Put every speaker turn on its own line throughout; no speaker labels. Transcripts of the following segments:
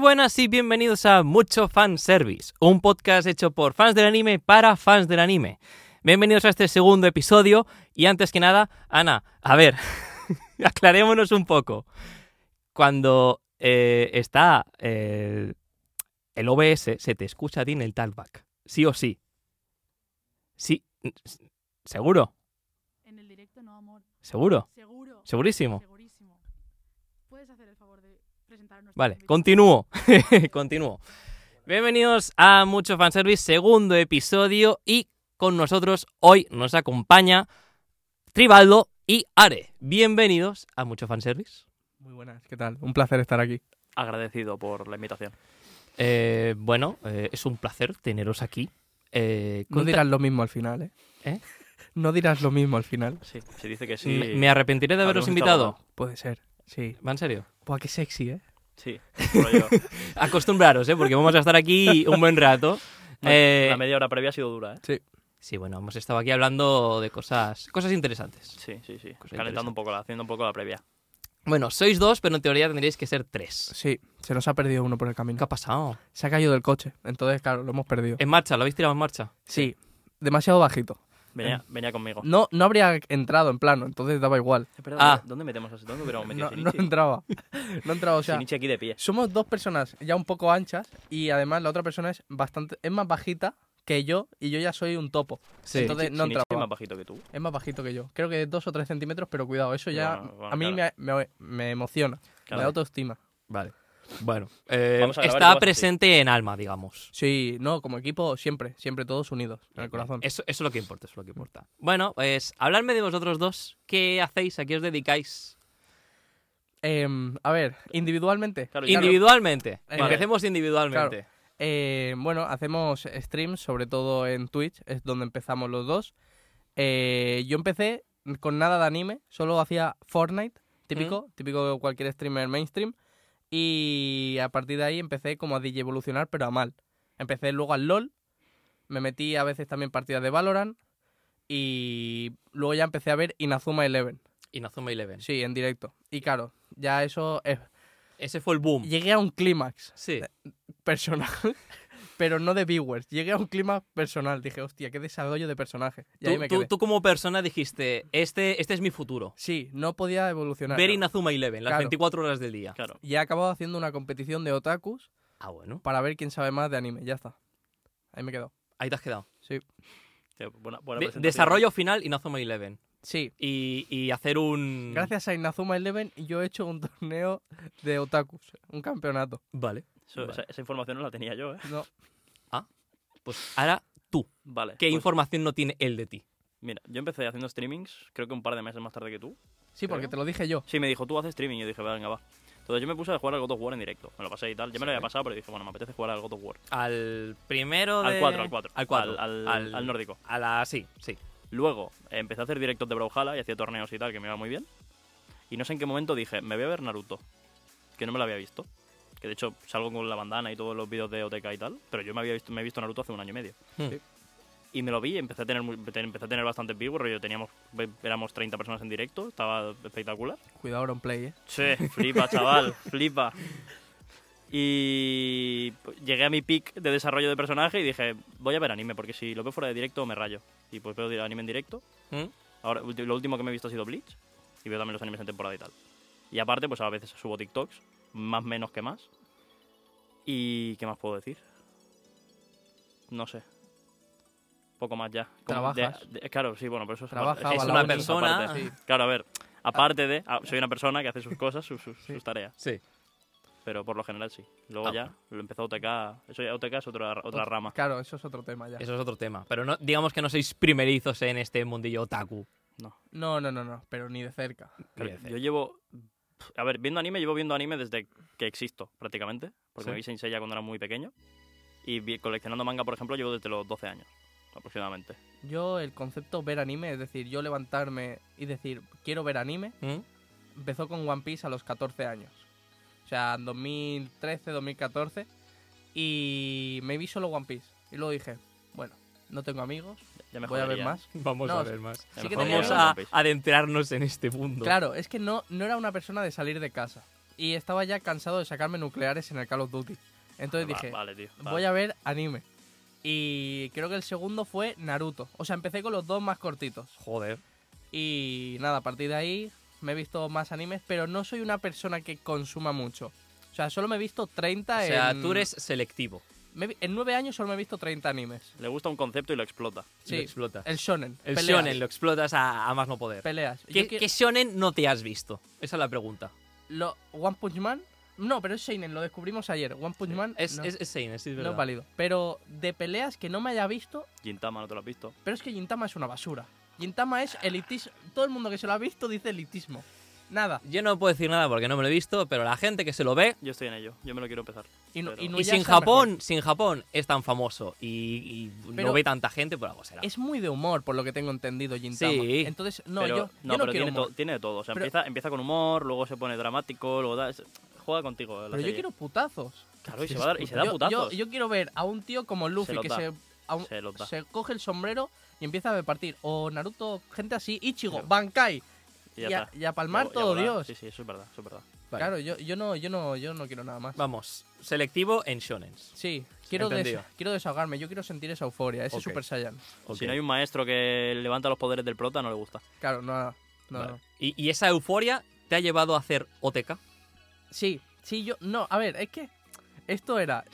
buenas y bienvenidos a Mucho Fan Service, un podcast hecho por fans del anime para fans del anime. Bienvenidos a este segundo episodio y antes que nada, Ana, a ver, aclarémonos un poco. Cuando eh, está eh, el OBS, se te escucha a ti en el talkback, sí o sí. Sí, seguro,
En el directo no, amor.
seguro,
Seguro.
segurísimo.
Segurísimo. ¿Puedes hacer el favor de presentarnos?
Vale, continúo. continúo. Bienvenidos a Mucho Fanservice, segundo episodio. Y con nosotros hoy nos acompaña Tribaldo y Are. Bienvenidos a Mucho Fanservice.
Muy buenas, ¿qué tal? Un placer estar aquí.
agradecido por la invitación.
Eh, bueno, eh, es un placer teneros aquí. Eh,
No
conta-
dirás lo mismo al final, ¿eh?
¿Eh?
No dirás lo mismo al final.
Sí, se dice que sí.
me, me arrepentiré de haberos
Habremos
invitado.
Puede ser, sí.
¿Va en serio?
Buah, qué sexy, ¿eh?
Sí, pero yo-
Acostumbraros, ¿eh? porque vamos a estar aquí un buen rato. Eh,
la media hora previa ha sido dura, ¿eh?
sí, bueno, hemos estado aquí hablando de cosas, cosas interesantes.
Sí, sí, sí.
Cosa
Calentando un poco, la- haciendo un poco la previa.
Bueno, sois dos, pero en teoría tendréis que ser tres.
Sí, se nos ha perdido uno por el
¿Qué
camino.
ha pasado?
Se ha caído del coche, entonces, claro, lo hemos perdido.
En marcha, lo habéis tirado en marcha.
Eh, Sí, Oh. demasiado bajito.
Eh.
Venía, venía conmigo.
No, no habría entrado en plano, entonces daba igual.
Eh, perdón,
Ah.
¿Dónde metemos así? ¿Dónde hubiéramos metido
No, no
a Shinichi?
entraba. No entraba, o sea...
Shinichi aquí de pie.
Somos dos personas ya un poco anchas y además la otra persona es bastante... Es más bajita que yo y yo ya soy un topo.
Sí.
Entonces- no
Shinichi es
entraba.
más bajito que tú.
Es más bajito que yo. Creo que dos o tres centímetros, pero cuidado, eso ya
Bueno, bueno,
a mí
claro.
me, me- me emociona. Me
Claro.
da autoestima.
Vale. Bueno, eh,
Vamos a grabar
está
cosas,
presente en alma, digamos.
Sí, no, como equipo siempre, siempre todos unidos en el corazón.
Eso, eso es lo que importa, eso es lo que importa. Bueno, pues hablarme de vosotros dos. ¿Qué hacéis? ¿A qué os dedicáis?
Em, a ver, individualmente.
Claro, y-
Individualmente.
Vale.
Empecemos individualmente.
Eh, bueno, hacemos streams, sobre todo en Twitch, es donde empezamos los dos. Eh, yo empecé con nada de anime, solo hacía Fortnite, típico, típico de cualquier streamer mainstream. Y a partir de ahí empecé como a DJ evolucionar, pero a mal. Empecé luego al LOL, me metí a veces también partidas de Valorant. Y luego ya empecé a ver Inazuma Eleven,
Inazuma Eleven.
sí, en directo. Y claro, ya eso es...
Ese fue el boom.
Llegué a un clímax
Sí.
personal, pero no de viewers. Llegué a un clima personal. Dije, hostia, qué desarrollo de personaje. Y ahí
Tú,
me
tú-
quedé.
tú como persona dijiste, este, este es mi futuro.
Sí, no podía evolucionar.
Ver Inazuma Eleven las
Claro.
24 horas del día.
Claro.
Y he acabado haciendo una competición de otakus
Ah, bueno.
para ver quién sabe más de anime. Ya está. Ahí me quedo.
Ahí te has quedado.
Sí.
Sí, buena- buena
De-
presentación.
desarrollo final Inazuma Eleven.
Sí.
Y, y hacer un...
Gracias a Inazuma Eleven yo he hecho un torneo de otakus, un campeonato.
Vale.
Eso- esa, esa información no la tenía yo, ¿eh?
No,
Pues ahora, tú.
Vale.
¿Qué
pues,
información no tiene él de ti?
Mira, yo empecé haciendo streamings, creo que un par de meses más tarde que tú.
sí, porque te lo dije yo.
Sí, me dijo, tú haces streaming. Y yo dije, venga, va. Entonces yo me puse a jugar al God of War en directo. Me lo pasé y tal. Yo me lo había pasado, pero dije, bueno, me apetece jugar al God of War.
Al primero de...
Al 4, al 4.
Al 4.
Al, al nórdico.
A la... Sí, sí.
Luego eh, empecé a hacer directos de Brawlhalla y hacía torneos y tal, que me iba muy bien. Y no sé en qué momento dije, me voy a ver Naruto. Que no me lo había visto. Que de hecho salgo con la bandana y todos los vídeos de OTK y tal. Pero yo me había visto, me he visto Naruto hace un año y medio.
Hmm.
Y me lo vi y empecé a tener, muy- te- empecé a tener bastante viewers. rollo, teníamos, ve- éramos 30 personas en directo. Estaba espectacular.
Cuidado, on play, ¿eh?
Che, flipa, chaval, flipa. Y pues, llegué a mi pick de desarrollo de personaje y dije, voy a ver anime, porque si lo veo fuera de directo me rayo. Y pues veo anime en directo.
¿Mm?
Ahora, ulti- lo último que me he visto ha sido Bleach. Y veo también los animes en temporada y tal. Y aparte, pues a veces subo TikToks, más menos que más. ¿Y qué más puedo decir? No sé. Poco más ya. Como de-
Trabajas.
de- claro, sí, bueno, pero eso es, apar-
Trabajas,
es
a la
una
hora.
persona.
Aparte.
Sí.
Claro, a ver, aparte de. ah, soy una persona que hace sus cosas, sus, sus- sus tareas,
Sí.
pero por lo general sí. Luego
Ah,
ya lo empezó OTK. Eso ya OTK es otra, otra rama.
Claro, eso es otro tema ya.
Eso es otro tema. Pero no, digamos que no sois primerizos en este mundillo otaku.
No, no, no, no, pero ni de cerca.
Pero
Quiero decir.
yo llevo. A ver, viendo anime, llevo viendo anime desde que existo, prácticamente. Porque
Sí.
me vi Saint Seiya cuando era muy pequeño. Y vi- coleccionando manga, por ejemplo, llevo desde los 12 años, aproximadamente.
Yo el concepto ver anime, es decir, yo levantarme y decir, quiero ver anime,
¿Mm?
empezó con One Piece a los 14 años. O sea, en 2013, 2014. Y me vi solo One Piece. Y luego dije, bueno, no tengo amigos,
Ya
voy a ver
mejoraría.
más.
Vamos
No,
a
sí-
ver más.
Ya
sí que
mejoraría
Vamos
tenía
One
a
Piece.
adentrarnos en este mundo.
Claro, es que no, no era una persona de salir de casa. y estaba ya cansado de sacarme nucleares en el Call of Duty. Entonces
Va-
dije,
vale, tío. vale.
voy a ver anime. Y creo que el segundo fue Naruto. O sea, empecé con los dos más cortitos.
Joder.
Y nada, a partir de ahí me he visto más animes, pero no soy una persona que consuma mucho. O sea, solo me he visto 30
O sea,
en...
tú eres selectivo.
me he vi- en 9 años solo me he visto 30 animes.
Le gusta un concepto y lo explota.
Sí.
Sí.
Lo explotas.
El shonen.
El
peleas,
shonen lo explotas a, a más no poder.
Peleas. Yo
¿Qué,
que-
qué shonen no te has visto? Esa es la pregunta.
lo- One Punch Man... No, pero es Seinen, lo descubrimos ayer. One Punch Man
Es,
no,
es, es seinen, sí, es
no
verdad.
es válido. Pero de peleas que no me haya visto,
Gintama, ¿no te lo has visto?
Pero es que Gintama es una basura. Gintama es elitismo. Todo el mundo que se lo ha visto dice elitismo. Nada.
Yo no puedo decir nada porque no me lo he visto, pero la gente que se lo ve.
Yo estoy en ello. Yo me lo quiero empezar.
Inu-
Pero-
Y
Inuyasha
sin
es mejor.
Japón, sin Japón es tan famoso y, y no
Pero-
ve tanta gente, por algo será.
Es muy de humor, por lo que tengo entendido, Gintama.
Sí.
Entonces, no,
Pero-
yo, yo no,
pero
quiero
tiene, to-
humor.
tiene de todo. O sea,
Pero-
empieza, empieza con humor, luego se pone dramático, luego da- es- juega contigo. la
Pero yo
serie.
quiero putazos.
Claro, y se, va a dar- y se da
Yo- Yo,
putazos.
yo quiero ver a un tío como Luffy
los
que
da.
se, a un-
Se los da.
se coge el sombrero y empieza a repartir. O Naruto, gente así, Ichigo,
Claro.
Bankai.
Y ya
y a-
está.
y a palmar
Y a- y a
todo
volar.
Dios.
Sí, sí, eso es verdad, eso es verdad.
Vale.
Claro, yo, yo, no, yo, no, yo no quiero nada más.
Vamos, selectivo en shonen.
Sí, quiero, des-
Entendido.
quiero desahogarme, yo quiero sentir esa euforia, ese
Ok.
Super Saiyan.
Si no hay un maestro que levanta los poderes del prota, no le gusta.
Claro, no, no,
Vale.
no.
¿Y, y esa euforia te ha llevado a hacer OTK?
Sí, sí, yo. No, a ver, es que esto era.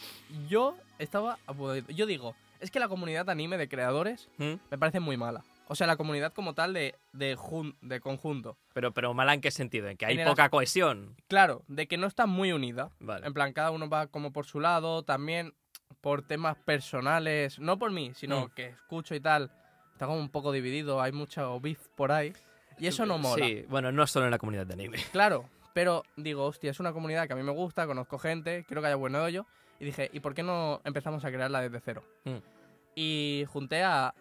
Yo estaba. aburrido. Yo digo, es que la comunidad anime de creadores
¿Mm?
me parece muy mala. O sea, la comunidad como tal de, de, jun- de conjunto.
Pero, pero mala en qué sentido, en que hay
En el
poca cohesión.
Claro, de que no está muy unida.
Vale.
En plan, cada uno va como por su lado, también por temas personales. No por mí, sino
Mm.
que escucho y tal. Está como un poco dividido, hay mucho beef por ahí. Y eso no mola.
Sí, bueno, no solo en la comunidad de anime.
Claro, pero digo, hostia, es una comunidad que a mí me gusta, conozco gente, quiero que haya buen hoyo. Y dije, ¿y por qué no empezamos a crearla desde cero?
Mm.
Y junté a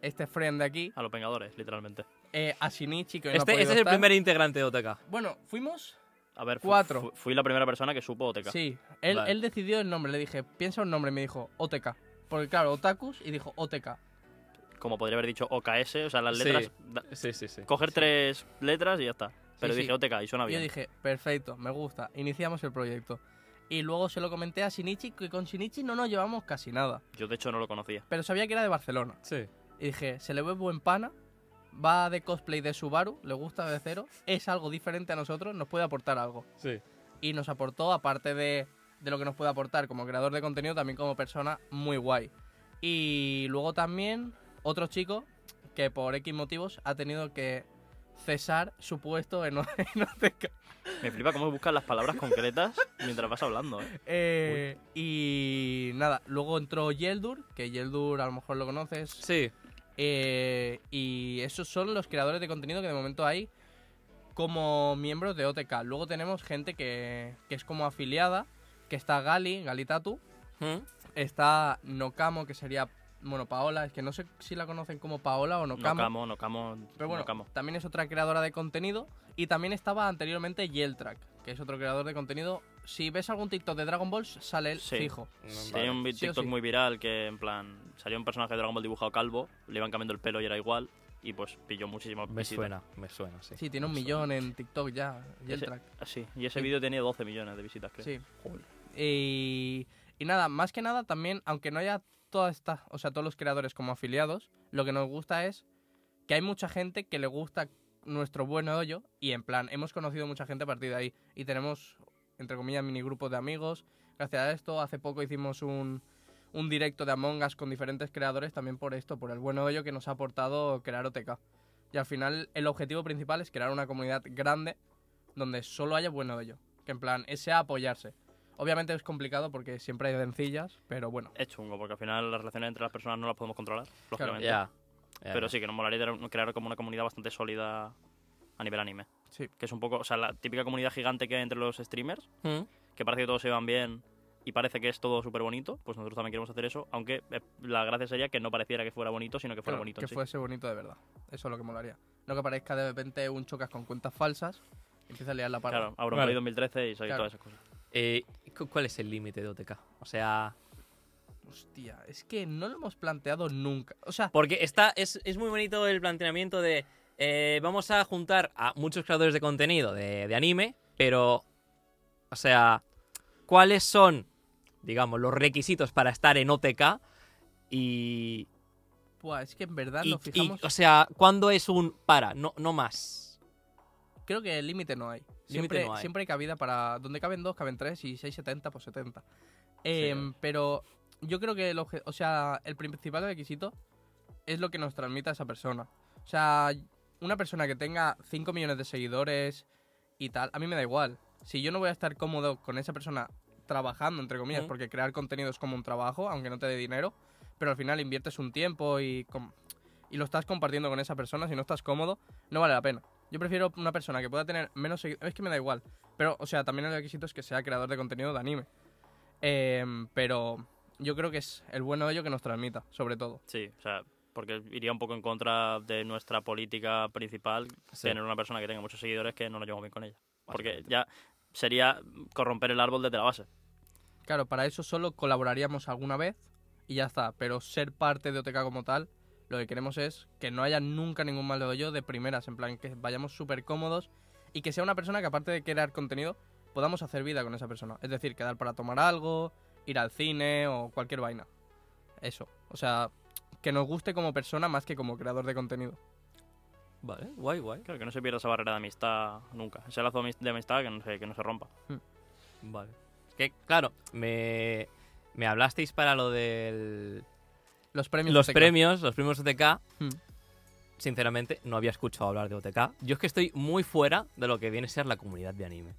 este friend de aquí,
A los Vengadores, literalmente.
eh, a Shinichi, que hoy no ha
Este,
podido
este es el
estar.
primer integrante de OTK.
Bueno, fuimos.
A ver, fu-
Cuatro.
fu- fui la primera persona que supo OTK.
Sí, él,
Vale.
él decidió el nombre, le dije, piensa un nombre, y me dijo, OTK. Porque claro, Otakus, y dijo, OTK.
Como podría haber dicho OKS, o sea, las letras.
Sí.
da-
Sí, sí, sí.
coger tres letras y ya está. Pero
sí.
dije OTK y
Yo
suena Ah, bien.
dije, perfecto, me gusta, iniciamos el proyecto. Y luego se lo comenté a Shinichi, que con Shinichi no nos llevamos casi nada.
Yo, de hecho, no lo conocía.
Pero sabía que era de Barcelona.
Sí.
Y dije, se le ve buen pana, va de cosplay de Subaru, le gusta de cero, es algo diferente a nosotros, nos puede aportar algo.
Sí.
Y nos aportó, aparte de, de lo que nos puede aportar como creador de contenido, también como persona muy guay. Y luego también otro chico que por X motivos ha tenido que cesar su puesto en, O- en OTK.
Me flipa cómo buscas las palabras concretas mientras vas hablando. ¿eh?
Eh, y nada, luego entró Yeldur, que Yeldur a lo mejor lo conoces.
Sí.
Eh, y esos son los creadores de contenido que de momento hay como miembros de OTK. Luego tenemos gente que, que es como afiliada, que está Gali, Galitatu,
¿Mm?
está Nokamo, que sería, bueno, Paola, es que no sé si la conocen como Paola o
No
Nokamo.
camo, no camo,
Pero bueno,
no camo.
también es otra creadora de contenido. Y también estaba anteriormente Yeltrack, que es otro creador de contenido. Si ves algún TikTok de Dragon Ball, sale el
Sí.
fijo.
Tenía un
Sí o
TikTok
sí.
muy viral que, en plan, salió un personaje de Dragon Ball dibujado calvo, le iban cambiando el pelo y era igual, y pues pilló muchísimas
Me
visitas.
suena, me suena, sí.
Sí, tiene un
Me
millón en TikTok ya, Yeltrack.
Ah, Sí, y ese
Sí.
vídeo tenía 12 millones de visitas, creo.
Sí. Y, y nada, más que nada también, aunque no haya toda esta, o sea, todos los creadores como afiliados, lo que nos gusta es que hay mucha gente que le gusta nuestro buen hoyo y en plan, hemos conocido mucha gente a partir de ahí y tenemos, entre comillas, mini grupos de amigos. Gracias a esto, hace poco hicimos un, un directo de Among Us con diferentes creadores también por esto, por el buen hoyo que nos ha aportado crear OTK. Y al final el objetivo principal es crear una comunidad grande donde solo haya buen hoyo. Que en plan, sea apoyarse. Obviamente es complicado porque siempre hay dencillas, pero bueno.
Es chungo, porque al final las relaciones entre las personas no las podemos controlar,
suena.
lógicamente.
Ya. ya,
Pero
ya.
sí, que nos molaría tener- crear como una comunidad bastante sólida a nivel anime.
Sí.
Que es un poco, o sea, la típica comunidad gigante que hay entre los streamers,
¿Mm?
que parece que todos se van bien y parece que es todo súper bonito, pues nosotros también queremos hacer eso, aunque eh, la gracia sería que no pareciera que fuera bonito, sino que fuera
Claro,
bonito. en
que
sí.
fuese bonito de verdad. Eso es lo que molaría. No que parezca de repente un chocas con cuentas falsas y empieza a liar la parda.
Claro, Auron
Vale.
Play 2013 y soy
Claro.
todas esas cosas.
Eh, cu- ¿Cuál es el límite de OTK? O sea,
Hostia, es que no lo hemos planteado nunca. O sea,
Porque está, es, es muy bonito el planteamiento de eh, vamos a juntar a muchos creadores de contenido de, de anime, pero O sea, ¿cuáles son, digamos, los requisitos para estar en OTK? Y,
Pues es que en verdad
y-
nos
y,
fijamos.
o sea, ¿cuándo es un para? No, no más.
creo que el límite no hay. Siempre,
no hay.
siempre hay cabida para. Donde caben dos, caben tres y si hay 70, pues 70. Em, Pero yo creo que el, obje- o sea, el principal requisito es lo que nos transmita esa persona. O sea, una persona que tenga 5 millones de seguidores y tal, a mí me da igual. Si yo no voy a estar cómodo con esa persona trabajando, entre comillas,
Ujú.
porque crear contenido es como un trabajo, aunque no te dé dinero, pero al final inviertes un tiempo y, com- y lo estás compartiendo con esa persona, si no estás cómodo, no vale la pena. Yo prefiero una persona que pueda tener menos seguidores, es que me da igual, pero, o sea, también el requisito es que sea creador de contenido de anime. Em, pero yo creo que es el bueno de ello que nos transmita, sobre todo.
Sí, o sea, porque iría un poco en contra de nuestra política principal
Sí.
tener una persona que tenga muchos seguidores que no nos llevamos bien con ella. Porque ya sería corromper el árbol desde la base.
Claro, para eso solo colaboraríamos alguna vez y ya está. Pero ser parte de OTK como tal, lo que queremos es que no haya nunca ningún mal de yo de primeras, en plan que vayamos súper cómodos y que sea una persona que aparte de crear contenido, podamos hacer vida con esa persona. Es decir, quedar para tomar algo, ir al cine o cualquier vaina. Eso. O sea, que nos guste como persona más que como creador de contenido.
Vale, guay, guay.
Claro, que no se pierda esa barrera de amistad nunca. Ese lazo de amist- de amistad que no se, que no se rompa.
Vale. Es que, claro, me, me hablasteis para lo del
Los premios.
los
OTK.
premios, los premios OTK.
Hmm.
Sinceramente, no había escuchado hablar de OTK. Yo es que estoy muy fuera de lo que viene a ser la comunidad de anime.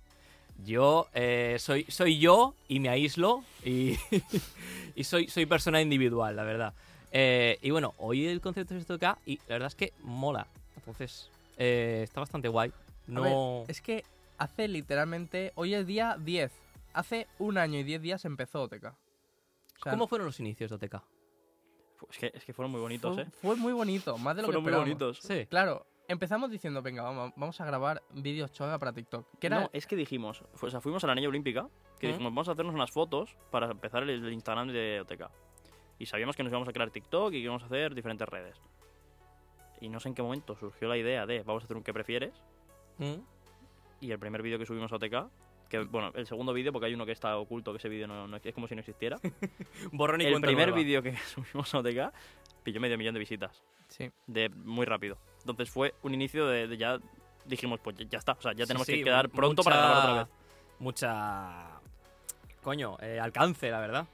Yo eh, soy, soy yo y me aíslo y, y soy, soy persona individual, la verdad. Eh, y bueno, hoy el concepto es OTK y la verdad es que mola. Entonces, eh, está bastante guay.
A
No...
ver, es que hace literalmente. Hoy es día 10. Hace un año y 10 días empezó OTK. O sea,
¿Cómo fueron los inicios de OTK?
Fu- Es que, es que fueron muy bonitos,
fue,
¿eh?
fue muy bonito, más de lo
Fueron
que
muy
esperábamos.
bonitos.
Sí.
Claro, empezamos diciendo, venga, vamos, vamos a grabar vídeos chonga para TikTok. Que era,
No, eh, es que dijimos, fu- o sea, fuimos a la Anilla Olímpica, que
¿Mm?
dijimos, vamos a hacernos unas fotos para empezar el, el Instagram de OTK. Y sabíamos que nos íbamos a crear TikTok y que íbamos a hacer diferentes redes. Y no sé en qué momento surgió la idea de, vamos a hacer un que prefieres.
¿Mm?
Y el primer vídeo que subimos a OTK, que bueno, el segundo vídeo, porque hay uno que está oculto, que ese vídeo no, no- es como si no existiera.
Borrón y
el
cuenta
primer
nueva.
vídeo que subimos a OTK pilló medio millón de visitas,
sí.
de muy rápido. Entonces fue un inicio de, de ya, dijimos, pues ya está, o sea, ya
Sí,
tenemos
sí,
que quedar
mu-
pronto para
mucha-
grabar otra vez.
Mucha. Coño, eh, alcance, la verdad.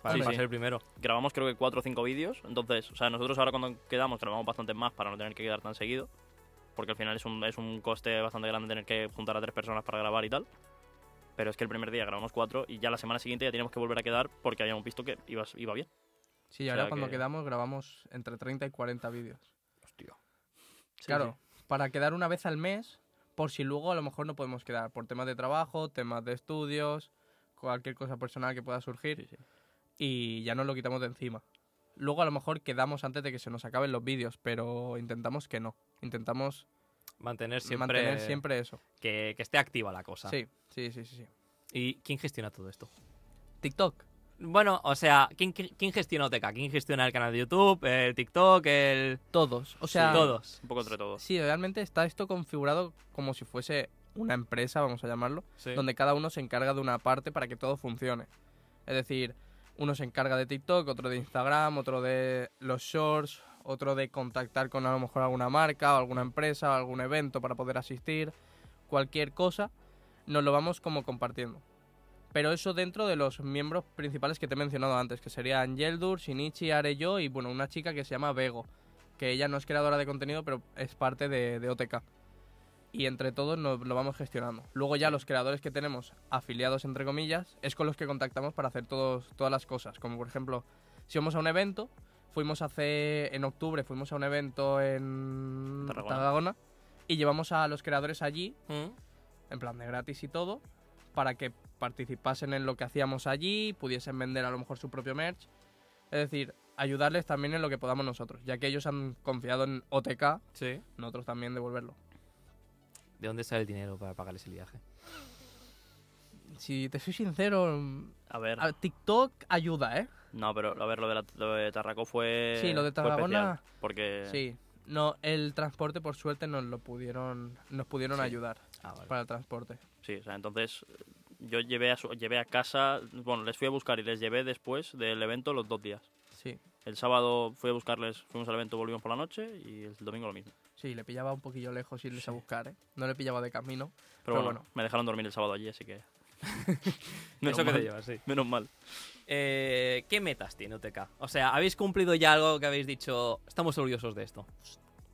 Para,
Sí,
para
sí.
ser el primero.
grabamos creo que cuatro o cinco vídeos. Entonces, o sea, nosotros ahora cuando quedamos grabamos bastante más para no tener que quedar tan seguido. Porque al final es un, es un coste bastante grande tener que juntar a tres personas para grabar y tal. Pero es que el primer día grabamos cuatro y ya la semana siguiente ya teníamos que volver a quedar porque habíamos visto que iba, iba bien.
Sí, y
O
ahora
sea
cuando
que-
quedamos grabamos entre 30 y 40 vídeos.
Sí,
claro,
sí.
para quedar una vez al mes, por si luego a lo mejor no podemos quedar, por temas de trabajo, temas de estudios, cualquier cosa personal que pueda surgir, y ya nos lo quitamos de encima. Luego a lo mejor quedamos antes de que se nos acaben los vídeos, pero intentamos que no. Intentamos
Mantener siempre.
mantener siempre eso.
Que, que esté activa la cosa.
Sí, sí, sí, sí, sí.
¿Y quién gestiona todo esto?
TikTok.
Bueno, o sea, ¿quién, quién- quién gestiona OTK? ¿Quién gestiona el canal de YouTube, el TikTok, el.
Todos. O sea,
Todos.
Un poco entre todos.
Sí, realmente está esto configurado como si fuese una empresa, vamos a llamarlo,
Sí.
donde cada uno se encarga de una parte para que todo funcione. Es decir, uno se encarga de TikTok, otro de Instagram, otro de los shorts, otro de contactar con a lo mejor alguna marca o alguna empresa o algún evento para poder asistir, cualquier cosa, nos lo vamos como compartiendo. Pero eso dentro de los miembros principales que te he mencionado antes, que serían Yeldur, Shinichi, Are yo y bueno, una chica que se llama Vego, que ella no es creadora de contenido, pero es parte de, de OTK. Y entre todos nos lo vamos gestionando. Luego ya los creadores que tenemos afiliados, entre comillas, es con los que contactamos para hacer todos, todas las cosas. Como por ejemplo, si vamos a un evento, fuimos hace, en octubre, fuimos a un evento en
Tarragona.
Tarragona y llevamos a los creadores allí
¿Mm?
en plan de gratis y todo, para que participasen en lo que hacíamos allí, pudiesen vender a lo mejor su propio merch. Es decir, ayudarles también en lo que podamos nosotros, ya que ellos han confiado en OTK,
Sí.
nosotros también devolverlo.
¿De dónde sale el dinero para pagarles el viaje?
Si te soy sincero, mm,
A ver,
a- TikTok ayuda, ¿eh?
no, pero a ver, lo de, la- lo de Tarraco fue.
Sí, lo de
fue especial,
Tarragona-
Porque.
Sí. No, el transporte por suerte nos lo pudieron, nos pudieron
Sí.
ayudar
Ah, vale.
para el transporte.
Sí, o sea, entonces eh, Yo llevé a, su- llevé a casa, bueno, les fui a buscar y les llevé después del evento los dos días.
Sí,
El sábado fui a buscarles, fuimos al evento, volvimos por la noche y el domingo lo mismo.
sí, le pillaba un poquillo lejos irles a
Sí.
buscar, ¿eh? No le pillaba de camino.
Pero,
Pero
bueno,
bueno.
me dejaron dormir el sábado allí, así que... menos,
Eso que te
mal,
llevas, sí.
menos mal.
Eh, ¿Qué metas tiene OTK? O sea, ¿habéis cumplido ya algo que habéis dicho, estamos orgullosos de esto?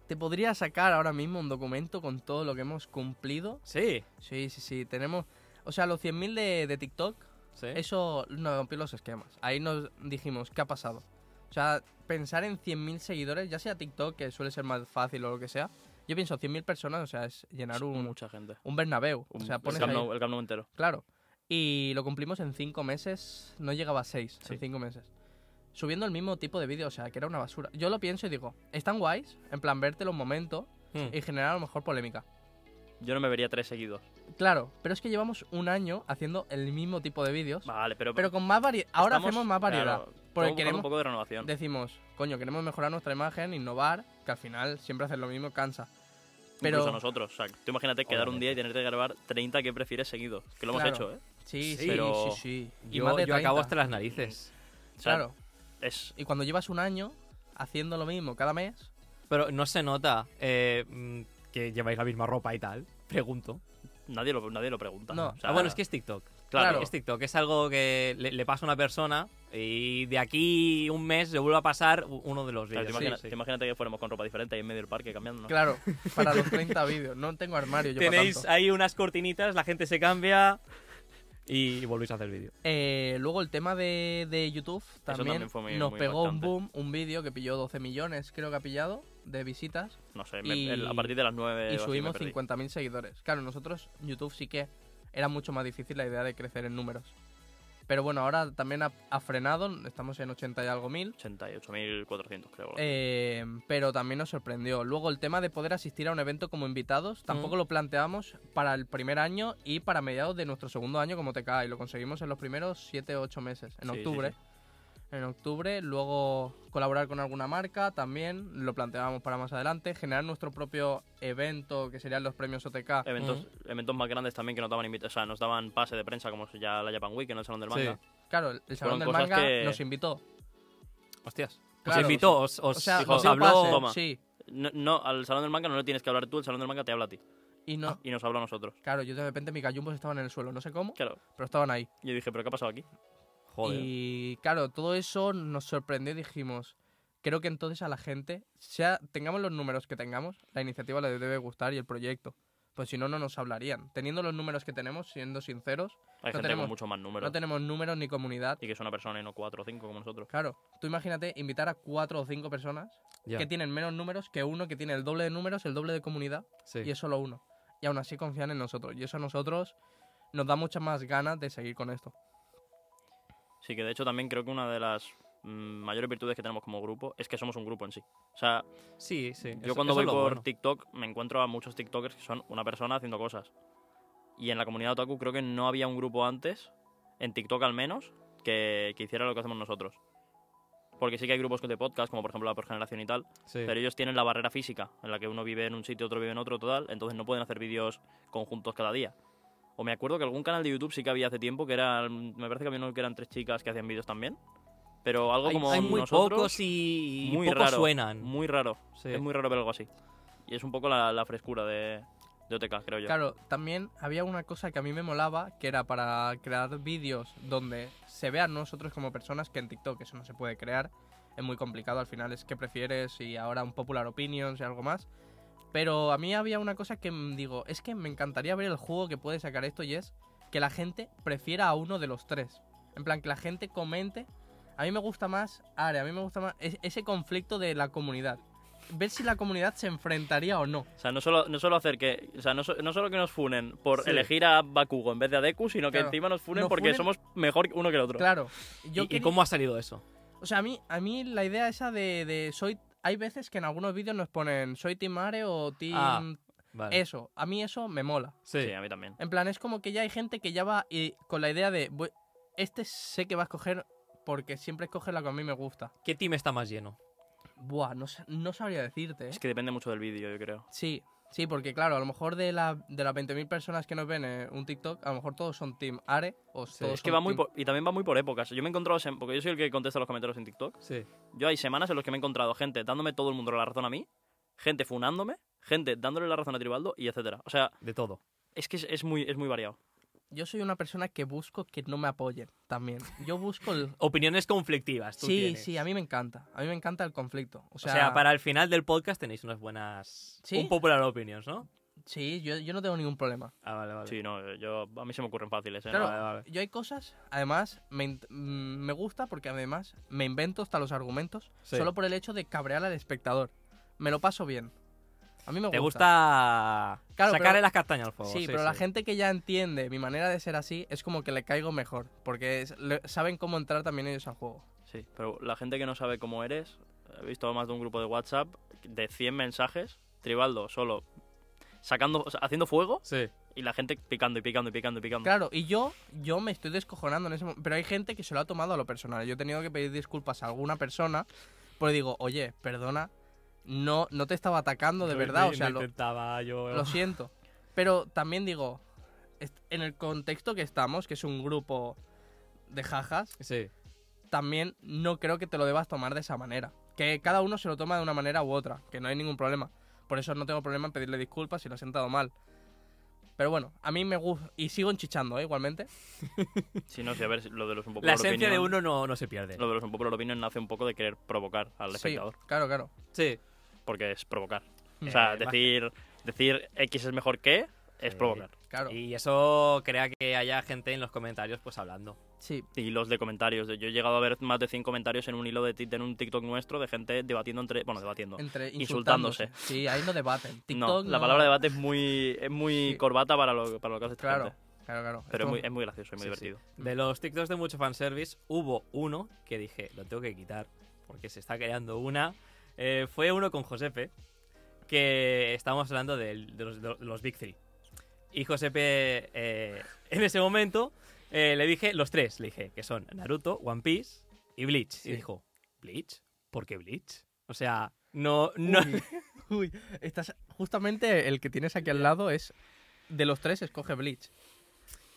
Te podría sacar ahora mismo un documento con todo lo que hemos cumplido.
Sí,
Sí, sí, sí, tenemos... O sea, los 100.000 de, de TikTok,
sí.
eso nos rompió los esquemas. Ahí nos dijimos, ¿qué ha pasado? O sea, pensar en 100.000 seguidores, ya sea TikTok, que suele ser más fácil o lo que sea. Yo pienso, 100.000 personas, o sea, es llenar un,
Mucha gente.
un Bernabéu.
Un-
o sea, pones
el, Camp
ahí-
Nou- el Camp Nou entero.
Claro. Y lo cumplimos en cinco meses. No llegaba a seis
Sí.
en cinco meses. Subiendo el mismo tipo de vídeo, o sea, que era una basura. Yo lo pienso y digo, están guays, en plan vértelo un momento
Hmm.
y generar a lo mejor polémica.
Yo no me vería tres seguidos.
Claro, pero es que llevamos un año haciendo el mismo tipo de vídeos,
Vale, pero...
pero con más variedad. Ahora
estamos-
hacemos más variedad.
claro, todo
porque
buscando
queremos,
un poco de renovación.
decimos, coño, queremos mejorar nuestra imagen, innovar, que al final siempre hacer lo mismo cansa. Pero
Incluso nosotros. O sea, tú imagínate quedar un día y tener que grabar 30 que prefieres seguidos. Que lo hemos
Claro.
hecho, ¿eh?
sí,
Sí,
sí,
pero-
sí, sí. Y
yo,
más de
yo acabo
30.
hasta las narices.
O sea,
Claro.
Es,
Y cuando llevas un año haciendo lo mismo cada mes,
Pero no se nota eh, mm, que lleváis la misma ropa y tal. Pregunto.
nadie, lo, nadie lo pregunta.
No.
O sea,
Ah, bueno, es que es TikTok.
Claro.
este
Es TikTok. Es algo que le, le pasa a una persona y de aquí un mes se vuelve a pasar u- uno de los
Claro,
vídeos.
te
Sí,
imagina-
sí.
te Imagínate que fuéramos con ropa diferente ahí en medio del parque cambiando.
Claro, para los 30 vídeos. No tengo armario yo para
Tenéis
tanto.
ahí unas cortinitas, la gente se cambia y volvéis a hacer vídeo.
Eh, luego el tema de, de YouTube también,
también fue muy-
nos
muy
pegó un
impactante.
boom, un vídeo que pilló 12 millones, creo que ha pillado, de visitas
No sé, me-
Y-
el- a partir de las 9
y subimos 50.000 seguidores. Claro, nosotros YouTube sí que era mucho más difícil la idea de crecer en números. Pero bueno, ahora también ha, ha frenado, estamos en 80 y algo mil.
88.400 creo.
eh, pero también nos sorprendió. Luego el tema de poder asistir a un evento como invitados,
Mm.
tampoco lo planteamos para el primer año y para mediados de nuestro segundo año como TK y lo conseguimos en los primeros 7 o 8 meses, en
Sí, sí,
octubre.
sí.
En octubre, luego colaborar con alguna marca también, lo planteábamos para más adelante, generar nuestro propio evento que serían los premios OTK.
Eventos, eventos más grandes también que nos daban invita- o sea, nos daban pase de prensa como ya la Japan Week en el Salón del
Sí.
Manga.
Claro, el- el Salón del
cosas
Manga
que-
nos invitó.
Hostias. os
Claro,
invitó, os, os-
O sea,
os
dijo,
nos dio
habló.
pase,
toma.
sí.
No, no, al Salón del Manga no le tienes que hablar tú, el Salón del Manga te habla a ti
Y no,
y nos habla a nosotros.
claro, yo de repente mis gallumbos estaban en el suelo, no sé cómo,
Claro.
pero estaban ahí.
Yo dije, ¿pero qué ha pasado aquí?
Joder.
Y claro, todo eso nos sorprendió y dijimos, creo que entonces a la gente, sea tengamos los números que tengamos, la iniciativa le debe gustar y el proyecto. Pues si no, no nos hablarían. Teniendo los números que tenemos, siendo sinceros,
Hay gente
tenemos-
con mucho más números.
no tenemos números ni comunidad.
Y que es una persona y no cuatro o cinco como nosotros.
Claro, tú imagínate invitar a cuatro o cinco personas
Ya,
que tienen menos números que uno que tiene el doble de números, el doble de comunidad
sí.
y es solo uno. Y aún así confían en nosotros. Y eso a nosotros nos da muchas más ganas de seguir con esto.
Sí, que de hecho también creo que una de las mm, mayores virtudes que tenemos como grupo es que somos un grupo en sí. O sea,
Sí, sí.
yo
eso-
cuando
eso
voy
es lo
por
bueno.
TikTok me encuentro a muchos TikTokers que son una persona haciendo cosas. Y en la comunidad otaku creo que no había un grupo antes, en TikTok al menos, que, que hiciera lo que hacemos nosotros. Porque sí que hay grupos de podcast, como por ejemplo la por generación y tal,
Sí.
pero ellos tienen la barrera física, en la que uno vive en un sitio, otro vive en otro, total, entonces no pueden hacer vídeos conjuntos cada día. O me acuerdo que algún canal de YouTube sí que había hace tiempo, que eran, me parece que había uno que eran tres chicas que hacían vídeos también, pero algo
hay,
como
hay muy
nosotros,
pocos y,
muy
pocos
raro,
suenan.
muy raro,
Sí.
es muy raro ver algo así. Y es un poco la, la frescura de, de OTK, creo yo.
Claro, también había una cosa que a mí me molaba, que era para crear vídeos donde se vean nosotros como personas, que en TikTok eso no se puede crear, es muy complicado, al final es que prefieres y ahora un popular opinions y algo más. Pero a mí había una cosa que mm, digo, es que me encantaría ver el juego que puede sacar esto y es que la gente prefiera a uno de los tres. En plan, que la gente comente. A mí me gusta más, Are, a mí me gusta más es- ese conflicto de la comunidad. Ver si la comunidad se enfrentaría o no.
O sea, no solo, no solo hacer que, o sea, no, so- no solo que nos funen por
Sí.
elegir a Bakugo en vez de a Deku, sino que
Claro.
encima nos funen
Nos
porque
funen-
somos mejor uno que el otro.
Claro.
¿Y-
yo
¿Y,
quería-
cómo ha salido eso?
O sea, a mí, a mí la idea esa de, de soy. Hay veces que en algunos vídeos nos ponen soy Team Are o Team.
Ah, Vale.
Eso. A mí eso me mola.
Sí.
Sí, a mí también.
En plan, es como que ya hay gente que ya va y con la idea de. "Voy- Este sé que va a escoger porque siempre escoge la que a mí me gusta.
¿Qué team está más lleno?
Buah, no, sa- no sabría decirte, ¿eh?
Es que depende mucho del vídeo, yo creo.
Sí, Sí, porque claro, a lo mejor de, la, de las 20.000 personas que nos ven en un TikTok, a lo mejor todos son Team Are o todos
es que
son
va muy
team-
por- y también va muy por épocas. Yo me he encontrado, sem- porque yo soy el que contesta los comentarios en TikTok.
Sí.
Yo hay semanas en las que me he encontrado gente dándome todo el mundo la razón a mí, gente funándome, gente dándole la razón a Tribaldo y etcétera. O sea,
De todo.
es que es, es muy, es muy variado.
Yo soy una persona que busco que no me apoyen también. Yo busco el...
Opiniones conflictivas. tú
sí,
tienes.
sí, a mí me encanta. A mí me encanta el conflicto. O
O sea,
sea,
para el final del podcast tenéis unas buenas.
¿Sí?
Un popular opinions, ¿no?
Sí, yo, yo no tengo ningún problema.
Ah, vale, vale.
Sí, no, yo, a mí se me ocurren fáciles. ¿eh?
Claro,
No,
Vale, vale.
Yo hay cosas, además, me, int- mm, me gusta porque además me invento hasta los argumentos
Sí.
solo por el hecho de cabrear al espectador. Me lo paso bien. A mí me
¿Te
gusta.
gusta
Claro,
sacarle
pero-
las castañas al fuego?
Sí, pero la gente que ya entiende mi manera de ser así es como que le caigo mejor, porque es- le- saben cómo entrar también ellos al juego.
Sí, pero la gente que no sabe cómo eres, he visto más de un grupo de WhatsApp de 100 mensajes, Tribaldo solo sacando, o sea, haciendo fuego
Sí.
y la gente picando y picando y picando y picando.
Claro, y yo, yo me estoy descojonando en ese momento, pero hay gente que se lo ha tomado a lo personal. Yo he tenido que pedir disculpas a alguna persona, porque digo, oye, perdona, no, no te estaba atacando de verdad, o sea, lo,
intentaba yo.
Lo siento. Pero también digo, est- en el contexto que estamos, que es un grupo de jajas,
Sí.
también no creo que te lo debas tomar de esa manera. Que cada uno se lo toma de una manera u otra, que no hay ningún problema. Por eso no tengo problema en pedirle disculpas si lo he sentado mal. Pero bueno, a mí me gusta. Y sigo enchichando, ¿eh? igualmente.
Si no, si a ver, si lo de los un poco
La esencia de uno no, no se pierde.
Lo de los un poco opinión nace un poco de querer provocar al
Sí,
espectador,
claro, claro.
Sí.
porque es provocar.
Eh,
o sea,
más que-
decir, decir X es mejor que es
Sí.
provocar.
Claro.
Y eso crea que haya gente en los comentarios pues hablando.
Sí,
Y los de comentarios. de- Yo he llegado a ver más de 100 comentarios en un hilo de ti- en un TikTok nuestro de gente debatiendo entre. Bueno, debatiendo.
entre
Insultándose.
insultándose. Sí, ahí no debaten.
no,
TikTok
la
no-
palabra debate es muy, es muy
Sí.
corbata para lo, para lo que hace esta
Claro,
gente.
claro, claro.
Pero es
Esto-
muy, em- es muy gracioso y muy
Sí, sí.
divertido.
De los TikToks de mucho fanservice, hubo uno que dije, lo tengo que quitar, porque se está creando una. Eh, fue uno con Josepe, que estábamos hablando del- de, los, de los Big Three. Y Josepe, eh, en ese momento, eh, le dije los tres, le dije, que son Naruto, One Piece y Bleach.
Sí.
Y dijo, ¿Bleach? ¿Por qué Bleach? O sea, no... no
Uy, uy, estás justamente el que tienes aquí al lado es de los tres escoge Bleach.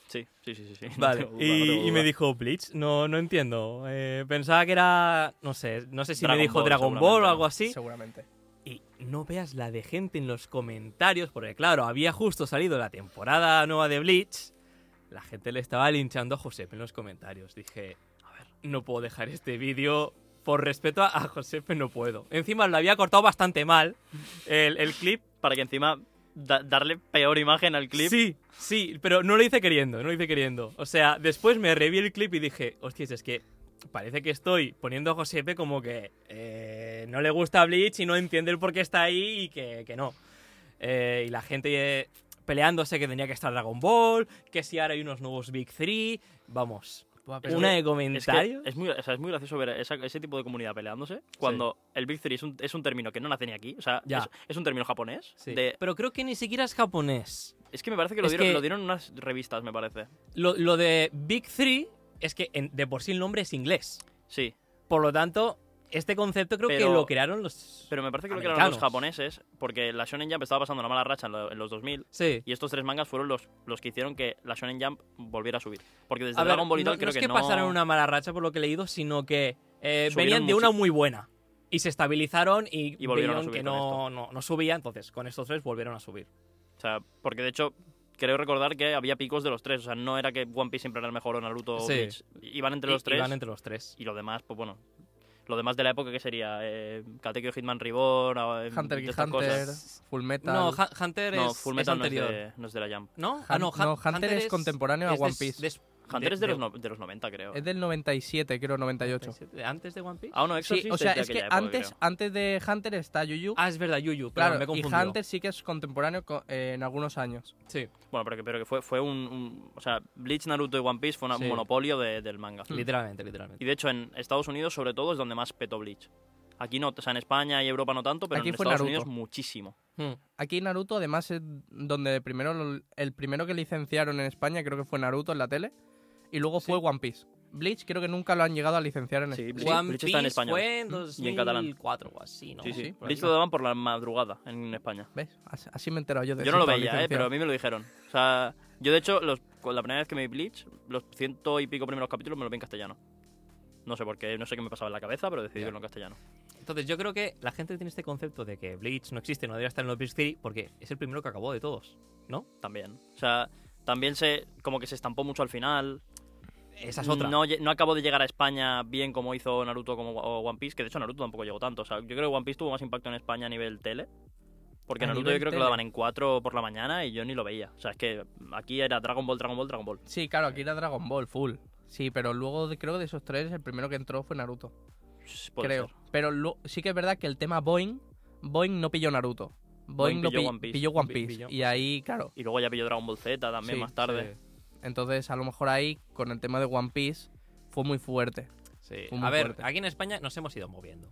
Sí, sí, sí, sí. sí. No
Vale,
tengo duda, no
y,
tengo
y me
duda.
dijo Bleach, no, no entiendo. Eh, pensaba que era, no sé, no sé si me
Dragon
dijo
Ball,
Dragon Ball o
seguramente,
algo
¿no?
así.
Seguramente.
Y no veas la de gente en los comentarios, porque claro, había justo salido la temporada nueva de Bleach. La gente le estaba linchando a Josep en los comentarios. Dije, a ver, no puedo dejar este vídeo. Por respeto a, a Josep, no puedo. Encima lo había cortado bastante mal el, el clip.
Para que encima da- darle peor imagen al clip.
Sí, sí, pero no lo hice queriendo, no lo hice queriendo. O sea, después me reví el clip y dije, hostias, es que parece que estoy poniendo a Josepe como que eh, no le gusta Bleach y no entiende el por qué está ahí y que, que no. Eh, y la gente eh, peleándose que tenía que estar Dragon Ball, que si ahora hay unos nuevos Big Three, vamos.
Buah, pero-
Una de
Es, que
comentarios.
es, muy, o sea, es muy gracioso ver esa- ese tipo de comunidad peleándose cuando el Big Three es un, es un término que no nace ni aquí. O sea,
Ya.
es, es un término japonés.
Sí,
de-
Pero creo que ni siquiera es japonés.
es que me parece que lo,
Es
dieron,
que-
lo dieron en unas revistas, me parece.
Lo, lo de Big Three es que en- de por sí el nombre es inglés.
Sí,
Por lo tanto, este concepto creo que
Pero-
lo crearon los.
pero me parece que lo crearon
Americanos.
los japoneses porque la Shonen Jump estaba pasando una mala racha en, lo- en los 2000
Sí.
y estos tres mangas fueron los, los que hicieron que la Shonen Jump volviera a subir. Porque desde
A ver,
Dragon Ball y
no,
tal
no
creo
es que,
que, no...
pasaron una mala racha por lo que he leído, sino que eh,
Subieron
venían de
mucho-
una muy buena. Y se estabilizaron y,
Y volvieron a
vieron
subir
que
con
no, no, no subía, entonces con estos tres volvieron a subir.
O sea, porque de hecho, creo recordar que había picos de los tres. O sea, no era que One Piece siempre era el mejor o Naruto o
Sí.
Bleach. Iban entre los
Y- y
tres.
van entre los tres.
Y lo demás, pues bueno. Lo demás de la época que sería eh, Katekyo Hitman Reborn, o, eh,
Hunter
de
x
estas
Hunter,
cosas.
Full Metal.
No, Ha- Hunter es,
No, Full Metal
es
no es,
anterior.
de, no es de la Jump.
¿No? Ah, no,
Han- no, Hunter es contemporáneo a
es de-
One Piece.
des-
Hunter es de,
de-
los, no- de los 90, creo.
es del 97, creo, 98.
de- antes de One Piece.
Ah, no,
Sí,
Exorcist
o sea,
de
es que
aquella época,
antes,
creo.
antes de Hunter está Yuyu.
Ah, es verdad, Yuyu, pero
claro,
me he
y
confundido.
Hunter sí que es contemporáneo co- eh, en algunos años.
Sí,
Bueno, pero que, pero que fue, fue un, un- O sea, Bleach, Naruto y One Piece fue una- un
Sí.
monopolio de- del manga.
Hmm.
literalmente, literalmente.
Y de hecho, en Estados Unidos, sobre todo, es donde más petó Bleach. Aquí no, o sea, en España y Europa no tanto, pero
Aquí
en
fue
Estados
Naruto.
Unidos muchísimo.
Hmm.
Aquí Naruto, además, es donde primero lo- el primero que licenciaron en España creo que fue Naruto en la tele. Y luego fue One Piece. Bleach creo que nunca lo han llegado a licenciar en
Sí,
España.
Bleach.
One
Bleach
Piece
está en español. Mm,
fue en
Y en catalán.
2004 o así, ¿no?
Sí,
sí,
sí.
por
Bleach
ahí.
lo daban por la madrugada en España.
¿Ves? Así, así me he enterado yo de si
Yo no lo
estaba
veía, eh, pero
licenciado.
a mí me lo dijeron. O sea, yo de hecho, los, con la primera vez que me vi Bleach, los ciento y pico primeros capítulos me los vi en castellano. No sé por qué, no sé qué me pasaba en la cabeza, pero decidí
Ya.
verlo en castellano.
Entonces yo creo que la gente tiene este concepto de que Bleach no existe, no debería estar en los Big Three, porque es el primero que acabó de todos.
También. O sea, también se como que se estampó mucho al final.
Esa es otra.
No, lle- no acabó de llegar a España bien como hizo Naruto como, o One Piece, que de hecho Naruto tampoco llegó tanto. O sea, yo creo que One Piece tuvo más impacto en España a nivel tele. Porque
A
Naruto
nivel
yo creo que lo
tele.
daban en 4 por la mañana y yo ni lo veía. O sea, es que aquí era Dragon Ball, Dragon Ball, Dragon Ball.
Sí, claro, aquí era Dragon Ball, full. Sí, pero luego de- creo que de esos tres el primero que entró fue Naruto.
Puede
creo.
ser.
Pero lo- sí que es verdad que el tema Boeing, Boeing no pilló Naruto. Boeing,
Boeing
lo
pilló
pi-
One Piece.
pilló One
Pi-
Piece.
pilló-
Y ahí, claro.
Y luego ya pilló Dragon Ball Z también
Sí,
más tarde.
Entonces, a lo mejor ahí, con el tema de One Piece, fue muy fuerte.
Sí, sí.
Fue muy
A ver,
fuerte.
aquí en España nos hemos ido moviendo.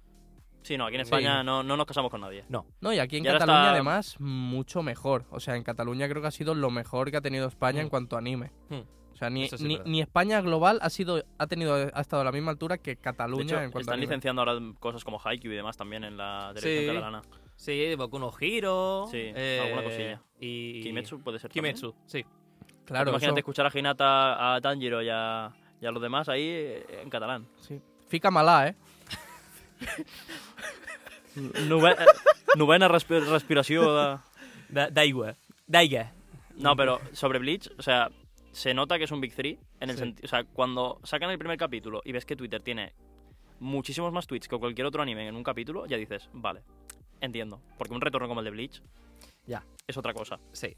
Sí, no, aquí en
Sí.
España no, no nos casamos con nadie.
No,
No, y aquí en
Y ahora
Cataluña,
está-
además, mucho mejor. O sea, en Cataluña creo que ha sido lo mejor que ha tenido España en
Mm.
cuanto a anime.
Hmm.
O sea, ni,
Eso sí es
ni,
verdad.
ni España global ha sido ha tenido ha estado a la misma altura que
De
Cataluña
hecho,
en cuanto a
están
anime.
licenciando ahora cosas como Haikyuu y demás también en la televisión
Sí.
catalana.
sí, Boku no Hero.
Sí,
eh,
alguna cosilla.
Y...
Kimetsu puede ser también.
Kimetsu, sí.
Claro,
Imagínate
eso-
escuchar a Hinata, a Tanjiro y a, y a los demás ahí eh, en catalán.
sí. Fica malá, ¿eh?
Novena, respiración.
Da, da igual. Da igual.
No, pero sobre Bleach, o sea, se nota que es un Big Three. En el
Sí.
senti- o sea, cuando sacan el primer capítulo y ves que Twitter tiene muchísimos más tweets que cualquier otro anime en un capítulo, ya dices, vale, entiendo. Porque un retorno como el de Bleach
Ya.
es otra cosa.
Sí.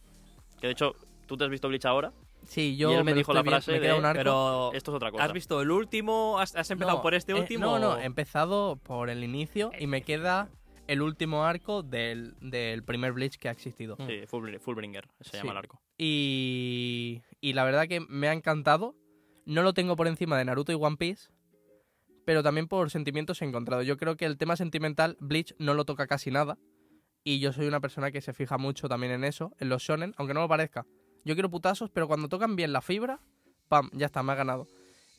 Que de hecho, tú te has visto Bleach ahora,
Sí, yo
Y él me
lo
dijo
estoy
la
viendo,
frase
me queda
de-
un arco.
Pero...
esto es otra cosa.
¿Has visto el último? ¿Has, has empezado
No,
por este
eh,
último?
no, no,
o-
he
em-
empezado por el inicio y me queda el último arco del, del primer Bleach que ha existido.
Sí, Full- Fullbringer, se
Mm. Sí.
llama el arco.
Y, y la verdad que me ha encantado. No lo tengo por encima de Naruto y One Piece, pero también por sentimientos encontrados. Yo creo que el tema sentimental, Bleach no lo toca casi nada. Y yo soy una persona que se fija mucho también en eso, en los shonen, aunque no lo parezca. Yo quiero putazos, pero cuando tocan bien la fibra, pam, ya está, me ha ganado.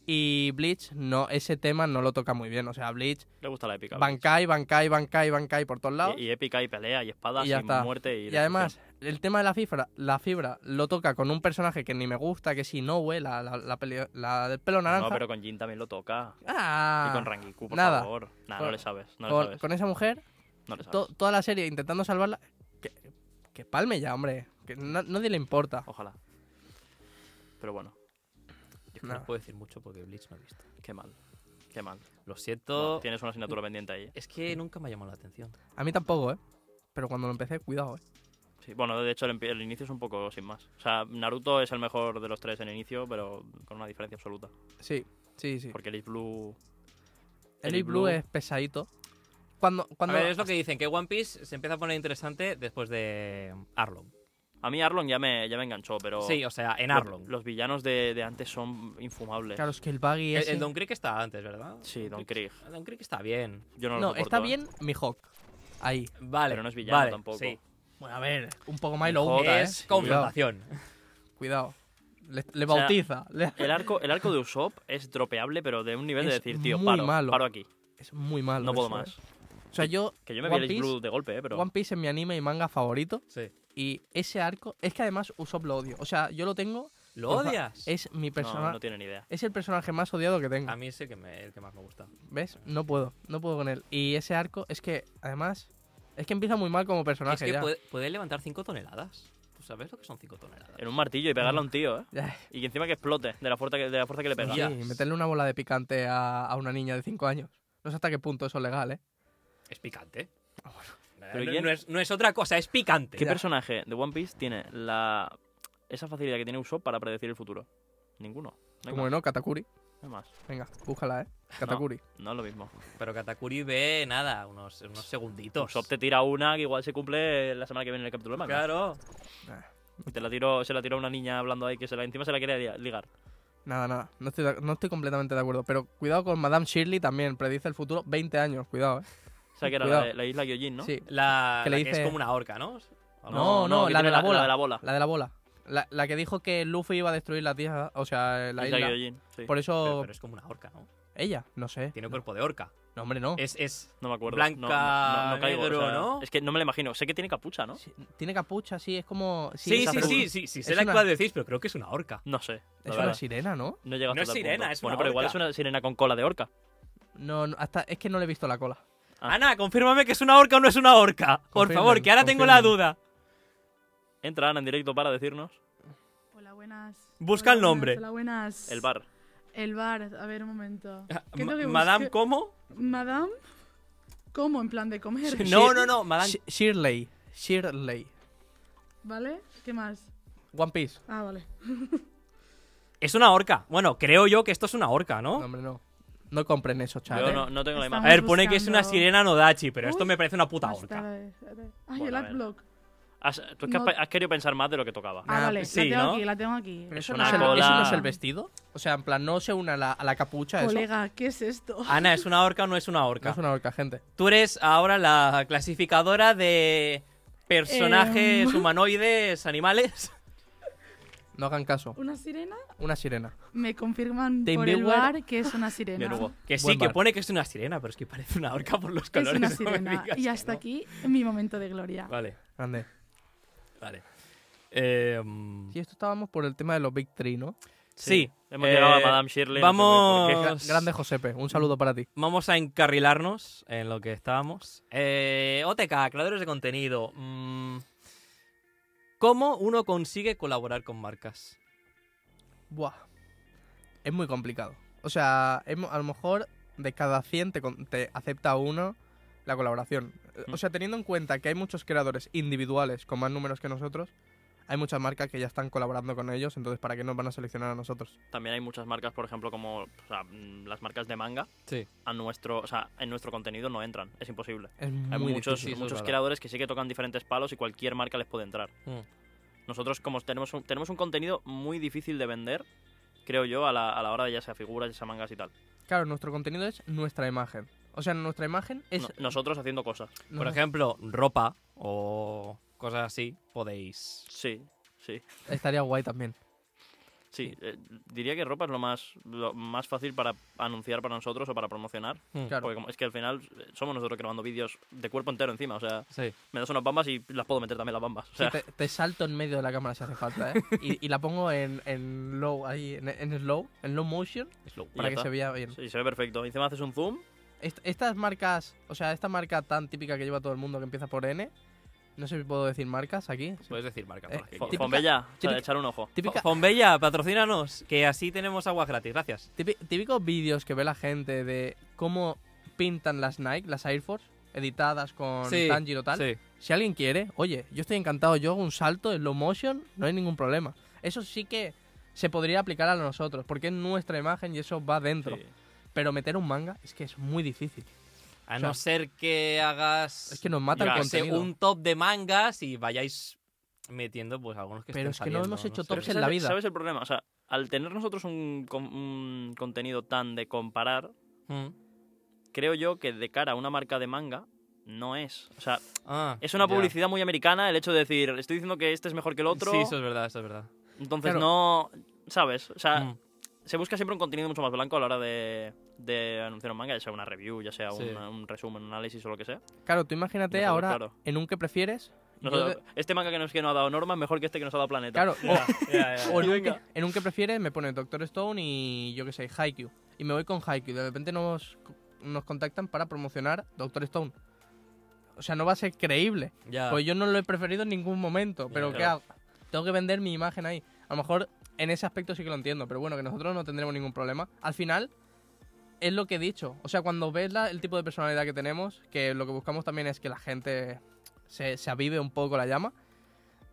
Y Bleach, no, ese tema no lo toca muy bien. O sea, Bleach,
Le gusta la épica.
Bankai, Bankai, Bankai, Bankai por todos lados.
Y, y épica, y pelea, y espadas,
Y
y,
ya está.
muerte, y...
Y
destrucción.
además, el tema de la fibra, la fibra lo toca con un personaje que ni me gusta, que si no, güey, la, la, la peli- la del pelo naranja.
No, pero con Jin también lo toca.
Ah,
y con Rangiku, por
nada.
favor. Nah,
Con-
no le sabes, no
con-
le sabes.
con esa mujer,
no le
to-
sabes.
toda la serie intentando salvarla. Que, que palme ya, hombre. Que no, nadie le importa.
Ojalá. Pero bueno,
Yo es que
No.
no. puedo decir mucho porque Bleach no he visto.
qué mal. Qué mal.
Lo siento.
Bueno, tienes una asignatura pendiente ahí.
Es que nunca me ha llamado la atención.
A mí tampoco, ¿eh? Pero cuando lo empecé, cuidado, ¿eh?
Sí, bueno, de hecho, el, empi- el inicio es un poco sin más. O sea, Naruto es el mejor de los tres en inicio, pero con una diferencia absoluta.
Sí, sí, sí.
Porque el East Blue.
El
el
Deep Blue
Blue-
es pesadito. Cuando, cuando...
A ver, es lo que dicen, que One Piece se empieza a poner interesante después de Arlong.
A mí Arlon ya me, ya me enganchó, pero.
Sí, o sea, en
los-
Arlong.
Los, villanos de, de antes son infumables.
Claro, es que el buggy
el,
es...
el Don Creek está antes, ¿verdad?
Sí, Don Krieg.
Don Creek está bien.
Yo no, lo
No,
soporto,
está
¿eh?
bien Mihawk. Ahí.
Vale.
Pero no es villano
vale,
tampoco.
sí.
Bueno, a ver, un poco Milo
Mejor,
Uta, ¿eh?
es confrontación.
Cuidado. Le, le
sea,
bautiza. le-
El arco, el arco de Usopp es dropeable, pero de un nivel de
Es
decir, tío,
muy
paro,
malo.
paro aquí.
Es muy malo.
No puedo
eso,
más.
¿eh? O sea, yo.
Que yo me
One
vi el East
Piece-
Blue de golpe, eh, pero.
One Piece es mi anime y manga favorito.
Sí.
Y ese arco. Es que además Usopp lo odio. O sea, yo lo tengo.
¿Lo
por fa-
odias?
Es mi
No,
personaje.
no tiene ni idea.
Es el personaje más odiado que tengo.
A mí es el que, me- el que más me gusta.
¿Ves? No puedo. No puedo con él. Y ese arco es que, además. Es que empieza muy mal como
Es
personaje.
que
ya.
puede, puede levantar 5 toneladas. ¿Tú sabes lo que son 5 toneladas?
En un martillo y pegarle a un tío, ¿eh?
Ya,
Y que encima que explote de la fuerza que, de la fuerza que le pega.
Ya.
sí, y meterle una bola de picante a, a una niña de 5 años. No sé hasta qué punto eso es legal, ¿eh?
Es picante.
Pero
no,
¿quién-
no es, no es otra cosa, es picante.
¿Qué
Ya.
personaje de One Piece tiene la esa facilidad que tiene Usopp para predecir el futuro? Ninguno. No hay
Como que
más.
no, Katakuri.
No hay más.
Venga, búscala, ¿eh? Katakuri.
No es lo mismo.
Pero Katakuri ve nada, unos, unos segunditos.
Usopp te tira una que igual se cumple la semana que viene en el capítulo de manga.
Claro.
Y te la tiró, se la tiró a una niña hablando ahí que se la, encima se la quería lia- ligar.
Nada, nada. No estoy, de- no estoy completamente de acuerdo. Pero cuidado con Madame Shirley también. Predice el futuro 20 años. Cuidado, ¿eh?
O sea que era
Cuidado.
la, de- la isla Gyojin, ¿no?
Sí.
La,
Que
que,
le
la que es
dice-
como una horca, ¿no?
No, no,
que
la
tiene
de la bola.
de la bola.
La de la bola. La, la que dijo que Luffy iba a destruir la tierra, o sea, la isla.
Isla Gyojin, sí.
Por
Pero,
eso.
pero es como una orca, ¿no?
Ella, no sé.
Tiene ¿Eh? cuerpo de orca.
No, hombre, no.
Es, es
No me acuerdo.
blanca,
no, no, no, no caigo, o
negro,
sea,
¿no?
Es que no me la imagino. Sé que tiene capucha, ¿no?
Sí, tiene capucha, sí, es como.
Sí,
esa
sí,
pero-
sí, sí, sí, sé
es
la
una-
cual decís, pero creo que es una orca.
No sé. la
Es
verdad.
una sirena, ¿no?
No llega
No es sirena, es
Bueno,
una
pero igual
orca.
es una sirena con cola de orca.
No, no, hasta es que no le he visto la cola.
Ah.
Ana, confírmame que es una orca o no es una orca. Por
Confirmen,
favor, que ahora tengo la
confirmen.
duda.
Entra Ana en directo para decirnos
Hola, buenas.
Busca
Hola,
el nombre.
buenas, Hola, buenas.
el bar.
El bar. A ver, un momento. ¿Qué tengo
Ah, Ma-
que
Madame,
buscar?
¿cómo?
Madame. ¿Cómo? En plan de comer.
Sí.
No, no, no, Madame.
Sh- Shirley. Shirley.
¿Vale? ¿Qué más?
One Piece.
Ah, vale.
Es una orca. Bueno, creo yo que esto es una orca,
No,
¿no?
hombre, no. No compren eso, chat.
Yo
¿eh?
no, no tengo la
Está
A
imagen.
ver, pone que es una
buscando.
sirena nodachi, pero esto
Uy,
me parece una puta
Más
orca.
tarde. Ay,
Bueno,
el
a ver.
adblock.
Has, tú es que has,
No.
pe- has querido pensar más de lo que tocaba.
Ah,
Nah,
vale.
sí,
la tengo
¿no?
aquí, la tengo aquí.
Pero eso,
Es
no es
una
el, eso
cola-
no es el vestido. O sea, en plan, no se une a la, a la capucha. Eso.
Colega, ¿qué es esto?
Ana, ¿es una orca o no es una
No
orca?
es una orca, gente.
Tú eres ahora la clasificadora
Eh,
de personajes
Em.
humanoides, animales.
No hagan caso.
¿Una sirena?
Una sirena.
Me confirman
Te
por el
envío-
bar que es una sirena.
Bien, Hugo.
Que sí,
Buen
que
bar.
pone que es una sirena, pero es que parece una orca por los
Es
colores.
una
no me
sirena.
digas
y
que
hasta
no.
aquí mi momento de gloria.
Vale,
Grande.
vale. Em,
Y esto estábamos por el tema de los Big Three, ¿no?
sí.
Hemos
eh,
llegado a Madame Shirley. no sé muy
Ah,
bien por qué.
vamos.
Grande Josepe. Un saludo para ti.
Vamos a encarrilarnos en lo que estábamos. Eh, OTK, creadores de contenido. mm, ¿Cómo uno consigue colaborar con marcas?
Buah. Es muy complicado. O sea, es mo- a lo mejor de cada 100 te, con- te acepta uno la colaboración. Eh,
Mm.
O sea, teniendo en cuenta que hay muchos creadores individuales con más números que nosotros, hay muchas marcas que ya están colaborando con ellos, entonces ¿para qué nos van a seleccionar a nosotros?
También hay muchas marcas, por ejemplo, como o sea, mm, las marcas de manga,
Sí.
a nuestro, o sea, en nuestro contenido no entran. Es imposible.
Es
Hay
muy
muchos,
difícil.
eso es
muchos
verdad.
creadores que sí que tocan diferentes palos y cualquier marca les puede entrar.
Mm.
Nosotros como tenemos un, tenemos un contenido muy difícil de vender, creo yo, a la, a la hora de ya sea figuras, ya sea mangas y tal.
Claro, nuestro contenido es nuestra imagen. O sea, nuestra imagen es...
No- nosotros haciendo cosas.
Por
no-
ejemplo, ropa o cosas así, podéis.
Sí, sí,
Estaría guay también.
sí. Eh, diría que ropa es lo más, lo más fácil para anunciar para nosotros o para promocionar.
Mm,
Claro.
Porque como- es que al final eh, somos nosotros grabando vídeos de cuerpo entero encima. O sea,
Sí.
me das unas bambas y las puedo meter también las bambas. O
Sí,
sea,
te, te salto en medio de la cámara si hace falta, ¿eh? Y, y la pongo en, en low, ahí, en, en slow, en low motion,
y
para que
ya está.
se vea bien.
Sí, se ve perfecto. Encima haces un zoom.
Est- estas marcas, o sea, esta marca tan típica que lleva todo el mundo que empieza por N, no sé si puedo decir marcas aquí.
Puedes decir marca.
Eh,
por aquí.
Fo-
típica-
Fonbella, o sea,
típica-
echar un ojo.
Típica,
Fonbella, patrocínanos, que así tenemos agua gratis, gracias.
típi- típicos vídeos que ve la gente de cómo pintan las Nike, las Air Force, editadas con
Sí,
Tanjiro tal.
Sí.
Si alguien quiere, oye, yo estoy encantado, yo hago un salto en low motion, no hay ningún problema. Eso sí que se podría aplicar a nosotros, porque es nuestra imagen y eso va dentro.
Sí.
Pero meter un manga es que es muy difícil.
A
O sea,
no ser que hagas
Es que nos mata
yo
Ya,
el
que sé,
contenido.
un top de mangas y vayáis metiendo pues algunos que estén
Pero es que no
saliendo,
hemos hecho
sé.
tops en
¿sabes-
la vida.
¿Sabes el problema? O sea, al tener nosotros un, con- un contenido tan de comparar,
Mm.
creo yo que de cara a una marca de manga no es. O sea,
Ah,
es una
ya.
publicidad muy americana el hecho de decir, estoy diciendo que este es mejor que el otro,
Sí, eso es verdad, eso es verdad.
entonces
Claro.
no... ¿Sabes? O sea,
Mm.
se busca siempre un contenido mucho más blanco a la hora de, de anunciar un manga, ya sea una review, ya sea
Sí.
una- un resumen, un análisis o lo que sea.
Claro, tú imagínate
Nosotros,
ahora
claro.
en un que prefieres. yo
Nosotros-
de-
Este manga que nos, que nos ha dado Norma es mejor que este que nos ha dado Planeta.
Ya,
Claro, o,
ya, ya.
o en, un
Venga.
que, en un que prefieres me pone Doctor Stone y yo que sé, Haikyuu. Y me voy con Haikyuu. De repente nos, nos contactan para promocionar Doctor Stone. O sea, no va a ser creíble.
Ya.
Pues yo no lo he preferido en ningún momento.
Ya,
Pero ¿qué
claro.
hago? Tengo que vender mi imagen ahí. A lo mejor en ese aspecto sí que lo entiendo. Pero bueno, que nosotros no tendremos ningún problema. Al final, es lo que he dicho. O sea, cuando ves la- el tipo de personalidad que tenemos, que lo que buscamos también es que la gente se, se avive un poco la llama,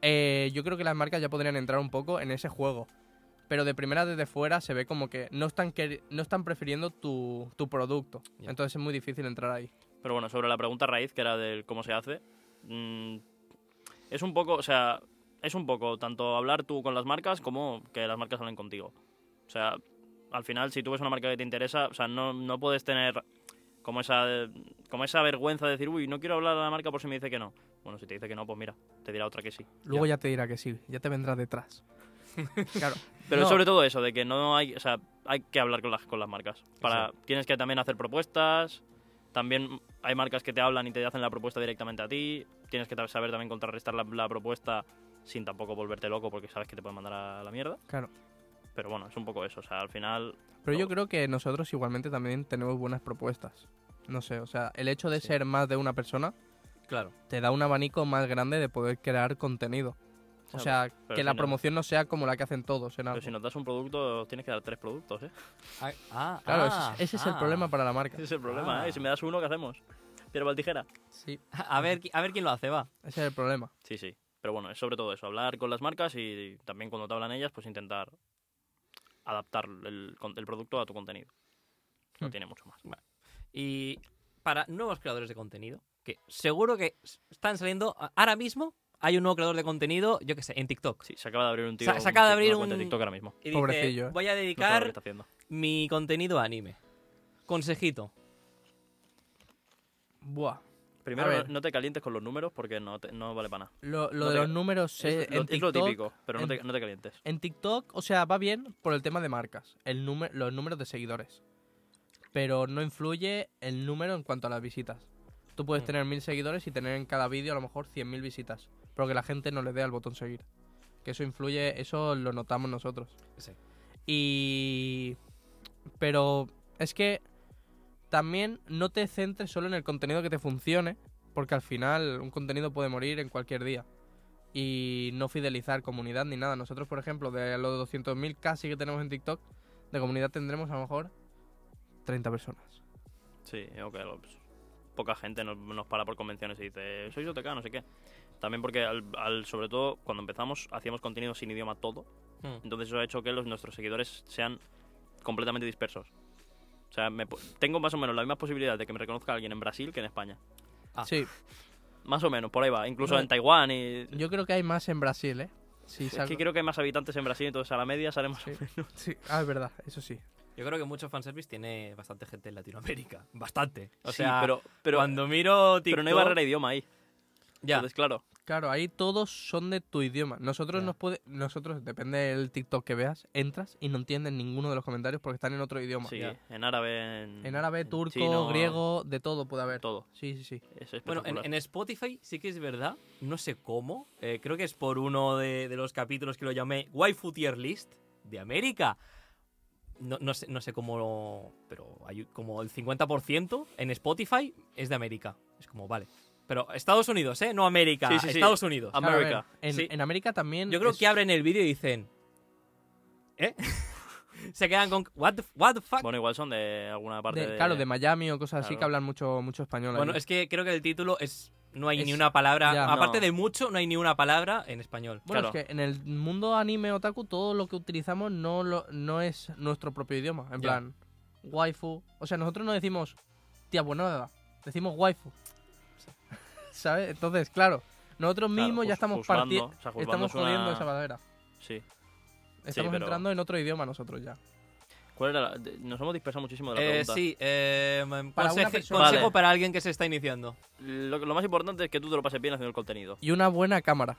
eh, yo creo que las marcas ya podrían entrar un poco en ese juego. Pero de primera desde fuera se ve como que no están, queri- no están prefiriendo tu, tu producto.
Ya.
Entonces es muy difícil entrar ahí.
Pero bueno, sobre la pregunta raíz, que era del cómo se hace, mm, es un poco, o sea, es un poco tanto hablar tú con las marcas como que las marcas hablen contigo. O sea, al final, si tú ves una marca que te interesa, o sea, no, no puedes tener como esa, eh, Como esa vergüenza de decir, uy, no quiero hablar a la marca por si me dice que no. Bueno, si te dice que no, pues mira, te dirá otra que sí.
Luego ya. te dirá que sí, ya te vendrá detrás. claro.
Pero
No,
sobre todo eso, de que no hay, o sea, hay que hablar con las, con las marcas. Para, Tienes que también hacer propuestas, también hay marcas que te hablan y te hacen la propuesta directamente a ti, tienes que ta- saber también contrarrestar la, la propuesta sin tampoco volverte loco porque sabes que te pueden mandar a la mierda.
Claro.
Pero bueno, es un poco eso, o sea, al final...
Pero yo
Todo.
creo que nosotros igualmente también tenemos buenas propuestas. No sé, o sea, el hecho de
Sí.
ser más de una persona
Claro.
te da un abanico más grande de poder crear contenido. O sea,
pero
que
si
la
no-
promoción no sea como la que hacen todos. En
Pero
algo.
si nos das un producto, tienes que dar tres productos, ¿eh?
Ah, ah,
Claro,
ah,
ese, ese es el
ah.
problema para la marca.
Ese es el problema,
Ah.
¿eh? Si me das uno, ¿qué hacemos? ¿Piedra, papel, tijera?
Sí,
A ver, qui- a ver quién lo hace, va.
ese es el problema.
Sí, sí. Pero bueno, es sobre todo eso, hablar con las marcas y también cuando te hablan ellas, pues intentar adaptar el, con- el producto a tu contenido. No
Hmm.
tiene mucho más.
Y para nuevos creadores de contenido, que seguro que s- están saliendo a- ahora mismo, hay un nuevo creador de contenido, yo qué sé, en TikTok.
Sí, se acaba de abrir un tío.
Se- se acaba de
un-
abrir
una cuenta de
un-
TikTok ahora mismo. No
Y
Pobrecillo,
dice,
¿eh?
voy a
sabe lo que
dedicar
está haciendo.
mi contenido a anime. Consejito.
Buah.
Primero, no-
ver.
no te calientes con los números porque no, te- no vale para nada.
Lo, lo
No
de
te-
los números eh,
es, lo,
en
es lo
TikTok.
típico, pero no
en-
te, no te calientes.
En TikTok, o sea, va bien por el tema de marcas, el número, los números de seguidores. Pero no influye el número en cuanto a las visitas. Tú puedes
Mm.
tener mil seguidores y tener en cada vídeo a lo mejor 100.000 visitas, pero que la gente no le dé al botón seguir. Que eso influye, eso lo notamos nosotros.
Sí.
Y... Pero es que también no te centres solo en el contenido que te funcione, porque al final un contenido puede morir en cualquier día. Y no fidelizar comunidad ni nada. Nosotros, por ejemplo, de los 200.000 casi que tenemos en TikTok, de comunidad tendremos a lo mejor 30 personas.
Sí, ok. lo- pues, poca gente nos, nos para por convenciones y dice, soy OTK, no sé qué. También porque, al- al- sobre todo, cuando empezamos, hacíamos contenido sin idioma todo.
Mm.
Entonces eso ha hecho que los, nuestros seguidores sean completamente dispersos. O sea, me pu- tengo más o menos la misma posibilidad de que me reconozca alguien en Brasil que en España.
Ah.
Sí,
Más o menos, por ahí va. Incluso
No,
en Taiwán y...
yo creo que hay más en Brasil, ¿eh? Sí,
es
salgo-
que creo que hay más habitantes en Brasil, entonces a la media saremos...
Sí. Sí, ah, es verdad, eso sí.
Yo creo que mucho fanservice tiene bastante gente en Latinoamérica. Bastante. O
Sí,
sea,
pero, pero, eh,
cuando miro TikTok...
pero no hay barrera de idioma ahí.
Ya,
Entonces, claro.
Claro, ahí todos son de tu idioma. Nosotros
Ya.
nos puede, nosotros depende del TikTok que veas, entras y no entiendes ninguno de los comentarios porque están en otro idioma.
Sí,
ya.
en árabe, en...
En árabe,
en
turco,
chino,
griego, de todo puede haber.
Todo.
Sí, sí, sí.
Es
Bueno, en,
espectacular.
en Spotify sí que es verdad, no sé cómo, eh, creo que es por uno de, de los capítulos que lo llamé Waifu Tier List de América. No, no sé, no sé cómo, lo- pero hay como el 50% en Spotify es de América. Es como, vale. Pero Estados Unidos, ¿eh? No América,
Sí, sí, sí.
Estados Unidos.
Am-
Claro, a ver,
America.
en,
Sí.
en América también.
Yo creo
es-
que abren el vídeo y dicen, ¿eh? Se quedan con, ¿what the, what the fuck?
Bueno, igual son de alguna parte
de-
de...
Claro, de Miami o cosas así
Claro.
que hablan mucho, mucho español.
Bueno,
allí.
es que creo que el título es, no hay ni
Es-
una palabra,
ya.
aparte
No.
de mucho, no hay ni una palabra en español.
Bueno, es
claro.
que en el mundo anime otaku todo lo que utilizamos no, lo, no es nuestro propio idioma. En
Ya.
plan, waifu. O sea, nosotros no decimos tía buenada, decimos waifu. ¿Sabes? Entonces, claro, nosotros
Claro,
mismos
juz-
ya estamos
juzgando,
partiendo.
o sea, juzgando
Estamos
es una-
jodiendo esa barrera.
Sí.
Estamos
pero-
entrando en otro idioma nosotros ya.
¿Cuál era la- de- Nos hemos dispersado muchísimo de la
Eh,
pregunta.
sí, eh, mm,
Para una
conseje-
persona-
consejo
Vale.
para alguien que se está iniciando.
Lo, lo más importante es que tú te lo pases bien haciendo el contenido.
Y una buena cámara.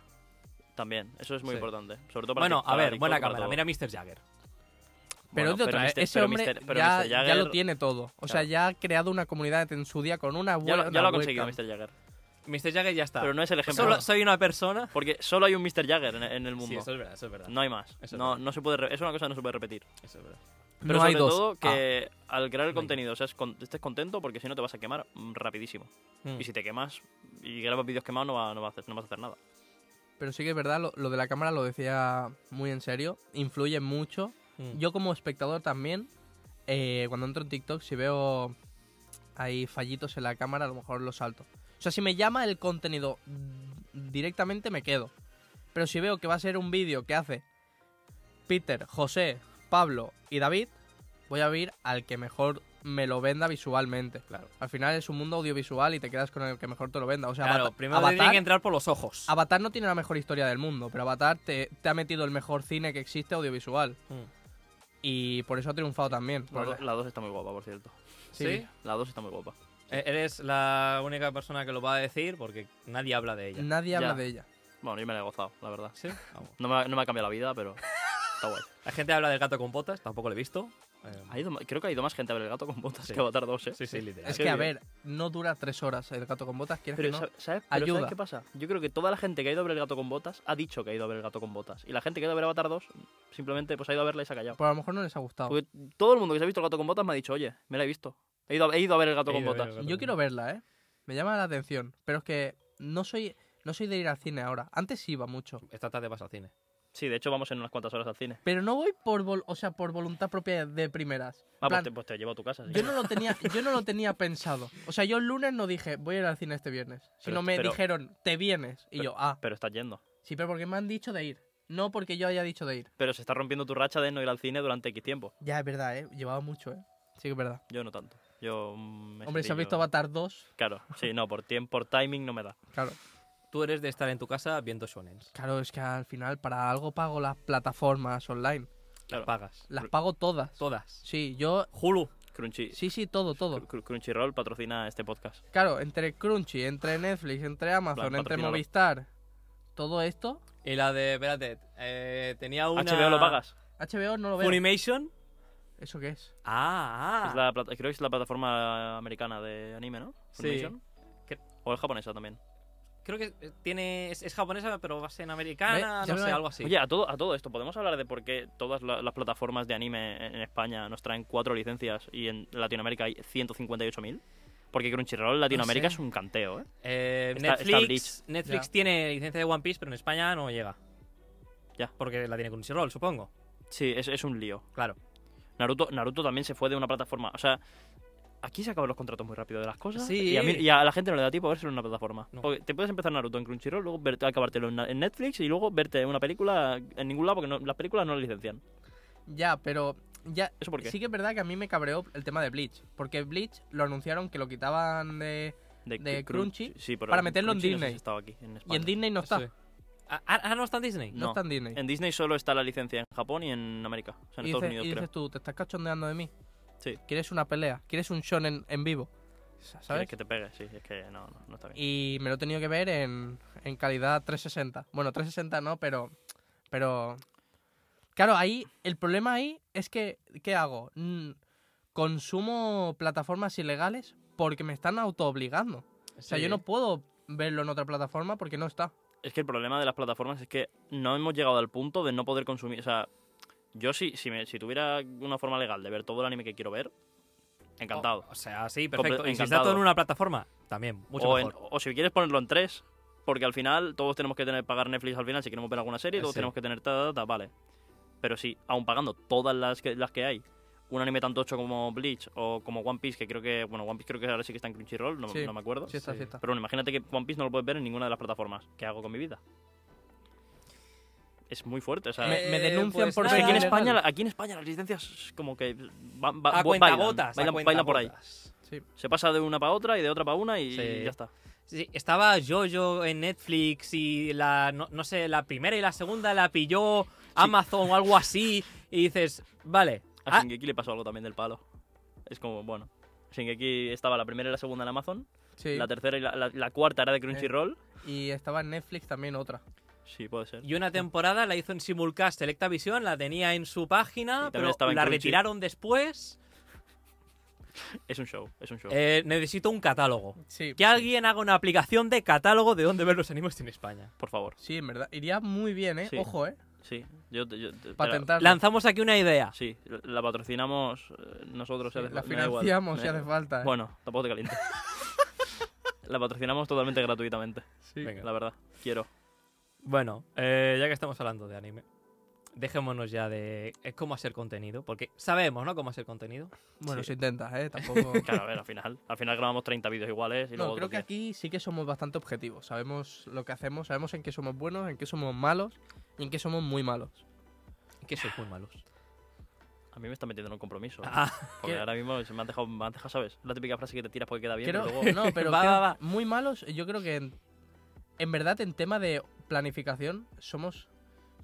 También, eso es muy
Sí.
importante. Sobre todo para
Bueno,
ti-
a
para
ver,
TikTok,
buena
para
cámara.
todo.
Mira Mr. Jagger.
Pero,
Bueno,
es de otra, e-,
Mr.
ese
pero
hombre
Mr. pero
ya,
Mr. Jagger,
ya lo tiene todo. O sea,
claro.
ya ha creado una comunidad en su día con una
ya
buena.
lo, ya lo ha
webcam.
conseguido Mr. Jagger.
Mr. Jagger ya está.
Pero no es el ejemplo.
Solo soy una persona.
Porque solo hay un Mr. Jagger en, en el mundo.
Sí, eso es verdad, eso es verdad.
No hay más.
Eso es
no,
verdad.
no se puede re- es una cosa que no se puede repetir.
Eso es verdad.
Pero
no
sobre
hay dos.
todo que
Ah.
al crear el
No hay
contenido o sea, es con- estés contento porque si no te vas a quemar mm, rapidísimo.
Mm.
Y si te quemas y grabas vídeos quemados no, va- no, va a hacer- no vas a hacer nada.
Ah, Pero sí que es verdad, lo, lo de la cámara lo decía muy en serio, influye mucho.
Mm.
Yo como espectador también, eh, cuando entro en TikTok, si veo hay fallitos en la cámara, a lo mejor lo salto. O sea, si me llama el contenido mm, directamente, me quedo. Pero si veo que va a ser un vídeo que hace Peter, José, Pablo y David, voy a ir al que mejor me lo venda visualmente.
Claro.
Al final es un mundo audiovisual y te quedas con el que mejor te lo venda. O sea,
Claro,
Avata-
primero te
Avatar-
tienen que entrar por los ojos.
Avatar no tiene la mejor historia del mundo, pero Avatar te, te ha metido el mejor cine que existe audiovisual.
Mm.
Y por eso ha triunfado también.
La,
por-
do- la 2 está muy guapa, por cierto.
sí.
La 2 está muy guapa.
E- Eres la única persona que lo va a decir porque nadie habla de ella.
Nadie habla
Ya.
de ella.
Bueno, yo me la he gozado, la verdad.
¿Sí? Vamos.
No me, ha- no me ha cambiado la vida, pero está guay.
La gente habla del gato con botas, tampoco lo he visto. Eh,
Ha ido ma- creo que ha ido más gente a ver el gato con botas
Sí.
que Avatar 2, ¿eh?
sí, sí, literal.
Es
qué
que, a
bien.
ver, no dura tres horas el gato con botas, quieres
Pero,
que no.
sa- ¿sabes? Pero ¿sabes
Ayuda.
qué pasa? Yo creo que toda la gente que ha ido a ver el gato con botas ha dicho que ha ido a ver el gato con botas. Y la gente que ha ido a ver Avatar 2 simplemente pues ha ido a verla y se ha callado.
Pues a lo mejor no les ha gustado.
Porque todo el mundo que se ha visto el gato con botas me ha dicho, oye, me la he visto. He ido a, he ido a ver el gato
He
con
ido a ver
botas.
el gato.
Yo quiero verla, ¿eh? Me llama la atención. Pero es que no soy, no soy de ir al cine ahora. Antes iba mucho.
Esta tarde vas al cine.
Sí, de hecho vamos en unas cuantas horas al cine. Ah,
Pero no voy por, vol- o sea, por voluntad propia de primeras. En
Ah, pues
plan,
te, pues te llevo a tu casa. sí.
yo, no lo tenía, yo no lo tenía pensado. O sea, yo el lunes no dije, voy a ir al cine este viernes. Sino
Pero-
me
pero-
dijeron, te vienes. Y yo, ah,
Pero estás yendo.
sí, pero porque me han dicho de ir. No porque yo haya dicho de ir.
Pero se está rompiendo tu racha de no ir al cine durante X tiempo.
Ya, es verdad, ¿eh? Llevaba mucho, ¿eh? Sí que es verdad.
Yo no tanto. Yo mm, me
Hombre, si has
estriño.
visto Avatar 2,
Claro, sí, no, por tiempo, por timing no me da.
claro.
Tú eres de estar en tu casa viendo shonens.
Claro, es que al final para algo pago las plataformas online.
Claro.
Pagas.
Las pago todas.
Todas.
Sí, yo...
Hulu.
Crunchy,
Sí, sí, todo, todo.
Cr- Crunchyroll patrocina este podcast.
Claro, entre Crunchy, entre Netflix, entre Amazon, entre
patrocínalo.
Movistar, todo esto,
Y la de, espérate, eh, tenía una...
HBO lo pagas.
HBO no lo veo.
Funimation.
¿Eso qué es?
Ah, ah.
Es la plata- creo que es la plataforma americana de anime, ¿no?
Sí.
Funimation.
Cre-
O es japonesa también.
Creo que eh, tiene es, es japonesa, pero va a ser en americana,
Ve,
no
ya me
sé,
va-
algo así.
Oye, a todo, a todo esto, ¿podemos hablar de por qué todas la- las plataformas de anime en en España nos traen cuatro licencias y en Latinoamérica hay 158.000? Porque Crunchyroll Latinoamérica
sé.
es un canteo, ¿eh?
Eh,
Está- está
Netflix,
Bleach.
Netflix
Ya.
tiene licencia de One Piece, pero en España no llega.
Ya.
Porque la tiene Crunchyroll, supongo.
Sí, es, es un lío.
Claro.
Naruto, Naruto también se fue de una plataforma. O sea, aquí se acaban los contratos muy rápido de las cosas.
Sí.
Y a, mí- y a la gente no le da tiempo a verse en una plataforma.
No.
Porque te puedes empezar Naruto en Crunchyroll, luego verte- acabártelo en, na- en Netflix y luego verte una película en ningún lado porque no- las películas no las licencian.
Ya, pero ya
¿Eso por qué?
sí que es verdad que a mí me cabreó el tema de Bleach, porque Bleach lo anunciaron que lo quitaban de de
Crun-
Crunchy
sí, pero
para meterlo en
Crunchy no sé si
Disney.
estaba aquí, en
y en
España.
Disney no está,
Sí. Ah, ah, ah, no está en Disney.
no,
No.
está en Disney.
En Disney solo está la licencia en Japón y en América. O sea, en
y
Estados
dices,
Unidos,
y
creo.
dices tú, te estás cachondeando de mí.
Sí.
¿Quieres una pelea? ¿Quieres un shonen en vivo?
¿Sabes?
¿Sabes?
que te pegue, sí. Es que no, no, no está bien.
Y me lo he tenido que ver en, en calidad 360. Bueno, 360 no, pero. Pero. Claro, ahí. El problema ahí es que. ¿Qué hago? Mm, consumo plataformas ilegales porque me están autoobligando. O sea, yo no puedo verlo en otra plataforma porque no está.
Es que el problema de las plataformas es que no hemos llegado al punto de no poder consumir. O sea, yo sí, si, me- si tuviera una forma legal de ver todo el anime que quiero ver, encantado.
O, o sea, sí, perfecto.
Comple-
Y si está
encantado.
todo en una plataforma, también, Oh, mucho
o, en-
mejor.
o si quieres ponerlo en tres, porque al final todos tenemos que tener pagar Netflix al final si queremos ver alguna serie,
Eh,
todos
sí.
tenemos que tener ta, ta, ta, vale. Pero sí, aun pagando todas las que, las que hay, un anime tanto tocho como Bleach o como One Piece, que creo que, bueno, One Piece creo que ahora sí que está en Crunchyroll, no,
Sí.
no me acuerdo.
Sí, está,
Sí.
sí está.
Pero bueno, imagínate que One Piece no lo puedes ver en ninguna de las plataformas. ¿Qué hago con mi vida? Es muy fuerte, o sea...
Eh,
Me- me denuncian por
o sea, aquí, en
nada.
España, la- aquí en España las licencias como que van, va-
A
bailan,
cuentagotas, a
bailan- bailan por ahí.
cuentagotas.
Sí.
Se pasa de una para otra y de otra para una y
Sí.
ya está.
Sí, estaba Jojo en Netflix y la, no, no sé, la primera y la segunda la pilló Amazon o algo así. Y dices, vale.
A
ah,
Shingeki le pasó algo también del palo. Es como, bueno. Shingeki estaba la primera y la segunda en Amazon.
Sí.
La tercera y la, la- la cuarta era de Crunchyroll.
Eh.
Y estaba en Netflix también otra.
Sí, puede ser.
y una temporada la hizo en simulcast Selecta Visión, la tenía en su página,
Y también
pero
estaba en
la
Crunchy.
retiraron después.
Es un show, es un show.
Eh, necesito un catálogo.
Sí.
Que alguien haga una aplicación de catálogo de dónde ver los animes en España.
Por favor.
Sí, en verdad. Iría muy bien, ¿eh?
Sí.
Ojo, ¿eh?
Sí. Yo, te- yo te-
Patentarlo.
Lanzamos aquí una idea.
te la- sí, la patrocinamos eh, nosotros.
Sí,
hace-
la
me da igual.
financiamos
Me-
si hace falta. ¿eh?
Bueno, tampoco te calientes. la patrocinamos totalmente gratuitamente.
Sí.
Venga.
La verdad. Quiero.
Bueno, eh, ya que estamos hablando de anime, dejémonos ya de eh, cómo hacer contenido, porque sabemos, ¿no? Cómo hacer contenido.
Bueno,
Sí.
si intentas, ¿eh? Tampoco.
Claro, a ver, al final. Al final grabamos 30 vídeos iguales y
No,
luego
creo
otros
que
10.
aquí sí que somos bastante objetivos. Sabemos lo que hacemos, sabemos en qué somos buenos, en qué somos malos y en qué somos muy malos.
Que sois muy malos.
A mí me está metiendo en un compromiso. ¿eh?
Ah,
porque
¿qué?
ahora mismo se me han dejado, me han dejado, ¿sabes? La típica frase que te tiras porque queda bien.
Creo-
pero luego...
no, pero
Va,
creo-
va, va.
muy malos, yo creo que en, en verdad en tema de planificación somos,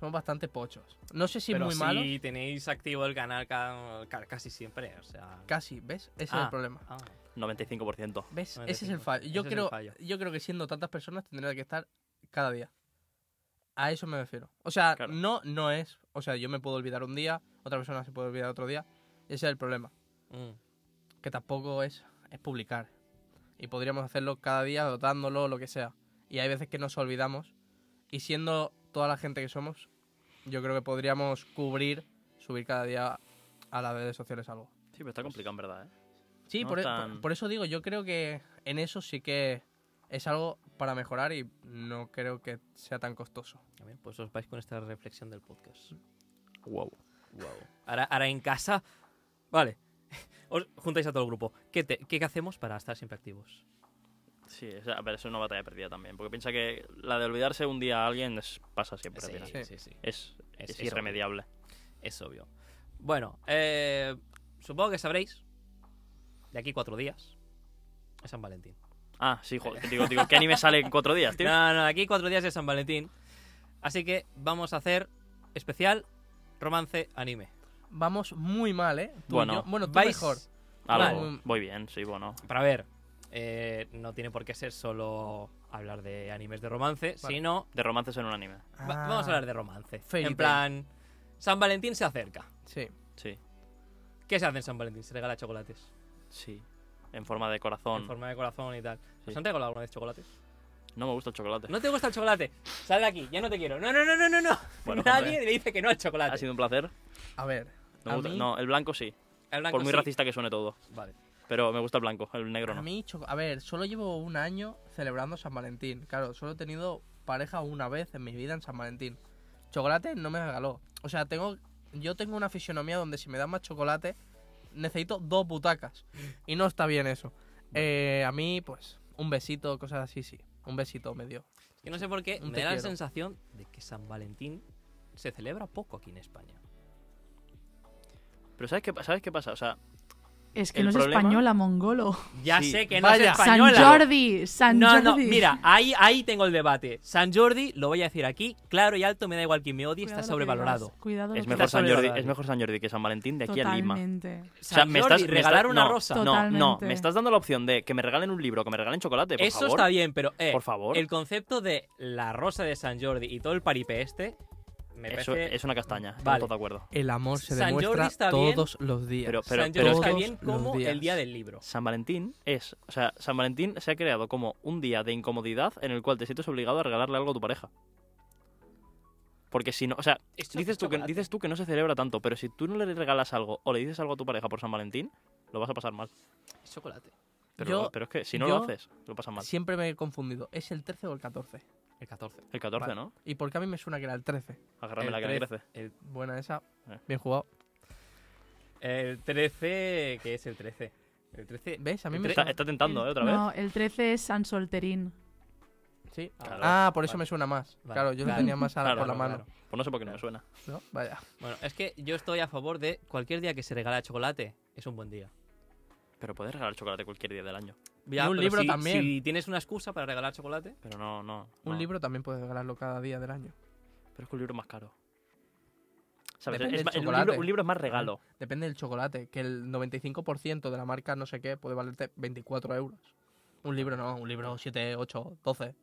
somos bastante pochos. No sé si
pero
muy
si
malos,
tenéis activo el canal ca- ca- casi siempre, o sea...
casi, ¿ves? Ese es
Ah.
el problema.
ah.
95%.
¿Ves?
Vale,
Ese es el
cinco.
fallo.
Ese
Yo,
es el
creo,
fallo.
yo creo que siendo tantas personas tendría que estar cada día. A eso me refiero. O sea,
Claro.
no, no es. O sea, yo me puedo olvidar un día, otra persona se puede olvidar otro día. Ese es el problema.
Mm.
Que tampoco es, es publicar. Y podríamos hacerlo cada día, dotándolo, lo que sea. Y hay veces que nos olvidamos. Y siendo toda la gente que somos, yo creo que podríamos cubrir, subir cada día a las redes sociales algo.
Sí, pero está complicado, en verdad, ¿eh?
Sí,
No
por, e-
tan-
por- por eso digo, yo creo que en eso sí que es algo para mejorar y no creo que sea tan costoso.
A ver, pues os vais con esta reflexión del podcast.
Wow.
Ahora, ahora en casa. Vale. Os juntáis a todo el grupo. ¿Qué, te- qué hacemos para estar siempre activos?
Sí, o sea, pero es una batalla perdida también. Porque piensa que la de olvidarse un día a alguien es- pasa siempre. al final.
sí, sí.
Es,
Es-
es,
es
irremediable.
Es obvio. Bueno, eh, supongo que sabréis. De aquí cuatro días. Es San Valentín.
Ah, sí, joder, que digo, digo, ¿qué anime sale en cuatro días, tío?
No, no, de aquí cuatro días es San Valentín. Así que vamos a hacer especial romance anime.
Vamos muy mal, ¿eh? Tú y
Bueno,
yo- bueno tú
Vais-
mejor.
Algo.
Vale.
Voy bien, sí, bueno.
Pero a ver, eh, no tiene por qué ser solo hablar de animes de romance,
Vale. Ah.
sino
De romances en un anime.
Va- Vamos a hablar de romance.
Fairy
en
tale.
plan, San Valentín se acerca.
Sí.
Sí,
¿Qué se hace en San Valentín? Se regala chocolates.
sí. En forma de corazón.
En forma de corazón y tal. ¿Os
Sí.
han regalado alguna vez chocolates?
No me gusta el chocolate.
¿No te gusta el chocolate? Sal de aquí, ya no te quiero. No, no, no, no, no, no.
Bueno,
Nadie
hombre.
le dice que no al chocolate.
Ha sido un placer.
A ver.
No, me
a
gusta-
mí,
no, el blanco sí.
El blanco
Por muy
sí.
racista que suene todo.
Vale.
Pero me gusta el blanco, el negro
a,
no.
mí cho- a ver, solo llevo un año celebrando San Valentín. Claro, solo he tenido pareja una vez en mi vida en San Valentín. Chocolate no me regaló. O sea, tengo yo tengo una fisionomía donde si me dan más chocolate necesito dos butacas. Y no está bien eso. Eh, a mí, pues, un besito, cosas así, sí. Un besito me dio.
Es que no sé por qué,
Un
me
te
da la
quiero.
sensación de que San Valentín se celebra poco aquí en España.
Pero ¿sabes qué, pa- ¿sabes qué pasa? O sea,
Es que
El
no es
problema-
española, mongolo.
Ya
Sí.
sé que no
Vaya.
es
San
española.
Jordi, San
No,
Jordi.
no, mira, ahí, ahí tengo el debate. San Jordi, lo voy a decir aquí, claro y alto, me da igual quien me odie,
Cuidado lo
está
que
sobrevalorado.
digas, Cuidado lo
es
que
mejor,
está
San Jordi,
sobrevalorado.
es mejor San Jordi que San Valentín de aquí a Lima.
Totalmente.
O sea,
San
me
Jordi,
estás, me
regalar
estás-
una
no,
rosa.
No, no,
Totalmente.
me estás dando la opción de que me regalen un libro, que me regalen chocolate, por
Eso
favor.
está bien, pero eh,
Por favor.
el concepto de la rosa de San Jordi y todo el paripé este me
Eso
parece...
es una castaña, estamos
Vale.
todos de acuerdo.
El amor se
San Jordi
demuestra
está bien,
todos los días.
Pero, pero,
San Jordi
pero es
está
que
bien
Todos los
como el
días.
día del libro.
San Valentín es, o sea, San Valentín se ha creado como un día de incomodidad en el cual te sientes obligado a regalarle algo a tu pareja. Porque si no, o sea,
Esto es
dices tú, que,
chocolate.
dices tú que no se celebra tanto, pero si tú no le regalas algo o le dices algo a tu pareja por San Valentín, lo vas a pasar mal.
Es chocolate.
Pero,
Yo-
pero es que si no
yo-
lo haces, lo pasas mal.
Siempre me he confundido. ¿Es el 13 o el 14?
El 14.
El 14,
Vale.
¿no?
¿Y por qué a mí me suena que era el 13?
Agárrame
El
la que me
tres.
crece.
El,
Buena esa.
Eh.
Bien jugado.
el 13, que es el 13. El 13...
¿Ves? A mí
El
me
tre-
Está,
suena...
está tentando, ¿eh? Otra vez.
No, el 13 es San Solterín.
Sí.
Claro.
Ah, por eso
Vale.
me suena más.
Vale.
Claro, yo lo
Claro.
tenía más a la-
Claro,
por la
claro,
mano.
claro.
Pues no sé por qué no me suena.
¿No? Vaya.
Bueno, es que yo estoy a favor de cualquier día que se regala chocolate es un buen día.
Pero puedes regalar chocolate cualquier día del año.
Ya,
Y un
pero
libro
si-
también.
Si tienes una excusa para regalar chocolate,
Pero no, no.
Un
no.
libro también puedes regalarlo cada día del año.
Pero es que un libro es más caro. ¿Sabes?
Depende
Es
del
más- el libro-
chocolate.
un libro es más regalo.
Depende del chocolate, que el 95% de la marca no sé qué puede valerte 24 euros. Un libro no, un libro 7, 8, 12.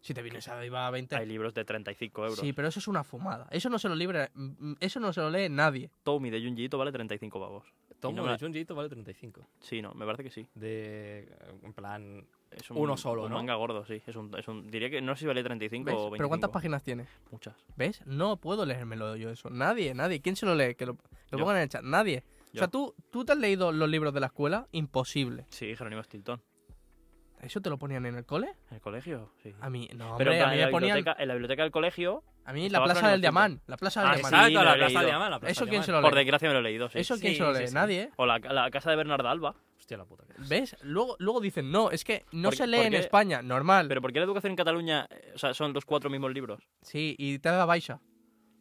Si te vienes arriba a 20.
Hay libros de 35 euros.
Sí, pero eso es una fumada. Eso no se lo libre, mm, eso no se lo lee nadie.
Tommy de Junjiito vale 35 pavos.
tomo
no
de
me-
Junjiito vale 35.
Sí, no, me parece que sí.
De, eh, en plan,
Es un,
Uno solo,
un
¿no?
manga gordo, sí. Es un, es un- diría que no sé si vale 35
¿Ves?
o 25.
Pero ¿cuántas páginas tiene?
Muchas.
¿Ves? No puedo leérmelo yo eso. Nadie, nadie. ¿Quién se lo lee? Que lo, lo
Yo.
pongan en el chat. Nadie. O
Yo.
sea, ¿tú, ¿tú te has leído los libros de la escuela? Imposible.
Sí, Jerónimo Stilton.
¿Eso te lo ponían en el cole?
¿En el colegio? Sí.
A mí, no,
pero
Ah, hombre,
en,
a
plan,
mí
en la
me ponían...
biblioteca, en la biblioteca del colegio,
A mí la
estaba
plaza
Jerónimo
del
Stilton.
diamán. La plaza del
Ah,
diamán.
sí,
Exacto,
lo
la
he
plaza de
leído.
Diamant, la plaza
¿Eso
de
quién
Diamant.
se lo
por
lee?
desgracia me lo he leído, sí.
¿Eso quién
Sí,
se lo
sí,
lee?
sí.
Nadie. ¿eh?
O la, la casa de Bernarda Alba.
Hostia, la puta. que es.
¿Ves? Luego, luego dicen, no, es que no
¿Por
se
qué-
lee
por
en
qué?
España, normal.
Pero ¿por qué la educación en Cataluña eh, o sea, son los cuatro mismos libros?
Sí, y te da baixa.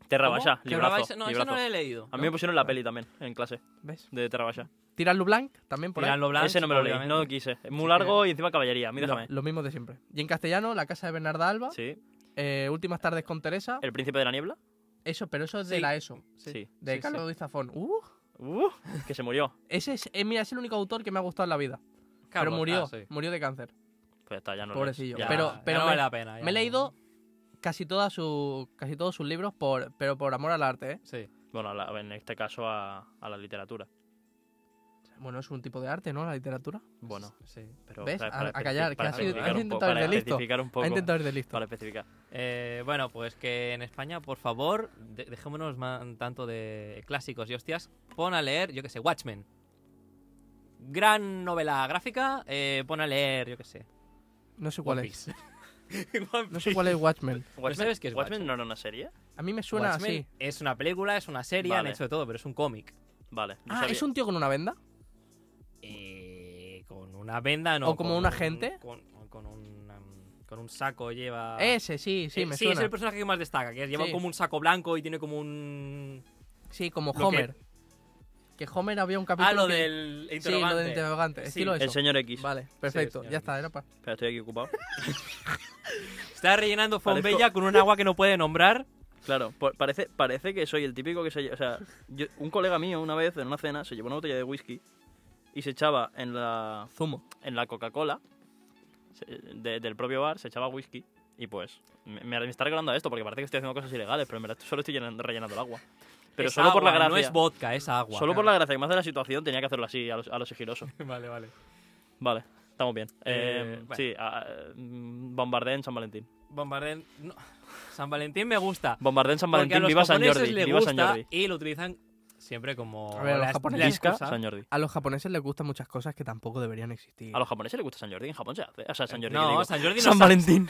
Terra
¿Cómo?
Baixa,
Que
librazo,
grabáis- No, eso
librazo.
no lo he leído.
A mí me pusieron la peli también, en clase,
¿Ves?
de Terra Baixa.
Tirar Blanc también por ahí.
Tirando Blanc,
Ese no me lo leí,
obviamente.
no lo quise. Es
Sí,
muy largo y encima caballería, a mí
Lo-
déjame.
lo mismo de siempre. Y en castellano, La casa de Bernarda Alba,
Sí.
eh, Últimas tardes con Teresa.
¿El príncipe de la niebla?
Eso, pero eso es de
Sí.
la ESO.
Sí.
De
Sí,
Carlos Ruiz Zafón. Uh,
Uh, que se murió.
ese es, eh, mira, es el único autor que me ha gustado en la vida.
sí. Carlos.
pero murió,
Ah, sí.
murió de cáncer.
Pues ya está, ya no lo lees.
Pobrecillo.
Ya-
Pero-
ya no
me-
vale la pena. ya
Me he
no.
leído casi, todas su, casi todos sus libros, por, pero por amor al arte, ¿eh?
Sí.
Bueno, a la- en este caso a, a la literatura.
Bueno, es un tipo de arte, ¿no? La literatura.
Bueno,
Sí.
pero.
¿Ves?
¿sabes?
A-
Para
a callar,
especificar-
que
para
ha sido-
especificar
has
un poco-
intentado
para
ir de listo.
especificar un
Ha
poco.
intentado ir de listo.
Para especificar.
Eh, bueno, pues que en España, por favor, de- dejémonos man- tanto de clásicos y hostias. Pon a leer, yo que sé, Watchmen. Gran novela gráfica, eh, pon a leer, yo que sé.
No sé cuál
One
es.
Piece. One
No sé
Piece.
cuál es Watchmen.
Watchmen,
sabes qué es
Watchmen
Watchmen?
no era una serie?
A mí me suena
Watchmen
así.
Es una película, es una serie,
Vale.
han hecho de todo, pero es un cómic.
Vale. yo
Ah,
sabía-
¿es un tío con una venda?
Eh, con una venda, no.
¿O como
con
un agente?
Con, con un, um, con un saco lleva.
Ese, sí, sí,
Eh,
me
sí,
suena.
es el personaje que más destaca, que lleva
Sí.
como un saco blanco y tiene como un.
Sí, como
Lo que-
Homer. Que... Homer había un capítulo.
Ah, lo
que-
del
Sí, lo
interrogante.
del interrogante.
Sí.
Estilo
El
eso.
señor X.
Vale, perfecto.
señor
ya
X.
está, era para.
Espera, estoy aquí ocupado.
Está rellenando
Parezco-
Fonbella con un agua que no puede nombrar.
Claro, por- parece, parece que soy el típico que se lle- O sea, yo- un colega mío una vez en una cena se llevó una botella de whisky y se echaba en la,
Zumo.
en la Coca-Cola se- de- del propio bar, se echaba whisky y pues me, me está recordando a esto porque parece que estoy haciendo cosas ilegales, pero en verdad solo estoy llenando- rellenando el agua. Pero
Es
solo por la
agua, No
gracia.
es vodka, es agua.
solo por la gracia que me hace la situación tenía que hacerlo así, a los a lo sigiloso.
Vale, vale.
Vale, estamos bien.
Eh,
Eh,
bueno.
Sí, a- a- mm, bombardé en San Valentín.
Bombardén. no. San Valentín me gusta.
Bombardé en San
Porque a
Valentín,
los
viva San
japoneses
Jordi,
le
viva
gusta
San Jordi.
y lo utilizan siempre como
A ver, a los
la- la
japoneses-
Visca
excusa.
San Jordi.
A los japoneses les gustan muchas cosas que tampoco deberían existir.
A los japoneses les gusta San Jordi, en Japón se hace. O sea, San Jordi.
Eh, No,
digo,
San Jordi no
San
sabe-
Valentín.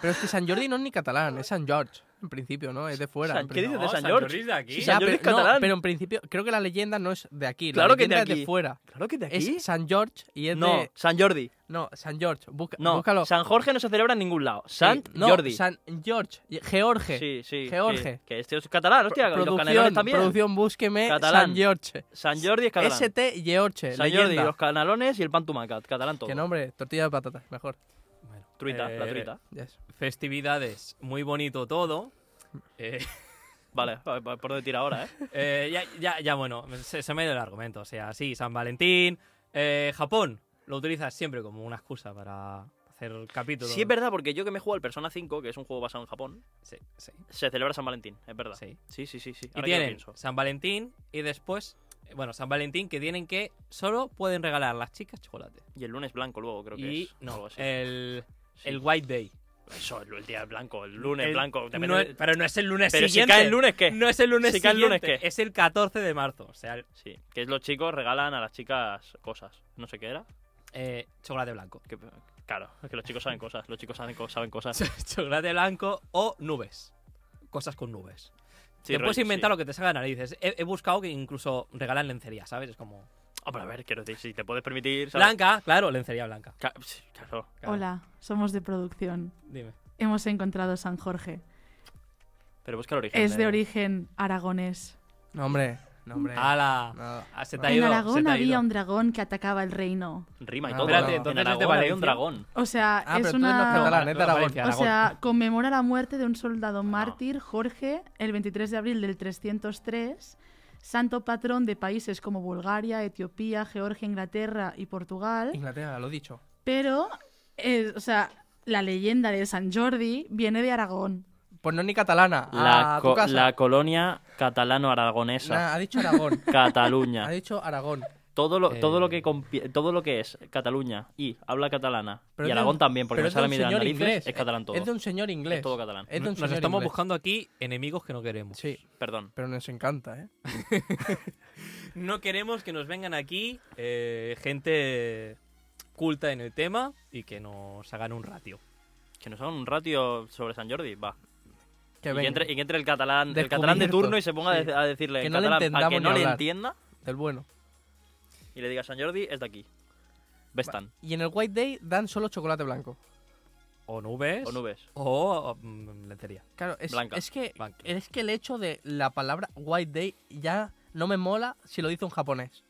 Pero es que San Jordi no es ni catalán, es San George. En principio, ¿no? Es de fuera.
San-
en
¿qué
principio.
No,
dices? de San
San
George.
Jordi es de aquí.
Sí,
Ya,
San Jordi
pero,
es catalán.
no, pero en principio, creo que la leyenda no es de aquí.
Claro
la
que es de
leyenda es de
aquí.
fuera.
Claro que de aquí.
Es San George y es
no,
de.
San Jordi.
No, San George. Busca,
No,
búscalo.
San Jorge no se celebra en ningún lado.
Sí,
San
no,
Jordi.
San George. y- George.
Sí, sí.
George.
sí. Que este es catalán, hostia. y los
producción,
canelones también.
producción, búsqueme
Catalán.
San George.
San Jordi es catalán.
ST George.
San Jordi,
leyenda.
los canelones y el pan tumacat. Catalán todo.
Que nombre, tortilla de patatas, mejor.
Bueno,
Truita, la
eh,
truita.
Yes.
Festividades, muy bonito todo. Eh,
Vale, a ver, por dónde tira ahora, ¿eh?
eh, ya, ya, ya, bueno, se, se me ha ido el argumento. O sea, sí, San Valentín, eh, Japón, lo utilizas siempre como una excusa para hacer capítulos.
Sí, es verdad, porque yo que me juego al Persona 5, que es un juego basado en Japón,
Sí, sí,
se celebra San Valentín, es verdad.
sí.
Sí, sí, sí. sí.
Y
Ahora que lo
tienen
pienso.
San Valentín y después, eh, bueno, San Valentín que tienen que solo pueden regalar las chicas chocolate.
Y el lunes blanco luego, creo que
Y
es.
no,
algo así.
el,
Sí.
el White Day.
Eso, el, el día blanco, el lunes
El-
blanco. depende
no es-
de-
pero no es el lunes
Pero si
siguiente.
cae el lunes, ¿qué?
No es el lunes
Si cae el
siguiente.
lunes, ¿qué?
Es el 14 de marzo. O sea, el-
Sí, que es los chicos regalan a las chicas cosas. No sé qué era.
eh, chocolate blanco.
Que- claro, es que los chicos saben cosas. Los chicos saben, co- saben cosas.
chocolate blanco o nubes. Cosas con nubes.
Sí,
te puedes
rollo,
inventar
sí.
lo que te salga de narices. He, he buscado que incluso regalan lencería, ¿sabes? Es como.
Ah, pero a ver, quiero decir, si te puedes permitir. ¿sabes?
Blanca, claro, lencería blanca.
Ca- sí, Claro.
Claro.
Hola, somos de producción.
Dime.
Hemos encontrado San Jorge.
Pero busca el origen.
Es de
eh.
origen aragonés.
No, hombre. No, hombre.
¡Hala!
Nada.
Ah, se te ha
En
ido. se
Aragón
te ha ido.
había un dragón que atacaba el reino.
Rima y
Ah,
todo.
espérate,
¿no?
entonces
en
es de
Aragón había un
Valencia.
dragón.
O sea,
Ah,
es
pero tú eres
una.
los catalanes,
No,
de Aragón.
Valencia.
O
Aragón.
sea, conmemora la muerte de un soldado mártir, Jorge, el 23 de abril del 303, santo patrón de países como Bulgaria, Etiopía, Georgia, Inglaterra y Portugal.
Inglaterra, lo dicho.
Pero, eh, o sea, la leyenda de San Jordi viene de Aragón.
Pues no es ni catalana.
Ah,
La,
a tu
co-
casa.
la colonia catalano-aragonesa.
Nah, ha dicho Aragón. ha
Cataluña.
dicho Aragón.
Todo lo, todo, lo que
Eh.
compi- todo lo que es Cataluña y habla catalana
Pero
y
es de
Aragón
un-
también, porque
pero
me
es
sale
de
a
un
mí de las
señor
narices,
inglés.
es catalán todo.
Es de un señor inglés.
Es todo catalán.
Es de un
Nos
señor
estamos
inglés.
buscando aquí enemigos que no queremos.
Sí,
Perdón.
pero nos encanta, ¿eh?
No queremos que nos vengan aquí eh, gente culta en el tema y que nos hagan un ratio.
Que nos hagan un ratio sobre San Jordi, va.
Que
y, que
venga.
entre, y que entre el catalán, el catalán de
Descubierto,
turno y se ponga a
sí.
dec- a decirle
Que
en
no le
catalán a
entendamos
que
ni
no le
hablar.
entienda
Del bueno.
y le diga San Jordi es de aquí. Vestan
Y en el White Day dan solo chocolate blanco.
O nubes.
o nubes.
o, mm, lencería.
Claro, es,
Blanca.
es que
Blanca.
es que el hecho de la palabra White Day ya no me mola si lo dice un japonés.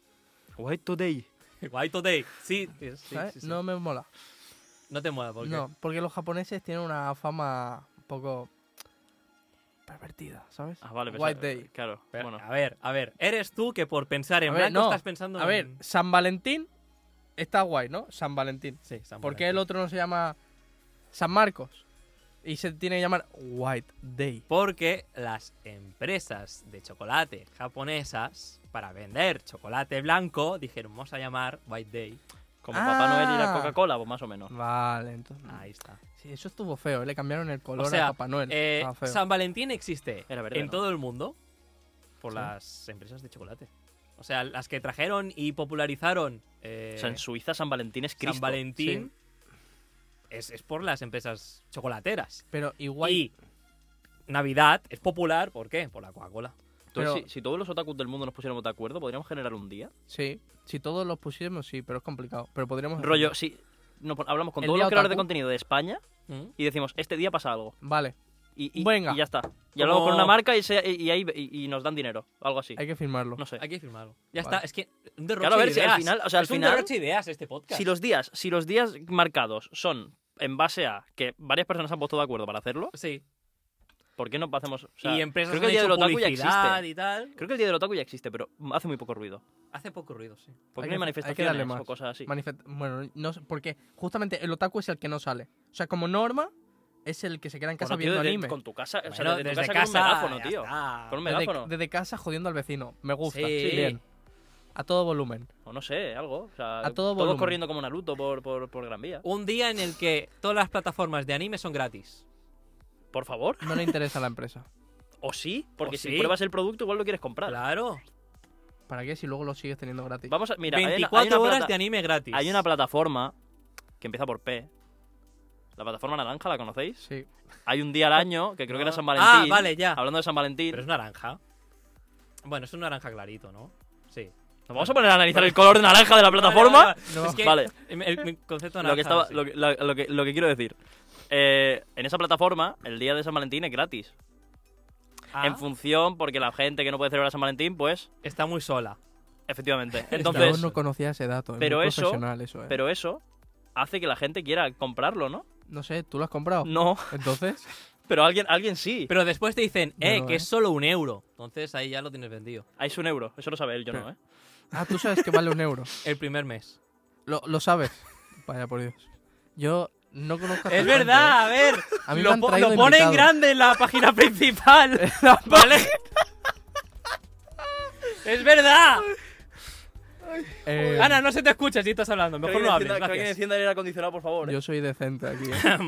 White today.
White today. Sí, sí, sí,
¿sabes?
sí, sí.
No
No.
me mola.
te muevas, porque
No, porque los japoneses tienen una fama un poco pervertida, ¿sabes?
Ah, vale,
White
pensaba-
Day. ah.
Claro,
Pero,
bueno.
A ver, a ver, eres tú que por pensar en
A ver,
blanco
no.
estás pensando
A ver,
en...
San Valentín Está guay, ¿no? San Valentín.
Sí,
Ah,
San
¿Por qué
Valentín.
el otro no se llama San Marcos? Y se tiene que llamar White Day.
Porque las empresas de chocolate japonesas, para vender chocolate blanco, dijeron, vamos a llamar White Day.
Como
Ah. Eh.
Papá Noel y la Coca-Cola, pues más o menos.
Vale, entonces.
Ahí está.
Sí, eso estuvo feo, ¿eh? le cambiaron el color
O sea,
a Papá Noel.
Eh,
Estaba feo.
San Valentín existe
Era verde,
en
¿no?
todo el mundo por
Sí.
las empresas de chocolate. O sea, las que trajeron y popularizaron eh,
O sea, en Suiza San Valentín es Cristo.
San Valentín es, es por las empresas chocolateras.
Pero igual.
Y Navidad es popular, ¿por qué? Por la Coca-Cola.
Entonces,
Pero-
si, si todos los otakus del mundo nos pusiéramos de acuerdo, podríamos generar un día.
Sí. Si todos los pusiéramos, sí, pero es complicado. Pero podríamos.
Rollo, si nos pon- hablamos con
El
todos
día
los creadores de
otaku.
contenido de España
Mm.
y decimos, este día pasa algo.
Vale,
Y, y-
Venga.
y ya está. Y hablamos
Como-
con una marca y, se- y, y ahí, y, y nos dan dinero. Algo así.
hay que firmarlo.
No sé.
Hay que firmarlo. Ya
Vale.
está, es que un derroche
Claro, a ver,
de
si al
ideas.
final- o sea, al
es
final,
un derroche de ideas este podcast.
Si los días, si los días marcados son en base a que varias personas se han puesto de acuerdo para hacerlo,
Sí.
¿por qué no hacemos? o sea,
y empresas
creo que
han
el día del
hecho
otaku ya
publicidad
existe.
y tal.
Creo que el día del otaku ya existe, pero hace muy poco ruido.
Hace poco ruido, sí.
Porque
Hay
no hay
que- hay que darle
manifestaciones
más.
o cosas así.
Manifest- Bueno, no sé, porque justamente el otaku es el que no sale. O sea, como norma, es el que se queda en casa
Bueno, tío,
viendo
desde-
anime.
Con tu casa, o sea,
Bueno,
desde, tu
desde
casa, con un
ya
megáfono, tío.
está.
Con un
Desde-
megáfono.
Desde, casa jodiendo al vecino. Me gusta.
Sí.
Bien. A todo volumen.
O no sé, algo. O sea,
A todo
todos
volumen.
corriendo como Naruto por, por, por Gran Vía.
Un día en el que todas las plataformas de anime son gratis.
Por favor.
No le interesa a la empresa.
O sí, porque
O
si
sí.
pruebas el producto igual lo quieres comprar.
Claro.
¿Para qué si luego lo sigues teniendo gratis?
Vamos a, mira, hay una- hay
24
una
horas
plata-
de anime gratis.
Hay una plataforma que empieza por P. La plataforma naranja, ¿la conocéis?
Sí.
Hay un día al año, que creo que era
No.
San Valentín.
Ah, vale, ya.
Hablando de San Valentín.
Pero es naranja. Bueno, es un naranja clarito, ¿no? Sí.
¿Nos vamos a poner a analizar el color de naranja de la plataforma?
Vale, vale, vale.
No.
Es que
Vale.
el, el concepto de naranja.
Lo que, estaba,
sí.
lo, que, la- lo que, lo que quiero decir. Eh, en esa plataforma, el día de San Valentín es gratis.
Ah,
En función, porque la gente que no puede celebrar San Valentín, pues,
está muy sola.
efectivamente.
Yo
Entonces,
no conocía ese dato.
pero
Pero
eso-
eso. Profesional eso eh.
pero eso hace que la gente quiera comprarlo, ¿no?
No sé, ¿tú lo has comprado?
No,
Entonces.
pero alguien, alguien sí.
Pero después te dicen, eh,
No,
que
eh.
es solo un euro. Entonces ahí ya lo tienes vendido.
Ah, es un euro, eso lo sabe él, yo no,
Pero-
¿eh?
Ah, tú sabes que vale un euro.
El primer mes.
Lo, lo sabes. Vaya por Dios. Yo no conozco a
Es
esta gente,
verdad, a ver.
¿eh? A mí
lo
me han
po-
traído
lo pone en
invitados.
grande en la página principal. ¿Vale? es verdad.
Eh,
Ana, no se te escucha si estás hablando. Mejor no hables. Gracias.
encienda el aire acondicionado, por favor.
Yo soy decente aquí. ¿eh?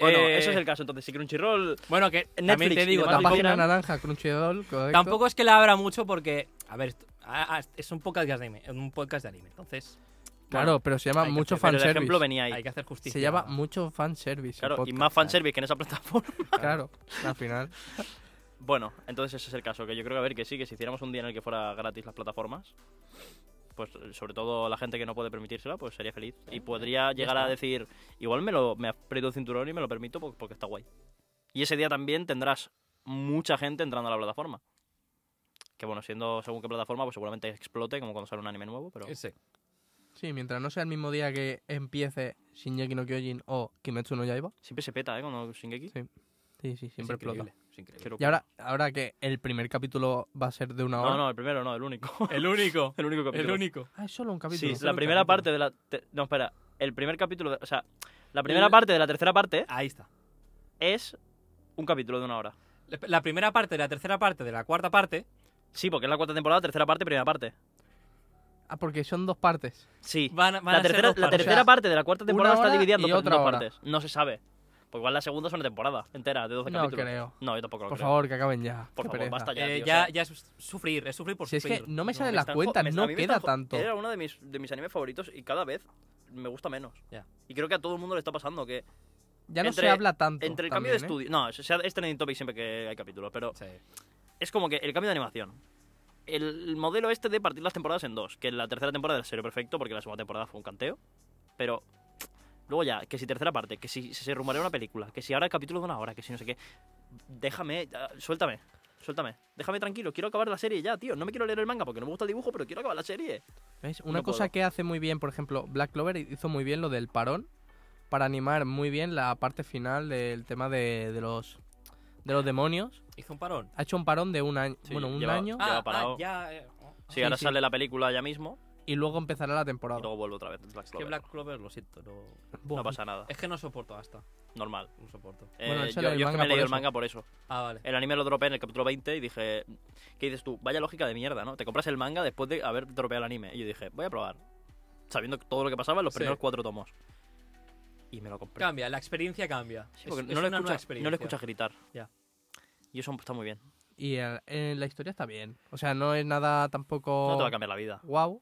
Bueno,
Eh,
eso es el caso. Entonces, si Crunchyroll...
Bueno, que
Netflix
también te
y
digo,
demás
La
Tampoco-
tampoco,
página naranja, Crunchyroll. correcto.
tampoco es que la abra mucho porque, a ver, esto- ah, ah, es un podcast de anime, un podcast de anime, entonces
Claro, pero se llama
hay que
mucho
hacer-
Pero el
fanservice.
ejemplo venía ahí.
hay que hacer justicia.
Se llama mucho fanservice. el
Claro, y
podcast.
más fanservice que en esa plataforma.
Claro, al final.
Bueno, entonces ese es el caso, que yo creo que a ver que sí, que si hiciéramos un día en el que fuera gratis las plataformas, pues eh, sobre todo la gente que no puede permitírsela, pues sería feliz. Y podría llegar a decir, igual me lo me aprieto el cinturón y me lo permito por- porque está guay. Y ese día también tendrás mucha gente entrando a la plataforma. Que bueno, siendo según qué plataforma, pues seguramente explote como cuando sale un anime nuevo, pero...
Sí.
Sí, mientras no sea el mismo día que empiece Shinjeki no Kyojin o Kimetsu no Yaiba.
Siempre se peta, ¿eh? Cuando Shingeki.
Sí, Sí, sí, siempre
es increíble,
explota.
es increíble.
Qué
Y
locura.
ahora, ahora que el primer capítulo va a ser de una hora.
No, no, el primero no, el único.
El único,
el único capítulo.
el único.
Ah, es solo un capítulo.
Sí,
solo
la
un
primera
capítulo.
parte de la... te- No, espera. El primer capítulo... de- O sea, la primera
El-
parte de la tercera parte
Ahí está.
es un capítulo de una hora.
La- La primera parte, la tercera parte, de la cuarta parte,
Sí, porque es la cuarta temporada, tercera parte, primera parte.
Ah, porque son dos partes.
Sí.
van, a- van
la
a ser
tercera,
dos
la
partes.
tercera
O sea,
parte de la cuarta temporada
una
está
hora
dividida en
y
dos,
otra
dos
hora.
partes. No se sabe. Porque igual la segunda es una temporada entera de 12
No
capítulos.
creo.
No, yo tampoco lo
Por
creo.
favor, que acaben ya.
Por
Qué
favor,
pereza.
basta ya.
Eh,
tío, o
ya,
sea,
ya es sufrir, es sufrir por
Si es que
sufrir.
no me
me
sale la
están jo-
cuenta,
me- a
no
mí me
queda
están jo-
tanto.
Era uno de mis, de mis animes favoritos y cada vez me gusta menos.
Ya.
Y creo que a todo el mundo le está pasando que
Ya no
entre-
se habla tanto.
entre el cambio de
también, ¿eh?
estudio... No, se- se ha- es trending topic siempre que hay capítulos, pero
Sí.
es como que el cambio de animación. El modelo este de partir las temporadas en dos, que en la tercera temporada sería perfecto porque la segunda temporada fue un canteo, pero luego ya, que si tercera parte, que si se rumorea una película, que si ahora el capítulo de una hora, que si no sé qué, déjame, ah, suéltame, suéltame, déjame tranquilo, quiero acabar la serie ya, tío, no me quiero leer el manga porque no me gusta el dibujo, pero quiero acabar la serie.
¿Ves? Una
No
cosa
puedo.
que hace muy bien, por ejemplo, Black Clover hizo muy bien lo del parón para animar muy bien la parte final del tema de, de los de los demonios.
Hizo un parón.
Ha hecho un parón de un año,
Sí,
bueno, un
lleva-
año.
Ya oh, ha
Ah, ah,
parado.
ya. eh,
Si
Sí,
ahora
sí.
sale la película ya mismo,
y luego empezará la temporada.
Y luego vuelvo otra vez. Black
Que
Clover.
Black Clover, lo siento, no,
No pasa nada.
Es que no soporto hasta,
Normal.
no soporto.
Eh,
Bueno, él se
yo,
lee el
yo es que
manga
me he
por
leído el
eso.
manga por eso.
Ah, vale.
El anime lo dropé en el capítulo 20 y dije, ¿qué dices tú? Vaya lógica de mierda, ¿no? Te compras el manga después de haber dropeado el anime. Y yo dije, voy a probar. Sabiendo todo lo que pasaba en los
Sí.
primeros cuatro tomos. Y me lo compré.
Cambia, la experiencia cambia.
Sí, porque
Es-
no,
es una
lo
nueva
escuchas, no
experiencia.
lo escuchas gritar.
Ya.
Y eso está muy bien.
Y el- eh, la historia está bien. O sea, no es nada tampoco
No te va a cambiar la vida.
wow,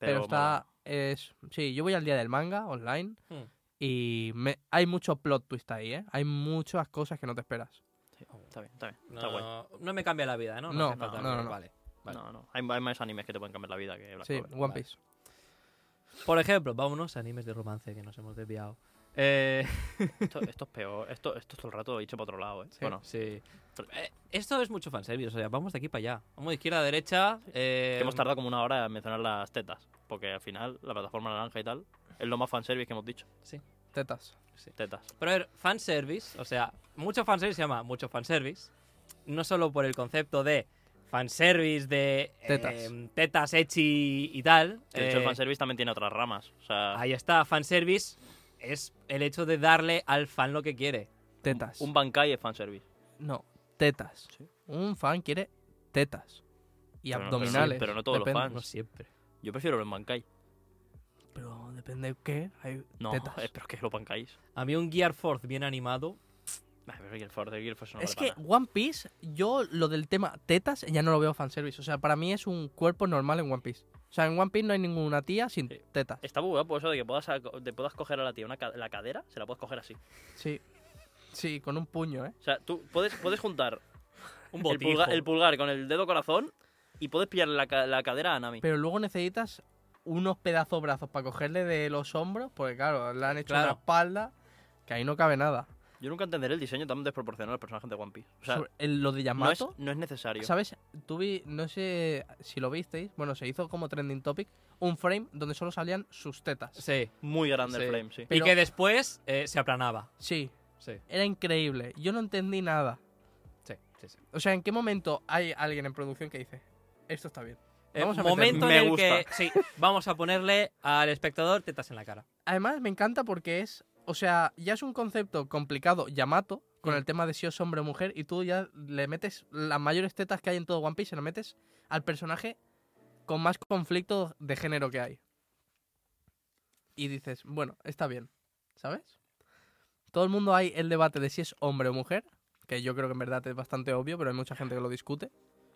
pero,
mola.
está... Es, sí, yo voy al día del manga online
Hmm.
y me- hay mucho plot twist ahí, ¿eh? Hay muchas cosas que no te esperas.
Sí, está bien, está bien.
No,
está guay.
no, no me cambia la vida, ¿eh? ¿no?
No,
hace falta
no,
que-
no, no.
Vale. vale.
No, no. Hay, hay más animes que te pueden cambiar la vida que Black
sí,
Clover.
One
vale.
Piece.
Por ejemplo, vámonos a animes de romance que nos hemos desviado. Eh,
Esto, esto es peor. Esto, esto es todo el rato hecho para otro lado, ¿eh? Bueno,
sí. Eh, esto es mucho fanservice, o sea, vamos de aquí para allá. Vamos de izquierda a derecha. eh,
que hemos tardado como una hora en mencionar las tetas. Porque al final, la plataforma naranja y tal, es lo más fanservice que hemos dicho.
Sí.
Tetas.
Tetas.
Pero a ver, fanservice, o sea, mucho fanservice se llama mucho fanservice. No solo por el concepto de fanservice de
Tetas.
eh, tetas echi y tal.
Que, De hecho, el
eh,
fanservice también tiene otras ramas. O sea,
Ahí está, fanservice es el hecho de darle al fan lo que quiere.
Tetas.
un Bankai es fanservice.
No, tetas.
Sí.
Un fan quiere tetas. Y
Pero no- pero no-
abdominales.
pero no todos los
depende.
fans.
No siempre.
Yo prefiero los Bankai.
Pero depende de qué. Hay
No,
tetas.
eh, pero es que los Bankais.
A mí un Gear Force bien animado.
Ay, pero Gear Force, Gear Force no
Es
vale
que
para nada.
One Piece, yo lo del tema tetas ya no lo veo fanservice. O sea, para mí es un cuerpo normal en One Piece. O sea, en One Piece no hay ninguna tía sin
Sí.
tetas.
Está muy guapo eso de que puedas, ac- te puedas coger a la tía una ca- la cadera, se la puedes coger así.
Sí. Sí, con un puño, ¿eh?
O sea, tú puedes, puedes juntar
Un
el,
botijo.
pulga- el pulgar con el dedo corazón y puedes pillar la, ca- la cadera a Nami.
Pero luego necesitas unos pedazos brazos para cogerle de los hombros, porque claro, le han hecho
Claro.
una espalda que ahí no cabe nada.
Yo nunca entenderé el diseño tan desproporcionado del personaje de One Piece. O sea,
Sobre- el- lo de
no es,
Yamato,
no es necesario.
¿sabes? Tuve, no sé si lo visteis, bueno, se hizo como trending topic, un frame donde solo salían sus tetas.
Sí.
Muy grande
Sí.
el frame, sí.
Y
Pero-
que después eh, se aplanaba.
Sí,
Sí,
era increíble. Yo no entendí nada.
sí, sí. sí.
O sea, ¿en qué momento hay alguien en producción que dice, esto está bien?
Eh,
Vamos a meter-
momento
Me
en el
gusta.
que sí, vamos a ponerle al espectador tetas en la cara.
Además, me encanta porque es, o sea, ya es un concepto complicado, Yamato, con
Mm.
el tema de si es hombre o mujer, y tú ya le metes las mayores tetas que hay en todo One Piece, se las metes al personaje con más conflicto de género que hay. Y dices, bueno, está bien, ¿sabes? Todo el mundo hay el debate de si es hombre o mujer, que yo creo que en verdad es bastante obvio, pero hay mucha gente que lo discute,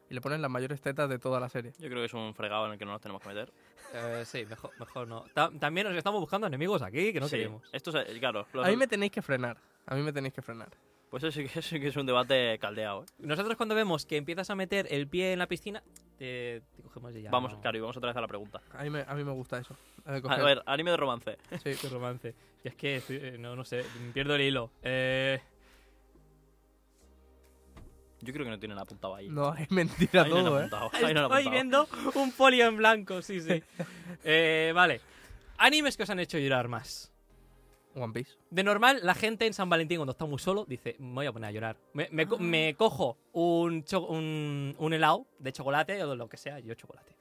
y le ponen las mayores tetas de toda la serie.
Yo creo que es un fregado en el que no nos tenemos que meter.
Eh, sí, mejor, mejor no. Ta- también nos estamos buscando enemigos aquí que no
Sí.
queremos.
Esto es, claro. los-
A mí me tenéis que frenar, a mí me tenéis que frenar.
Pues eso sí, que, eso sí que es un debate caldeado. ¿eh?
Nosotros cuando vemos que empiezas a meter el pie en la piscina, te, te cogemos y ya.
Vamos,
no.
claro, y vamos otra vez a la pregunta.
A mí me, a mí me gusta eso. lo de
A
coger.
ver, anime de romance.
Sí.
Qué romance. Y es que, estoy- eh, no, no sé, pierdo el hilo. Eh,
Yo creo que no tienen apuntado ahí.
No, es mentira
ahí no lo
todo,
han
¿eh?
apuntado, ahí no lo han
estoy
apuntado.
viendo un folio en blanco, sí, sí. Eh, vale. Animes que os han hecho llorar más.
One Piece.
De normal, la gente en San Valentín, cuando está muy solo, dice, me voy a poner a llorar. Me, me
Ah.
co- me cojo un, cho- un, un helado de chocolate o lo que sea, yo chocolate.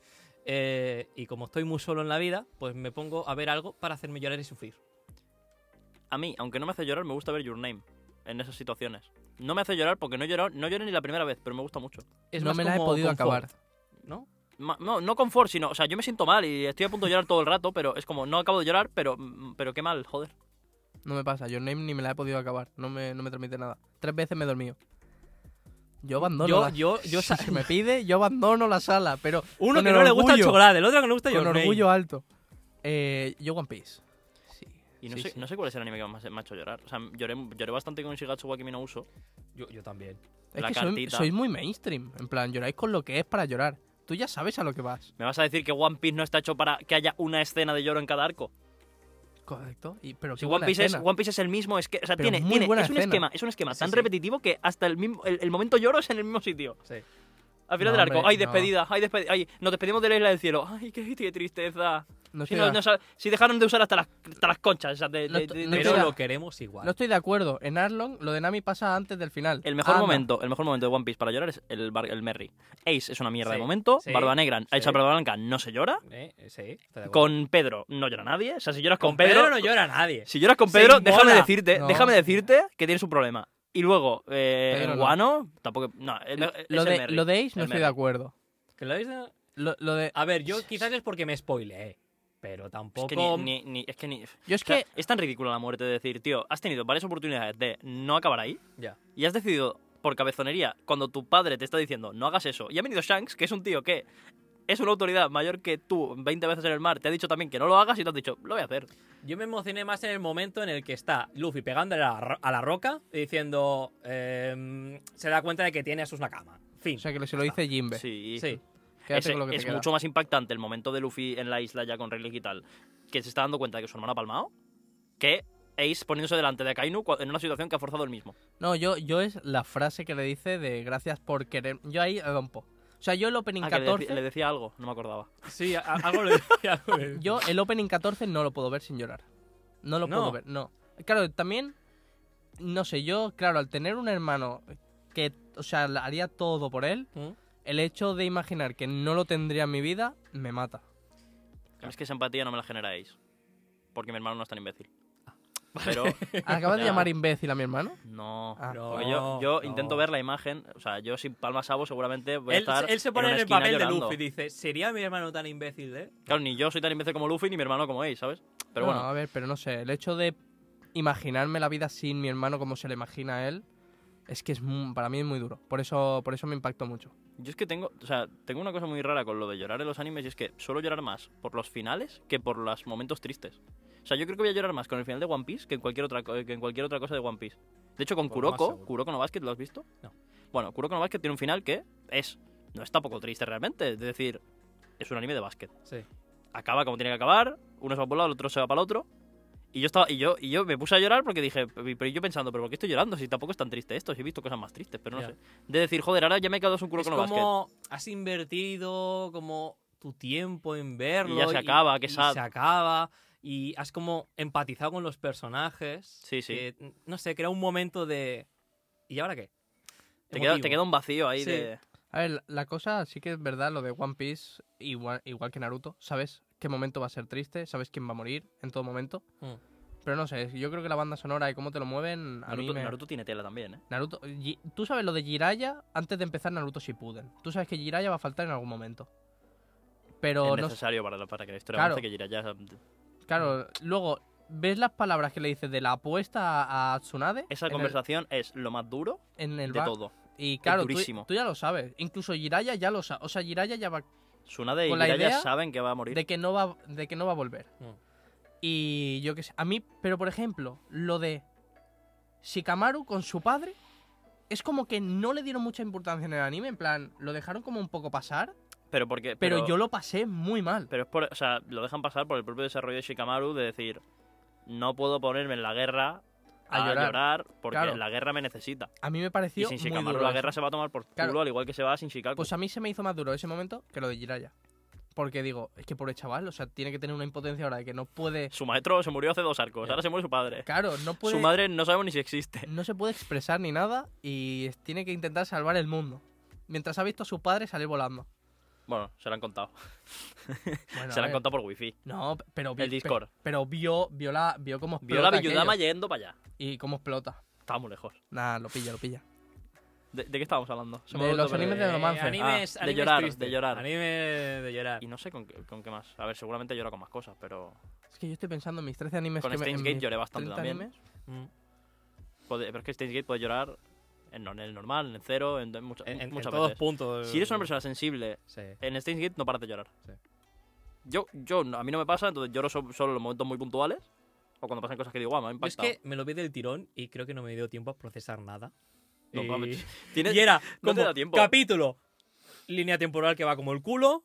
Eh, y como estoy muy solo en la vida, pues me pongo a ver algo para hacerme llorar y sufrir.
A mí, aunque no me hace llorar, me gusta ver Your Name en esas situaciones. No me hace llorar porque no lloro, no lloré ni la primera vez, pero me gusta mucho.
Es
no
más
me la he
como
podido
confort,
acabar.
¿No?
Ma- no, no confort, sino, o sea, yo me siento mal y estoy a punto de llorar todo el rato, pero es como, no acabo de llorar, pero, mm, pero qué mal, joder.
No me pasa. Your Name ni me la he podido acabar. No me, no me transmite nada. Tres veces me he dormido. Yo abandono
Yo-
la
yo- yo
Si
sa-
se me pide, yo abandono la sala. Pero
Uno
Con
que
el
no le gusta el
orgullo.
chocolate, el otro que no le gusta
con
Your Name.
orgullo alto. Eh, yo One Piece. Sí.
Y no,
sí,
sé,
sí.
no sé cuál es el anime que más me ha hecho llorar. O sea, lloré, lloré bastante con Shigatsu wa Kimi no Uso.
Yo, yo también.
Es
la
que sois,
cartita.
sois muy mainstream. En plan, lloráis con lo que es para llorar. Tú ya sabes a lo que vas.
¿Me vas a decir que One Piece no está hecho para que haya una escena de lloro en cada arco?
Correcto. Y, pero
Si
qué
One
buena
Piece, es,
escena.
One Piece es el mismo, es que, o sea,
Pero
tiene,
muy
tiene-
buena
es un
escena.
esquema, es un esquema
Sí,
tan
sí.
repetitivo que hasta el mismo, el, el momento lloro es en el mismo sitio.
Sí.
Al final
No,
del arco,
hombre,
¡ay,
no.
despedida! ¡Ay, despedida! ¡Ay, nos despedimos de la isla del cielo! ¡Ay, qué, qué tristeza!
No
Si,
estoy,
no-
de-
no sal- si dejaron de usar hasta las, hasta las conchas esas de-
No
de-
estoy-
de-
no
de-
estoy-
Pero
mira,
lo queremos igual.
no estoy de acuerdo. En Arlong, lo de Nami pasa antes del final.
El mejor
Anda.
momento, el mejor momento de One Piece para llorar es el, bar- el Merry. Ace es una mierda
Sí,
de momento.
sí,
Barba Negra, Ace
sí.
a Barba Blanca no se llora.
Eh, eh, sí, estoy de acuerdo.
Con Pedro no llora nadie. O sea, si lloras con,
Con Pedro, no llora nadie.
Si lloras con
Se
Pedro,
inmola.
déjame decirte,
No.
déjame decirte que tienes un problema. Y luego, eh,
Pedro
el
no.
Guano, tampoco. No, el- es
Lo
el
de,
Merry.
lo de Ace no
El
estoy de
Merry.
acuerdo.
¿Que lo habéis dado?
Lo, lo de...
A ver, yo quizás es porque me spoileé, pero
Es
tampoco...
que ni, ni- ni- es que ni-
Yo es
o sea,
que...
es tan ridícula la muerte de decir, tío, has tenido varias oportunidades de no acabar ahí
Ya.
y has decidido por cabezonería cuando tu padre te está diciendo no hagas eso. Y ha venido Shanks, que es un tío que es una autoridad mayor que tú 20 veces en el mar, te ha dicho también que no lo hagas y te has dicho, lo voy a hacer.
Yo me emocioné más en el momento en el que está Luffy pegándole a la, ro- a la roca y diciendo... ehm, se da cuenta de que tiene a sus Nakama. Fin.
O sea, que se lo dice Jimbe.
Sí.
sí.
Quédate
Ese-
con lo que
es
te queda.
mucho más impactante el momento de Luffy en la isla ya con Rayleigh y tal, que se está dando cuenta de que su hermano ha palmado, que Ace poniéndose delante de Akainu cua- en una situación que ha forzado él mismo.
No, yo, yo es la frase que le dice de gracias por querer. Yo ahí rompo. O sea, yo el opening
Ah, que le deci-
14.
le decía algo, no me acordaba.
Sí, a- a- algo lo decía. algo lo decía.
Yo el opening 14 no lo puedo ver sin llorar. No lo
No.
puedo ver, no. Claro, también, no sé, yo, claro, al tener un hermano que, o sea, la- haría todo por él,
¿Mm?
el hecho de imaginar que no lo tendría en mi vida me mata.
Es que esa empatía no me la generáis. Porque mi hermano no es tan imbécil.
Ah.
Pero
¿Acabas de
Ya.
llamar imbécil a mi hermano?
no.
Ah.
No,
Porque yo yo
no.
intento ver la imagen. O sea, yo sin Palma Sabo seguramente voy a
Él,
estar.
él se pone en,
en, una
el
esquina
papel de
llorando.
Luffy y dice, ¿sería mi hermano tan imbécil eh? de...?
Claro, ni yo soy tan imbécil como Luffy, ni mi hermano como Ace, ¿sabes? Pero
No,
bueno,
A ver, pero no sé, el hecho de imaginarme la vida sin mi hermano como se le imagina a él, es que es mu- para mí es muy duro. Por eso, por eso me impactó mucho.
yo es que tengo. O sea, tengo una cosa muy rara con lo de llorar en los animes y es que suelo llorar más por los finales que por los momentos tristes. O sea, yo creo que voy a llorar más con el final de One Piece que en cualquier otra, co- que en cualquier otra cosa de One Piece. De hecho, con
Por lo más
Kuroko,
seguro.
Kuroko no Basket, ¿lo has visto?
No.
Bueno, Kuroko no Basket tiene un final que es. No está poco triste realmente. Es decir, es un anime de básquet.
Sí.
Acaba como tiene que acabar. Uno se va por un lado, el otro se va para el otro. Y yo estaba, y yo, y yo me puse a llorar porque dije, pero y yo pensando, pero ¿por qué estoy llorando? Si tampoco es tan triste esto, si he visto cosas más tristes, pero no
Ya.
sé. De decir, joder, ahora ya me he quedado sin
Es
Kuroko no Basket.
como has invertido como tu tiempo en verlo.
Y ya se acaba, qué
y
sad.
se acaba. Y has como empatizado con los personajes.
Sí, sí.
que, n- no sé, crea un momento de... ¿Y ahora qué?
Te queda,
Emotivo.
te queda un vacío ahí
Sí.
de.
A ver, la- la cosa sí que es verdad, lo de One Piece, igual, igual que Naruto, sabes qué momento va a ser triste, sabes quién va a morir en todo momento.
Mm.
Pero no sé, yo creo que la banda sonora y cómo te lo mueven, a mí
Naruto,
me...
Naruto tiene tela también, ¿eh?
Naruto- Ji- tú sabes lo de Jiraya antes de empezar Naruto Shippuden. Tú sabes que Jiraya va a faltar en algún momento. Pero
es
no sé,
necesario para, para que la historia
Claro.
avance, que Jiraiya-
claro, luego ves las palabras que le dices de la apuesta a- a Tsunade
Esa
en el-
conversación es lo más duro
en el,
de
bar.
todo.
Y claro, tú,
durísimo.
tú ya lo sabes. Incluso Jiraya ya lo sabe. O sea, Jiraya ya va
Tsunade y
Con la
Jiraiya
idea
saben que va a morir.
de que no va de que no va a volver.
Mm.
Y yo qué sé, a mí, pero por ejemplo, lo de Shikamaru con su padre es como que no le dieron mucha importancia en el anime, en plan, lo dejaron como un poco pasar,
Pero porque.
pero, yo lo pasé muy mal.
Pero es por, o sea, lo dejan pasar por el propio desarrollo de Shikamaru de decir, no puedo ponerme en la guerra a,
A
llorar.
llorar.
porque
Claro.
la guerra me necesita.
a mí me
Y
pareció
sin
muy
Shikamaru
duro.
la
eso.
guerra se va a tomar por culo,
Claro.
al igual que se va sin Shikaku.
Pues a mí se me hizo más duro ese momento que lo de Jiraya. Porque digo, es que pobre chaval, o sea, tiene que tener una impotencia ahora de que no puede.
Su maestro se murió hace dos arcos,
Ya.
ahora se muere su padre.
Claro, no puede.
Su madre no sabemos ni si existe.
no se puede expresar ni nada y es- tiene que intentar salvar el mundo. Mientras ha visto a su padre salir volando.
Bueno, se lo han contado.
Bueno,
se
a
lo han
ver.
contado por wifi.
No, p- pero vi-
El Discord.
pe- Pero, vio, vio, la, vio cómo explota.
Vio la
aquello
Biyudama yendo para allá.
Y cómo explota.
Estaba muy lejos.
Nah, lo pilla, lo pilla.
¿De, de qué estábamos hablando? Se me
De
ha vuelto
los
a perder.
animes de romance.
Animes,
Ah, de
animes
llorar,
tristes.
de llorar.
Anime de llorar.
Y no sé con, qué- con qué más. A ver, seguramente llora con más cosas, pero...
Es que yo estoy pensando en mis 13 animes
Con
que me,
Steins
en
Gate
mis
lloré bastante
30
también.
animes.
Mm.
puede- pero es que Steins Gate puede llorar en, nor- en el normal, en el cero, en, en mucha-
En, en- en
muchas
todos
veces.
puntos.
Si eres una persona sensible
Sí.
en Steins Gate no paras de llorar.
Sí.
Yo, yo, a mí no me pasa, entonces lloro so- solo en los momentos muy puntuales o cuando pasan cosas que digo, ah, me
Yo
ha
es
impactado.
que me lo vi del tirón y creo que no me dio tiempo a procesar nada.
No,
y...
mames. Tienes-
Y era
no te
como
da tiempo.
capítulo, línea temporal que va como el culo,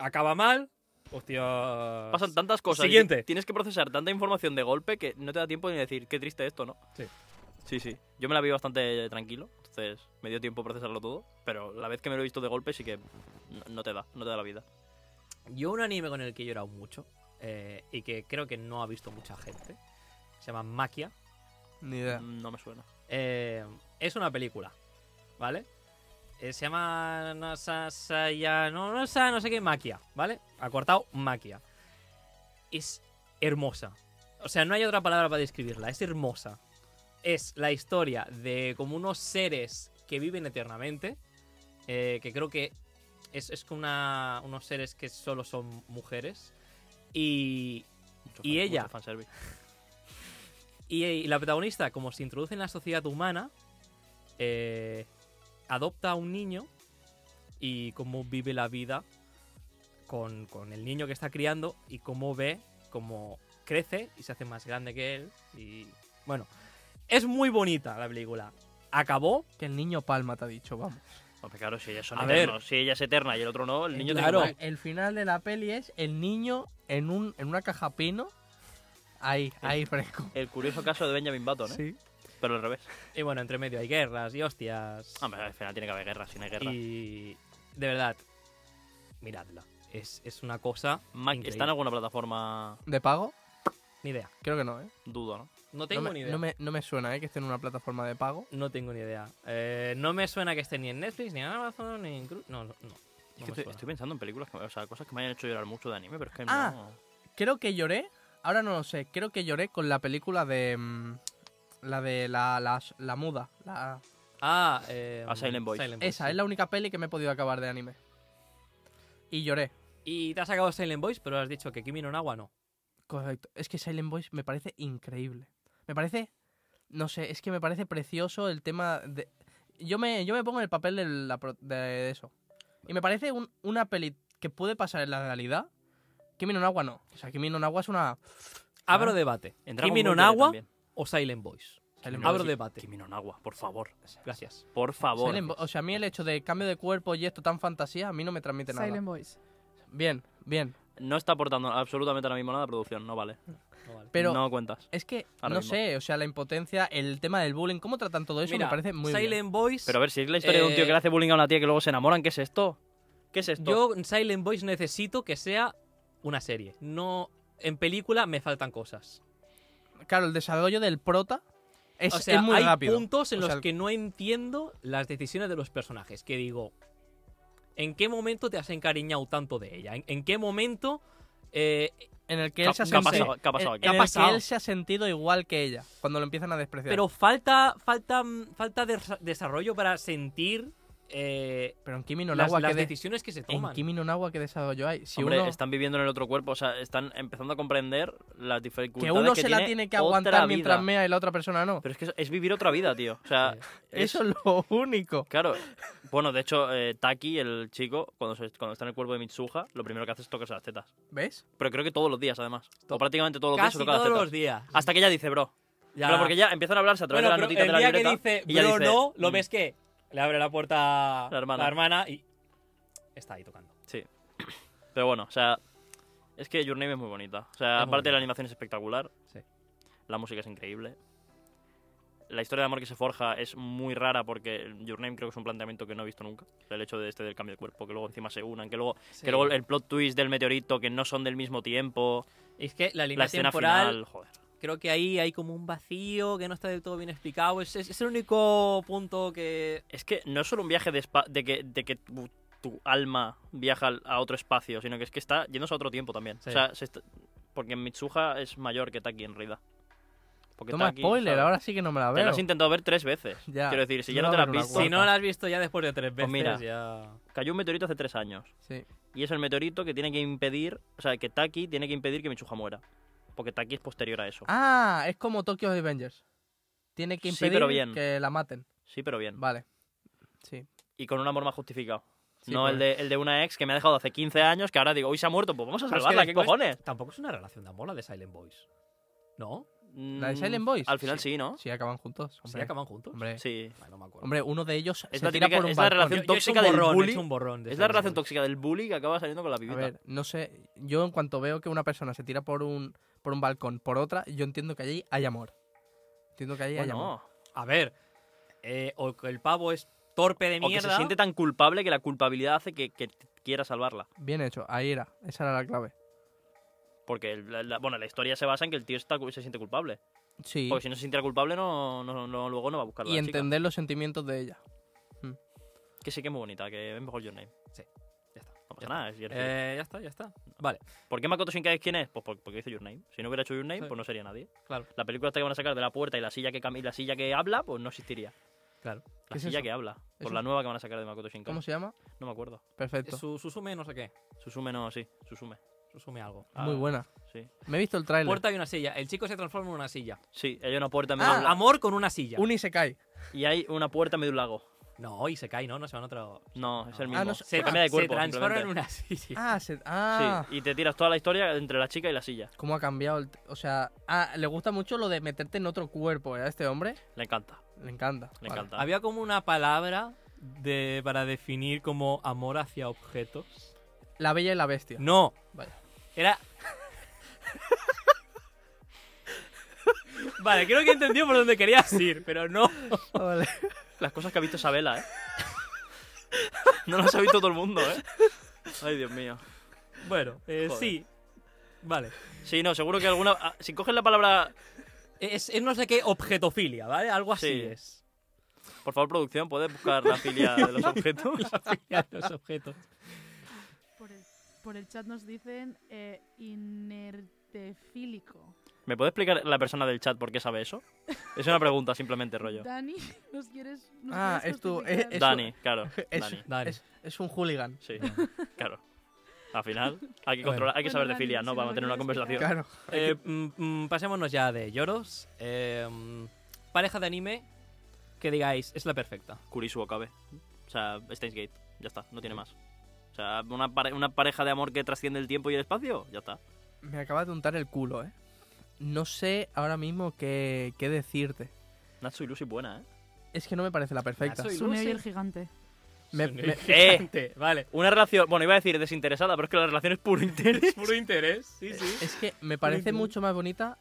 acaba mal, hostia...
Pasan tantas cosas. y
Siguiente.
Tienes que procesar tanta información de golpe que no te da tiempo ni decir qué triste esto, ¿no?
Sí.
Sí, sí. Yo me la vi bastante tranquilo. Entonces, entonces me dio tiempo a procesarlo todo, pero la vez que me lo he visto de golpe sí que no, no te da, no te da la vida.
Yo un anime con el que he llorado mucho eh, y que creo que no ha visto mucha gente, se llama Maquia.
Ni idea.
No me suena.
Eh, es una película, ¿vale? Eh, se llama no sa- sa- ya- no no sa- no sé qué Maquia, ¿vale? Acortado Maquia. Es hermosa. O sea, no hay otra palabra para describirla, es hermosa. Es la historia de como unos seres que viven eternamente, eh, que creo que es, es como una- unos seres que solo son mujeres. Y,
Mucho
Y ella.
mucho fanservice.
y, y la protagonista, como se introduce en la sociedad humana, eh, adopta a un niño y cómo vive la vida con, con el niño que está criando y cómo ve, cómo crece y se hace más grande que él. Y bueno, es muy bonita la película. Acabó
Que el niño palma, te ha dicho, vamos.
Hombre, claro, si ella son
A ver.
eternos, si ella es eterna y el otro no, el niño tiene
Claro.
que morir.
El final de la peli es el niño en, un, en una caja pino. Ahí, ahí fresco.
El curioso caso de Benjamin Button, ¿eh?
Sí.
Pero al revés.
y bueno, entre medio hay guerras y hostias.
Hombre, al final tiene que haber guerra, si no hay guerra.
Y de verdad, miradla. Es, es una cosa...
Ma-
increíble.
¿Está en alguna plataforma?
¿De pago?
Ni idea.
Creo que no, ¿eh?
Dudo, ¿no?
No tengo
no, me,
ni idea.
no me- no me suena, ¿eh? Que esté en una plataforma de pago.
No tengo ni idea. Eh, no me suena que esté ni en Netflix, ni en Amazon, ni en Cru- No, no, no.
Es
No
que
me
estoy,
suena.
estoy pensando en películas, que- o sea, cosas que me hayan hecho llorar mucho de anime, pero es que
Ah.
no...
Creo que lloré, ahora no lo sé, creo que lloré con la película de. mm, La de la, la, la muda. la-
Ah, eh,
A Silent Voice.
esa
sí.
es la única peli que me he podido acabar de anime. Y lloré.
Y te has sacado Silent Voice, pero has dicho que Kimi no Nawa no.
Correcto. Es que Silent Voice me parece increíble. Me parece. No sé, es que me parece precioso el tema de. Yo me, yo me pongo en el papel de, la pro- de eso. Y me parece un- una peli que puede pasar en la realidad. Kimi no Nawa no. O sea, Kimi no Nawa es una. Ah.
Abro debate.
En Dragon
Kimi no
Ball lloré
Nawa
también.
o Silent Voice.
Silent
Abro
Voice-
debate.
Kimi no Nawa, por favor.
Gracias.
Por favor.
Silent Vo- o sea, a mí el hecho de cambio de cuerpo y esto tan fantasía, a mí no me transmite nada.
Silent Voice.
Bien, bien.
No está aportando absolutamente ahora mismo nada a producción, no vale.
No vale.
Pero
no cuentas.
es que,
Ahora
no
mismo.
sé, o sea, la impotencia, el tema del bullying, cómo tratan todo eso,
Mira,
me parece muy
Silent
bien.
Voice.
Pero a ver, si es la historia de un tío que
Eh,
le hace bullying a una tía que luego se enamoran, ¿qué es esto? ¿Qué es esto?
yo en Silent Voice necesito que sea una serie. No. En película me faltan cosas.
Claro, el desarrollo del prota es,
o sea,
es muy
hay
rápido.
puntos en
O
los
sea,
que no entiendo las decisiones de los personajes. Que digo, ¿en qué momento te has encariñado tanto de ella? ¿En, en qué momento eh,
En el que
¿Qué
él se ha
ha
sentido.
pasado? ¿Qué ha pasado
en-
aquí?
¿Qué
en
ha
el
pasado?
que él se ha sentido igual que ella, cuando lo empiezan a despreciar.
Pero falta, falta, falta de- desarrollo para sentir eh,
Pero en Kimi no
las,
Nawa,
las
¿qué, de-
decisiones que se
en
toman.
Kimi no Nawa, ¿qué desarrollo hay? Si
Hombre,
uno,
están viviendo en el otro cuerpo, o sea, están empezando a comprender las dificultades
que uno se la
tiene
tiene que
otra
aguantar
vida.
mientras mea y la otra persona no.
Pero es que eso- es vivir otra vida, tío. O sea,
Sí.
es-
Eh, Eso es lo único.
Claro, bueno, de hecho, eh, Taki, el chico, cuando, se- cuando está en el cuerpo de Mitsuha, lo primero que hace es tocarse las tetas.
¿Ves?
Pero creo que todos los días, además. O prácticamente todos los días
Casi
se toca las
todos
tetas.
los días.
Hasta que ella dice, bro.
Ya.
Pero porque ya empiezan a hablarse a través
Bueno,
de
pero
la notita de la
el día
libreta.
que dice,
y ella
bro,
dice,
no, lo
"Mm".
ves que le abre la puerta
La hermana.
la hermana y está ahí tocando.
Pero bueno, o sea, es que Your Name es muy bonita. O
Es
sea,
muy
aparte de
bonita.
la animación es espectacular.
Sí.
La música es increíble. La historia de amor que se forja es muy rara porque Your Name creo que es un planteamiento que no he visto nunca. El hecho de este del cambio de cuerpo, que luego encima se unan, que luego, que luego el plot twist del meteorito, que no son del mismo tiempo.
Es que la
La
línea
escena
temporal
final, joder.
creo que ahí hay como un vacío que no está del todo bien explicado. Es, es- es el único punto que.
Es que no es solo un viaje de, espa- de que, de que tu, tu alma viaja al- a otro espacio, sino que es que está yéndose a otro tiempo también.
Sí.
O sea, se está- porque Mitsuha es mayor que Taki en realidad. Porque
Toma
Taki,
spoiler,
¿sabes?
ahora sí que no me la
Te
veo.
lo has intentado ver tres veces.
Ya.
Quiero decir, si ya
No
no te
va a
la
haber
has
una
visto,
Si
Guapa.
no la has visto ya después de tres veces,
Pues mira.
ya.
cayó un meteorito hace tres años.
Sí.
Y es el meteorito que tiene que impedir, o sea, que Taki tiene que impedir que Mitsuha muera. Porque Taki es posterior a eso.
Ah, es como Tokyo Avengers. Tiene que
Sí,
impedir
pero bien.
que la maten.
Sí, pero bien.
Vale. Sí.
Y con un amor más justificado.
Sí,
no
pues.
el, de, el de una ex que me ha dejado hace 15 años, que ahora digo, hoy se ha muerto, pues vamos a
Pero es que
salvarla, ¿qué
después-
cojones?
Tampoco es una relación de amor la de Silent Boys. ¿No?
¿La
de Silent Boys?
Mm, Al final sí, ¿no?
Sí, acaban juntos.
¿Se
Hombre,
acaban juntos?
hombre.
Sí.
Ay, no me acuerdo.
Hombre, uno de ellos
Es
se
la
tira
típica-
por un
es la
balcón.
Yo- yo
relación
he hecho
tóxica
un
del
borrón, he
bully.
hecho un borrón de
Es la
Silent Boys.
relación tóxica del bully que acaba saliendo con la
A
pibita.
ver, no sé. Yo en cuanto veo que una persona se tira por un, por un balcón, por otra, yo entiendo que allí hay amor. Entiendo que allí hay amor.
bueno,
A ver, eh, o que el pavo es torpe de
O que
mierda.
se siente tan culpable que la culpabilidad hace que, que quiera salvarla.
Bien hecho, ahí era. Esa era la clave.
Porque, el- la, la- bueno, la historia se basa en que el tío está, cu- se siente culpable.
Sí.
Porque si no se sintiera culpable, no, no, no- luego no va Pues a buscar a la
Y
chica.
entender los sentimientos de ella.
Que sí que es muy bonita, que es mejor Your Name.
Sí, ya está,
No pasa
ya
nada. es Your Name.
Eh, ya está, ya está. Vale,
¿Por qué Makoto Shinkai es quién es? Pues por- porque hizo Your Name. Si no hubiera hecho Your Name,
Sí.
pues no sería nadie.
claro,
La película esta que van a sacar de la puerta y la silla que, cami- y la silla que habla, pues no existiría.
claro.
La
¿Qué es
silla
eso?
que habla. Por
¿Eso?
la nueva que van a sacar de Makoto Shinkai.
¿Cómo se llama?
No me acuerdo.
Perfecto.
Su, Susume no sé qué.
Susume no, sí. Susume.
Susume algo.
Ah,
Muy buena.
Sí.
Me he visto el tráiler.
Puerta y una silla. El chico se transforma en una silla.
Sí, hay una puerta en medio de un
Ah,
la-
amor con una silla.
Uni se cae.
Y hay una puerta en medio de un lago.
No, y se cae, ¿no? No se van a otro.
No, es el
Ah,
mismo.
no sé.
Se,
Se cambia de
se
cuerpo.
transforma en
simplemente.
una silla.
Ah, se... ah.
Sí, y te tiras toda la historia entre la chica y la silla.
¿Cómo ha cambiado? el t- O sea, ah, le gusta mucho lo de meterte en otro cuerpo. ¿eh? A este hombre
Le encanta,
le encanta.
le
Vale.
encanta.
Había como una palabra de, para definir como amor hacia objetos.
La bella y la bestia.
No.
Vaya.
Era. vale, creo que entendió por dónde querías ir, pero no.
Vale.
Las cosas que ha visto Isabela, ¿eh? no las ha visto todo el mundo, ¿eh? Ay, Dios mío.
Bueno, eh,
Joder.
sí. Vale.
Sí, no, seguro que alguna... ah, Si coges la palabra...
Es, es no sé qué objetofilia, ¿vale? Algo así
Sí.
es.
Por favor, producción, ¿puedes buscar la filia de los objetos?
La filia de los objetos.
Por el, por el chat nos dicen eh, inertefílico.
¿Me puede explicar la persona del chat por qué sabe eso? Es una pregunta simplemente, rollo.
Dani, ¿nos quieres.? Nos
Ah,
quieres
es tu-
justificar?
es- es-
Dani, claro.
Es,
Dani,
Dani.
es- es un hooligan.
sí, claro. Al final, hay que, controlar, hay que
Bueno,
saber de
Dani,
filia,
si
¿no?
no
Para
lo
mantener una
quieres
conversación.
explicar.
Claro.
Eh, mm, mm, pasémonos ya de lloros. Eh, mm, pareja de anime que digáis, es la perfecta.
Kurisu Okabe. O sea, Steins Gate. Ya está, no tiene más. O sea, una, pare- una pareja de amor que trasciende el tiempo y el espacio, ya está.
Me acabas de untar el culo, ¿eh? No sé ahora mismo qué, qué decirte.
Natsu Ilusi buena, ¿eh? es
Es que no me parece la perfecta.
Natsu y-
Tsuneo y
Lucy.
el gigante.
Me-
Son
me-
edificantes, Eh, Vale.
Una relación, bueno, iba a decir desinteresada, pero es que la relación es puro interés.
Puro interés, sí, sí.
es que me parece mucho más bonita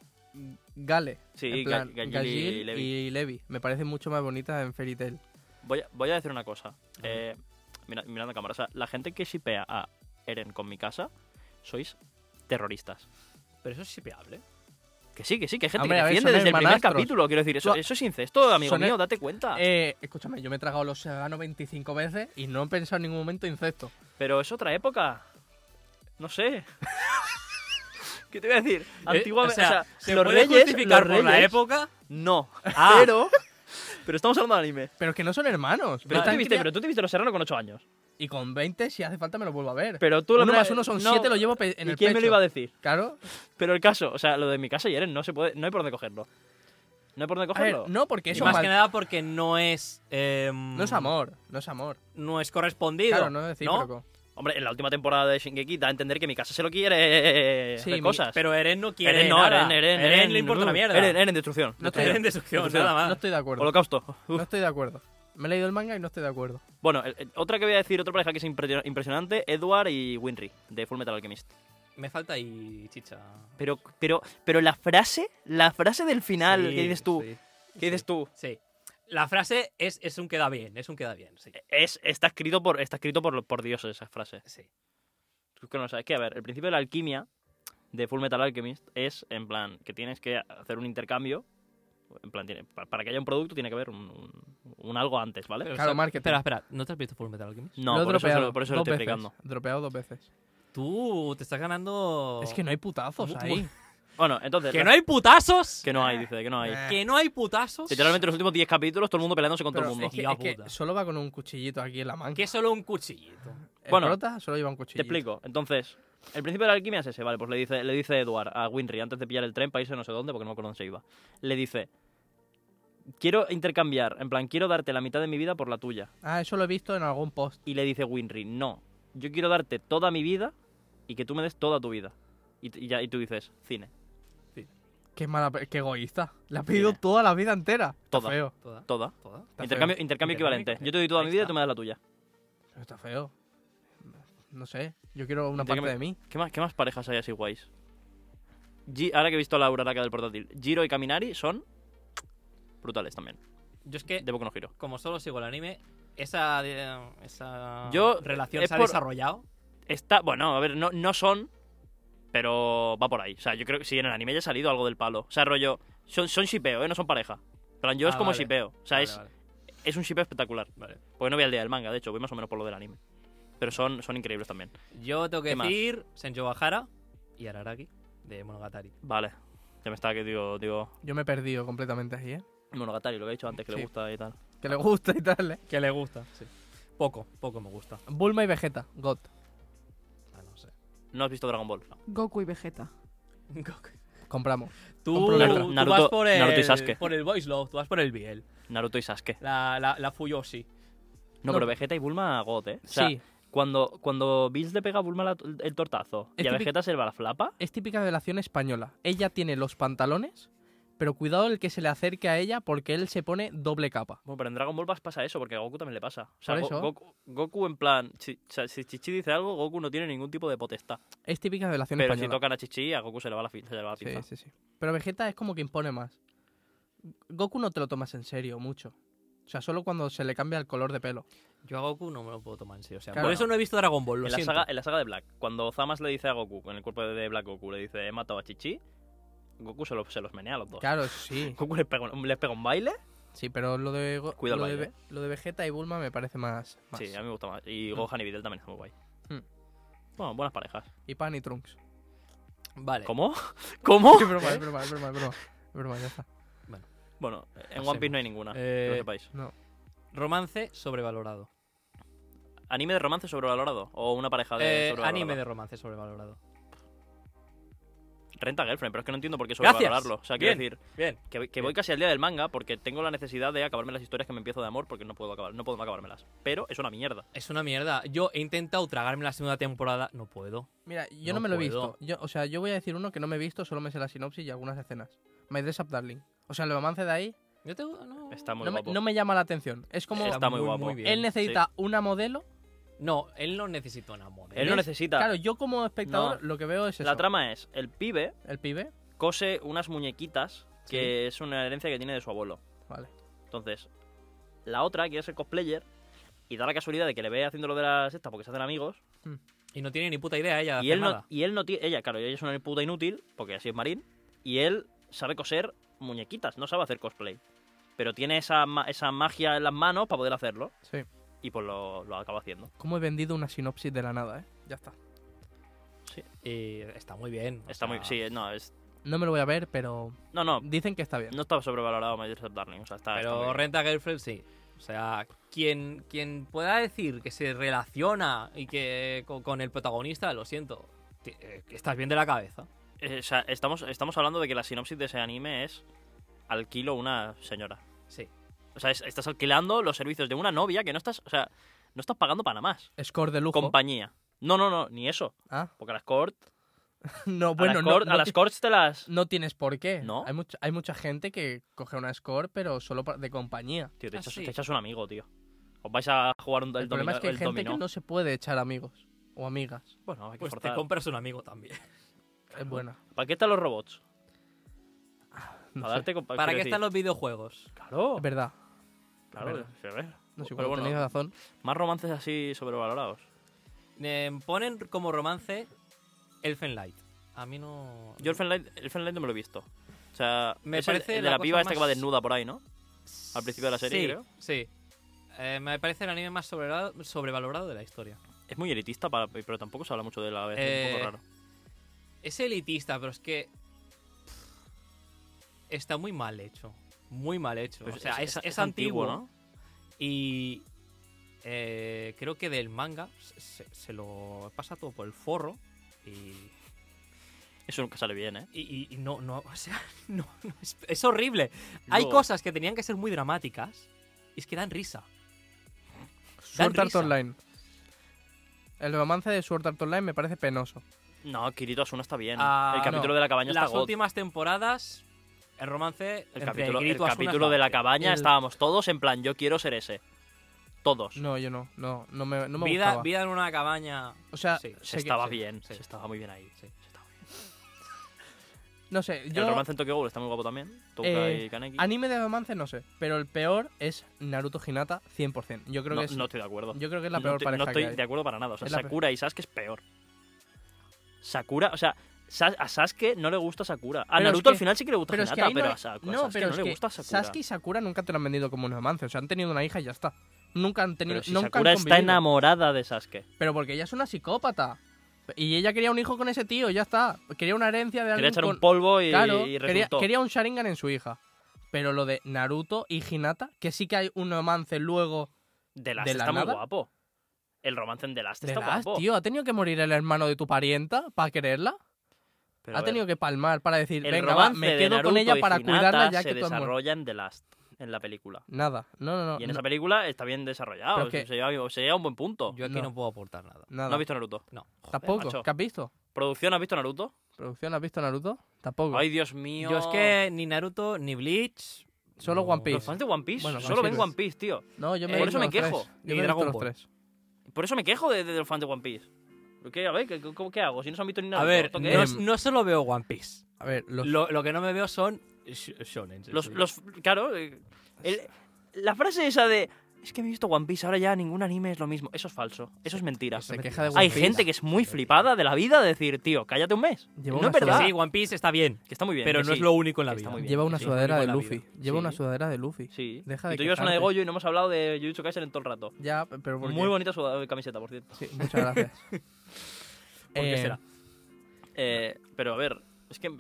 Gale.
Sí,
en
Ga-
plan,
Gajil y
Gajil
Levi.
y Levi. Me parece mucho más bonita en Fairy Tail.
Voy a, voy a decir una cosa. Eh, mira- mirando a cámara, o sea, la gente que shipea a Eren con mi casa, sois terroristas.
Pero eso es shipeable.
Que sí, que sí, que hay gente
Hombre,
que
a ver,
defiende
son
desde el primer
hermanastros.
capítulo. Quiero decir, eso,
Son-
eso es incesto, amigo
son her-
mío, date cuenta.
Eh, escúchame, yo me he tragado los Sagano 25 veces y no he pensado en ningún momento insecto.
Pero es otra época. No sé. ¿Qué te voy a decir?
Eh,
Antiguamente, o sea,
se
los
puede
reyes,
justificar
los
por la
reyes-
época.
No.
Ah.
Pero. Pero estamos hablando de anime.
Pero es que no son hermanos.
Pero, tú
Están
te viste,
cria-
pero tú te viste Los Serrano con 8 años.
Y con 20, si hace falta, me lo vuelvo a ver.
Pero tú lo
uno más uno son 7, lo llevo pe- en
¿Y
el
quién me lo
pecho.
iba a decir?
Claro.
Pero el caso, o sea, lo de mi casa y Eren no se puede, no hay por dónde cogerlo. No hay por dónde
A ver,
cogerlo.
no, porque
Y
eso
más
mal-
que nada porque no es. eh,
No es amor, no es amor.
No es correspondido.
Claro, no es recíproco.
Hombre, en la última temporada de Shingeki da a entender que mi casa se lo quiere eh,
Sí,
hacer
mi-
cosas.
Pero Eren no quiere.
Eren no,
nada.
Eren, Eren,
le importa una
uh,
mierda.
Eren, Eren, destrucción.
No te-
Destrucción.
Eren destrucción,
Destrucción.
nada más.
No estoy de acuerdo.
Holocausto. Uf.
No estoy de acuerdo. Me he leído el manga y no estoy de acuerdo.
Bueno, el- el- otra que voy a decir, otra pareja que es impre- impresionante, Edward y Winry, de Full Metal Alchemist.
Me falta ahí chicha.
Pero, pero, pero la frase, la frase del final,
Sí,
¿qué dices tú?
sí,
¿Qué dices tú?
Sí. La frase es, es un queda bien, es un queda bien, sí.
Es, está escrito por, está escrito por, por dioses esa frase.
sí.
Tú que no sabes que, a ver, el principio de la alquimia de Full Metal Alchemist es en plan que tienes que hacer un intercambio. En plan, tiene- pa- para que haya un producto tiene que haber un, un- un algo antes, ¿vale?
Pero,
Claro,
o sea,
marketing.
Espera, espera, ¿no te has visto Full Metal Alchemist?
no,
Lo he
por eso, se
dropeado
lo- por eso lo
dos
estoy
veces.
explicando. Oh.
Dropeado dos veces.
Tú te estás ganando.
Es que no hay putazos
Mu-
ahí.
Bueno, entonces.
¡Que
la-
no hay putazos!
que no hay, dice, que no hay.
Eh,
¡Que no hay putazos!
Literalmente los últimos 10 capítulos, todo el mundo peleándose con
Pero
todo el mundo.
Es que,
Tía
es que
puta.
solo va con un cuchillito aquí en la manga.
Que es solo un cuchillito.
El
Bueno,
prota solo lleva un
Te
cuchillito.
explico. Entonces, el principio de la alquimia es ese, vale, pues le dice, le dice Eduard a Winry antes de pillar el tren para irse no sé dónde, porque no me acuerdo dónde se iba. Le dice, quiero intercambiar, en plan, quiero darte la mitad de mi vida por la tuya.
Ah, eso lo he visto en algún post.
Y le dice Winry, no, yo quiero darte toda mi vida y que tú me des toda tu vida. Y, t- y ya, y tú dices, cine,
Qué mala, pe- qué egoísta. Le ha pedido
Tiene.
toda la vida entera. Está
Toda.
feo.
Toda.
toda.
Toda.
Está feo.
Intercambio, intercambio
Intercambio
equivalente.
equivalente.
Yo te doy toda mi
Ahí
vida y
está.
tú me das la tuya.
Está feo. No sé. Yo quiero una
Intercambio-
parte de mí.
¿Qué más, qué más parejas hay así guays? Gi- ahora que he visto a Laura, la que del portátil, Giro y Caminari son brutales también.
Yo es
Eh.
que,
de Boku no Hero.
como solo sigo el anime, esa, eh, esa
Yo-
relación
es
se ha
por-
desarrollado.
Está, bueno, a ver, no, no son, pero va por ahí. O sea, yo creo que sí, en el anime ya ha salido algo del palo. O sea, rollo, son, son shipeo, ¿eh? No son pareja. Pero yo es
Ah,
como
vale.
shipeo. O sea,
Vale,
es,
vale.
es un shipeo espectacular.
Vale.
Porque no voy al día del manga, de hecho, voy más o menos por lo del anime. Pero son, son increíbles también.
Yo tengo que
¿Qué más?
decir Senjo Bahara y Araraki de Monogatari.
Vale. Ya me estaba que digo, digo
Yo me he perdido completamente ahí, ¿eh?
Monogatari, lo que he dicho antes, que le
Sí.
gusta y tal.
Que le gusta y tal, ¿eh?
Que le gusta, sí. Poco, poco me gusta.
Bulma y Vegeta, God.
Ah, no sé.
¿No has visto Dragon Ball?
Goku y Vegeta.
Compramos.
Tú,
Comprometa.
tú
Naruto-
vas por el,
Naruto y Sasuke.
por el Voice Love, tú vas por el Biel,
Naruto y Sasuke.
la, la, la Fuyoshi.
No.
No, pero Vegeta y Bulma, God, ¿eh? O sea,
sí,
Cuando, cuando Bills le pega a Bulma la- el tortazo
Es
y a
típico-
Vegeta se le va la flapa,
es típica relación española. Ella tiene los pantalones, pero cuidado el que se le acerque a ella porque él se pone doble capa.
Bueno, pero en Dragon Ball Bass pasa eso, porque a Goku también le pasa. O sea,
Por
Go-
eso.
Goku, Goku, en plan, chi- o sea, si Chichi dice algo, Goku no tiene ningún tipo de potestad.
Es típica relación
Pero si
española.
tocan a Chichi, a Goku se le va la, fi- se le va la pinza.
sí, sí, sí. Pero Vegeta es como que impone más. Goku no te lo tomas en serio mucho. O sea, solo cuando se le cambia el color de pelo.
Yo a Goku no me lo puedo tomar en serio. O sea,
Claro.
Por eso no he visto Dragon Ball, lo
En la,
siento.
saga, eh, en la saga de Black, cuando Zamas le dice a Goku, en el cuerpo de Black Goku, le dice, he matado a Chichi, Goku se, los- se los menea a los dos.
Claro, sí.
Goku les pega, un- les pega un baile.
Sí, pero lo de, Go-
Cuida el
lo, de
baile.
Ve- lo de Vegeta y Bulma me parece más. más.
Sí, a mí me gusta más. Y
Mm.
Gohan y Videl también está muy guay.
Mm.
Bueno, buenas parejas.
Y Pan y Trunks.
Vale.
¿Cómo? ¿Cómo?
Es broma, es broma, es broma, es broma. Es broma, ya está.
Bueno, en
Pasemos.
One Piece no hay ninguna, que lo
Eh,
sepáis.
No.
Romance sobrevalorado.
¿Anime de romance sobrevalorado? ¿O una pareja de
Eh,
sobrevalorado?
anime de romance sobrevalorado.
Renta Girlfriend, pero es que no entiendo por qué
Gracias.
sobrevalorarlo. O sea, quiero
Bien.
decir...
Bien.
Que, que voy casi al día del manga porque tengo la necesidad de acabarme las historias que me empiezo de amor porque no puedo acabar, no puedo acabármelas. Pero es una mierda.
Es una mierda. Yo he intentado tragarme la segunda temporada. No puedo.
Mira, yo
No
no, me lo he
puedo.
visto. Yo, o sea, yo voy a decir uno que no me he visto, solo me sé la sinopsis y algunas escenas. My Dress Up Darling. O sea, el romance de ahí
Yo tengo. No.
Está muy
no me,
guapo.
no me llama la atención. Es como
Está
Está muy
muy,
guapo.
muy bien.
él necesita una modelo.
No, él no necesita una modelo.
Él no necesita.
Claro, yo como espectador
No.
lo que veo es eso.
la trama es, el pibe
El pibe,
cose unas muñequitas que es una herencia que tiene de su abuelo.
vale.
Entonces, la otra quiere ser cosplayer y da la casualidad de que le ve haciendo lo de las estas porque se hacen amigos.
Y no tiene ni puta idea ella de
Y
hacer
él, no,
nada.
y él no tiene... Ella, claro, ella es una puta inútil porque así es Marín. Y él sabe coser muñequitas, no sabe hacer cosplay. Pero tiene esa, ma- esa magia en las manos para poder hacerlo.
Sí.
Y pues lo, lo acaba haciendo.
Cómo he vendido una sinopsis de la nada, ¿eh? Ya está.
Y está muy bien. o
Está muy.
sea,
Sí, no, es.
No me lo voy a ver, pero
No, no.
dicen que está bien.
No está sobrevalorado Major Step Darling. O sea, está. está muy
Pero
bien.
Renta Girlfriend sí. O sea, quien, quien pueda decir que se relaciona y que con, con el protagonista, lo siento, te- eh, estás bien de la cabeza.
Eh, o sea, estamos, estamos hablando de que la sinopsis de ese anime es. Alquilo una señora.
Sí.
O sea, es- estás alquilando los servicios de una novia que no estás. O sea, no estás pagando para nada más.
Score de lujo.
Compañía. No, no, no, ni eso.
Ah,
Porque a las court.
no,
a
bueno,
las,
no,
court-
no
a las
ti-
courts te las.
no tienes por qué.
¿No?
Hay, mucha- hay mucha gente que coge una score, pero solo pa- de compañía.
Tío, te
Ah,
echas,
sí.
te echas un amigo, tío. Os vais a jugar un, el,
El, problema
dominó-
es que hay
el
gente que
dominó.
no se puede echar amigos o amigas.
Bueno, hay que
Pues te
forzar.
compras un amigo también.
Es buena.
¿Para qué están los robots?
No
Para
sé.
darte compa-
¿Para
quiero
qué
decir-
están los videojuegos?
Claro,
Es verdad.
claro.
verdad.
sí, a ver.
No sé,
Pero
bueno, tenéis
bueno,
razón.
Más romances así sobrevalorados.
Eh, ponen como romance Elfen Light. A mí no.
Yo el Fenlight, el Fenlight no me lo he visto. O sea,
Me
es el-
parece
el de
la
la,
cosa
piba esta que va
más-
desnuda por ahí, ¿no? al principio de la serie,
sí,
creo.
Sí. Eh, me parece el anime más sobrevalorado, sobrevalorado de la historia.
Es muy elitista, para, pero tampoco se habla mucho de la vez. Es un
Eh,
poco raro.
Es elitista, pero es que. pff, Está muy mal hecho. Muy mal hecho.
Pero
o sea, es, es antiguo, Y. eh, creo que del manga se- se, se lo pasa todo por el forro. Y.
Eso nunca sale bien, ¿eh?
y- y- y no, no, o sea, no, no, es, es horrible. Hay
Luego-
cosas que tenían que ser muy dramáticas y es que dan risa.
Sword Art
risa.
Online. El romance de Sword Art Online me parece penoso.
No, Kirito Asuna está bien.
Ah,
el capítulo
no.
de la cabaña
Las
está got.
últimas temporadas, el romance.
El
entre
capítulo, el
Kirito Asuna es
capítulo de la
hostia.
cabaña
El-
estábamos todos en plan, yo quiero ser ese. Todos.
No, yo no. No, no me, no me
vida,
gustaba.
vida en una cabaña.
O sea,
Sí, se
sé
se
que-
estaba
sí.
bien,
sí.
se estaba muy bien ahí. se estaba bien.
No sé, yo...
El romance en Tokyo Ghoul está muy guapo también. Touka
Eh,
y Kaneki.
Anime de romance no sé, pero el peor es Naruto Hinata 100%. Yo creo
no,
que es
no estoy de acuerdo.
yo creo que es la
No
peor
te-
pareja
No estoy
que hay.
de acuerdo para nada. O sea,
Es la
Sakura y Sasuke es peor. Sakura, o sea, Sas- a Sasuke no le gusta Sakura.
Pero
A
es
Naruto al
que-
final sí que le gusta Hinata,
ahí no
pero
le-
a Sakura
no, pero
no
es
le
que
gusta Sakura.
Sasuke y Sakura nunca te lo han vendido como un romance. O sea, han tenido una hija y ya está. Nunca han tenido.
Pero si
nunca han
Sakura está
convivido.
enamorada de Sasuke.
Pero porque ella es una psicópata. Y ella quería un hijo con ese tío, ya está. Quería una herencia de
Quería
alguien
echar
con-
un polvo y,
Claro,
y
quería,
resultó.
quería un Sharingan en su hija. Pero lo de Naruto y Hinata, que sí que hay un romance luego
The Last
de la
está muy
nada.
guapo. El romance en The Last
de
está
las,
guapo.
tío, ¿ha tenido que morir el hermano de tu parienta para quererla?
Pero a
ha
ver,
tenido que palmar para decir,
el
venga, va,
romance
me
de
quedo
Naruto
con ella
y
para
Hinata
cuidarla ya
se
que todo el mundo-".
desarrolla en The Last, en la película.
Nada, no, no, no.
Y en esa
no,
película está bien
Pero
desarrollado.
es que-
Se, lleva, se llega a un buen punto.
Yo aquí no.
No.
puedo aportar nada.
nada.
No has visto Naruto.
No. Joder,
Tampoco.
macho.
¿Qué has visto?
¿Producción has visto Naruto?
¿Producción has visto Naruto? Tampoco.
Ay, Dios mío.
Yo es que ni Naruto ni Bleach.
Solo One
Los
Piece.
fans de One Piece
Bueno,
solo ven
One
One Piece, tío.
No, yo me
Eh,
he
por
visto
eso me
los
quejo.
tres. Yo
Y
me he visto
Dragon
los
Ball.
tres.
Por eso me quejo de, de los fans de One Piece. ¿Pero ¿Qué, a ver, ¿qué, cómo- qué hago? Si no se han visto ni nada.
A ver,
¿esto qué
no,
es?
no solo veo One Piece.
A ver, los...
Lo, lo que no me veo son sh- shonen.
Los, los, claro, eh, el- la frase esa de... Es que me he visto One Piece, ahora ya ningún anime es lo mismo. Eso es falso, eso es mentira.
se queja de One
Hay
Piece.
gente que es muy flipada de la vida de decir, tío, cállate un mes.
Lleva
no
una
es verdad.
Que Sí, One Piece está bien,
Que está muy bien.
pero
que
no es
sí.
lo único en la
que está
vida.
muy bien.
Lleva una
Sí,
sudadera
muy
de
mala
Luffy.
vida.
Lleva una
Sí.
sudadera de Luffy.
Sí.
Deja de
y tú llevas una de
quejarte.
Goyo y no hemos hablado de Jujutsu Kaisen en todo el rato.
Ya, pero porque...
Muy bonita su eh, camiseta, por cierto.
Sí, muchas gracias.
¿Por qué
Eh,
será?
Eh, pero a ver, es que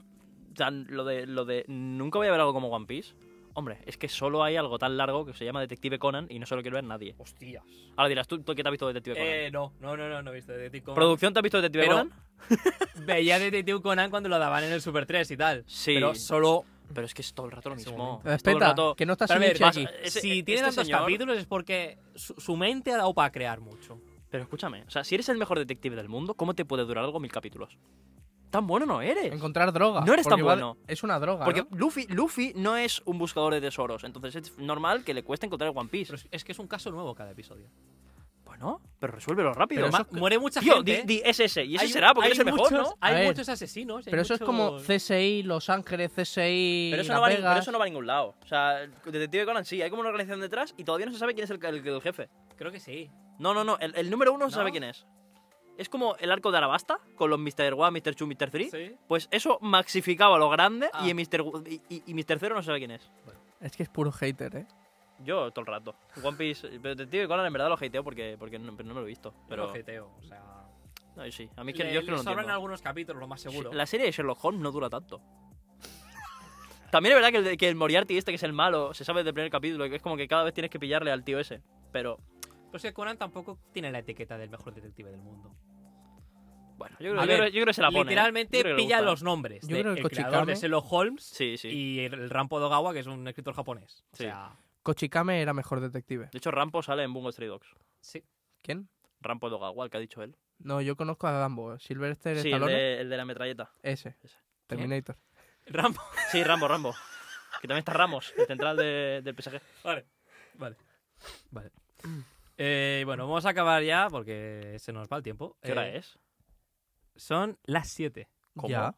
tan- lo, de, lo de nunca voy a ver algo como One Piece. Hombre, es que solo hay algo tan largo que se llama Detective Conan y no se lo quiere ver nadie.
Hostias.
Ahora dirás, ¿tú, tú qué te has visto Detective Conan?
Eh, no, no, no, no, no he visto Detective Conan.
¿Producción te has visto Detective
Pero-
Conan?
Veía Detective Conan cuando lo daban en el Super 3 y tal.
Sí.
Pero solo.
Pero es que es todo el rato lo
En ese
mismo.
momento.
Todo el
Respeta,
rato-
que no estás
Pero a ver,
Shinichi
vas- e-,
aquí.
Ese-
si tiene
este
tantos
señor-
capítulos es porque su, su mente ha dado para crear mucho.
Pero escúchame, o sea, si eres el mejor detective del mundo, ¿cómo te puede durar algo mil capítulos? Tan bueno no eres.
Encontrar droga.
No eres tan
porque igual
bueno.
Es una droga,
Porque
¿no?
Luffy, Luffy no es un buscador de tesoros, entonces es normal que le cueste encontrar el One Piece.
Pero es, es que es un caso nuevo cada episodio.
Bueno, pero resuélvelo rápido.
Pero
Ma-
eso-
muere mucha
Tío,
gente. ¿eh?
di, di SS, y ese
Hay-
será, porque
hay
eres el mejor,
muchos-
¿no?
Hay
A ver.
muchos asesinos. hay
Pero eso es como
muchos-
CSI Los Ángeles, CSI
Pero eso,
Las
no va a nin-
Vegas.
pero eso no va a ningún lado. O sea, el Detective Conan sí, hay como una organización detrás y todavía no se sabe quién es el, el- el jefe.
Creo que sí.
No, no, no, el, el número uno no se
¿No?
sabe quién es. Es como el arco de Arabasta, con los Mr. One, Mr. 2, Mr. 3. Pues eso maxificaba lo grande
Ah.
y, en Mr. Gu- y, y- y Mr. Zero no se sabe quién es.
Es que es puro hater, ¿eh?
Yo todo el rato. One Piece, pero Detective Conan en verdad lo hateo porque, porque no, pero no me lo he visto.
Pero
Pero
jeteo, o sea.
no, yo sí, a mí es que,
le-
yo es que
le
no lo
sobran
entiendo.
algunos capítulos, lo más seguro.
La serie de Sherlock Holmes no dura tanto. También es verdad que el, que el Moriarty este, que es el malo, se sabe desde el primer capítulo, que es como que cada vez tienes que pillarle al tío ese. Pero,
Pero es que Conan tampoco tiene la etiqueta del mejor detective del mundo.
bueno, yo creo,
A
yo creo-
ver,
yo creo que se la pone. ¿eh?
Literalmente
Yo creo que le
pilla
gusta.
los nombres.
Yo
de
creo que
el creador de
Kochikame-
Sherlock Holmes
Sí, sí.
y el, el Rampo Dogawa, que es un escritor japonés. O
Sí.
sea,
Kochikame era mejor detective.
De hecho, Rampo sale en Bungo Stray Dogs.
sí.
¿Quién?
Rampo Dogawa, el que ha dicho él.
No, yo conozco a Rambo. Silverster
Sí, el
Stallone.
de, el de la metralleta.
Ese.
Ese.
Terminator.
Rampo.
Sí, Rambo, Rambo. Que también está Ramos, el central de- del PSG.
Vale, vale. Vale. Eh, bueno, vamos a acabar ya porque se nos va el tiempo.
¿Qué hora
Eh,
es?
Son las 7.
¿Cómo?
Ya.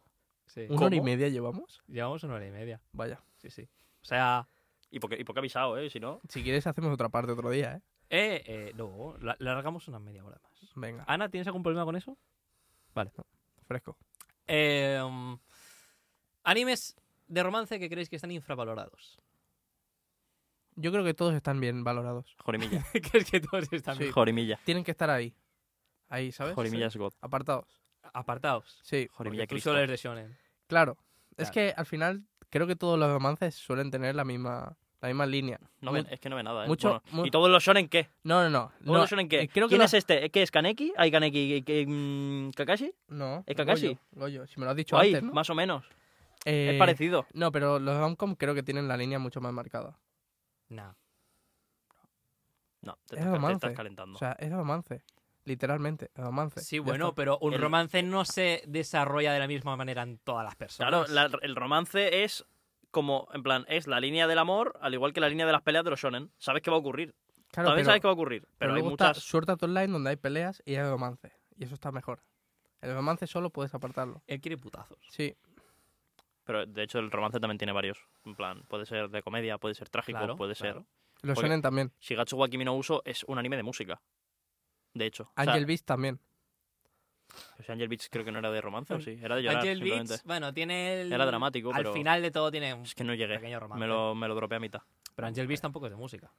Sí.
¿Una hora y
¿Cómo?
media llevamos?
Llevamos una hora y media.
Vaya.
Sí, sí. O sea,
Y porque, y porque ha avisado, ¿eh? Si no...
Si quieres hacemos otra parte otro día, ¿eh?
eh, eh, no, la- largamos una media hora más.
Venga,
Ana, ¿tienes algún problema con eso?
fresco.
Eh,
Em,
um, animes de romance que creéis que están infravalorados.
Yo creo que todos están bien valorados.
Jorimilla.
¿Crees que todos están
Sí.
Jorimilla.
Tienen que estar ahí. Ahí, ¿sabes?
Jorimilla es God.
Apartados.
apartados?
Sí,
Jorimilla
Tú
Cristo.
solo eres de shonen.
claro. Es
Claro.
que al final creo que todos los romances suelen tener la misma, la misma línea.
No
Mu-
ven- es que no ve nada, ¿eh?
mucho-
Bueno,
mu-
¿Y todos los shonen qué?
No, no, no.
¿Todos
no,
los shonen qué?
eh, Creo que
¿Quién
la-
es este? ¿Qué es Kaneki? ¿Hay Kaneki y- que- mm, Kakashi?
No.
¿Es Kakashi?
Goyo, Goyo, si me lo has dicho
Ahí,
antes, ¿no?
más o menos.
Eh,
Es parecido.
No, pero los romcom creo que tienen la línea mucho más marcada.
Nah.
No, te,
es
estás, te
romance.
estás calentando.
O sea, es romance. Literalmente, es romance.
Sí,
Ya
bueno,
está.
pero un
El-
romance no se desarrolla de la misma manera en todas las
claro,
personas.
la- el romance es como, en plan, es la línea del amor, al igual que la línea de las peleas de los shonen. Sabes qué va a ocurrir.
Claro,
También
pero,
sabes qué va a ocurrir. Pero,
pero
hay
luego está
muchas.
Sword Art Online donde hay peleas y hay romance. Y eso está mejor. El romance solo puedes apartarlo.
Él quiere putazos.
Sí.
Pero de hecho el romance también tiene varios. En plan, puede ser de comedia, puede ser trágico,
Claro,
puede ser.
claro.
Los
Porque-
shonen también.
Shigatsu wa Kimi no Uso es un anime de música. De hecho. O sea,
Angel Beats también.
o sea, Angel Beats creo que no era de romance, ¿o sí? Era de llorar,
Angel
simplemente.
Beats, bueno, tiene el...
Era dramático,
al
pero
final de todo tiene un
es que no llegué.
pequeño romance.
Me lo, me lo dropé a mitad.
Pero Angel Beats tampoco es de música.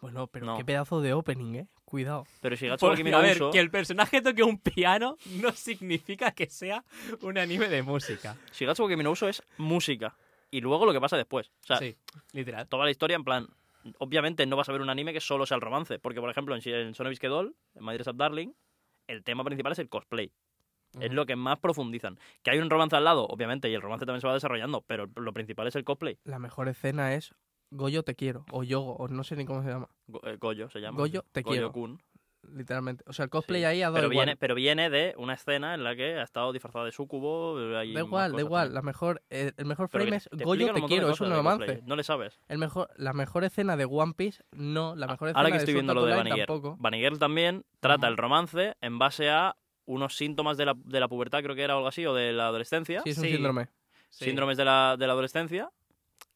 Bueno, pero
No.
qué pedazo de opening, eh. Cuidado.
Pero Shigatsu wa
Porque,
Kimi no
Pues, a ver,
Uso...
que el personaje toque un piano no significa que sea un anime de música.
Shigatsu wa Kimi no Uso es música. Y luego lo que pasa después. O sea,
sí, literal.
toda la historia en plan... Obviamente no vas a ver un anime que solo sea el romance. Porque, por ejemplo, en, Shi- en Sonobi's Doll, en My Dress Up Darling, el tema principal es el cosplay. Es
Ujú.
lo que más profundizan. Que hay un romance al lado, obviamente, y el romance también se va desarrollando, pero lo principal es el cosplay.
La mejor escena es Goyo te quiero. O Yogo, o no sé ni cómo se llama.
Go- eh, Goyo se llama.
Goyo te quiero.
Kun.
Literalmente. O sea, el cosplay
Sí.
ahí ha dado
Pero
igual.
viene, pero viene de una escena en la que ha estado disfrazada de sucubo. Da
Da igual, da igual. La mejor, eh, el mejor frame es Goyo
Goyo
te quiero, es un romance.
No le sabes.
El mejor, la mejor escena de One Piece, no. La mejor escena
Ah, Ahora que
de
estoy
Sword
viendo
Art
lo de
Online,
Vanigirl.
tampoco.
Vanigirl también trata
Ujú.
el romance en base a unos síntomas de la, de la pubertad, creo que era o algo así, o de la adolescencia.
Sí, es un
Sí.
síndrome.
Sí.
síndromes de la, de la adolescencia,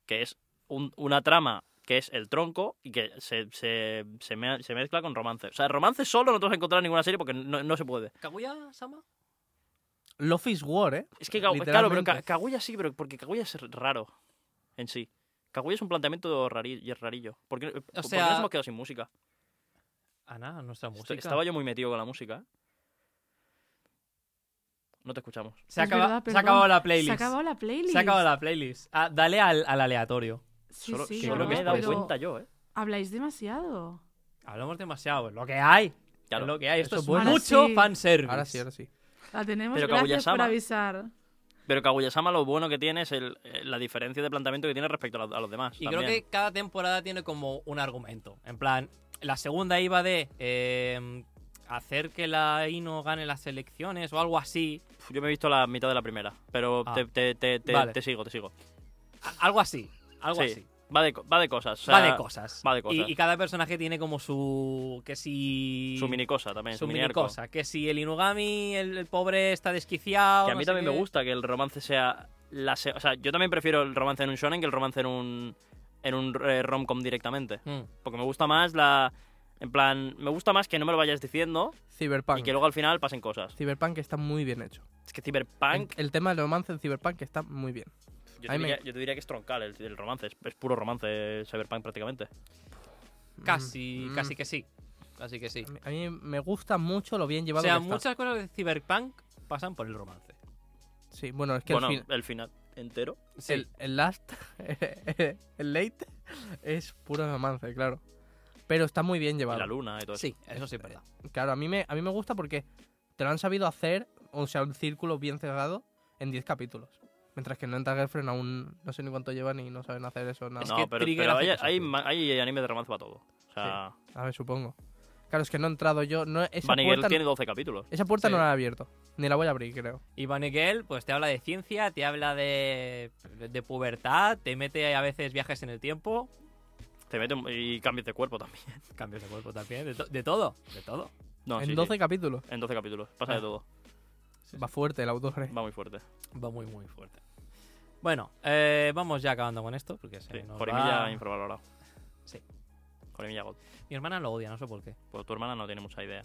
que es un- una trama que es el tronco y que se, se, se me- se mezcla con romance. O sea, romance solo no te vas a encontrar en ninguna serie porque no, no se puede.
¿Kaguya-sama?
Love is War, ¿eh?
Es que, Ka- claro, pero Ka-
Literalmente.
Kaguya sí, pero porque Kaguya es raro en sí. Kaguya es un planteamiento rari- y es rarillo. ¿Por qué, por qué
sea-
nos hemos quedado sin música?
Ana, nuestra
Est-
música.
Estaba yo muy metido con la música. ¿eh? No te escuchamos.
Se,
Es
acaba- se
verdad,
ha
perdón.
acabado la
Se
playlist.
ha acabado la playlist.
Se ha acabado la playlist. Ah, dale al, al aleatorio.
Sí,
solo
sí,
que
solo
no,
me he
además,
dado
pero
cuenta yo, ¿eh?
Habláis demasiado.
Hablamos demasiado. Lo que hay.
Claro.
Lo que hay. Esto es
Eso es bueno.
mucho
Ahora sí.
fanservice.
Ahora sí, ahora sí.
La tenemos,
Pero
gracias por
Kaguya-sama.
avisar.
Pero Kaguya-sama lo bueno que tiene es el- eh, la diferencia de planteamiento que tiene respecto a, la- a los demás.
Y creo
también.
que cada temporada tiene como un argumento. En plan, la segunda iba de eh, hacer que la Ino gane las elecciones o algo así.
Pf, Yo me he visto la mitad de la primera, pero
Ah.
te, te- te- te-
Vale.
te sigo, te sigo.
A- algo así. Algo
Sí,
así.
Va de, co- va de cosas. o sea,
va de cosas.
va de
Y-
cosas.
Y, cada personaje tiene como su. Que si.
Su mini cosa también.
su mini
arco.
cosa. Que si el Inugami, el, el pobre está desquiciado.
Que a
no
mí
sé
también me
qué.
gusta que el romance sea. La se- o sea, yo también prefiero el romance en un shonen que el romance en un. En un eh, romcom directamente.
Mm.
Porque me gusta más la. En plan, me gusta más que no me lo vayas diciendo
Cyberpunk.
y que luego al final pasen cosas.
Cyberpunk está muy bien hecho.
Es que Cyberpunk.
El, el tema del romance en Cyberpunk está muy bien.
Yo
a
te,
mí me-
diría, yo te diría que es troncal el, el romance. Es, es puro romance Cyberpunk prácticamente.
Mm,
Casi,
mm.
casi que sí. Casi que sí.
A mí- A mí me gusta mucho lo bien
O
llevado
sea,
que está.
muchas cosas de Cyberpunk pasan por el romance.
Sí, bueno, es que
Bueno,
al fin-
el final entero.
Sí.
El, el last, el late, es puro romance, claro. Pero está muy bien
Y
llevado.
la luna y todo eso.
Sí, eso sí es verdad.
Claro, a mí, me, a mí me gusta porque te lo han sabido hacer, o sea, un círculo bien cerrado en 10 capítulos. Mientras que en Renta Girlfriend aún no sé ni cuánto llevan y no saben hacer eso. Nada.
Es
no,
que
pero,
Trigger
pero
hace
hay,
cosas
hay
bien.
ma- hay anime de romance para todo. O sea,
A ver, supongo. Claro, es que no he entrado yo. No, esa
Vanigel
puerta,
tiene 12 capítulos.
esa puerta
Sí.
no la he abierto. Ni la voy a abrir, creo.
Y Vanigel, pues te habla de ciencia, te habla de, de pubertad, te mete a veces viajes en el tiempo,
Te mete un- y cambias de cuerpo también.
cambios de cuerpo también, de, to- de todo, de todo.
No,
en Ah.
sí,
12
sí.
capítulos.
En 12 capítulos. Pasa de todo.
Va fuerte el autor. eh.
Va muy fuerte.
Va muy, muy fuerte. Bueno, eh, vamos ya acabando con esto, porque se
Sí.
nos
Jorimilla
va-
infravalorado.
Sí.
Jorimilla God.
Mi hermana lo odia, no sé por qué.
Pues tu hermana no tiene mucha idea.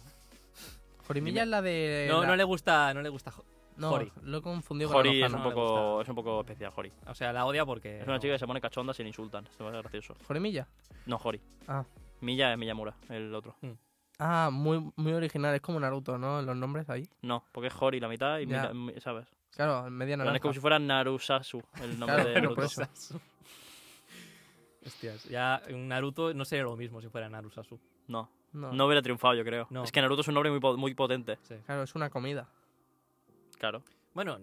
Jorimilla es la de.
No,
Eh, la-
no le gusta, no le gusta. jo-
no,
Jori.
lo he confundido
Jori
con
es
la
un,
no le
lozana.
poco,
gusta.
es un poco especial, Jori.
O sea, la odia porque.
Es una
no.
chica que se pone cachonda si le insultan. Esto es gracioso.
¿Jorimilla?
No, Jori.
Ah.
Milla es Miyamura, el otro.
Ah, muy, muy original. Es como Naruto, ¿no? Los nombres ahí.
No, porque es Jori la mitad y
Ya.
Milla- mi- ¿sabes?
Claro, media
En plan,
naranja.
Es como si fuera Narusasu, el nombre
Claro,
de
claro,
Naruto.
por eso.
Hostias, ya un Naruto no sería lo mismo si fuera Narusasu.
No,
No,
no hubiera triunfado, yo creo.
No.
Es que Naruto es un nombre muy, po- muy potente.
Sí.
Claro, es una comida.
claro.
Bueno,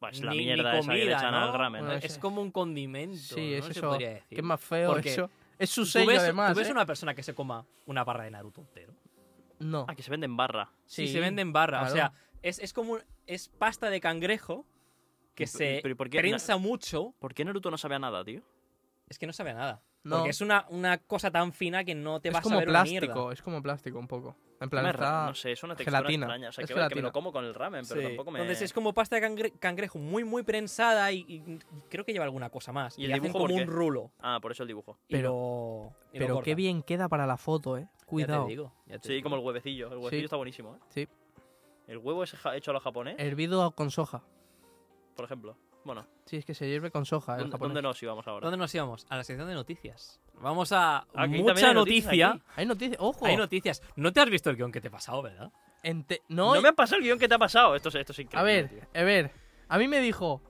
Buah, Es la
Ni- ni
mierda esa que le
comida,
echan
¿no?
al ramen.
Bueno,
¿eh?
es como un condimento.
Sí, es
¿no? Se
eso.
podría decir.
Qué más feo
Porque
eso. Es su
Tú
sello,
ves-
además.
¿Tú ves
¿eh?
una persona que se coma una barra de Naruto entero?
No.
Ah, que se vende en barra.
Sí, se vende en barra.
claro.
O sea, es, es como. un- es pasta de cangrejo que
¿Y-
se
pero y por qué-
prensa mucho.
¿Por qué Naruto no sabía nada, tío?
Es que no sabe a nada.
No.
Porque es una, una cosa tan fina que no te
es
vas a
como
ver una mierda.
plástico, es como plástico un poco. En plan,
Me
está-
ra- no sé, es una textura
gelatina,
extraña. O sea,
es
que, vale, que me
gelatina.
lo como con el ramen, pero
Sí.
tampoco me.
Entonces es como pasta de cangre- cangrejo muy, muy prensada y, y creo que lleva alguna cosa más.
¿Y
Y,
el
le hacen
dibujo
como
por qué?
un rulo.
Ah, por eso el dibujo.
y lo- y lo
Pero qué
cortan.
bien queda para la foto, eh.
Ya
Cuidado.
te digo, ya te
Sí,
digo.
como el huevecillo. El huevecillo
Sí. Eh.
está buenísimo, ¿eh?
Sí.
El huevo es ja- hecho a lo japonés,
Hervido con soja.
por ejemplo. Bueno,
Sí, es que se hierve con soja eh, el
¿dónde,
japonés.
dónde nos íbamos ahora?
¿Dónde nos íbamos? A la sección de noticias. Vamos a
Aquí también
mucha
hay noticias
noticia.
aquí.
Hay noticias. Ojo.
Hay noticias. No te has visto el guión que te he pasado, ¿verdad?
Ente-
No,
No,
me ha pasado el guión que te ha pasado. Esto, es- esto es increíble.
a ver,
tío.
a ver. A mí me dijo,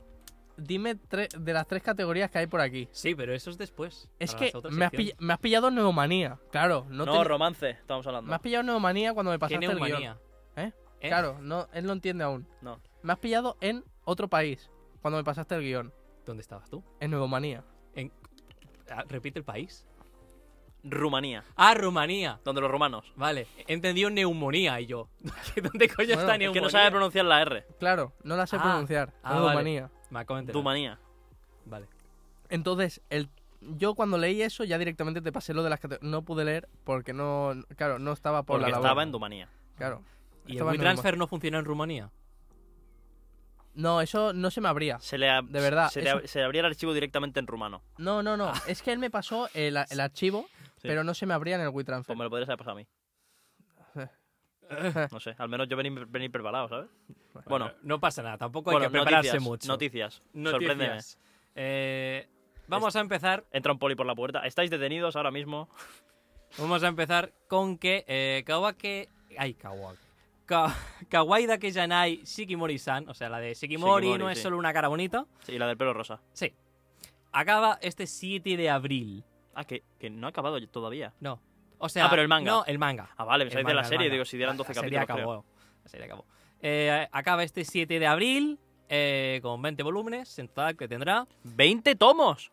dime tres de las tres categorías que hay por aquí.
Sí, pero eso es después.
Es
para
que
las otras
me has,
secciones.
pill- me has pillado neumonía. Claro, no,
No,
te-
romance, estamos hablando.
me has pillado neumonía cuando me
Qué
pasaste el guión.
neumonía.
¿Eh?
¿Eh?
Claro, no, él no entiende aún.
No.
Me has pillado en otro país cuando me pasaste el guión.
¿Dónde estabas tú?
En neumonía.
Ah, Repite el país.
Rumanía,
Ah, Rumanía.
donde los romanos.
Vale. He entendido neumonía y yo. ¿Dónde coño
Bueno,
está
es
neumonía?
Es que no sabe pronunciar la R.
Claro, no la sé
Ah,
pronunciar.
ah, vale.
neumonía.
Me acabo de enterar.
Dumanía.
Vale.
Entonces, el, yo cuando leí eso ya directamente te pasé lo de las categorías. No pude leer porque no, claro, no estaba por
Porque
la labor.
estaba en Dumanía.
Claro.
¿Y el
Estaba en
WeTransfer no funcionó en Rumanía?
No, eso no se me abría.
Se le, ab-
De verdad,
Se, le
eso-
ab- se le abría el archivo directamente en rumano.
No, no, no.
Ah.
Es que él me pasó el, el archivo, pero no se me abría en el WeTransfer.
Pues me lo podrías haber pasado a mí. No sé, al menos yo vení, vení preparado, ¿sabes? Bueno,
No pasa nada. Tampoco hay
bueno,
que prepararse
noticias,
mucho.
Noticias.
Noticias.
Sorpréndeme.
Eh, vamos a empezar
Entra un poli por la puerta. Estáis detenidos ahora mismo.
Vamos a empezar con que eh, Kawake. Ay, Kawake. Ka- Kawaida Kejanai Shikimori-san, o sea, la de Shikimori,
Shikimori,
no es
sí.
solo una cara bonita.
Sí, la del pelo rosa.
Sí. Acaba este 7 de abril.
Ah, que, que no ha acabado todavía.
No. O sea.
Ah, pero el manga.
No, el manga.
Ah, vale,
El
me sabéis de la
manga, el
serie.
manga.
Digo, si dieran
Eh, La-
12
la serie
capítulos. creo.
acabó. La serie acabó. Eh, acaba este 7 de abril eh, con 20 volúmenes en total que tendrá.
¡20 tomos!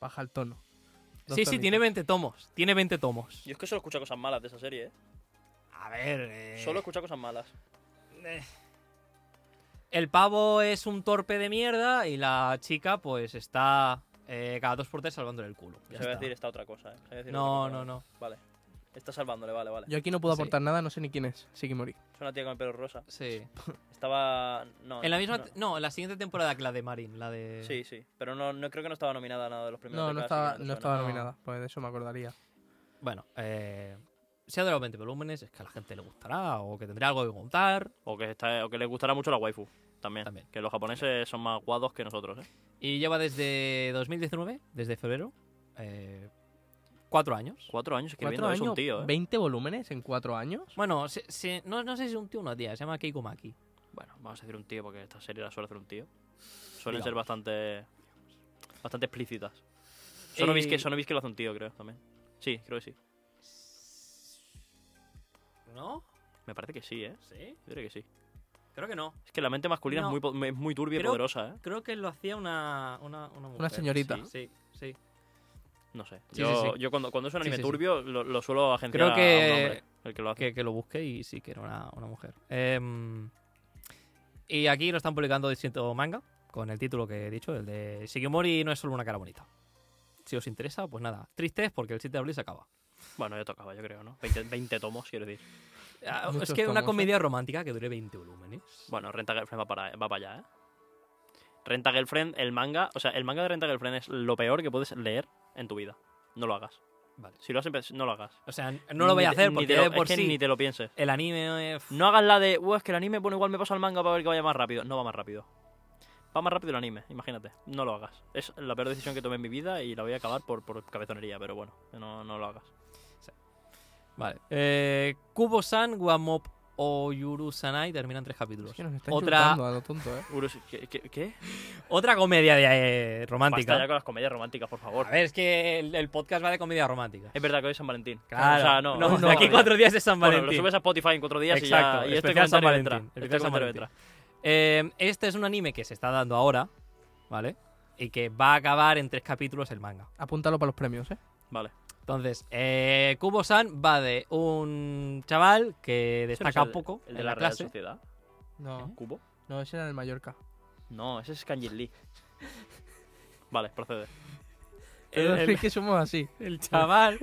Baja el tono. Dos
sí, sí,
tonitos.
tiene 20 tomos. Tiene 20 tomos.
Yo es que solo escucha cosas malas de esa serie, ¿eh?
A ver. eh,
Solo escucha cosas malas.
Eh. El pavo es un torpe de mierda y la chica pues está eh, cada dos por tres salvándole el culo. Ya
se va a
está.
decir esta otra cosa, ¿eh? Sabía decir
No,
otra
no,
cosa.
no.
Vale. Está salvándole, vale, vale.
Yo aquí no puedo
Sí.
aportar nada, no sé ni quién es. Shikimori.
Es una tía con el pelo rosa.
Sí.
Estaba. No.
En la misma...
no.
te- No, en la siguiente temporada que la de Marin, la de...
Sí, sí. Pero no, no creo que no estaba nominada a nada de los primeros.
No,
de
no
cada
estaba,
semana,
no
me
estaba
No.
nominada, pues de eso me acordaría.
Bueno, eh, se ha dado 20 volúmenes, es que a la gente le gustará o que tendrá algo que contar.
suena. O que, está, o que les gustará mucho la waifu. También.
También.
Que los japoneses son más guados que nosotros, ¿eh?
Y lleva desde 2019, desde febrero, eh, cuatro años.
Cuatro años escribiendo.
¿Cuatro
Es un
años?
tío, ¿eh?
¿20 volúmenes en cuatro años?
Bueno, se- se- no, no sé si es un tío o una tía, se llama Keiko Maki.
Bueno, vamos a decir un tío porque esta serie la suele hacer un tío. Suelen
Digamos.
ser bastante. Bastante explícitas. Sonovis
Eh,
que, Sonovis que lo hace un tío, creo, también. Sí, creo que sí.
¿No?
Me parece que sí, ¿eh?
¿Sí?
Yo creo que sí.
Creo que no.
Es que la mente masculina
No.
es, muy, po- es muy turbia y
Creo-
poderosa, ¿eh?
Creo que lo hacía una, una, una mujer.
señorita.
Sí, sí. sí.
No sé.
Sí,
yo,
sí, sí.
yo cuando, cuando es un
Sí,
anime
sí, sí.
turbio lo, lo suelo
Creo
agenciar a-
que-
a un hombre. El que lo hace.
Que, que lo busqué y sí que era una, una mujer. Em, y aquí lo están publicando distintos manga, con el título que he dicho, el de Shikimori no es solo una cara bonita. Si os interesa, pues nada. Tristes porque el 7 de abril se acaba.
Bueno, ya tocaba, yo creo, ¿no? 20, 20 tomos, quiero decir.
Ah,
Muchos
Es que una
tomos, ¿eh?
comedia romántica que dure 20 volúmenes.
Bueno, Renta Girlfriend va para, va para allá, ¿eh? Renta Girlfriend, el manga... O sea, el manga de Renta Girlfriend es lo peor que puedes leer en tu vida. No lo hagas.
Vale.
Si lo has empezado, no lo hagas.
O sea, no lo voy a
Ni te-
hacer
ni
porque
te lo-
de por
es que
sí
ni te lo pienses.
el anime... eh, f-
No hagas la de, "Uh, es que el anime, bueno, igual me paso al manga para ver que vaya más rápido. No va más rápido. Va más rápido el anime, imagínate. No lo hagas. Es la peor decisión que tomé en mi vida y la voy a acabar por, por cabezonería, pero bueno, no, no lo hagas.
Vale. Eh, Kubo-san, Guamop o Yuru-sanai terminan tres capítulos.
Es que nos están
Otra-
insultando a lo tonto, ¿eh?
Urus, ¿qué? qué, qué?
Otra comedia de, eh, romántica.
Basta ya con las comedias románticas, por favor.
A ver, es que el, el podcast va de comedia romántica.
Es verdad que hoy es San Valentín.
Claro.
Eh, O sea, no.
no,
no,
aquí
no.
cuatro días de San
Bueno,
Valentín.
lo subes a Spotify en cuatro días
Exacto,
y ya. Y este
especial San
comentario
Valentín,
entra.
especial
Este
San
comentario
Valentín.
entra.
Eh, este es un anime que se está dando ahora, ¿vale? Y que va a acabar en tres capítulos el manga.
Apúntalo para los premios, ¿eh?
Vale.
Entonces, eh, Kubo-san va de un chaval que destaca
Ese no es pues el-
poco
El
en
de
la,
la, Real
clase.
Sociedad.
No,
¿Cubo?
no, ese era el Mallorca.
No, ese es Kanye Lee. vale, procede.
el- el-
es que somos así.
El chaval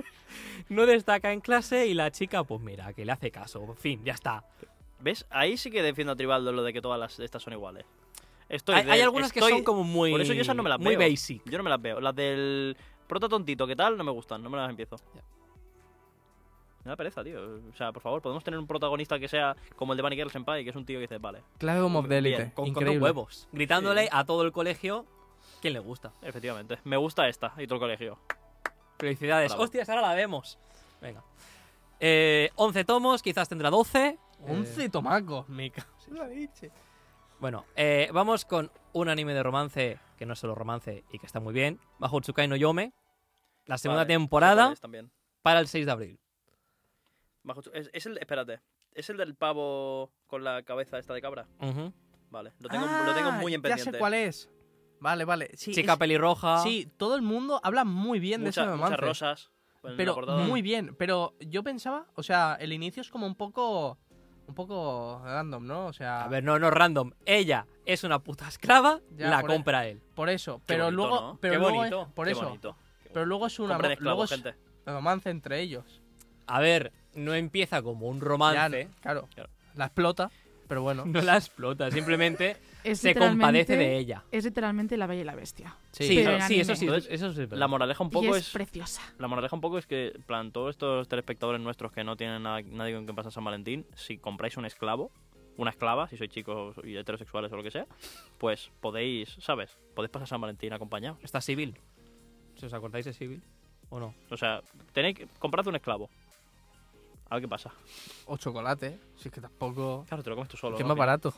no destaca en clase y la chica, pues mira, que le hace caso. En fin, ya está.
¿Ves? Ahí sí que defiendo a Tribaldo lo de que todas las, estas son iguales. Estoy
hay,
de-
hay algunas que
estoy-
son como muy.
Por eso yo esas no me las
Muy
veo.
basic.
Yo no me las veo. Las del prota tontito, ¿qué tal? No me gustan, no me las empiezo.
Ya.
Me da pereza, tío. O sea, por favor, podemos tener un protagonista que sea como el de Bunny Girl Senpai, que es un tío que dice, vale,
Clave como de
Bien,
élite.
Con, con dos
Increíble.
huevos. Gritándole
Sí.
a todo el colegio quién le gusta.
efectivamente, me gusta esta y todo el colegio.
Felicidades.
Bravo.
Hostias, ahora la vemos. Venga. Eh, 11 tomos, quizás tendrá 12.
11 tomacos, me cago en la leche.
Bueno, eh, vamos con un anime de romance que no es solo romance y que está muy bien. Bajo Tsukai no Yome. La segunda
Vale,
temporada
Totales También.
para el 6 de abril.
Bajo chu- Es, es el, espérate, ¿es el del pavo con la cabeza esta de cabra?
Ujú.
Vale, lo tengo, lo tengo
Ah,
muy en pendiente.
Ah, Ya sé cuál es. Vale, vale. Sí,
Chica
es-
pelirroja.
sí, todo el mundo habla muy bien
Mucha-
de ese
muchas
romance.
rosas. en la
pero
portada.
muy bien. Pero yo pensaba, o sea, el inicio es como un poco. Un poco random, ¿no? O sea.
A ver, no, no, random. Ella es una puta esclava,
Ya,
la
por e-
compra él.
Por eso.
Qué
Pero
bonito,
luego.
¿no?
Pero
Qué
luego
bonito,
es- por
Qué
eso.
bonito.
Pero luego es una.
Compren
luego
esclavos,
es
gente.
romance entre ellos.
A ver, no empieza como un
Ya,
romance,
claro.
Claro.
La explota, pero bueno.
no la explota, simplemente
Es
se compadece
literalmente-
de ella.
Es literalmente la Bella y la Bestia.
Sí,
Pero
claro,
en
sí, eso sí,
anime.
eso- eso sí es verdad.
La moraleja un
Y
poco
es,
es
preciosa.
La moraleja un poco es que, en plan, todos estos telespectadores nuestros que no tienen nada, nadie con quien pasar San Valentín, si compráis un esclavo, una esclava, si sois chicos y heterosexuales o lo que sea, pues podéis, ¿sabes? Podéis pasar San Valentín acompañados.
Está civil. Si os acordáis de civil o no.
O sea, tenéis que, comprad un esclavo. A ver qué pasa.
O chocolate. Si es que tampoco.
Claro, te lo comes tú solo.
Que es
¿no?
más barato.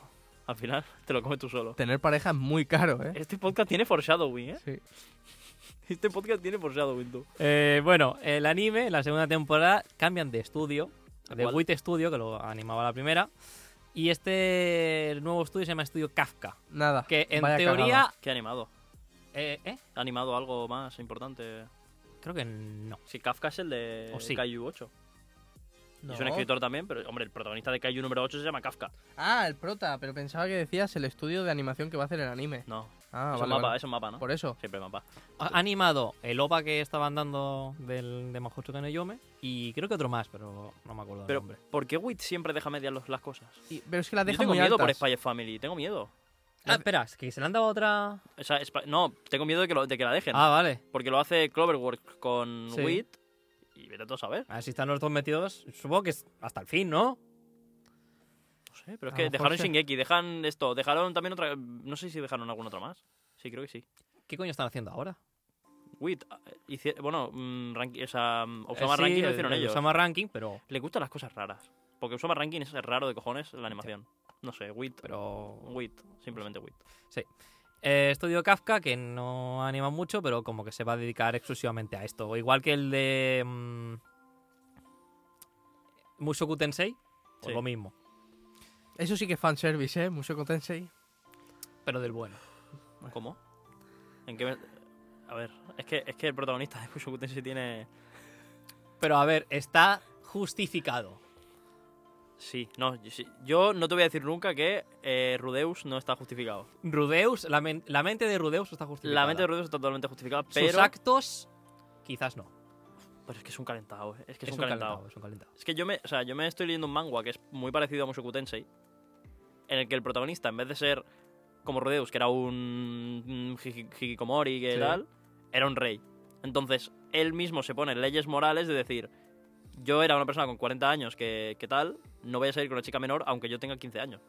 Al final, te lo comes tú solo.
Tener pareja es muy caro, ¿eh?
Este podcast tiene foreshadowing, ¿eh?
Sí.
Este podcast tiene foreshadowing, tú.
Eh, bueno, el anime, la segunda temporada, cambian de estudio,
¿A
de
cuál?
Wit Studio, que lo animaba la primera. Y este nuevo estudio se llama Estudio Kafka.
Nada.
Que en
vaya cagada.
teoría.
Qué animado.
eh, ¿eh?
¿Ha animado algo más importante?
Creo que no.
Si Kafka es el de
O sí.
Kaiju 8.
Oh, No.
Es un escritor también, pero, hombre, el protagonista de Kaiju número 8 se llama Kafka.
Ah, el prota, pero pensaba que decías el estudio de animación que va a hacer el anime.
No,
Ah,
es,
vale,
un mapa,
vale.
es un mapa, ¿no?
Por eso.
Siempre mapa.
Ha ha animado el OPA que estaban dando del, de Mahotsuka no Yome y creo que otro más, pero no me acuerdo del
Pero,
nombre.
¿por qué Wit siempre deja medias los- las cosas?
Y- pero es que la
Yo
deja
tengo
muy
miedo por
altas.
Spy x Family, tengo miedo.
Ah, espera, es que se le han dado otra.
O sea, Spy- no, tengo miedo de que, lo- de que la dejen.
Ah, vale.
Porque lo hace Cloverworks con
Sí.
Wit y vete tú a saber.
A ver si están los dos metidos. Supongo que es hasta el fin, ¿no?
No sé, pero es
A
que
lo mejor
dejaron
sí.
Shingeki, dejan esto, dejaron también otra... No sé si dejaron alguna otra más. Sí, creo que sí.
¿Qué coño están haciendo ahora?
Wit, bueno, mm, ranki- o sea, mm,
Eh,
Osama
sí,
Ranking lo
el-
hicieron
el
ellos.
Usama Ranking, pero.
Le gustan las cosas raras. Porque Osama Ranking es raro de cojones en la animación. No sé, Wit,
pero...
Wit, simplemente Wit.
Eh, estudio Kafka, que no anima mucho, pero como que se va a dedicar exclusivamente a esto. Igual que el de. mm, Mushoku Tensei, pues
Sí.
lo mismo,
Eso sí que es fanservice, ¿eh? Mushoku Tensei.
pero del bueno.
¿Cómo? ¿En qué me- A ver, es que, es que el protagonista de Mushoku Tensei tiene...
Pero a ver, está justificado.
Sí, no, yo, sí. Yo no te voy a decir nunca que eh, Rudeus no está justificado.
Rudeus, la, men- la mente de Rudeus está justificada.
La mente de Rudeus está totalmente justificada,
Sus
pero...
actos, quizás no.
Pero es que es un calentado, eh. es que es, un, calentado.
es un calentado.
Es que yo me, o sea, yo me estoy leyendo un manga que es muy parecido a Mushoku Tensei, en el que el protagonista, en vez de ser como Rudeus, que era un un hiji- hikikomori que
Sí.
tal, era un rey. Entonces, él mismo se pone leyes morales de decir, yo era una persona con 40 años que, que tal, no voy a salir con una chica menor aunque yo tenga 15 años.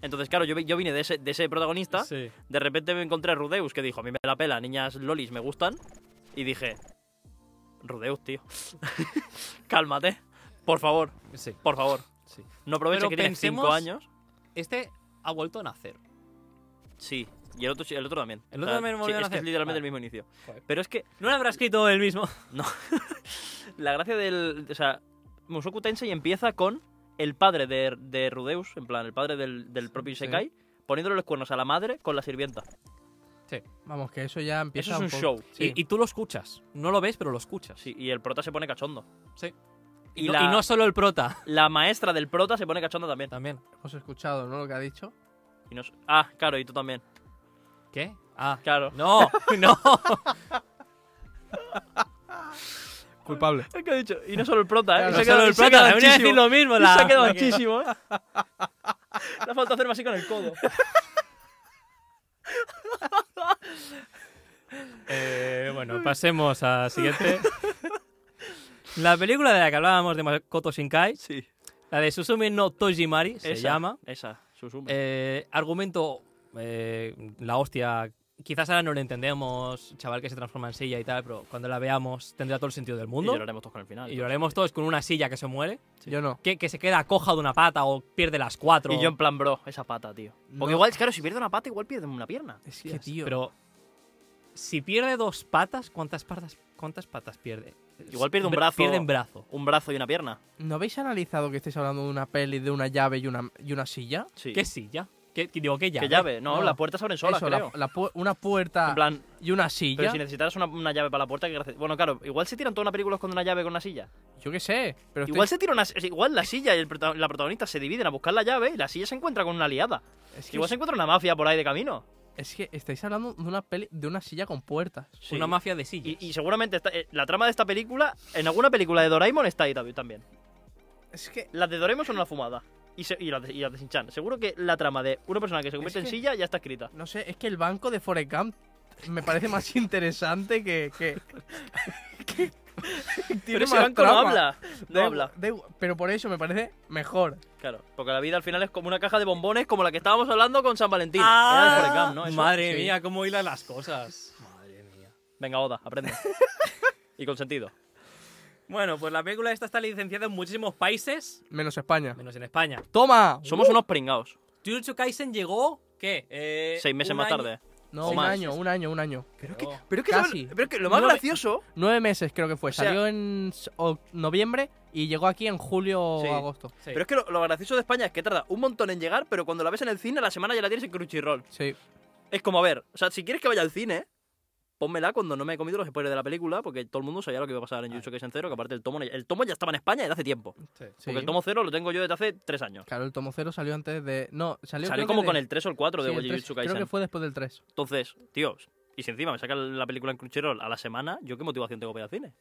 Entonces, claro, yo, vi- yo vine de ese, de ese protagonista,
Sí.
de repente me encontré a Rudeus que dijo, a mí me la pela, niñas lolis me gustan. Y dije, Rudeus, tío, cálmate, por favor,
sí,
por favor.
sí.
No aproveches
Pero
que tienes 5
pensemos-
años.
Este ha vuelto a nacer.
Sí, y el otro, sí- el otro también.
El otro también volvió a
sí, es que es
nacer.
literalmente
Vale.
el mismo inicio.
Joder.
Pero es que
No lo habrá escrito él mismo.
la gracia del... O sea, Mushoku Tensei empieza con el padre de, de Rudeus, en plan, el padre del, del propio
Sí.
Isekai, poniéndole los cuernos a la madre con la sirvienta.
Vamos, que eso ya empieza
Eso es un
poco-
show.
Sí.
Y, y tú lo escuchas. No lo ves, pero lo escuchas.
Sí, y el prota se pone cachondo.
Sí.
Y,
No-
la,
y no solo el prota,
la maestra del prota se pone cachonda también.
también.
Hemos escuchado, ¿no? Lo que ha dicho.
Y nos- Ah, claro, y tú también.
¿Qué? Ah,
Claro.
no, no.
Culpable.
Es que ha dicho. Y no solo el prota, ¿eh?
Claro,
Y
no
se ha
No
se
quedado-
solo el
y se ha quedado
prota, venía a decir
anchísimo.
lo mismo.
Y
La...
Se ha quedado anchísimo, ¿eh? Le ha faltado hacerme así con el codo.
Eh, bueno, pasemos a la siguiente. La película de la que hablábamos de Makoto Shinkai,
Sí.
la de Susumi no Tojimari, se
Esa,
llama.
Esa, Susume.
Eh, argumento, eh, la hostia. Quizás ahora no lo entendemos, chaval que se transforma en silla y tal, pero cuando la veamos tendrá todo el sentido del
y
mundo.
lloraremos todos con el final.
Y lloraremos todos con una silla que se muere,
Yo no.
que, que se queda coja de una pata o pierde las cuatro.
Y yo en plan, bro, esa pata, tío.
No.
Porque igual, claro, si pierde una pata, igual pierde una pierna.
Es que, tío.
Pero si pierde dos patas, ¿cuántas patas, cuántas patas pierde?
Igual pierde un
Bra-
brazo.
Pierde un brazo.
Un brazo y una pierna.
¿No habéis analizado que estáis hablando de una peli, de una llave y una, y una silla?
Sí.
¿Qué silla? ¿Qué, qué- digo, ¿eh? ¿qué llave?
¿Qué llave? No,
No.
las puertas se abren solas,
Eso, la-
creo.
la pu- una puerta
En plan,
y una silla.
pero si necesitaras una, una llave para la puerta, que gracias. Bueno, claro, igual se tiran toda una película con una llave con una silla.
Yo qué sé. Pero
Igual se tira una. Igual la silla y el prota- la protagonista se dividen a buscar la llave y la silla se encuentra con una aliada.
estoy- es, que,
Igual se encuentra una mafia por ahí de camino.
es que estáis hablando de una peli, de una silla con puertas.
Sí.
Una mafia de
Y,
sillas.
y seguramente está- eh, la trama de esta película, en alguna película de Doraemon está ahí tab- también.
Es que
Las de Doraemon son una fumada. Y, se- y las de, y las de Shin-Chan. Seguro que la trama de una persona que se convierte
Es
en
que-
silla ya está escrita.
No sé, es que el banco de Forest Gump me parece más interesante que. que, que-
Pero
tiene
ese
más
banco no
trama.
habla. No
Da
habla.
igual- da igual, pero por eso me parece mejor.
Claro, porque la vida al final es como una caja de bombones como la que estábamos hablando con San Valentín. Era
Ah,
el Forrest Gump, ¿no? Eso.
Ah, Madre
Sí.
mía, cómo hilan las cosas. Madre mía.
Venga, Oda, aprende. y con sentido.
Bueno, pues la película esta está licenciada en muchísimos países,
Menos España.
menos en España.
¡Toma!
Somos unos pringados.
Jujutsu Kaisen llegó, ¿qué? Eh,
Seis meses
un
más
año-
tarde.
No,
Sí,
un
más.
año, un año, un año.
Pero
que-
Pero Casi.
pero que lo más
Nueve-
gracioso.
Nueve meses creo que fue.
O sea-
Salió en s- o- noviembre y llegó aquí en julio o
Sí.
agosto.
Sí.
Pero es que lo, lo gracioso de España es que tarda un montón en llegar, pero cuando la ves en el cine, a la semana ya la tienes en Crunchyroll.
Sí.
Es como, a ver, o sea, si quieres que vaya al cine, pónmela cuando no me he comido los spoilers de la película, porque todo el mundo sabía lo que iba a pasar en Jujutsu Kaisen 0, que aparte el tomo, el tomo ya estaba en España desde hace tiempo.
sí.
Porque el tomo 0 lo tengo yo desde hace tres años.
Claro, el tomo cero salió antes de. No, salió.
Salió
creo que
como
de-
con el 3 o el 4
sí,
de
el tres,
Jujutsu
Creo
Kaisen.
que fue después del 3.
Entonces, tíos, y si encima me sacan la película en Crunchyroll a la semana, ¿yo qué motivación tengo para ir al cine?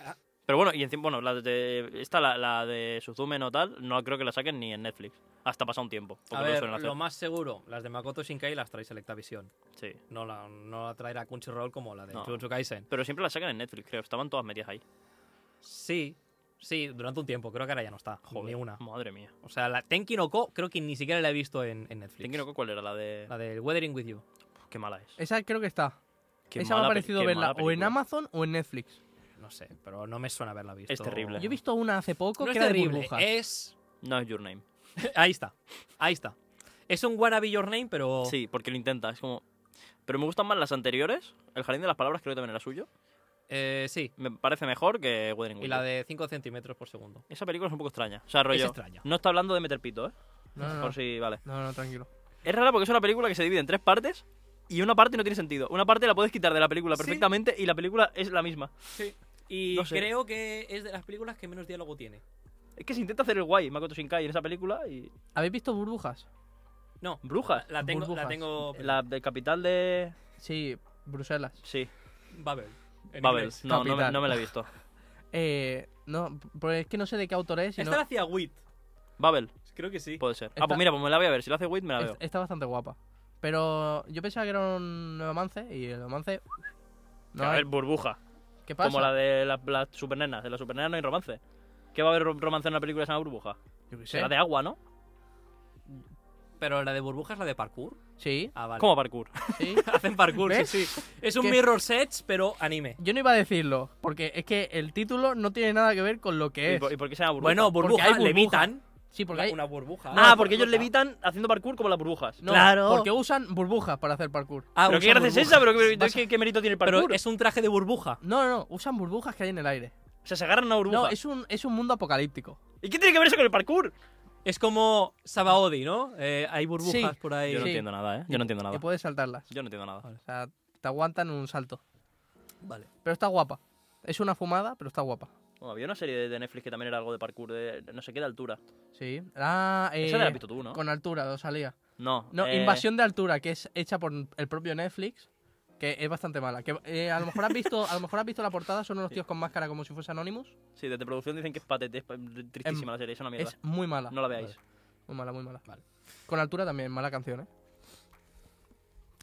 Ah.
Pero bueno, y encima, bueno, la de, esta, la, la de Suzume no tal, no creo que la saquen ni en Netflix. Hasta pasa un tiempo. Porque
A
no lo
ver,
suelen hacer.
lo más seguro, las de Makoto Shinkai las trae Selectavisión.
Sí.
No la, no la traerá Crunchyroll como la de
No.
Jujutsu Kaisen.
Pero siempre la sacan en Netflix, creo. Estaban todas medias ahí.
Sí, sí, durante un tiempo. Creo que ahora ya no está.
Joder,
Ni una.
Madre mía.
O sea, la Tenki no Ko creo que ni siquiera la he visto en, en Netflix.
Tenki no Ko, ¿Cuál era la de.?
La del Weathering With You.
Qué mala es.
Esa creo que está.
Qué
Esa me ha
mala pe-
parecido
qué
verla
mala
o en
película.
Amazon o en Netflix.
No sé, pero no me suena haberla visto.
Es terrible.
Yo he visto una hace poco
No es
que era de
terrible,
burbujas.
eh.
es...
No es Your Name.
Ahí está, ahí está. Es un wannabe your name, pero...
Sí, porque lo intenta. Es como. Pero me gustan más las anteriores. El Jardín de las Palabras creo que también era suyo.
Eh, sí.
Me parece mejor que Weathering
Y
With
la
You.
de 5 centímetros por segundo.
Esa película es un poco extraña. O sea, rollo.
Es extraña.
No está hablando de meter pito, ¿eh?
No, no, no.
Por si, vale.
No, no, tranquilo.
Es rara porque es una película que se divide en tres partes y una parte no tiene sentido. Una parte la puedes quitar de la película
Sí.
perfectamente y la película es la misma.
Y
No sé.
creo que es de las películas que menos diálogo tiene.
Es que se intenta hacer el guay Makoto Shinkai en esa película y.
¿Habéis visto burbujas?
No,
Brujas.
la tengo... La
Burbujas.
tengo
La de capital de.
Sí, Bruselas.
Sí,
Babel. en
Babel.
inglés.
No, no me,
Capital.
no me la he visto.
Eh, no, pues es que no sé de qué autor es. y
Esta
no-
la hacía Wit.
Babel,
Creo que sí.
puede ser. Ah,
Está-
pues mira, pues me la voy a ver. Si la hace Wit, me la
es-
veo.
está bastante guapa. Pero yo pensaba que era un romance y el romance... No,
a
hay-
ver, burbuja.
¿Qué pasa?
Como la de las las supernenas. De las supernenas no hay romance. ¿Qué va a haber rom- romance en una película que se llama Burbuja?
Yo qué sé.
Será de agua, ¿no?
Pero la de burbujas, la de parkour.
Sí,
Ah, vale.
Como parkour.
sí.
Hacen parkour,
¿Ves?
sí, sí. Es un
¿Qué?
Mirror Sets, pero anime.
Yo no iba a decirlo, porque es que el título no tiene nada que ver con lo que
¿Y
es.
por, y por qué se llama burbuja?
Bueno, burbuja,
hay burbuja.
levitan.
Sí, porque hay...
Una burbuja.
ah, porque ellos levitan haciendo parkour como las burbujas.
No,
claro.
Porque usan burbujas para hacer parkour.
Ah,
¿Pero qué
usa
gracia es
burbuja.
esa? ¿Pero qué,
Vas-
qué- qué mérito tiene el
Pero
parkour?
es un traje de burbuja.
No, no, no, usan burbujas que hay en el aire.
O sea, se agarran una burbuja.
No, es un, es un mundo apocalíptico.
¿Y qué tiene que ver eso con el parkour?
Es como Sabaody, ¿no? Eh, hay burbujas
Sí.
por ahí.
Yo
Sí.
no
pues-
entiendo nada, ¿eh? Yo no entiendo
Y
nada.
puedes saltarlas.
Yo no entiendo nada.
O sea, te aguantan un salto.
Vale.
Pero está guapa. Es una fumada, pero está guapa.
Bueno, había una serie de- de Netflix que también era algo de parkour, de no sé qué de altura.
Sí. Ah, eh,
Esa te la has visto tú, ¿no?
Con altura, no salía.
No,
No,
eh,
Invasión de Altura, que es hecha por el propio Netflix. que es bastante mala. Que, eh, a, lo mejor has visto, a lo mejor has visto la portada, son unos tíos con máscara como si fuese Anonymous.
Sí, desde producción dicen que es patete, es pa- tristísima la serie, es una mierda. Ah,
Es muy mala.
No la veáis.
Vale. Muy mala, muy mala. Con altura también, mala canción, ¿eh?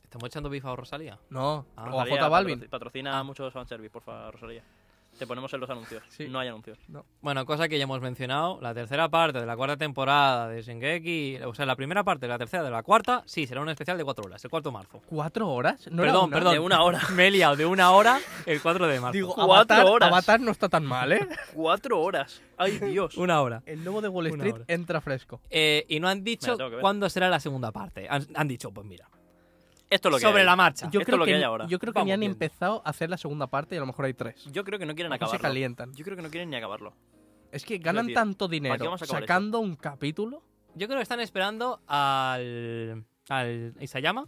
¿Estamos echando bifa a Rosalía?
No,
Ah.
o a
Rosalía,
J Balvin.
patro- Patrocina mucho fanservice, porfa, Rosalía. Te ponemos en los anuncios.
Sí.
No hay anuncios.
Bueno, cosa que ya hemos mencionado, la tercera parte de la cuarta temporada de Shingeki, o sea, la primera parte de la tercera de la cuarta, sí, será un especial de cuatro horas, el 4 de marzo.
¿Cuatro horas? No era
perdón,
una.
perdón.
de una hora.
Me he liado de una hora el 4 de marzo.
Digo,
Cuatro
Avatar,
horas.
Avatar no está tan mal, ¿eh?
¡Cuatro horas! ¡Ay, Dios!
una hora.
El lobo de Wall
Una
Street
hora.
entra fresco.
Eh, y no han dicho
Mira, tengo que ver.
cuándo será la segunda parte. Han, han dicho, pues mira,
Esto es lo que
sobre
hay.
la marcha.
Yo- Esto es lo que hay
ni-
ahora.
Yo creo que
Vamos
ni han
viendo.
empezado a hacer la segunda parte y a lo mejor hay tres.
Yo creo que no quieren
No se
acabarlo.
calientan.
Yo creo que no quieren ni acabarlo.
Es que ganan
tío,
tanto
¿para qué
dinero
vamos a acabar
sacando un capítulo.
Yo creo que están esperando al, al Isayama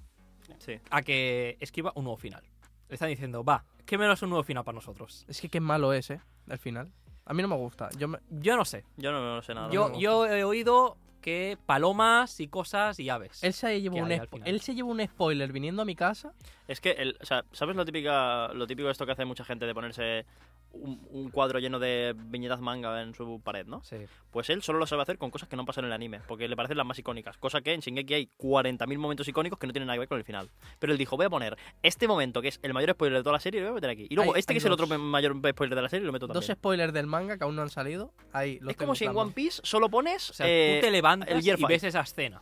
Sí.
a que escriba un nuevo final. Le están diciendo, va, que menos un nuevo final para nosotros.
Es que qué malo es, ¿eh? Al final. A mí no me gusta. Yo me-
Yo no sé.
Yo no, no sé nada.
Yo,
no.
yo he oído que palomas y cosas y aves.
Él, se llevó
¿Qué
un
hay al
spo-
final?
él se llevó un spoiler viniendo a mi casa.
Es que, el- o sea, ¿sabes lo, típica, lo típico esto que hace mucha gente de ponerse un, un cuadro lleno de viñetas manga en su pared, ¿no?
Sí.
Pues él solo lo sabe hacer con cosas que no pasan en el anime, porque le parecen las más icónicas. Cosa que en Shingeki hay 40.000 momentos icónicos que no tienen nada que ver con el final. Pero él dijo, voy a poner este momento, que es el mayor spoiler de toda la serie, lo voy a meter aquí. Y luego
Hay-
este,
hay
que es el
dos.
otro mayor spoiler de la serie, lo meto
Dos
también.
spoilers del manga que aún no han salido. Ahí los
es
tengo
como si en
plano.
One Piece solo pones...
O sea,
eh,
tú te levantas
el Gear
y ves
Five.
esa escena.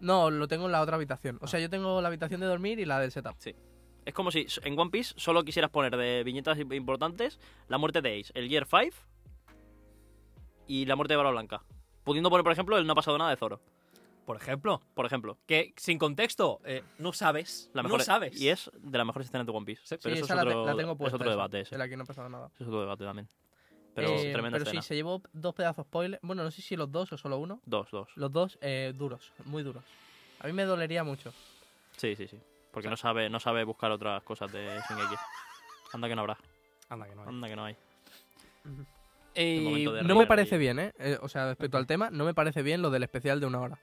No, lo tengo en la otra habitación. O sea, yo tengo la habitación de dormir y la del setup.
Es como si en One Piece solo quisieras poner de viñetas im- importantes la muerte de Ace, el Year 5 y la muerte de Barba Blanca. Pudiendo poner, por ejemplo, el no ha pasado nada de Zoro,
Por ejemplo,
por ejemplo.
que sin contexto eh, no sabes.
La mejor e-,
no sabes.
Y es de las mejores escenas de One Piece.
Sí,
pero
sí,
eso
esa
es
la te-
otro,
la, tengo
es
puesta.
otro
esa,
debate ese.
de la que no ha pasado nada.
Eso es otro debate también. Pero
Eh,
tremenda
pero sí,
escena.
se llevó dos pedazos spoiler. Bueno, no sé si los dos o solo uno.
Dos, dos.
Los dos eh, duros, muy duros. A mí me dolería mucho.
Sí, sí, sí. Porque no sabe, no sabe buscar otras cosas de Shingeki. Anda que no habrá.
Anda que no hay.
Anda que no hay.
Eh,
el momento de
No
Rey
me
Rey.
parece bien, ¿eh? Eh, O sea, respecto al tema, no me parece bien lo del especial de una hora.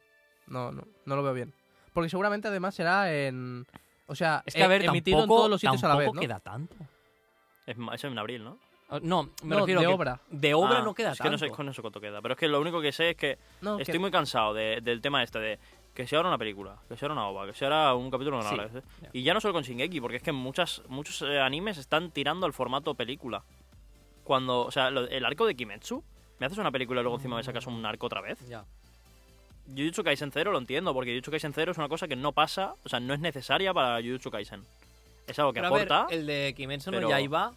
No, no, no lo veo bien. Porque seguramente además será en... O sea,
es que a
eh,
ver,
emitido
tampoco,
en todos los sitios a la
tampoco
vez, ¿no?
queda tanto.
Es, ma- eso en abril, ¿no?
Ah, No, me
No,
refiero
de
que
obra.
De obra
Ah,
no queda
Es que
tanto.
no sé con eso cuánto queda. Pero es que lo único que sé es que
No, que-
Estoy muy cansado de- del tema este de que se ahora una película, que se ahora una ova, que se ahora un capítulo de una
Sí,
hora. ¿eh? Y ya no solo con Shingeki, porque es que muchas, muchos eh, animes están tirando al formato película. Cuando, o sea, lo- el arco de Kimetsu, ¿me haces una película y luego encima me sacas un arco otra vez?
Ya.
Jujutsu Kaisen Zero lo entiendo, porque Jujutsu Kaisen Cero es una cosa que no pasa, o sea, no es necesaria para Jujutsu Kaisen. Es algo que
Pero a ver,
aporta.
el de Kimetsu no
pero-
Yaiba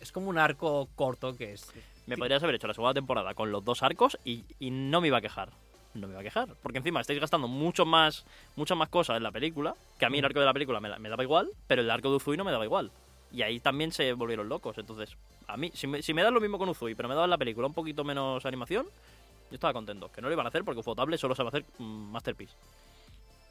es como un arco corto que es...
Me podrías haber hecho la segunda temporada con los dos arcos y, y no me iba a quejar. No me iba a quejar. Porque encima estáis gastando mucho más, muchas más cosas en la película.
Mm.
Que a mí el arco de la película me, la- me daba igual, pero el arco de Uzui no me daba igual. Y ahí también se volvieron locos. Entonces, a mí, si me, si me das lo mismo con Uzui, pero me dabas la película un poquito menos animación, yo estaba contento. Que no lo iban a hacer porque Ufotable solo sabe hacer mm, Masterpiece.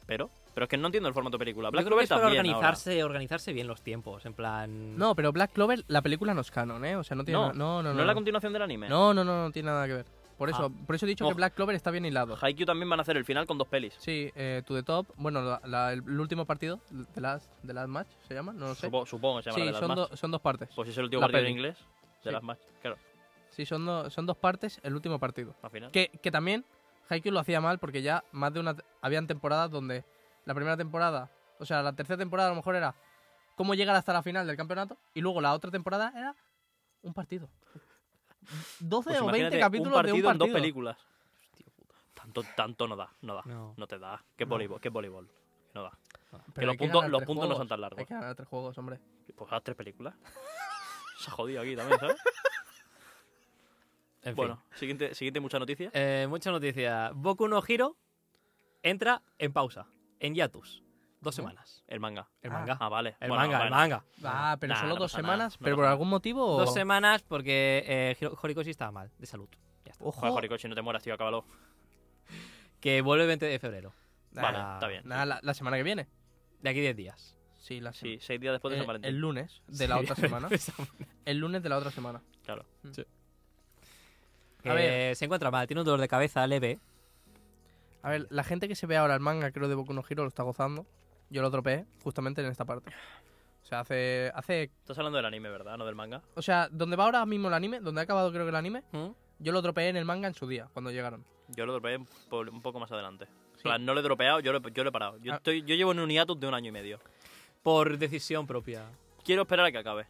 Pero, pero es que no entiendo el formato película. Black
Yo creo que
Clover
es para
también. ahora.
organizarse, organizarse bien los tiempos, en plan...
No, pero Black Clover, la película no es canon, ¿eh? O sea, no tiene...
No,
na- no, no,
No,
no.
es
no.
la continuación del anime.
No, no, no, no tiene nada que ver. Por eso, por eso he dicho
Ojo.
que Black Clover está bien hilado.
Haikyuu también van a hacer el final con dos pelis.
Sí, eh, to the top. Bueno, la- la- el, el último partido, The Last, The Last Match, ¿se llama? No lo sé.
Supo- Supongo que se llamará
sí,
de las
son,
más.
do- son dos partes.
Pues si es el último
La
partido en
peli.
inglés,
Sí.
de las más. Claro,
Sí, son, do- son dos partes, el último partido.
al final.
Que, que también Haikyuu lo hacía mal porque ya más de una... te- Habían temporadas donde la primera temporada, o sea, la tercera temporada a lo mejor era cómo llegar hasta la final del campeonato y luego la otra temporada era un partido. 12
Pues
o
imagínate
20 capítulos
un partido
de un
en dos
partido.
películas. Hostia puta. Tanto, tanto no da, no da. No,
No.
te da. Qué
No.
voleibol, qué voleibol. No da.
Pero
los
hay que
puntos-
ganar
los
tres
puntos no son
juegos.
tan largos.
Hay que ganar tres juegos, hombre.
Pues haz tres películas. Se ha jodido aquí también, ¿sabes?
En fin.
bueno, siguiente, siguiente mucha noticia.
Eh, mucha noticia. Boku no Hiro entra en pausa, en hiatus. Dos semanas.
El manga.
El
Ah.
manga.
Ah, vale.
El
Bueno,
manga, el
bueno.
manga.
Ah, pero
Nah,
solo
no
dos
pasa nada,
semanas.
no
¿Pero por
pasa
algún motivo? o-
Dos semanas porque eh, Hiro- Horikoshi estaba mal, de salud. Ya está.
Ojo.
Joder, Horikoshi, no te mueras, tío, acábalo.
Que vuelve el 20 de febrero.
Nah,
Vale,
Ah.
está bien.
nah, la, la semana que viene.
De aquí 10 días.
Sí, la
Sí,
semana.
seis días después de San
Eh, el,
Valentín.
lunes de la
Sí.
otra semana. El lunes de la otra semana.
Claro.
Que
A ver.
Eh, se encuentra mal, tiene un dolor de cabeza leve.
A ver, la gente que se ve ahora el manga, creo, de Boku no Hero lo está gozando. Yo lo tropeé justamente en esta parte. sea, hace, hace...
Estás hablando del anime, ¿verdad? No del manga.
O sea, donde va ahora mismo el anime, donde ha acabado creo que el anime,
¿Mm?
yo lo tropeé en el manga en su día, cuando llegaron.
Yo lo dropeé un po- un poco más adelante. En plan, no lo he dropeado, yo lo, he- yo lo he parado. Yo,
Ah.
estoy, yo llevo en un hiatus de un año y medio.
Por decisión propia.
Quiero esperar a que acabe.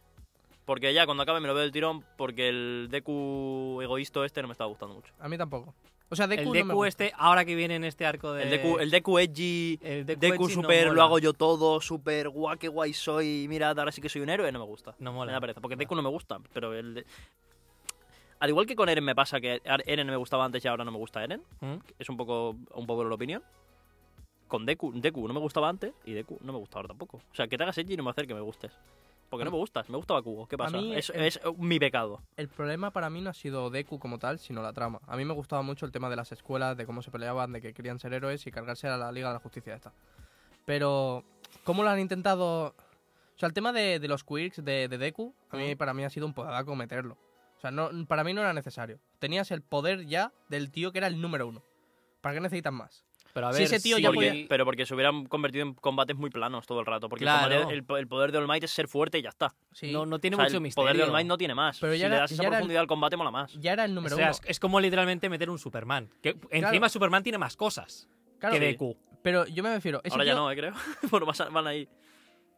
Porque ya cuando acabe me lo veo del tirón porque el Deku egoísta este no me estaba gustando mucho.
A mí tampoco. O sea, Deku
el
no
Deku
me gusta.
este, ahora que viene en este arco de...
El Deku, el Deku edgy,
el
Deku,
Echi no
super, lo
mola.
hago yo todo, super guau, qué guay soy, mira, ahora sí que soy un héroe, no me gusta.
No
Me
mola.
da pereza, porque
Mola.
Deku no me gusta, pero el... de- Al igual que con Eren me pasa que Ar- Eren me gustaba antes y ahora no me gusta Eren,
¿Mm?
es un poco un poco la opinión. Con Deku, Deku no me gustaba antes y Deku no me gusta ahora tampoco. O sea, que te hagas edgy no me hace que me gustes. Porque no me gustas, me gustaba Kugo, ¿qué pasa?
mí,
es,
eh,
es mi pecado.
El problema para mí no ha sido Deku como tal, sino la trama. A mí me gustaba mucho el tema de las escuelas, de cómo se peleaban, de que querían ser héroes y cargarse a la Liga de la Justicia esta. Pero, ¿cómo lo han intentado...? O sea, el tema de, de los quirks de, de Deku, a mí, para mí ha sido un podadaco meterlo. O sea, no, para mí no era necesario. Tenías el poder ya del tío que era el número uno. ¿Para qué necesitas más?
Pero a
Si
ver,
ese tío
sí,
ya
Porque-
podía-
Pero porque se hubieran convertido en combates muy planos todo el rato. Porque el
Claro.
combate- el, el poder de All Might es ser fuerte y ya está.
Sí.
no, no tiene
O sea,
mucho
el
misterio.
poder de All Might no tiene más.
Pero
si
ya
le
era-
das esa
ya era el-
profundidad al combate, mola más.
Ya era el
O
número
sea,
uno.
es, es como literalmente meter un Superman. Que encima Superman tiene más cosas
Claro,
que Deku.
Pero yo me refiero... ese
Ahora ya
tío-
no, eh, creo. Bueno, vas a- van ahí.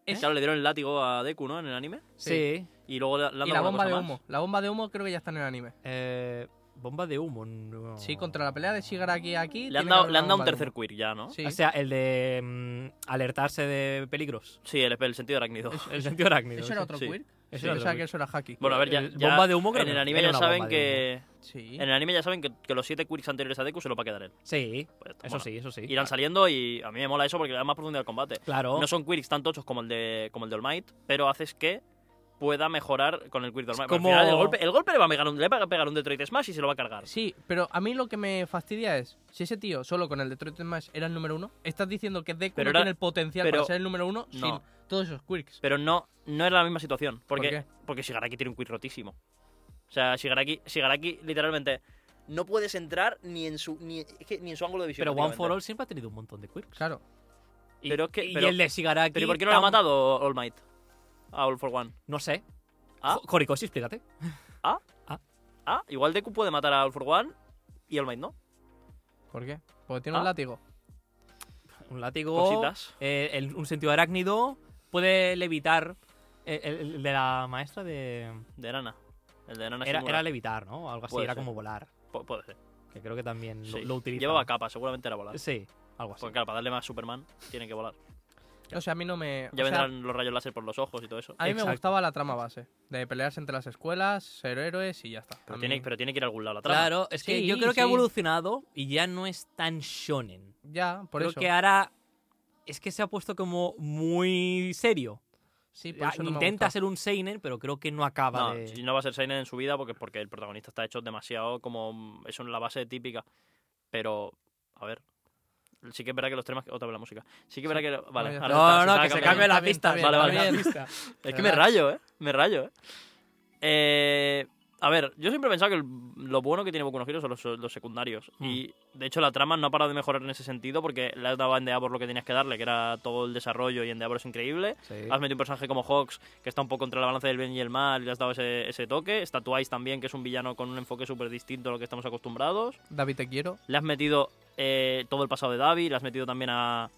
¿Eh?
Claro, le dieron el látigo a Deku, ¿no? En el anime.
Sí.
Y luego le, le han dado
Y la
alguna
bomba
cosa
de
más.
humo. La bomba de humo creo que ya está en el anime.
Eh, bomba de humo. no.
Sí, contra la pelea de Shigaraki aquí...
Le han
tiene que
dado,
haber
le
una
han dado un
bomba de
tercer
humo.
quirk ya, ¿no? Sí,
Sí.
O sea, el de mm, alertarse de peligros.
el, el sentido arácnido.
El sentido arácnido.
¿Eso era
sí.
otro
Sí.
quirk?
Eso
Sí,
era
o
otro
sea, que
quirk.
eso era haki.
Bueno, a ver, ya,
El
ya
bomba de humo creo
en
que
el
no,
anime
era
ya
una
saben
bomba de
que
Sí.
en el anime ya saben que, que los siete quirks anteriores a Deku se los va a quedar él.
Sí,
Pues ya está,
eso
mola.
sí, eso sí.
Irán saliendo y a mí me mola eso porque le da más profundidad al combate.
Claro.
No son quirks tan tochos como el de como el de All Might, pero haces que pueda mejorar con el quirk de All
Es
Might.
como-
Al final, el golpe, el golpe le va a pegar un, le va a pegar un Detroit Smash y se lo va a cargar.
Sí, pero a mí lo que me fastidia es, si ese tío solo con el Detroit Smash era el número uno, estás diciendo que Deku
Pero
no
era-
tiene el potencial
pero-
para ser el número uno sin
no.
todos esos quirks.
Pero no, no era la misma situación. Porque,
¿Por qué?
Porque Shigaraki tiene un quirk rotísimo. O sea, Shigaraki, Shigaraki literalmente no puedes entrar ni en su ni, es que ni en su ángulo de visión.
Pero One
prácticamente.
for All siempre ha tenido un montón de quirks.
Claro.
Y,
Pero es que-
y
pero-
el de Shigaraki.
¿Pero ¿y por qué no lo ha
tam-
matado All Might? A All for One.
No sé.
¿Ah?
Jo- Horikoshi, explícate.
Ah, igual Deku puede matar a All for One y All Might no.
¿Por qué? Porque tiene
Ah.
un látigo.
Un látigo.
Cositas.
eh, el- un sentido arácnido. Puede levitar. eh, El, el de la maestra de.
De Nana. El de Nana
Era,
Shimura.
era levitar, ¿no? Algo así,
Puede
era
ser.
como volar.
Pu- puede ser.
Que creo que también lo,
sí.
lo utiliza.
Llevaba capa, seguramente era volar.
Sí, algo así.
Porque claro, para darle más a Superman tiene que volar.
O sea, a mí no me...
Ya
o sea,
vendrán los rayos láser por los ojos y todo eso.
a mí
Exacto.
me gustaba la trama base, de pelearse entre las escuelas, ser héroes y ya está. A
Pero
mí-
tiene, pero tiene que ir a algún lado la
Ah,
trama.
mm. Claro, es que
Sí,
yo creo que ha
sí.
evolucionado y ya no es tan shonen.
Ya, por
creo
eso.
que ahora es que se ha puesto como muy serio.
Sí, por
Ah,
eso no me
Intenta
gusta.
ser un seinen, pero creo que no acaba
No,
de...
si no va a ser Seinen en su vida porque, porque el protagonista está hecho demasiado como... Es una la base típica. Pero, a ver... Sí que es verdad que los temas... Otra vez la música. Sí que es verdad que... Vale,
ya está.
ahora
No,
está,
no,
está
que se
cambiando.
cambie la
Está bien,
pista.
está bien,
Vale,
está
vale.
bien, está bien.
Es que me rayo, ¿eh? Me rayo, ¿eh? Eh, A ver, yo siempre he pensado que el- lo bueno que tiene Boku no Hero son los, los secundarios.
Mm.
Y, de hecho, la trama no ha parado de mejorar en ese sentido porque le has dado a Endeavor lo que tenías que darle, que era todo el desarrollo y Endeavor es increíble. Has metido un personaje como Hawks, que está un poco contra la balanza del bien y el mal, y le has dado ese, ese toque. Está Twice también, que es un villano con un enfoque súper distinto a lo que estamos acostumbrados.
David, te quiero.
Le has metido eh, todo el pasado de Davi, le has metido también a,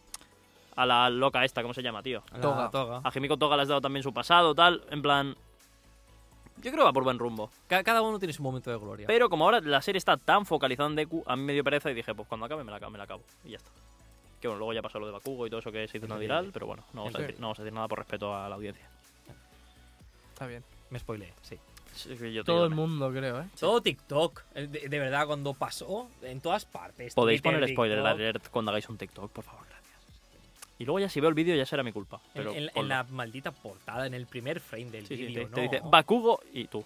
a la loca esta, ¿cómo se llama, tío?
La
Toga.
toga.
A Jimiko Toga le has dado también su pasado, tal. En plan. Yo creo que va por buen rumbo.
Ca- Cada uno tiene su momento de gloria.
Pero como ahora la serie está tan focalizada en Deku, a mí me dio pereza y dije, pues cuando acabe me la, acabo- me la acabo. Y ya está. Que bueno, luego ya pasó lo de Bakugo y todo eso que se hizo una viral, pero bueno, no vamos, a
Sí.
decir, no vamos a decir nada por respeto a la audiencia.
Está bien.
Me spoileé, sí.
Sí, sí, yo te
Todo el
digo, ¿no?
mundo, creo, ¿eh?
Todo TikTok, eh, de, de verdad, cuando pasó, en todas partes.
Podéis
Twitter,
poner spoiler
TikTok,
alert cuando hagáis un TikTok, por favor, gracias. Y luego ya si veo el vídeo ya será mi culpa.
en-
Pero
en, en
ponlo.
la maldita portada, en el primer frame del
Sí, sí,
vídeo,
te, te
¿no?
dice Bakugo y tú.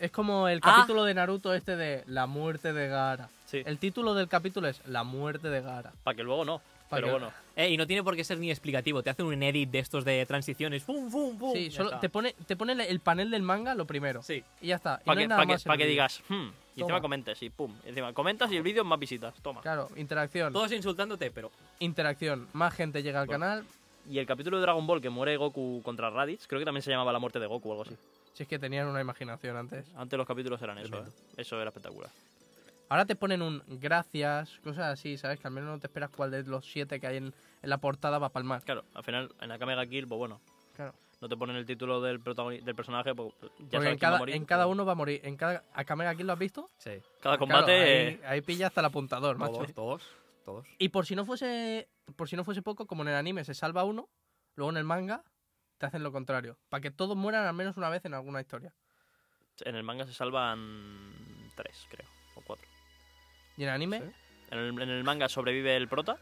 Es como el
Ah.
capítulo de Naruto este de La muerte de Gara.
Sí.
El título del capítulo es La muerte de Gara.
Para que luego no.
Pa'
Pero
que-
bueno.
Eh, y no tiene por qué ser ni explicativo, te hacen un edit de estos de transiciones. ¡Bum, bum, bum!
Sí,
ya
solo
está.
te pone, te pone el panel del manga lo primero.
Sí.
Y ya está. Y no
Para
hay
que,
nada
pa' que-
más en
pa'
el
que
vídeo.
digas, hmm, y encima
Toma.
comentes y pum. Y encima comentas y el vídeo más visitas. Toma.
Claro, interacción.
Todos insultándote, pero
Interacción. Más gente llega al
Bueno.
canal.
Y el capítulo de Dragon Ball que muere Goku contra Raditz, creo que también se llamaba La muerte de Goku o algo así.
Si es que tenían una imaginación antes.
Antes los capítulos eran eso,
Tremendo.
¿eh? Eso era espectacular.
Ahora te ponen un gracias, cosas así, ¿sabes? Que al menos no te esperas cuál de los siete que hay en, en la portada va a palmar.
Claro, al final en Akame ga Kill, pues bueno,
Claro.
no te ponen el título del, protagoni- del personaje, pues ya
Porque en
sabes quién va
cada,
a morir.
en cada uno va a morir. En cada, ¿A cámara aquí lo has visto?
Sí.
Claro,
Cada combate...
ahí-
eh,
ahí, pilla hasta el apuntador, macho.
Todos, todos, todos.
Y por si no fuese. Por si no fuese poco, como en el anime se salva uno, luego en el manga te hacen lo contrario. Para que todos mueran al menos una vez en alguna historia.
En el manga se salvan tres, creo, o cuatro.
Y en el anime,
Sí.
En el, en el manga sobrevive el prota,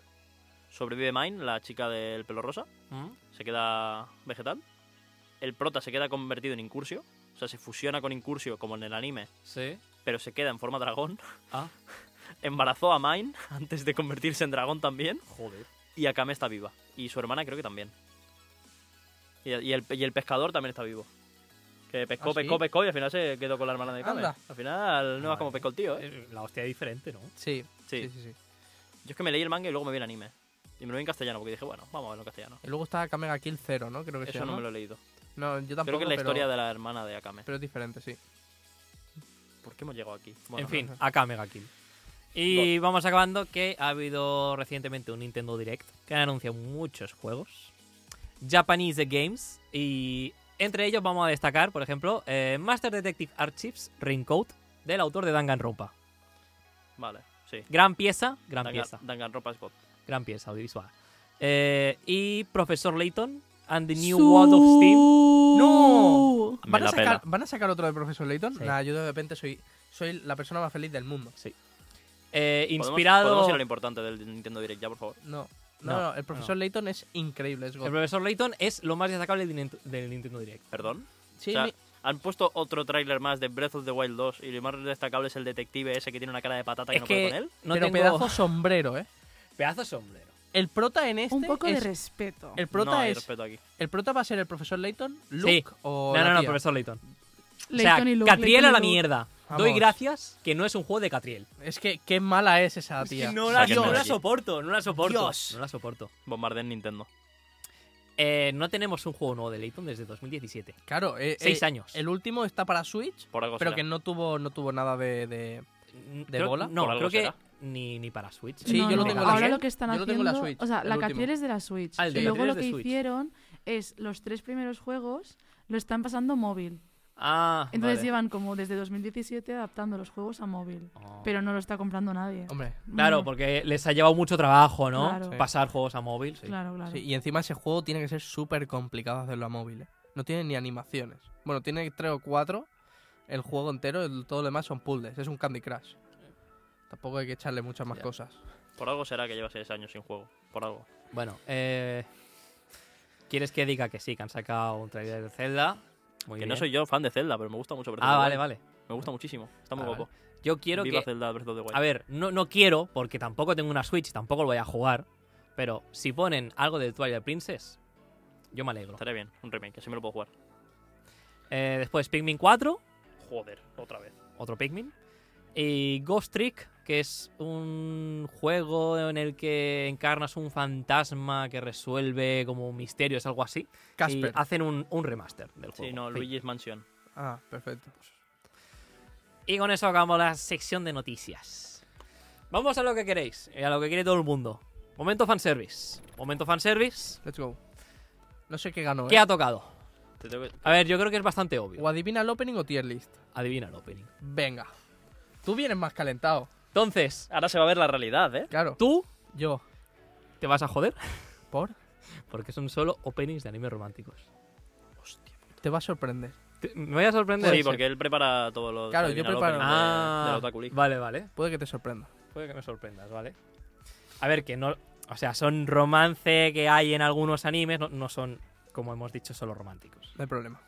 sobrevive Mine, la chica del pelo rosa,
¿Mm?
se queda vegetal. El prota se queda convertido en incursio, o sea, se fusiona con incursio como en el anime,
Sí.
pero se queda en forma dragón.
Ah.
Embarazó a Mine antes de convertirse en dragón también,
Joder.
y Akame está viva, y su hermana creo que también. Y, y el, y el pescador también está vivo. Que pescó,
¿Ah, sí?
pescó, pescó y al final se quedó con la hermana de Akame.
Anda.
Al final no vas
Madre.
como pescó el tío, ¿eh?
Eh, La hostia es diferente, ¿no?
sí,
Sí.
sí, sí, sí.
Yo es que me leí el manga y luego me vi el anime. Y me lo vi en castellano porque dije, bueno, vamos a verlo en castellano.
Y luego está Kamega Kill 0, Pues ¿no? Creo que se
Eso no
llama.
me lo he leído.
No, yo tampoco.
Creo que es la
pero-
historia de la hermana de Akame.
Pero es diferente, sí.
¿Por qué hemos llegado aquí? Bueno,
En fin, acá Mega Kill. Y vamos acabando que ha habido recientemente un Nintendo Direct que han anunciado muchos juegos. Japanese Games. Y entre ellos vamos a destacar, por ejemplo, eh, Master Detective Archives Raincoat del autor de Danganronpa.
Vale, sí.
Gran pieza, gran
Dangan-
pieza,
Danganronpa Scott.
gran pieza audiovisual. Eh, y Profesor Layton and the New World of Steam.
¡No!
Me
¿Van a,
la
sacar,
pela.
¿Van a sacar otro de Profesor Layton?
Sí.
Nah, yo de repente soy, soy la persona más feliz del mundo.
eh,
¿Podemos-
inspirado.
¿Podemos ir a lo importante del Nintendo Direct ya, por favor?
No. No,
No,
no, el Profesor Layton es increíble, es God.
El profesor Layton es lo más destacable del Nintendo- del Nintendo Direct.
¿Perdón?
Sí,
o sea,
mi-
han puesto otro tráiler más de Breath of the Wild 2 y lo más destacable es el detective ese que tiene una cara de patata que
Es
no
que
puede con él.
no
pero
tengo
pedazo sombrero, ¿eh?
pedazo de sombrero.
El prota en este
Un poco de
es,
respeto.
el
no
prota
hay
es
respeto aquí.
el prota va a ser el Profesor Layton, Luke
Sí.
o
No, no,
la
no,
tía.
profesor Layton. o
Leighton
sea,
y Luke,
Catriel
Leighton
a
y
la
Luke.
mierda.
Vamos.
Doy gracias que no es un juego de Catriel.
Es que qué mala es esa tía.
no,
la-
la,
Sáquenme no de la aquí.
soporto, no la soporto.
Dios.
No la soporto.
Bombarden Nintendo.
Eh, no tenemos un juego nuevo de Layton desde 2017.
Claro, eh,
Seis
eh,
años. Pues
El último está para Switch,
Por algo
pero
será.
que no tuvo no tuvo nada de, de-
¿De
bola?
No,
Por algo
creo que
será.
ni, ni para Switch.
Sí,
No,
yo lo
no,
tengo en la
Ahora
Switch.
lo que están
Yo lo tengo en
haciendo.
la Switch,
o sea,
el
la
último.
Catriel es de la Switch.
Ah, el de
y
Catriel
luego
es
lo
de
que
Switch.
hicieron es los tres primeros juegos lo están pasando móvil.
Ah,
Entonces
vale.
llevan como desde 2017 adaptando los juegos a móvil.
Oh.
Pero no lo está comprando nadie.
Hombre,
Claro,
Mm,
porque les ha llevado mucho trabajo, ¿no?
Claro. Sí.
Pasar juegos a móvil. sí.
Claro, claro.
sí, y encima ese juego tiene que ser súper complicado hacerlo a móvil. ¿eh? No tiene ni animaciones. Bueno, tiene tres o cuatro. El juego entero, el- todo lo demás son puzzles. Es un Candy Crush. Tampoco hay que echarle muchas más
Ya.
cosas.
Por algo será que lleva 6 años sin juego. Por algo.
Bueno, eh, ¿quieres que diga que sí, que han sacado un trailer de Zelda? Muy
que
bien.
no soy yo fan de Zelda, pero me gusta mucho Breath of
Ah,
the
vale,
Wild.
vale.
Me gusta muchísimo. Está muy
Ah,
guapo.
Yo quiero
Viva
que...
Zelda Breath of the Wild.
A ver, no, no quiero, porque tampoco tengo una Switch, tampoco lo voy a jugar. Pero si ponen algo del Twilight Princess, yo me alegro.
Estaría bien, un remake, así me lo puedo jugar.
Eh, después Pikmin 4,
Joder, otra vez.
otro Pikmin. Y Ghost Trick, que es un juego en el que encarnas un fantasma que resuelve como un misterio, es algo así. Y
Casper.
hacen un, un remaster del juego.
Sí, no,
Fin.
Luigi's Mansion.
Ah, perfecto.
Y con eso acabamos la sección de noticias. Vamos a lo que queréis, y a lo que quiere todo el mundo. Momento fanservice. Momento fanservice.
Let's go. No sé qué ganó.
¿Qué
¿eh?
ha tocado?
Te tengo que-
A ver, yo creo que es bastante obvio.
O adivina el opening o tier list.
Adivina el opening.
Venga. Tú vienes más calentado.
Entonces,
Ahora se va a ver la realidad, ¿eh?
Claro.
tú
Yo.
te vas a joder
¿Por?
porque son solo openings de animes románticos.
Te va a sorprender.
Te- Me voy a sorprender.
Sí, porque él prepara todo lo
Claro, yo
adivina el
preparo.
opening de-
Ah,
del Otaku League.
vale, vale.
Puede que te sorprenda.
Puede que me sorprendas, vale. A ver, que no. O sea, son romance que hay en algunos animes, no, no son, como hemos dicho, solo románticos.
No hay problema.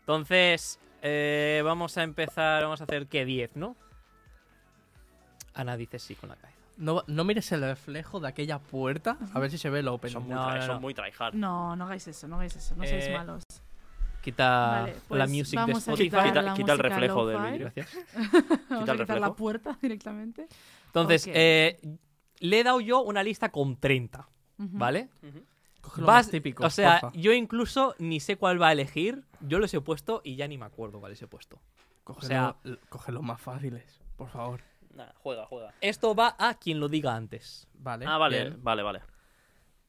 Entonces, eh, vamos a empezar. Vamos a hacer que 10, ¿no? Ana dice sí con la cabeza.
No, no mires el reflejo de aquella puerta a ver si se ve el opening.
Son muy,
pues No,
try-
no,
son
no.
muy tryhard.
No, no hagáis eso, no hagáis eso. No seáis
Eh,
malos.
Quita
Vale,
la
pues
music de
vamos a
Spotify.
quitar
Quita-
la
quita el
música
reflejo del
lo-fi.
vídeo.
Gracias.
Vamos a
Quita el
quitar la
reflejo.
puerta directamente.
Entonces,
Ok.
eh, le he dado yo una lista con 30,
Ujú.
¿vale?
Coge lo
Vas-
más típico.
o sea,
porfa.
yo incluso ni sé cuál va a elegir. Yo los he puesto y ya ni me acuerdo cuáles he puesto.
Coge,
o sea-
lo- coge los más fáciles, por favor.
Nah, juega, juega.
Esto va a quien lo diga antes.
Vale.
Ah, vale,
bien,
vale, vale.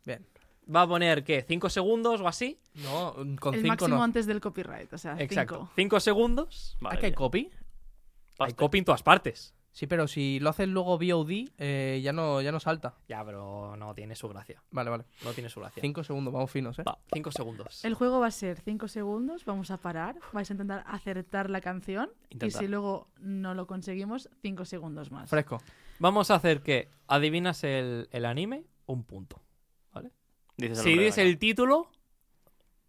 bien.
Va a poner, ¿qué? ¿Cinco segundos o así?
No, con
El
cinco
máximo
no.
antes del copyright, o sea,
Exacto.
cinco.
Cinco segundos.
vale
¿Ah, que hay
bien.
copy?
Hay
Paste.
copy en todas partes.
Sí, pero si lo haces luego VOD, eh, ya, no, ya no salta.
Ya, pero no tiene su gracia.
Vale, vale.
No tiene su gracia.
Cinco segundos, vamos finos, ¿eh?
Va, cinco segundos.
El juego va a ser 5 segundos, vamos a parar, vais a intentar acertar la canción
Intentar.
y si luego no lo conseguimos, 5 segundos más.
Fresco.
Vamos a hacer que adivinas el, el anime, un punto.
Dices el
Si
nombre de la
dices el título,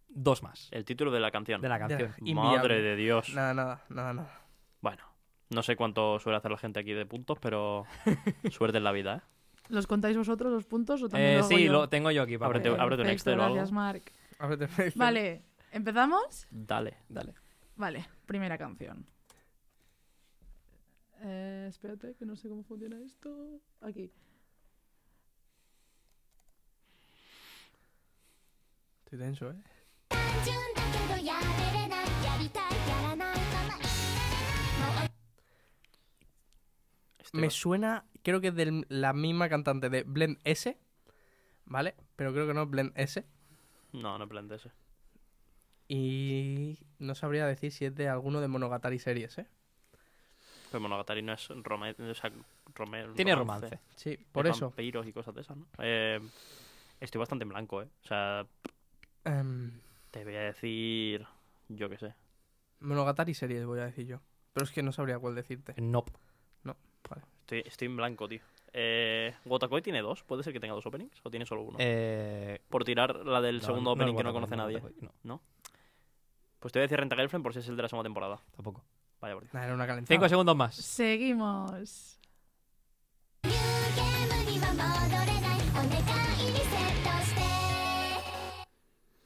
dos más
can- el título de la canción.
de la canción.
Eh, Ya. Inviable.
Madre de Dios.
Nada, nada, nada, nada.
Bueno, no sé cuánto suele hacer la gente aquí de puntos, pero suerte en la vida, ¿eh?
¿Los contáis vosotros los puntos o también
Eh,
lo hago
sí,
yo?
lo tengo yo aquí. para
Ábrete-
poner.
ábrete un
Perfecto,
Excel o algo.
Gracias, Mark.
Ábrete, Fresco.
Vale, ¿empezamos?
Dale.
Dale.
Vale, primera canción. Eh, espérate, que no sé cómo funciona esto. Aquí.
Estoy tenso, ¿eh?
単純だけどやめれないやりたいやらないまま
Este
Me
va-
suena, creo que es de la misma cantante de Blend S, ¿vale? Pero creo que no es Blend S.
No, no plantees. ese.
Y no sabría decir si es de alguno de Monogatari series, ¿eh?
Pero Monogatari no es romance. O sea, rome-
Tiene romance.
Sí, por
de
eso.
Vampiros y cosas de esas, ¿no? Eh, estoy bastante en blanco, ¿eh? O sea,
Em,
te voy a decir. Yo qué sé.
Monogatari series, voy a decir yo. Pero es que no sabría cuál decirte.
No.
Estoy, estoy en blanco, tío. Eh, ¿Wotakoi tiene dos? ¿Puede ser que tenga dos openings? ¿O tiene solo uno?
Eh,
Por tirar la del
no,
segundo
no
opening
es
que no
Watakoi,
conoce nadie.
Watakoi, no,
Pues te voy a decir Renta Girlfriend por si es el de la segunda temporada.
tampoco. Ah.
Vaya por Dios.
Nah, era una calentada.
Cinco segundos más.
Seguimos.
ニューゲームには戻れないお願いリセットして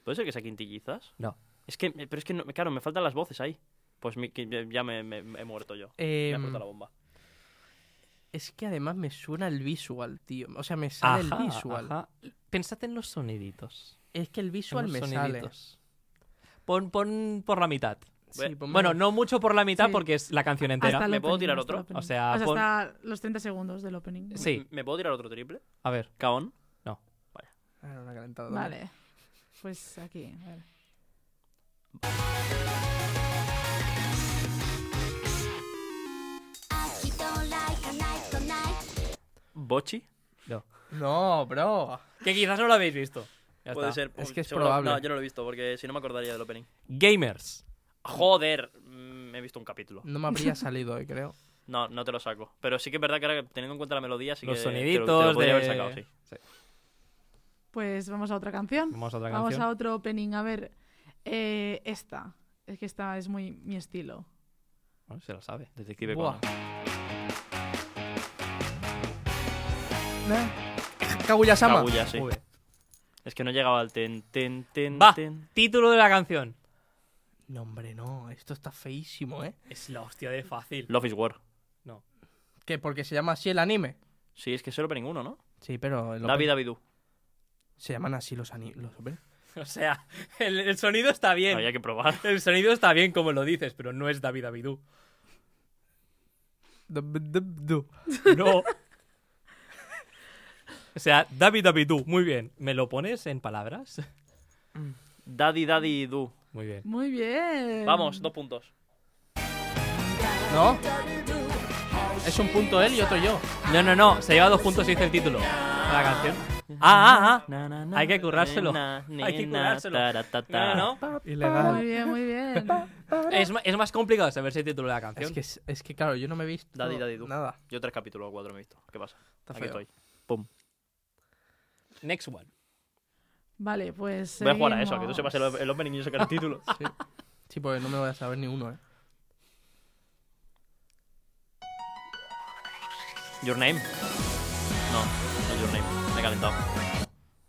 ¿Puede ser que sea Quinti quizás?
No.
Es que, pero es que, no- claro, me faltan las voces ahí. Pues mi- que ya me, me- me he muerto yo. Me ha
Em,
cortado la bomba.
es que además me suena el visual, tío. O sea, me sale el visual.
ajá. Pensad en los soniditos.
Es que el
en
visual
los
me sale.
soniditos. Pon, pon por la mitad.
Sí, ponme-
Bueno, no mucho por la mitad
Sí.
porque es la canción entera.
Hasta el
¿me puedo
opening,
tirar
hasta
otro?
el opening.
O sea,
hasta,
pon-
los 30 segundos del opening.
Sí,
¿Me puedo tirar otro triple?
a ver.
Caón.
Ah, era una calentada. Vale.
Vale. Pues aquí. a ver.
Don't like a night tonight
Bochi.
No, bro.
Que quizás no lo habéis visto. Ya
Puede
está.
ser.
Es
Uy,
que es
seguro-
probable.
No, yo no lo he visto porque si no me acordaría del opening.
Gamers.
Joder, mm, he visto un capítulo.
No me habría salido, eh, creo.
No, no te lo saco. Pero sí que es verdad que ahora, teniendo en cuenta la melodía, sí
Los
que te lo-
soniditos
te lo, podría
de-
haber sacado, sí.
Pues vamos a otra canción.
Vamos a otra
Vamos
canción.
a otro opening. A ver, eh, esta. Es que esta es muy mi estilo.
Bueno, se lo sabe.
Detective
Buah.
Conan.
¿Eh? Kaguya-sama.
Kaguya, sí.
Muy bien.
Es que no llegaba al ten, ten, ten,
Va.
ten.
Título de la canción.
No, hombre, no. Esto está feísimo, ¿eh?
Es la hostia de fácil.
Love is War.
¿Qué? ¿Porque se llama así el anime?
Sí, es que es el opening 1, ¿no?
Sí, pero... el
David
opening-
Davidú.
Se llaman así los animes. Los opening.
O sea, el, el sonido está bien.
Había que probar.
El sonido está bien como lo dices, pero no es David Abidú.
Du-bu-du-bu-du.
No. o sea, David Abidú. Muy bien. ¿Me lo pones en palabras?
Daddy Daddy Du.
Muy bien.
Muy bien.
Vamos, dos puntos.
¿No? Es un punto él y otro yo.
No, no, no. Se lleva dos puntos y dice el título. de La canción. Ah, ah, ah. Hay que currárselo. Hay que currárselo. No, no, no.
Muy bien, muy bien.
Es, ma- es más complicado saberse el título de la
Es
canción.
que, es- es que, claro, yo no me he visto
Daddy, daddy, du.
nada.
Yo tres capítulos o cuatro me he visto. ¿Qué pasa?
Está
Aquí
feo.
estoy. Pum.
Next one.
Vale, pues.
Voy a jugar a eso, que tú
seguimos.
sepas el, el opening y yo sacar el título.
Sí. Sí, porque no me voy a saber ni uno, ¿eh?
Your Name. No, no es Your Name. Me he calentado.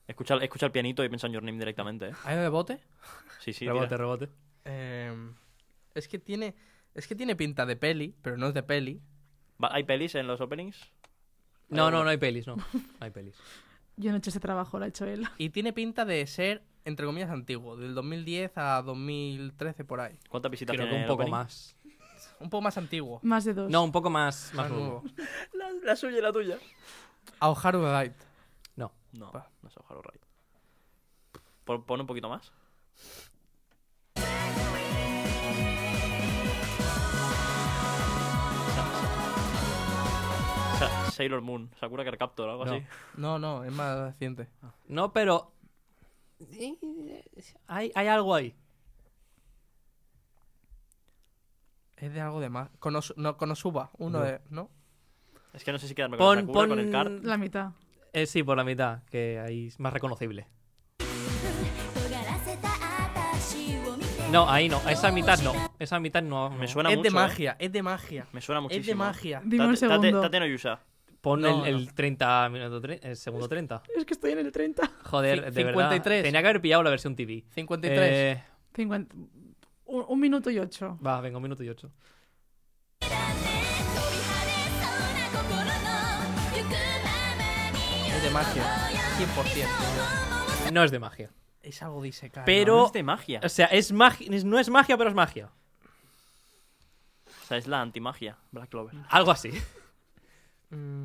Escucha, escucha el pianito y piensa en Your Name directamente, ¿eh?
¿Hay rebote?
Sí, sí,
rebote,
tira.
rebote.
Eh, es que tiene... Es que tiene pinta de peli, pero no es de peli.
Va- ¿Hay pelis en los openings?
No, no, no hay pelis, no. No hay pelis.
Yo no he hecho ese trabajo, lo ha hecho él.
Y tiene pinta de ser, entre comillas, antiguo, del 2010 a 2013 por ahí.
¿Cuántas visitas
Creo que un
tiene el
poco
opening?
más.
Un poco más antiguo.
Más de dos.
No, un poco más, más
Más
nuevo.
nuevo.
La, la suya y la tuya.
A Oharu ga Guide.
No,
Pa.
no es Ojalá Right. Pon, pon un poquito más. Sa- Sa- Sailor Moon, Sakura Carcaptor, algo
No.
así.
No, no, es más reciente.
No, pero. eh, Hay, hay algo ahí.
Es de algo de más. Konos- no, Konosuba, uno
No.
de. ¿No?
Es que no sé si quedarme con
Pon,
Sakura,
pon.
con el car.
La mitad.
Eh, sí, por la mitad, que ahí es más reconocible.
尖らせた私を見て
No, ahí no, esa mitad no. Esa mitad no.
Me
no.
suena
es
mucho.
de
¿eh?
magia, es de magia.
Me suena muchísimo.
Es de magia.
Dime un
Tate- tate-
segundo.
Tate no Yusa.
Pon
No,
el, el 30 minuto tre- el segundo 30.
Es que estoy en el 30.
Joder, de
Cin-
verdad.
53.
Tenía que haber pillado la versión TV.
53.
Eh,
50. Un, un minuto y ocho.
va, venga, un minuto y ocho.
飛び跳ねそうな心の行くままに
Es de magia. 100%.
No es de magia.
Es algo de Isekai.
Pero-
No es de magia.
O sea, es magia. No es magia, pero es magia.
O sea, es la antimagia. Black Clover.
Algo así.
¿no? Mm,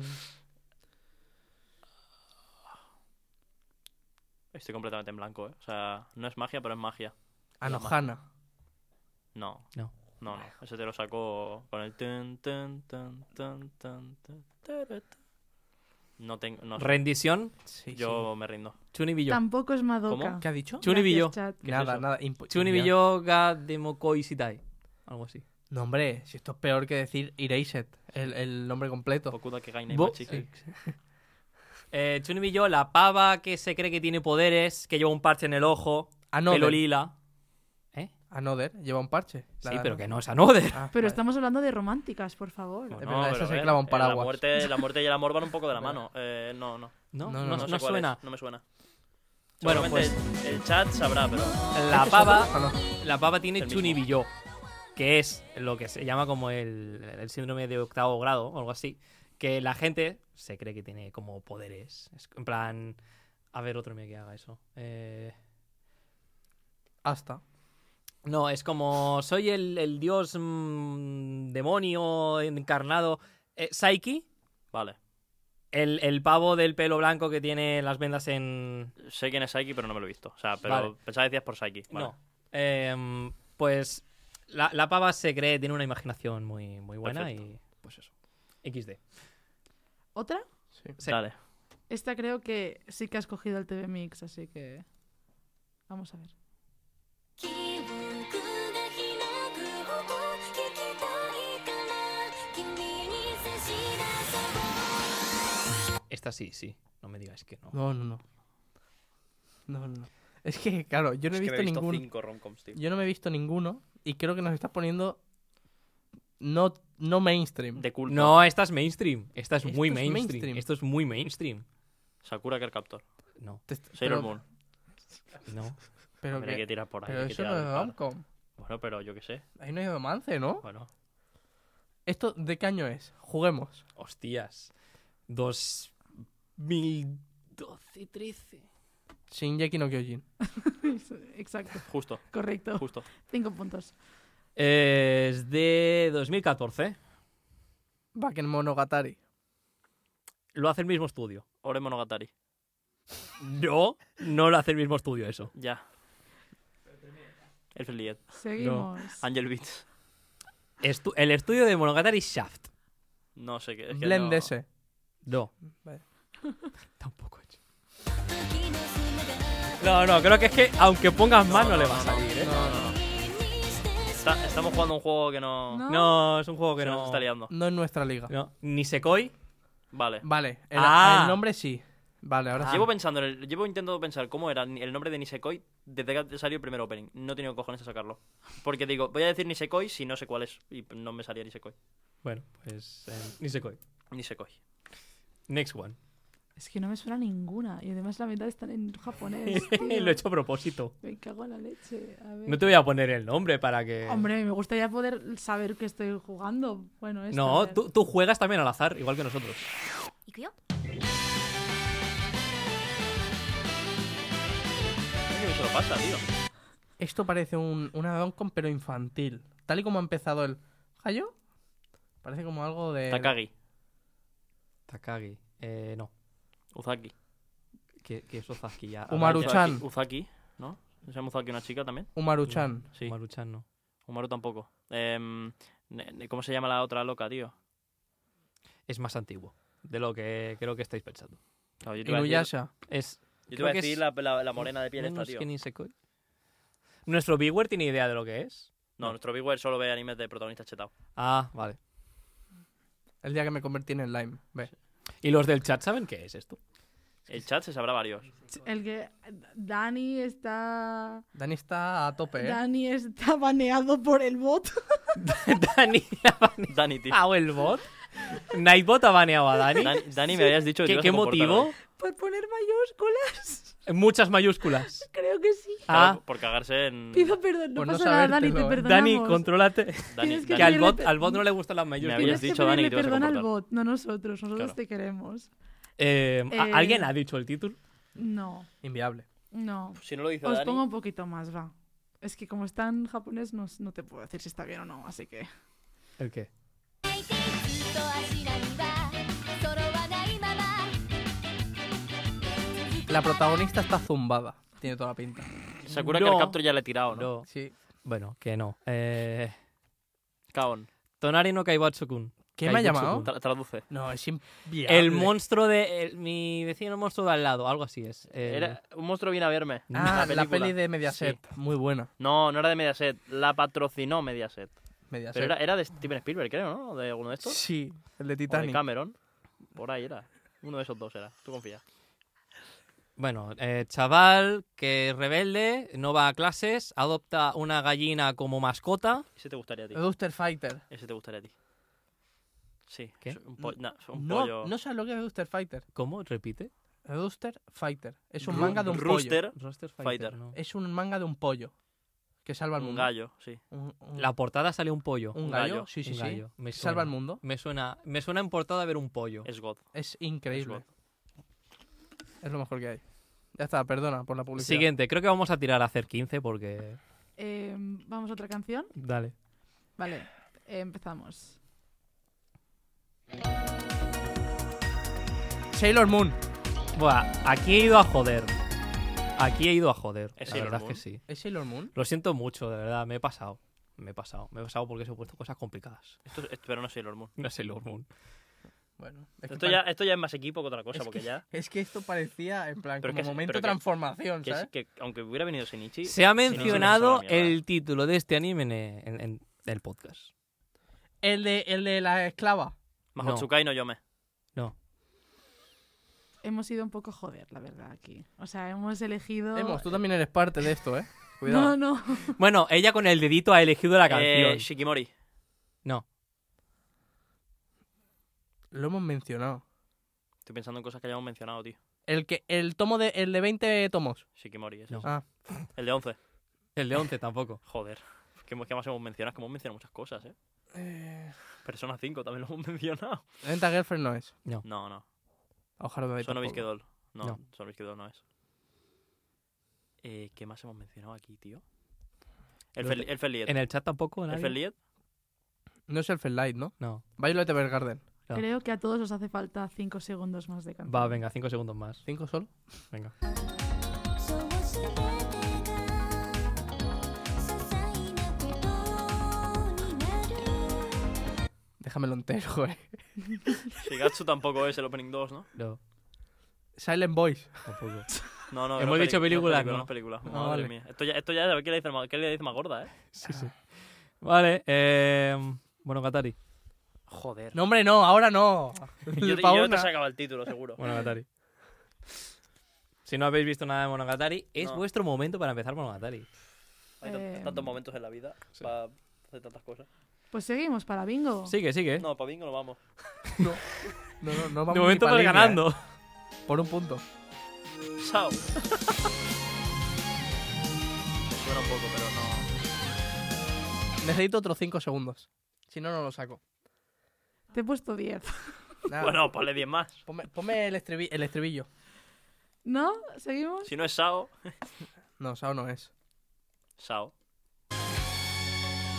Estoy completamente en blanco, ¿eh? O sea, no es magia, pero es magia.
Anohana.
No.
No.
No, no. Eso te lo sacó con el... tun, tun, tun, tun, tun, tun, tarut. No tengo... No sé.
Rendición,
Sí,
Yo me rindo.
Chunibillo.
Tampoco es Madoka.
¿Cómo?
sí. ¿Qué ha dicho?
Chuni
Gracias,
Billo.
chat.
¿Qué es
nada,
eso?
nada. impo- Ya.
Chunibillo ga demokoi sitai. Algo así.
No, hombre, si esto es peor que decir Erased, el, el nombre completo.
Okuda que gaine
Bo-
machi.
sí. Eh, Chunibillo, la pava que se cree que tiene poderes, que lleva un parche en el ojo, pelo
Another.
lila. ¿Eh?
Another, lleva un parche. la
Sí, pero
de Another.
que no es Another.
Ah,
Pero
vale.
estamos hablando de románticas, por favor.
No,
Es verdad,
pero
esa se
a ver,
clava un
eh, La
paraguas.
muerte, la muerte y el amor van un poco de la mano. Eh, no, no.
No, no,
No, no,
no,
no pues-
sé cuál
suena.
es, no me suena.
Bueno,
Seguramente el, el chat sabrá, pero.
La pava,
Ah, no.
la pava tiene
El mismo.
Chunibillo, que es lo que se llama como el, el síndrome de octavo grado o algo así, que la gente se cree que tiene como poderes. Es en plan, a ver otro meme que haga eso. Eh,
Hasta.
no, es como soy el, el dios mm, demonio encarnado. Eh, Psyche,
Vale.
el, el pavo del pelo blanco que tiene las vendas en,
Sé quién es Psyche, pero no me lo he visto. O sea, pero
Vale.
pensaba que decías por Psyche. Vale.
No. Em, pues la, la pava se cree, tiene una imaginación muy, muy buena y pues eso. XD.
¿Otra?
Sí.
Sí.
Dale.
Esta creo que sí que has cogido el TV Mix, así que. Vamos a ver.
記憶が開く音聞きたいから君に差し出そう
Esta sí, sí. No me digáis que no.
No, no, no. No, no, no. Es que, claro, yo no he
Es que me
visto ninguno.
cinco romcoms, tío.
Yo no me he visto ninguno. Y creo que nos estás poniendo. No, no mainstream.
De culto.
No, esta es mainstream. Esta es
Esto
muy
es
mainstream.
mainstream.
Esto es muy mainstream.
Sakura Carcaptor.
No,
Te est-
Sailor
pero-
Moon.
no.
Pero,
Hombre, Hay que
que,
tirar por ahí.
pero
hay que
eso
tirar
no es
del palo.
romcom.
Bueno, pero yo qué sé.
Ahí no hay romance, ¿no?
Bueno.
¿Esto de qué año es? Juguemos.
Hostias. 2012, 13.
Shinjeki no Kyojin.
Exacto,
Justo,
correcto.
justo.
Cinco puntos.
Es de 2014.
Baken Monogatari.
Lo hace el mismo estudio.
Ore Monogatari.
No, no lo hace el mismo estudio eso.
Ya. El Lied.
Seguimos.
Angel Beats.
Estu- el estudio de Monogatari Shaft.
No sé qué. Es que
Blend
no-
ese.
No.
Vale.
Tampoco he hecho. No, no, creo que es que aunque pongas más no, le va a salir, ¿eh?
No, no, no. Está- estamos jugando un juego que no.
No.
No, es un juego que
se
no.
nos está liando.
No es nuestra liga.
No, Ni Sekoi.
Vale.
Vale. El,
Ah.
el nombre sí. Vale, ahora sí.
Llevo pensando, en el- llevo intentando pensar cómo era ni- el nombre de Nisekoi desde que salió el primer opening. No he tenido cojones a sacarlo. Porque digo, voy a decir Nisekoi si no sé cuál es. Y no me salía Nisekoi.
Bueno, pues. eh, ni Sekoi.
Nisekoi.
Next one.
Es que no me suena ninguna. Y además la mitad están en japonés.
Lo
tío.
he hecho a propósito.
Me cago en la leche. A ver.
No te voy a poner el nombre para que.
Hombre, me gustaría poder saber que estoy jugando. Bueno, esta, a
no,
ver.
tú, tú juegas también al azar, igual que nosotros.
行くよ
niño que se lo pasa, tío.
Esto parece un, una Doncom, pero infantil. Tal y como ha empezado el. ¿Hayo? Parece como algo de.
Takagi,
Takagi. Eh, no.
Uzaki.
Que, que eso Zazki ya.
Umaru-chan.
Uzaki, ¿no? ¿Se llama Uzaki una chica también?
Umaru-chan.
Sí.
Maruchan no.
Umaru tampoco. Em, ne- ne- ¿Cómo se llama la otra loca, tío?
Es más antiguo de lo que creo que estáis pensando.
Claro, yo te iba a decir-
Inuyasha.
Es
Yo te
Creo
iba a
que es
decir la, la- la morena de piel esta,
menos
tío.
que Nisekoi. Nuestro viewer tiene idea de lo que es.
No, nuestro viewer solo ve animes de protagonistas chetados.
Ah, vale.
El día que me convertí en el Lime. Ve.
¿Y los del chat saben qué es esto?
El chat se sabrá varios.
El que Dani está.
Dani está a tope, ¿eh?
Dani está baneado por el bot.
Dani ha
Dani, tío.
baneado el bot. Nightbot ha baneado a Dani.
Dani, Dani, me habías dicho
¿Qué,
que te ibas
qué
a comportar
motivo?
hoy.
Por poner mayúsculas.
Muchas mayúsculas.
Creo que sí.
Ah,
Claro, por cagarse en.
Pido perdón. No
Por no
pasa nada, Dani,
sabértelo,
te
¿eh?
Dani,
perdonamos.
contrólate.
Dani,
Tienes
Que
Dani-
al bot, al bot no le gustan las
habías
mayúsculas.
Tienes
dicho,
que
Dani,
pedirle
que te ibas a
perdón al
comportar.
bot, no nosotros. Nosotros
Claro.
te queremos.
Eh, ¿a-
Eh,
¿Alguien ha dicho el título?
No,
Inviable.
no.
Si no lo dice
Os
Dani.
pongo un poquito más, va. Es que como está en japonés no, no te puedo decir si está bien o no, así que...
¿El qué?
泣いてずっと足並みは揃わないまま
La protagonista está zumbada. Tiene toda la pinta.
Sakura
No.
que el capture ya le he tirado, ¿no?
No.
Sí.
Bueno, que no. Eh,
Kaon.
Tonari no Kaibatsu-kun.
¿Quién me ha
Kaibatsu-kun.
llamado?
Tra- traduce.
No, es inviable.
El monstruo de. el- mi vecino monstruo de al lado, algo así es. El-
Era, un monstruo viene a verme.
Ah, la,
La película.
peli de Mediaset. Muy buena.
No, no era de Mediaset. La patrocinó Mediaset.
Mediaset.
Pero era, era de Steven Spielberg, creo, ¿no? De alguno de estos.
Sí, el de
O de
Titanic.
Cameron. Por ahí era. Uno de esos dos era. Tú confías.
Bueno, eh, chaval que es rebelde, no va a clases, adopta una gallina como mascota.
Ese te gustaría a ti.
Duster Fighter.
Ese te gustaría a ti. Sí.
¿Qué?
es Un, po- na- es un pollo.
Mm, No, no sabes lo que es Duster Fighter.
¿Cómo? Repite.
Duster Fighter. Es un
Ru-
manga de un
Rooster,
Roster
Fighter.
¿no?
pollo. Es un manga de un pollo. Que salva al
un
mundo.
gallo, sí.
Un, un-
La portada sale un pollo.
un
un
gallo.
gallo.
Sí, sí,
Un
sí.
gallo. Me
Que salva
suena.
al mundo.
Me suena, me suena en portada ver un pollo.
Es God.
Es
Es
increíble.
bueno.
Es lo mejor que hay. Ya está, perdona por la publicidad.
Siguiente, creo que vamos a tirar a hacer 15 porque.
eh, ¿Vamos a otra canción?
Dale.
Vale, eh, empezamos.
Sailor Moon.
Buah, aquí he ido a joder. Aquí he ido a joder.
¿Es
la
Sailor
verdad es
Moon?
que sí.
¿Es Sailor Moon?
Lo siento mucho, de verdad, me he pasado. Me he pasado. Me he pasado porque se he puesto cosas complicadas.
Esto, es- esto- pero no es Sailor Moon.
No es Sailor Moon.
Bueno. es que
Esto ya, esto ya es más equipo que otra cosa,
Es
porque
que-
ya.
Es que esto parecía, en plan,
Pero
como
que-
momento
pero que-
transformación,
Que,
¿sabes?
es- que aunque hubiera venido Shinichi.
Se ha
Shinichi no es una
mencionado
mierda.
el título de este anime en, en- en el podcast.
El, de, el de la esclava.
Mahotsukai no Yome.
Hemos ido un poco joder, la verdad, aquí. O sea, hemos elegido...
Emos, tú también eres parte de esto, ¿eh? Cuidado.
No, no.
Bueno, ella con el dedito ha elegido la canción.
Eh, Shikimori.
No,
Lo hemos mencionado.
Estoy pensando en cosas que hayamos mencionado, tío.
El que el tomo de el de 20 tomos.
Shikimori, ese
No.
es.
Ah,
El de 11.
el de 11 tampoco.
Joder. ¿Qué, qué más hemos mencionado? Es que hemos mencionado muchas cosas, ¿eh?
eh,
Persona 5 también lo hemos mencionado.
Renta Girlfriend no es.
No, no.
Ojalá me
Son Doll. No,
No.
no. no es. Eh, ¿Qué más hemos mencionado aquí, tío? El
Lo
Fel-
de-
el Feliet.
En el chat tampoco,
¿El
nadie?
Feliet?
No es el Light, ¿no?
No.
Violet Evergarden.
No.
Creo que a todos os hace falta cinco segundos más de canción.
Va, venga, 5 segundos más.
¿Cinco solo?
Venga.
そうすべてが些細なことになる
Déjamelo entero, eh.
Shigatsu tampoco es el Opening 2, ¿no?
No,
Silent Boys.
tampoco.
No, no.
Hemos
era
dicho
peli-
película,
no.
¿no?
es película, no es película.
Ah,
Madre
vale.
mía. Esto ya, esto ya, a ver qué le dice más, qué le dice más gorda, ¿eh?
Sí, sí. Vale, eh, bueno, Katari.
Joder.
No, hombre, no, ahora no.
Yo, te-
Pa'
yo te
una.
sacaba el título, seguro.
Monogatari. Si no habéis visto nada de Monogatari, es
No.
vuestro momento para empezar Monogatari.
Hay tan-
Eh,
tantos momentos en la vida para hacer tantas cosas.
Pues seguimos para bingo.
Sigue, sigue.
No, para bingo no vamos.
No, no, no vamos
de
ni
momento
pa'
vas
línea,
ganando.
eh. Por un punto.
Chao. Me suena un poco, pero no.
Necesito otros cinco segundos. Si no, no lo saco.
Te he puesto 10.
Nada.
Bueno, ponle 10 más.
Ponme, ponme el, estribi- el estribillo.
¿No? ¿Seguimos?
Si no es Sao,
No, Sao no es.
Sao.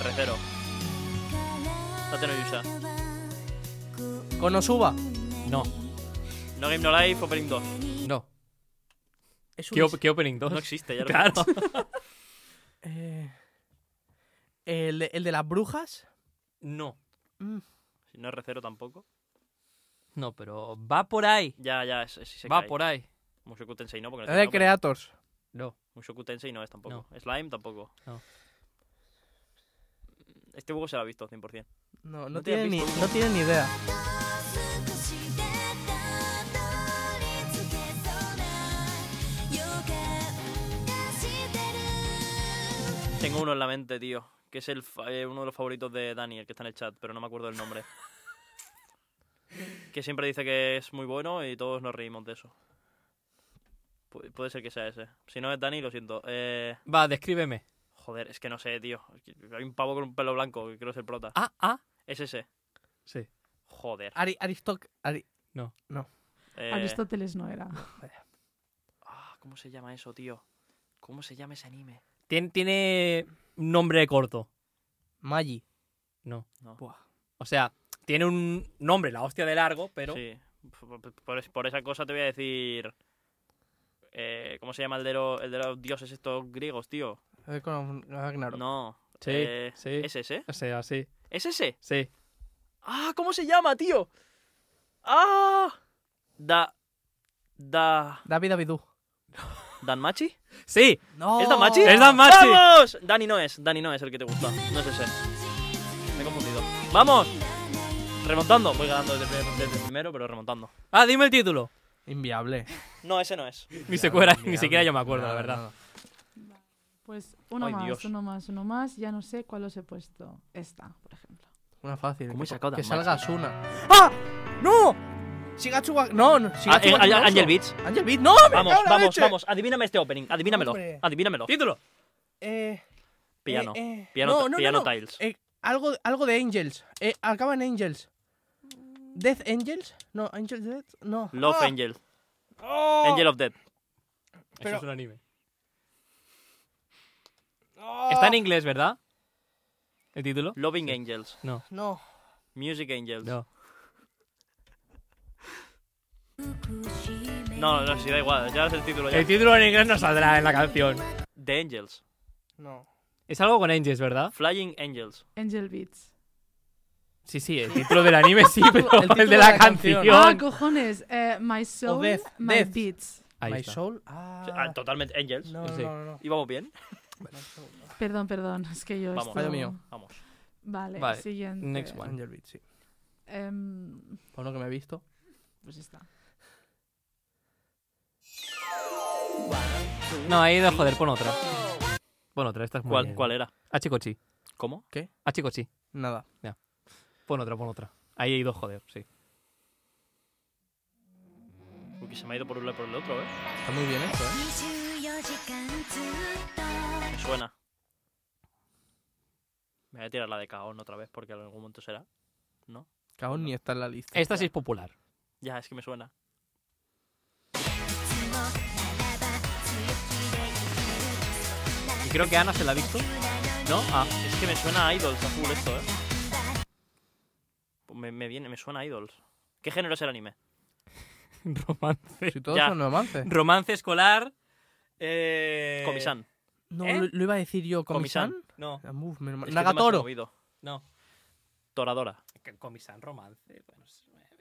Recero. Tate no Yusha.
Konosuba.
No,
No Game No Life, Opening 2.
no.
Es
¿Qué,
un...
op- qué opening 2?
No existe, ya lo
claro.
Eh, el, de, el de las brujas. Mm.
No,
Si no es Recero tampoco.
no, pero va por ahí.
Ya, ya, es, es Isekai.
Va por ahí.
Mushoku Tensei no, porque no
El
tiene
de
nombre.
Creators.
No.
Mushoku Tensei no es tampoco. Slime tampoco.
No.
Este juego se lo ha visto 100%.
No, no,
No te
tiene
has
ni,
visto.
no tiene ni idea.
Tengo uno en la mente, tío. Que es el fa- eh, uno de los favoritos de Dani, el que está en el chat, pero no me acuerdo el nombre. que siempre dice que es muy bueno y todos nos reímos de eso. Pu- puede ser que sea ese. Si no es Dani, lo siento. Eh,
Va, descríbeme.
joder, es que no sé, tío. Es que Hay un pavo con un pelo blanco que creo es el prota.
Ah, ah.
Es ese.
Sí.
Joder.
Ari, Aristoc. Ari-
Eh,
Aristóteles no era.
ah, ¿Cómo se llama eso, tío? ¿Cómo se llama ese anime?
Tien- tiene nombre corto.
Magi.
No.
No.
O sea, tiene un nombre, la hostia de largo, pero.
Sí. Por, por- por es- por esa cosa te voy a decir. eh, ¿Cómo se llama el de, lo- el de los dioses estos griegos, tío?
Eh, Con Ragnarok.
No.
Sí,
eh,
sí.
¿Es ese?
O sea, sí.
¿Es ese?
Sí.
¡Ah! ¿Cómo se llama, tío? ¡Ah! Da. Da.
David Abidú.
¿Danmachi?
¡Sí!
No.
¿Es Danmachi?
¡Es Danmachi!
¡Vamos! Dani no es, Dani no es el que te gusta. No es ese. Me he confundido. ¡Vamos! Remontando. Voy ganando desde, el primer- desde el primero, pero remontando.
Ah, dime el título.
Inviable.
No, ese no es.
Ni, se cuera- ni
Inviable.
siquiera yo me acuerdo, la
Nada,
verdad.
nada.
Pues uno
Ay,
más,
Dios.
uno más, uno más. Ya no sé cuál os he puesto. Esta, por ejemplo.
Una fácil.
¿Cómo
que,
he sacado
que
tan
salga
mal?
Asuna. ¡Ah! ¡No! Shigatsu wa... No, no. Shigatsu
Ah, eh,
wa
Angel-
Kuroso.
Angel Beats.
Angel Beats. ¡No! me
Vamos,
cago en la
vamos,
leche!
vamos. Adivíname este opening. Adivínamelo.
Hombre.
Adivínamelo.
¡Título!
Eh,
Piano.
eh, eh.
Piano-
No, no, no,
piano
no.
Tiles.
Eh, algo, algo de Angels. Eh, acaba en Angels. Death Angels? No, Angels Death. No.
Love
Ah,
Angel.
oh,
Angel of Death.
Pero-
Eso es un anime.
oh,
Está en inglés, ¿verdad? ¿El título?
Loving Angels.
No.
Music Angels.
No.
No, no, sí, da igual. Ya es el título
Eh.
ya.
El título en inglés no saldrá en la canción.
The Angels.
No.
Es algo con Angels, ¿verdad?
Flying Angels.
Angel Beats.
Sí, sí, el título del anime sí, pero
el
el,
título
de la, canción.
Ah, cojones. eh, my soul,
death,
my
death.
beats.
Ahí
My
está.
Soul. Ah.
Ah, totalmente Angels.
No, no,
Sí.
no, no.
¿Y vamos bien?
My Soul, no.
Perdón, perdón. Es que yo
Vamos.
esto-
Fallo mío.
Vamos.
Vale,
Vale,
siguiente.
next one.
Angel Beats, sí.
Em,
Por lo que me he visto.
pues está.
No, ahí de joder, pon otra. Pon otra, esta es muy
¿Cuál,
bien.
cuál era?
Achicochi.
¿Cómo?
Achicochi.
Nada.
Pon otra, pon otra. Ahí hay dos joder, sí.
Uy, que se me ha ido por un lado y por el otro, ¿eh?
Está muy bien esto, ¿eh?
Me suena. Me voy a tirar la de Kaon otra vez porque en algún momento será.
Caón ni está en la lista.
Esta sí es popular.
Ya, es que me suena.
Y creo que Ana se la ha visto.
¿No? Ah, es que me suena a Idols a full esto, ¿eh? Pues Me, me viene, me suena a Idols. ¿Qué género es el anime?
romance.
Si todos
Ya.
son romances.
Romance escolar. Eh...
Comisan.
No,
¿Eh?
lo, lo iba a decir yo.
Komi-san.
Comisan.
No,
Ah, uf, menos mal.
Es que te me has
Nagatoro.
movido.
no.
Toradora.
Comisan, romance. Bueno,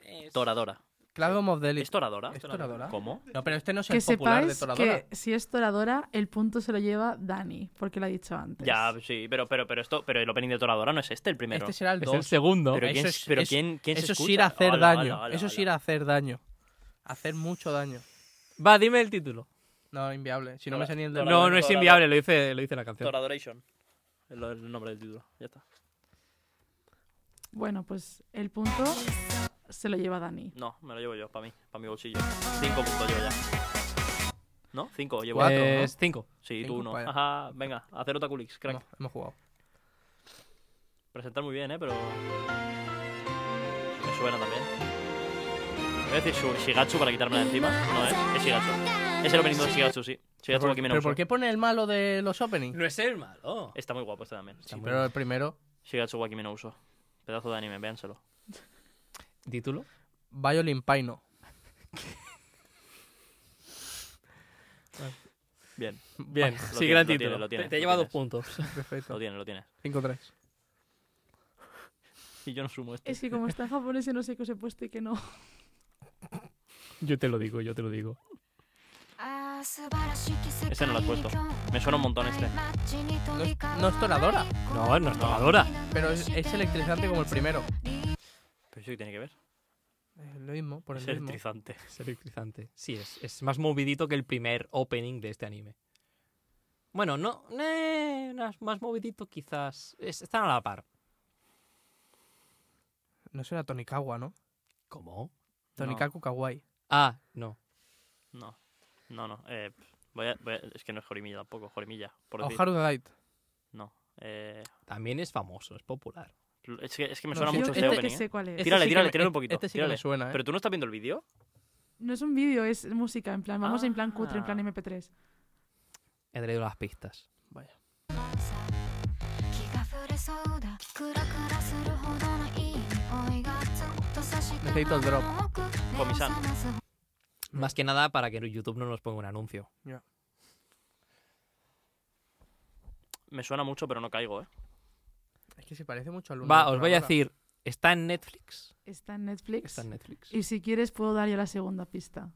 eh, es-
Toradora.
Clavum of the
¿Es
Elite.
Toradora?
¿Es Toradora?
¿Cómo?
No, pero este no es
Que
el popular de
sepáis
Toradora.
que si es Toradora, el punto se lo lleva Dani, porque lo ha dicho antes.
Ya, sí, pero, pero, pero esto, pero el opening de Toradora no es este el primero.
Este será el
Es el
2.
segundo.
Pero
Eso
quién,
es-
pero
eso-
quién, quién se
Eso es
escucha?
ir a hacer
Hola,
daño.
hola, hola,
Eso es
hola.
ir a hacer daño. Hacer mucho daño.
Va, dime el título.
No, inviable. Si no me
Tora-
sé ni el de
Toradora,
No, no es
Toradora.
inviable, lo dice, lo dice la canción.
Toradoration. Es lo- el nombre del título. Ya está.
Bueno, pues el punto se lo lleva Dani.
No, me lo llevo yo, para mí, para mi bolsillo. Cinco puntos llevo ya. ¿No? Cinco, llevo
Cuatro,
cuatro.
¿no?
es cinco.
Sí,
Eh, cinco,
tú uno.
vaya.
Ajá, venga, hacer otra culix, crack.
No, hemos jugado.
Presentar muy bien, ¿eh? Pero... Me suena también. Voy a decir Shu- Shigatsu para quitarme de encima. No, eh. Es Shigatsu. Es el opening de Shigatsu, sí. Shigatsu
¿Pero,
Kimi no
pero
Uso.
por qué pone el malo de los openings?
No es el malo.
Está muy guapo este también.
Sí, pero el primero.
Shigatsu Wakimi no Uso. Pedazo de anime, véanselo.
¿Título?
Violin Paino.
Bien.
Bien,
Lo
sí,
tienes,
gran
lo tienes,
título.
lo tienes,
te te
lo
lleva dos
tienes.
puntos.
Perfecto.
Lo tienes, lo tienes.
5-3.
Y yo no sumo este. esto.
Es que como está en japonés, yo no sé qué os he puesto y qué no.
Yo te lo digo, yo te lo digo.
Ese no lo has puesto. Me suena un montón este.
¿No es- no es tonadora?
No, no es tonadora.
Pero es, es electrizante como el primero.
Pero eso qué tiene que ver.
Es lo mismo, por
Es
el mismo.
electrizante.
Es electrizante. Sí, es, es más movidito que el primer opening de este anime. Bueno, no. eh, más- más movidito quizás. Es- están a la par.
No será Tonikawa, ¿no?
¿Cómo?
Tonikaku Kawaii.
Ah, no.
No. No, no. Eh, voy a, voy a- es que no es Jorimilla tampoco. Jorimilla. Por decir.
Oharu Delight.
No. Eh,
También es famoso, es popular.
es, que, es que me
No,
suena
sí,
mucho
Yo
este
este
creo que
opening. eh.
sé cuál es.
Tírale,
que
tírale,
me-
tírale un poquito,
Este sí que
tírale.
me suena, ¿eh?
Pero tú no estás viendo el vídeo.
No es un vídeo, es música, en plan, vamos en plan cutre, en plan
Ah.
MP3.
He traído las pistas.
Vaya.
気が触れそうだクラクラするほどのいい匂いがずっとさして
Necesito el drop.
青く
Comisán.
目を覚ます
Más que nada para que YouTube no nos ponga un anuncio.
Me suena mucho, pero no caigo, ¿eh?
Es que se parece mucho al uno
Va,
de
os voy a
Tonadora.
decir. ¿Está en Netflix?
Está en Netflix.
Está en Netflix.
Y si quieres, puedo dar yo la segunda pista.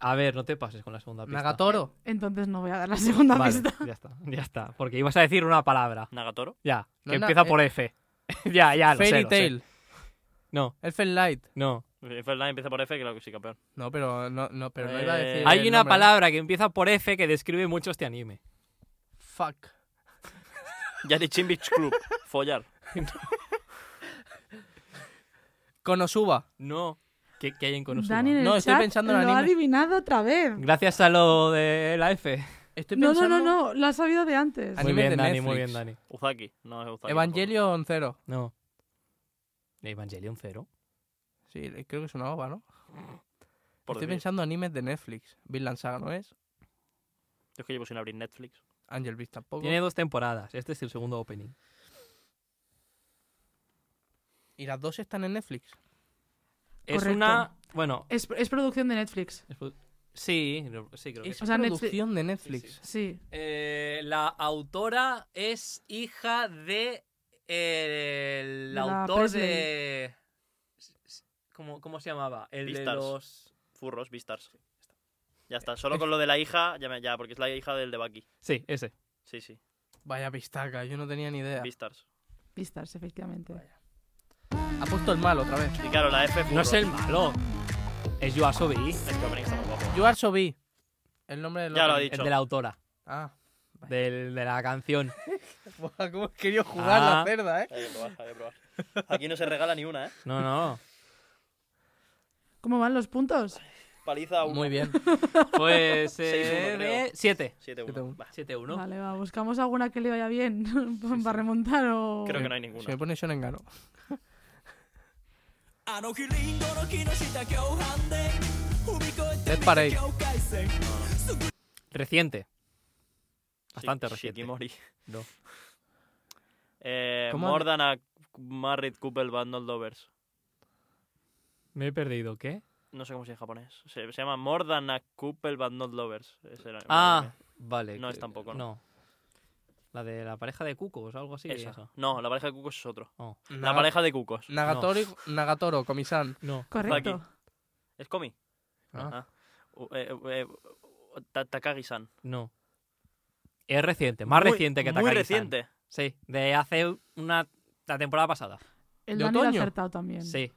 A ver, no te pases con la segunda pista.
Nagatoro.
Entonces no voy a dar la segunda
Vale,
pista.
ya está, ya está. Porque ibas a decir una palabra.
Nagatoro.
Ya,
No,
que
na-
empieza
eh.
por F. ya, ya, Ah, lo sé,
Fairy
lo sé.
Tail.
No,
Elfen Light.
no.
Es verdad, Eh, empieza por F, claro que sí, campeón.
No, pero no, no, pero no iba a decir.
Eh,
Hay
el
una
nombre, ¿no?
palabra que empieza por F que describe mucho este anime.
Fuck.
Yarichin Beach Club. Follar.
Konosuba.
No. ¿Qué, qué hay en Konosuba?
Dani en el
No, estoy
chat
pensando en
lo ha
anime.
adivinado otra vez.
Gracias a lo de la F.
Estoy
No, no,
pensando-
no, no, lo has sabido de antes.
Muy
Ani- Anime
bien,
de
Dani, muy
Netflix.
bien, Dani.
Uzaki. No es Uzaki.
Evangelion Zero.
No. Evangelion Zero.
Sí, le- creo que es una ova, ¿no?
tampoco, por
Estoy
decir.
pensando en animes de Netflix. Vinland Saga no es.
Yo es que llevo sin abrir Netflix.
Angel Beats tampoco.
Tiene dos temporadas. Este es el segundo opening.
Y las dos están en Netflix.
Es
Correcto.
una. Bueno.
Es, es producción de Netflix.
es pu- Sí, no- sí, creo que
Es
sí.
O sea, Netflix-
producción de Netflix.
Sí.
Eh, la autora es hija de. El
La
autor
Presley.
de. ¿Cómo, cómo se llamaba? El de
Beastars.
los.
Furros, Vistars. Ya está. Solo con lo de la hija, ya, me- ya porque es la hija del de Bucky.
Sí, ese.
Sí, sí.
Vaya pistaca, yo no tenía ni idea.
Vistars.
Vistas, efectivamente.
Ha puesto el mal otra vez.
Y claro, la F.
No
furros.
es el malo. Es Yoasobi,
Es que opening está muy guapo.
You are so B. El nombre del
Ya lo ha
opening.
dicho.
el de la autora,
Ah.
del, de la canción.
Buah, cómo he querido
jugar la Ah.
cerda, eh.
Hay que probar, hay que probar. Aquí no se regala ni una, ¿eh?
No, no.
¿Cómo van los puntos?
Paliza a uno.
Muy bien.
Pues.
Seis, uno, creo.
Eh, 7.
Siete,
7-1.
uno.
Va.
7-1.
Vale, va, buscamos alguna que le vaya bien para remontar o...
Creo que no hay
Se
ninguna.
me pone Shonen Gano. Dead Parade.
Reciente. Bastante
Shi-
reciente.
Shikimori.
No.
Eh,
¿Cómo?
more than a married couple but not lovers.
Me he perdido, ¿qué?
No sé cómo se dice en japonés. Se, se llama More than a couple but not lovers. Ese era-
Ah, vale.
No
que-
es tampoco, ¿no?
No. La de la pareja de cucos o algo así.
Esa.
esa.
No, la pareja de cucos es otro.
Oh.
La pareja de cucos.
Nagatoro, Nagatoro, Komi-san.
No.
Correcto.
Aquí. ¿Es Komi?
Ah.
Ah. U- eh, u- eh, u- Ta- Takagi-san.
No. Es reciente, más
Muy-
reciente que
Muy
Takagi-san.
reciente.
Sí, de hace una. La temporada pasada.
El
¿De
Dani lo ha
otoño?
acertado también.
Sí.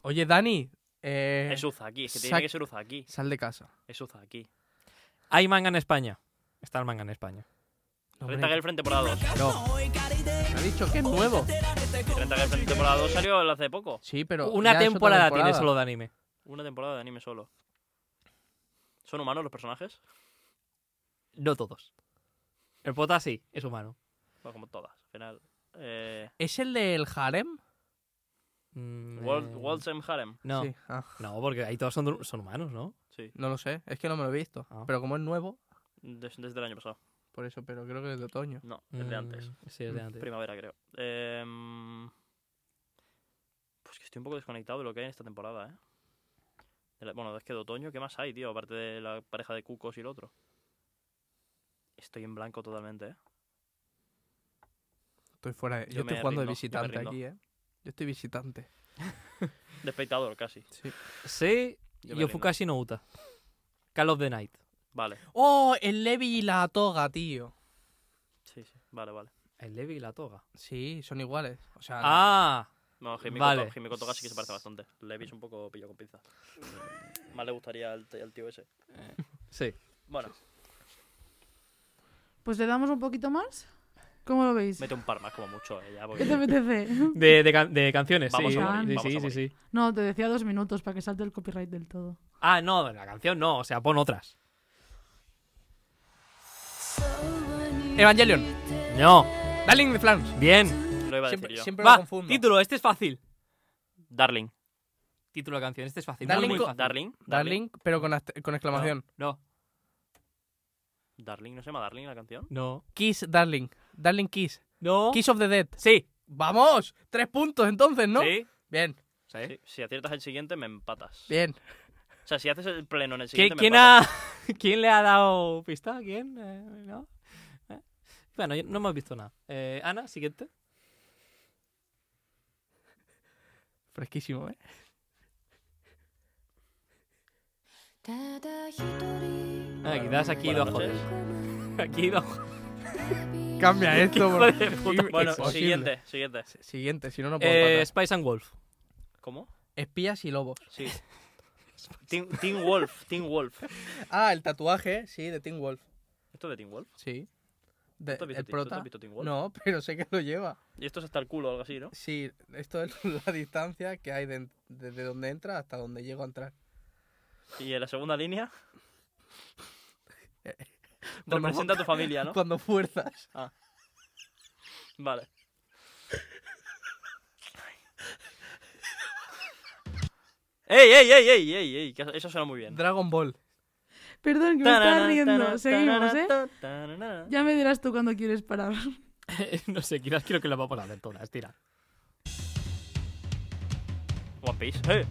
Oye, Dani. Eh,
Es Uzaki. Es que
Sak-
tiene que ser Uzaki.
Sal de casa.
Es Uzaki.
Hay manga en España. Está el manga en España.
Renta Girlfriend temporada 2.
No.
ha dicho que es nuevo.
Renta Girlfriend temporada 2 salió hace poco.
Sí, pero.
Una
ya es otra
temporada, tiene solo de anime.
Una temporada de anime solo. ¿Son humanos los personajes?
No todos. El pota sí, es humano.
Bueno, como todas. Al final. eh,
¿Es el del harem?
Mm,
World,
eh,
Waldsem Harem.
No,
Sí, ah,
no, porque ahí todos son, son humanos, ¿no?
Sí,
no lo sé, es que no me lo he visto.
Ah.
Pero como es nuevo,
des- desde el año pasado.
por eso, pero creo que es de otoño.
No, desde
Mm,
antes.
Sí, desde antes.
Primavera, creo. Em, pues que estoy un poco desconectado de lo que hay en esta temporada, ¿eh? De la- bueno, es que de otoño, ¿qué más hay, tío? Aparte de la pareja de Cucos y el otro. Estoy en blanco totalmente, ¿eh?
Estoy fuera de. Yo,
Yo
estoy
me
jugando de
rindo, yo me
visitante
rindo.
aquí, ¿eh? Yo estoy visitante.
De espectador, casi.
Sí,
Yo me
Yofukashi no Uta. Call of the Night.
Vale.
¡Oh! El Levi y la toga, tío.
Sí, sí. Vale, vale.
El Levi y la toga.
Sí, son iguales. O sea,
Ah,
No, Jimmy
Vale.
Koto- Jimmy Koto casi que se parece bastante. Levi es un poco pillo con pinzas. Más le gustaría al, t- al tío ese.
sí.
Bueno,
Pues le damos un poquito más. ¿Cómo lo veis?
mete un par más como mucho, ¿eh? Ya, porque-
¿Qué te apetece?
De, de can- de canciones,
Vamos
sí.
a morir,
sí,
vamos
sí,
a
sí, sí.
No, te decía dos minutos para que salte el copyright del todo.
Ah, no, de la canción no, o sea, pon otras.
Evangelion.
No,
Darling in the Flames.
bien.
lo iba a decir
Siempre,
yo.
siempre lo
Va,
confundo.
título, este es fácil.
Darling.
Título de canción, este es fácil.
Darling
muy
co-
fácil.
Darling.
Darling, pero con, ast- con exclamación.
No,
Darling, ¿no se llama Darling la canción?
no,
Kiss, Darling. Darling Kiss.
no.
Kiss of the Dead.
Sí,
¡Vamos! Tres puntos entonces, ¿no?
sí,
Bien,
sí.
Sí, Si aciertas el siguiente, me empatas.
bien.
O sea, si haces el pleno en el
¿Qui-
siguiente, me
¿Quién,
empatas.
ha, ¿Quién le ha dado pista? ¿Quién? Eh, ¿no? Eh, Bueno, yo- no hemos visto nada. Eh, Ana, siguiente.
Fresquísimo, ¿eh?
ただ一人
Ah, quizás aquí
Buenas
dos
noches.
joder. Aquí dos joder.
Cambia esto.
Hijo
bro.
de puta.
Sí,
Bueno,
imposible.
siguiente, siguiente.
Siguiente, si no, no puedo
Eh,
empatar.
Spice and Wolf.
¿Cómo?
Espías y lobos.
Sí. Team, Team Wolf, Team Wolf.
Ah, el tatuaje, sí, de Teen Wolf.
¿Esto es de Team Wolf?
Sí.
¿Tú
De,
te has visto
el
Teen- tú te has
prota.
visto Team Wolf?
No, pero sé que lo lleva.
Y esto es hasta el culo o algo así, ¿no?
Sí, esto es la distancia que hay de- desde donde entra hasta donde llego a entrar.
Y en la segunda línea,
Cuando-
representa a tu familia, ¿no?
Cuando fuerzas.
Vale. ¡Ey, ey, ey, ey, ey, ey! que Eso suena muy bien.
Dragon Ball.
Perdón, que me estaba riendo. Seguimos, ¿eh?
¿eh?
Ya me dirás tú cuando quieres parar.
no sé, quizás quiero que la vamos a hacer todas, tira.
One Piece. ¡Eh!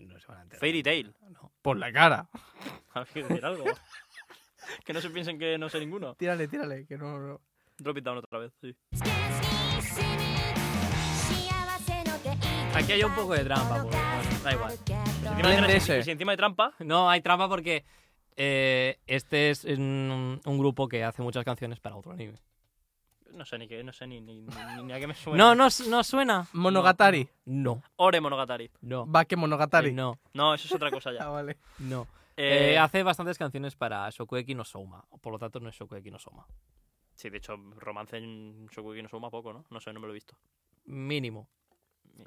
No se van a enterar.
Fairy Tail.
Por la cara.
Había Ah, que decir algo. que no se piensen que no sé ninguno.
Tírale, tírale, que no. no.
Drop it down otra vez, sí.
スケスに死ぬ幸せの定義
Aquí hay un poco de trampa, porque, bueno, da igual.
だ
Encima de
Blend
tra-
ese.
y si encima de trampa,
No, hay trampa porque eh, este es un, un grupo que hace muchas canciones para otro anime.
no sé ni qué, no sé ni, ni, ni- ni a qué me suena.
No, no, no suena.
Monogatari.
No,
Ore Monogatari.
no.
Baque Monogatari.
No,
No, eso es otra cosa
Ah,
ya.
vale.
no.
Eh,
Eh, hace bastantes canciones para Shokueki no Souma. Por lo tanto, no es Shokueki no Souma.
Sí, de hecho, romance en Shokugi no suma poco, ¿no? No sé, no me lo he visto.
Mínimo.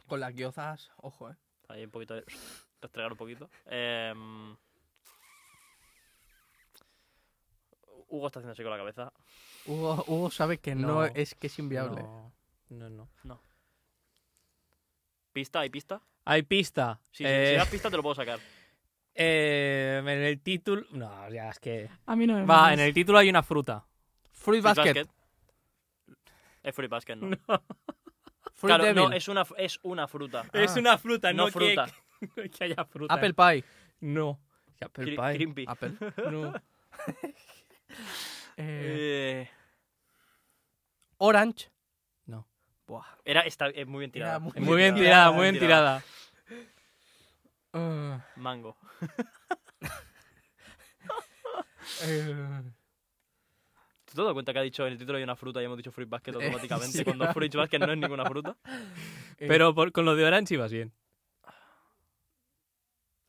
Con las guiozas, ojo, eh.
Ahí un poquito de... Restregar un poquito. Em, Hugo está haciendo así con la cabeza.
Hugo, Hugo sabe que no,
No.
es que es inviable.
No, no, no.
¿Pista? ¿Hay pista?
Hay pista.
Sí, sí, si
Eh,
das pista te lo puedo sacar.
eh, en el título. No, ya es que.
A mí no me
Va,
mires.
en el título hay una fruta.
Fruit
Fruit
Basket.
Es Fruit Basket,
Fruit
¿no? Claro,
Devil.
no, es una, es una fruta.
Es una fruta,
Ah. No fruta.
Que, que haya fruta.
Apple Pie.
No. Que Apple
Cri-
Pie.
crimpy.
Apple.
No.
Eh,
Eh,
Orange.
No.
Buah.
era, está, es muy bien tirada.
Era muy
Muy bien tirada, muy bien
bien tirada.
tirada.
Eh,
Mango.
eh,
¿Tú te das cuenta que ha dicho en el título hay una fruta y hemos dicho fruit basket
Eh,
automáticamente
sí.
cuando fruit basket no es ninguna fruta?
eh,
Pero por- con lo de Orange ibas bien.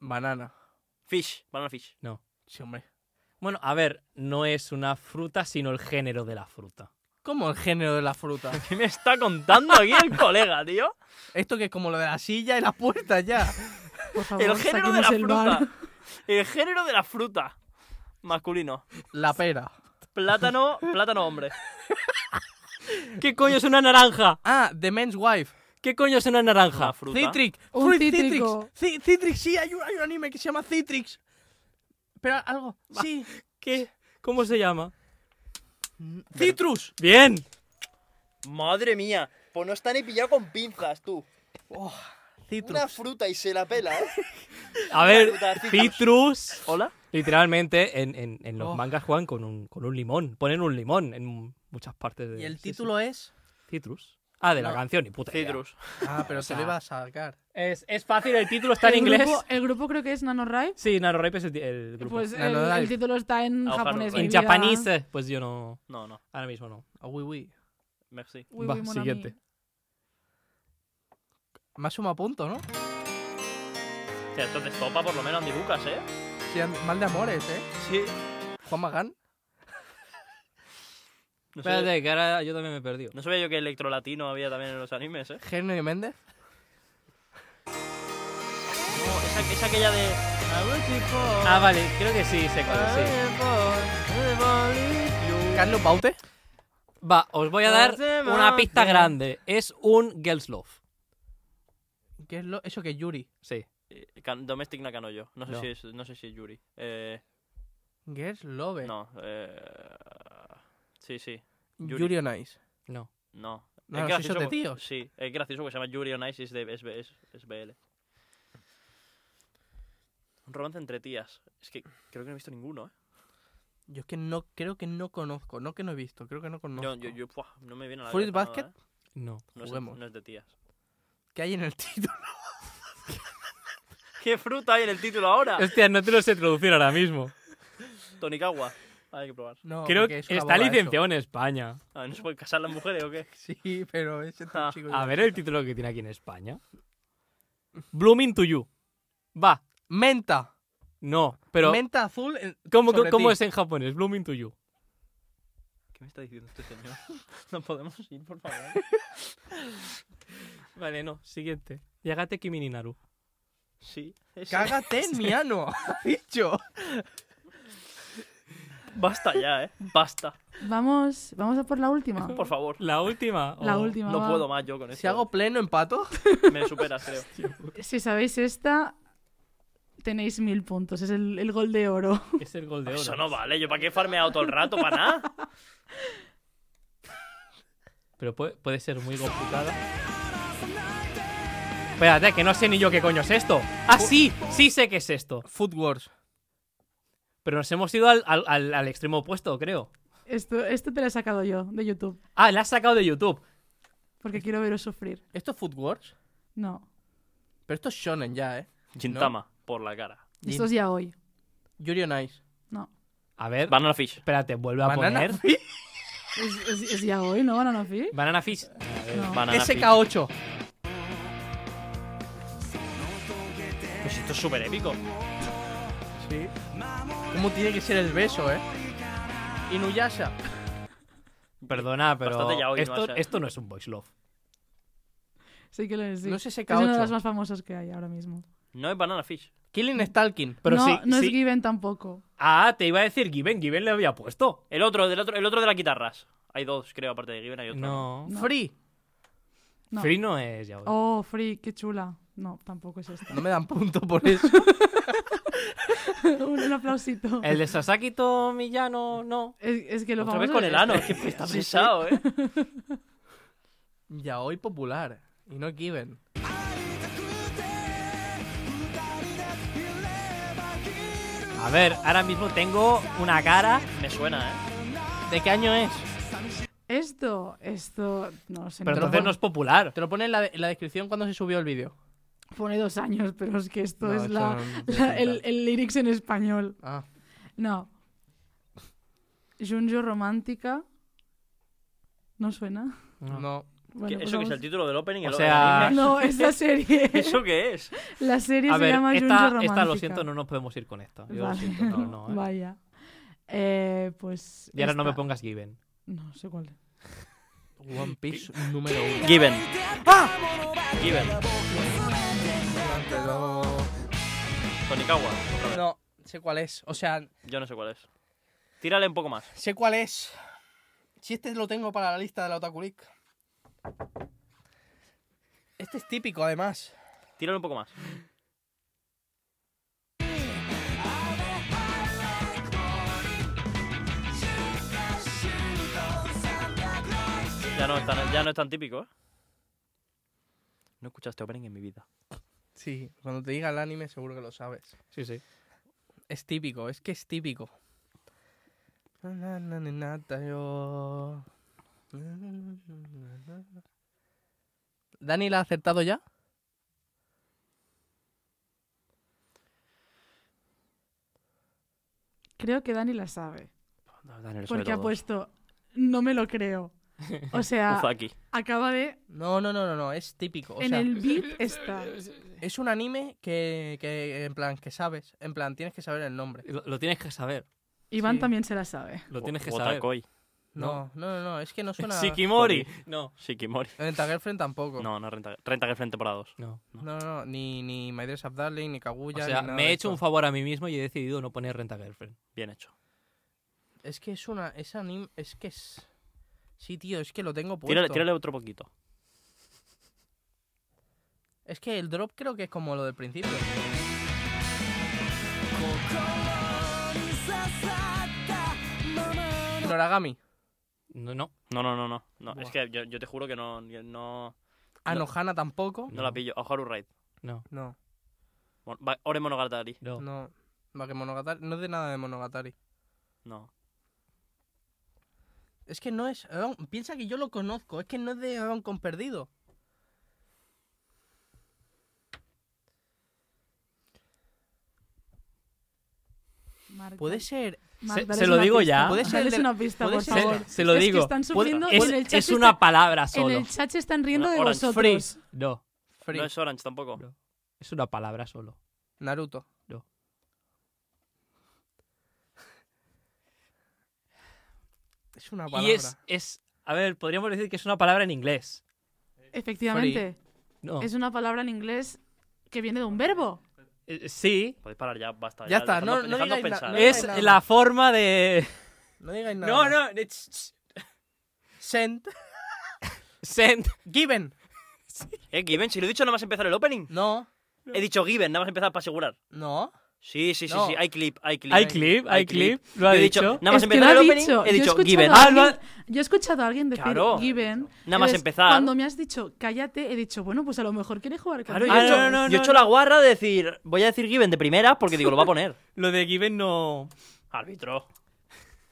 Banana.
Fish, banana fish.
Sí, hombre.
Bueno, a ver, no es una fruta, sino el género de la fruta.
¿Cómo el género de la fruta?
¿Qué me está contando aquí el colega, tío?
Esto que es como lo de la silla y las puertas ya.
Por favor,
El género de la
saquemos el bar.
fruta. El género de la fruta. Masculino.
La pera.
Plátano, plátano hombre.
¿Qué coño es una naranja?
Ah, The Men's Wife.
¿Qué coño es una naranja?
Una fruta.
Citrix.
Un
Fruit
cítrico.
Citrix. Ci- Citrix, sí, hay un, hay un anime que se llama Citrix. Pero algo. Sí.
¿Qué? ¿Cómo se llama?
Citrus.
Bien.
Madre mía, pues no está ni pillado con pinzas, tú. Una
Citrus.
fruta y se la pela, ¿eh?
A ver,
fruta, citrus.
citrus.
¿Hola?
Literalmente, en, en- en los
Oh.
mangas juegan con un, con un limón. Ponen un limón en muchas partes de.
Y el
sí, sí.
título es.
Citrus. Ah, de la
No.
canción, ni puta idea.
Citrus.
Ah, pero se lo iba a sacar.
Es, es fácil, el Eh, título está en
El
inglés.
grupo- el grupo creo que es NanoRive.
Sí, NaNoWriMo es el, ti- el grupo.
Pues el,
NanoRive.
el título está en
Ojalá,
japonés.
en
mi
en
vida.
japonés, eh, pues yo no.
No, no.
Ahora mismo no.
Ah, oui, oui.
Merci.
Uy,
Va,
uy, mon
siguiente.
ami.
Más suma punto, ¿no?
O sea, entonces topa por lo menos Andy Lucas, ¿eh?
Sí, and- mal de amores, ¿eh?
Sí.
Juan Magán.
No sabía,
Espérate, que ahora yo también me he perdido.
no sabía yo que electrolatino había también en los animes, ¿eh?
Henry Méndez.
No, esa, es aquella de...
Ah, vale, creo que sí, sé cuál es, sí.
Carlos Baute.
Va, os voy a dar una pista grande. Es un Girls Love.
¿Qué es lo... Eso que es Yuri.
Sí.
Eh, Can- Domestic Nakanoyo. No sé,
No.
Si es, no sé si es Yuri. Eh,
Girls Love.
no. Eh, sí, sí. Yuri.
Yuri on Ice.
No.
No.
No, no, si eso de
que-
tíos.
Sí, es gracioso que se llama Yuri on Ice y es, de, es, es- es BL. Un romance entre tías. Es que creo que no he visto ninguno, ¿eh?
Yo es que no creo que no conozco. No que no he visto. Creo que no conozco.
Yo, yo, yo, buah, no me viene a la
Fruit
cabeza
Basket.
nada, ¿eh?
No.
No, es,
Juguemos.
no es de tías.
¿Qué hay en el título?
¿Qué fruta hay en el título ahora?
Ah. Hostia, no te lo sé traducir ahora mismo.
Tonikawa. Hay que probar.
No,
Creo
porque
que
es una
está
boda eso.
licenciado en España.
Ah, ¿No se pueden casar las mujeres o qué?
Sí, pero ese
Ah,
chico.
A ver el título que tiene aquí en España. Blooming to you. Va.
Menta.
No, pero
Menta azul. eh, en-
¿cómo,
sobre
cómo
ti.
es en japonés? Blooming to you.
¿Qué me está diciendo este señor? No podemos ir, por favor.
Vale, no. Siguiente. Yagate Kimi Naru.
Sí. ese.
Cágate en mi ano. Ha dicho.
Basta ya, ¿eh? Basta.
Vamos, vamos a por Ah. la última.
Por favor.
La última. oh,
La
o-
última.
No
va.
puedo más yo con esto.
Si hago pleno empato.
Me superas, creo.
Si sabéis esta, tenéis mil puntos. Es el, el gol de oro.
Es el gol de oro.
Eso no vale. ¿Yo para qué farmeado todo el rato? ¿Para nada?
Pero puede, puede ser muy complicada. Espérate, que no sé ni yo qué coño es esto. Ah, sí, sí sé qué es esto.
Food Wars.
Pero nos hemos ido al, al- al- al extremo opuesto, creo.
Esto, esto te lo he sacado yo de YouTube.
Ah, la has sacado de YouTube.
Porque quiero veros sufrir.
¿Esto es Food Wars?
No.
Pero esto es Shonen ya, ¿eh?
Chintama, por la cara.
Esto es ya hoy.
Yuri on Ice.
No.
A ver,
Banana Fish.
espérate, vuelve a
Banana
poner.
Es, es- es ya hoy, ¿no? Banana Fish.
Banana Fish.
No.
Banana Fish.
SK8.
Pues esto es súper épico.
Sí. ¿Cómo tiene que ser el beso, eh? Inuyasha.
Perdona, pero
Bastante ya hoy,
esto,
Masha.
esto no es un voice love.
Sí que lo es. sí.
No es SK8.
Es una de las más famosas que hay ahora mismo.
No es Banana Fish.
Killing Stalking.
Pero
no,
sí,
no
sí.
es Given tampoco.
Ah, te iba a decir Given, Given le había puesto.
El otro, del otro, el otro de las guitarras. Hay dos, creo, aparte de Given hay otro.
No.
No.
Free.
No.
Free no es ya hoy.
Oh, Free, qué chula. No, tampoco es esta.
No me dan punto por eso.
un, un aplausito.
El de Sasaki Tomiyano, no.
Es, es que lo
Otra
famoso
vez con
es
el
este.
ano. Qué está pesado, ¿eh?
ya hoy popular. Y no Given.
A ver, ahora mismo tengo una cara.
Me suena, ¿eh?
¿De qué año es?
este. Esto, esto, no sé.
Pero
no
entonces no es popular.
Te lo pone en la, de- en la descripción cuando se subió el vídeo.
Pone dos años, pero es que esto
No,
es
eso
Pues la,
no
la-
cuenta.
el, el lyrics en español.
Ah.
No. Junjo Romántica. ¿No suena?
No.
No.
Bueno,
¿Qué-
pues
¿Eso que es
vamos-
el título del opening?
O
el-
sea-
el anime?
No, es la serie.
¿Eso qué es?
La serie
A
se
ver,
llama Junjo
esta,
Romántica.
esta lo siento, no nos podemos ir con esta. Yo lo
Vale.
siento, no, no, eh.
Vaya. Eh, pues.
Y ahora no me
esta-
pongas Given.
No sé cuál.
One Piece número uno.
Given. Given. Tonikawa.
No, sé cuál es. O sea,
Yo no sé cuál es. Tírale un poco más.
sé cuál es. Si este lo tengo para la lista de la Otaku League. Este es típico, además.
Tíralo un poco más. Ya no, es tan, ya no es tan típico, ¿eh? No he escuchado este opening en mi vida.
Sí, cuando te diga el anime seguro que lo sabes.
Sí, sí.
Es típico, es que es típico. Na, na, ni, na, ta, yo. ¿Dani la ha acertado ya?
Creo que Dani la sabe.
Daniel, sobre
Porque ha
todo.
puesto, no me lo creo. O sea,
Uzaki.
acaba de...
No, no, no, no, no, es típico. O
en
sea,
el beat está.
es un anime que, que, en plan, que sabes. En plan, tienes que saber el nombre.
Lo, lo tienes que saber.
Iván
sí.
también se la sabe.
Lo tienes que
O-
saber.
Otakoi.
No, no, no, no, es que no suena...
Shikimori. No.
Shikimori.
Renta Girlfriend tampoco.
No, no, Renta, Renta Girlfriend temporada 2.
No.
No, no, no, ni, ni My Dress Up Darling, ni
Pues
O
Kaguya,
sea,
ni nada
me
de
he hecho
eso.
un favor a mí mismo y he decidido no poner Renta Girlfriend.
Bien hecho.
Es que es una... Es anime... Es que es... Sí, tío, es que lo tengo puesto.
Tírale, tírale otro poquito.
Es que el drop creo que es como lo del principio. Noragami.
No, no.
No, no, no, no. no.
Buah.
Es que yo, yo te juro que no, yo no,
Anohana Ah, tampoco.
no la pillo. Oharu Raid.
No,
Mon- Va- Ore Monogatari.
No.
no. Va que Monogatari. No es de nada de Monogatari.
No.
Es que no es. Eon- Piensa que yo lo conozco. Es que no es de Eon con perdido.
Marca-
Puede ser.
Marc,
Se-
dales
se lo
una
digo
pista.
ya.
Puede ser
Dales
el de-
una pista,
puede
por
ser el de-
favor.
Se lo
Es que
digo.
están
Puede-
sufriendo y
es,
en el chat
es
se
una
están-
palabra
En
solo.
el chat se están riendo
Una
de
orange
vosotros.
freeze.
No.
Free.
No es Orange tampoco.
No. Es una palabra solo.
Naruto. Es una palabra.
Y es, es. A ver, podríamos decir que es una palabra en inglés.
Efectivamente.
No.
Oh.
Es una palabra en inglés que viene de un verbo.
Eh, Sí.
Podéis parar ya, basta.
Ya está,
dejadnos-
no- no
dejadnos
digáis na-
pensar.
no
Es
hay nada.
la forma de.
No digáis nada.
No,
más.
no. it's- it's-
Sent.
Send.
Given.
Eh, Given, si lo he dicho, no vas a empezar el opening.
No.
He dicho Given, nada más empezar para asegurar.
No.
Sí, sí, sí,
No.
sí. Hay clip, hay clip.
Hay clip, hay clip. Lo ha
Yo he
dicho.
Nada más
Es que
empezar
lo ha
el opening,
dicho, yo
he
he
dicho
escuchado
Given.
a
Ah, lo ha-
alguien- Yo he escuchado a alguien decir
Claro.
given.
Nada más
entonces,
empezar.
Cuando me has dicho cállate, he dicho, bueno, pues a lo mejor quiere jugar
Claro,
conmigo.
yo
Ah,
he
no,
hecho,
no,
yo he
no,
hecho
no.
la guarra de decir, voy a decir Given de primera porque digo, lo va a poner.
Lo de Given no.
Árbitro.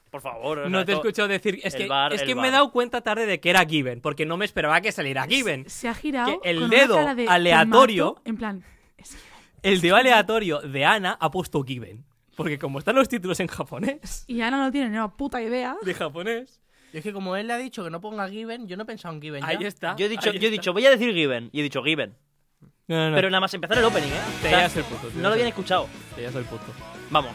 Por favor. o sea,
No te he
esto-
escuchado decir. Es
el
que,
bar,
es
el
que me
bar.
he dado cuenta tarde de que era Given, porque no me esperaba que saliera Given.
Se ha girado
Que el
con
dedo
una cara de
aleatorio-
te mato, en plan, es que-
El dedo aleatorio de Ana ha puesto Given. Porque como están los títulos en japonés,
y Ana no tiene ni una puta idea.
de japonés,
Yo es que como él le ha dicho que no ponga Given, yo no he pensado en Given. ya.
ahí está.
Yo he dicho,
ahí
yo he
está.
dicho, voy a decir Given. Y he dicho Given.
No, no, no.
Pero nada más empezar el opening, ¿eh? O
te
sea,
llevas el punto. te
no lo
llevas
habían
el-
escuchado.
Te llevas el punto.
Vamos.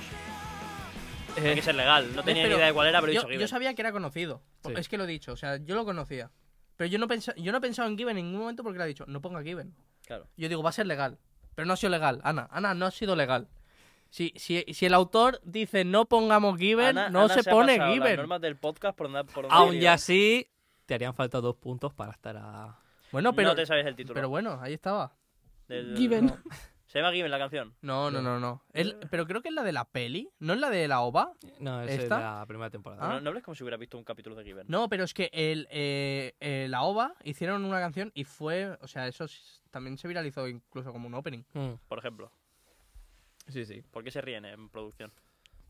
Eh,
Hay que ser legal. No tenía ni
pero
idea de cuál era, pero he
yo,
dicho
yo
Given.
sabía que era conocido.
Sí.
Es que lo he dicho, o sea, yo lo conocía. Pero yo no, pensa- yo no he pensado en Given en ningún momento porque le he dicho, no ponga Given.
Claro.
Yo digo, va a ser legal. Pero no ha sido legal, Ana. Ana, no ha sido legal. Si, si, si el autor dice no pongamos Given,
Ana-
no
Ana
se,
ha
pone
pasado Las
Given.
normas del podcast por donde, por donde
Aún
iría.
ya así, te harían falta dos puntos para estar a.
Bueno, pero,
No te sabes el título.
pero bueno, ahí estaba.
del-
Given.
Se llama Given la canción.
No, no, no, no. El- pero creo que es la de la peli, no es la de la OVA.
No, esa es
¿Esta?
la primera temporada.
Ah.
No, no hables como si hubiera visto un capítulo de Given.
No, pero es que el, eh, eh, la OVA hicieron una canción y fue, o sea, eso s- también se viralizó incluso como un opening.
Mm,
Por ejemplo.
Sí, sí.
¿Por qué se ríen en producción?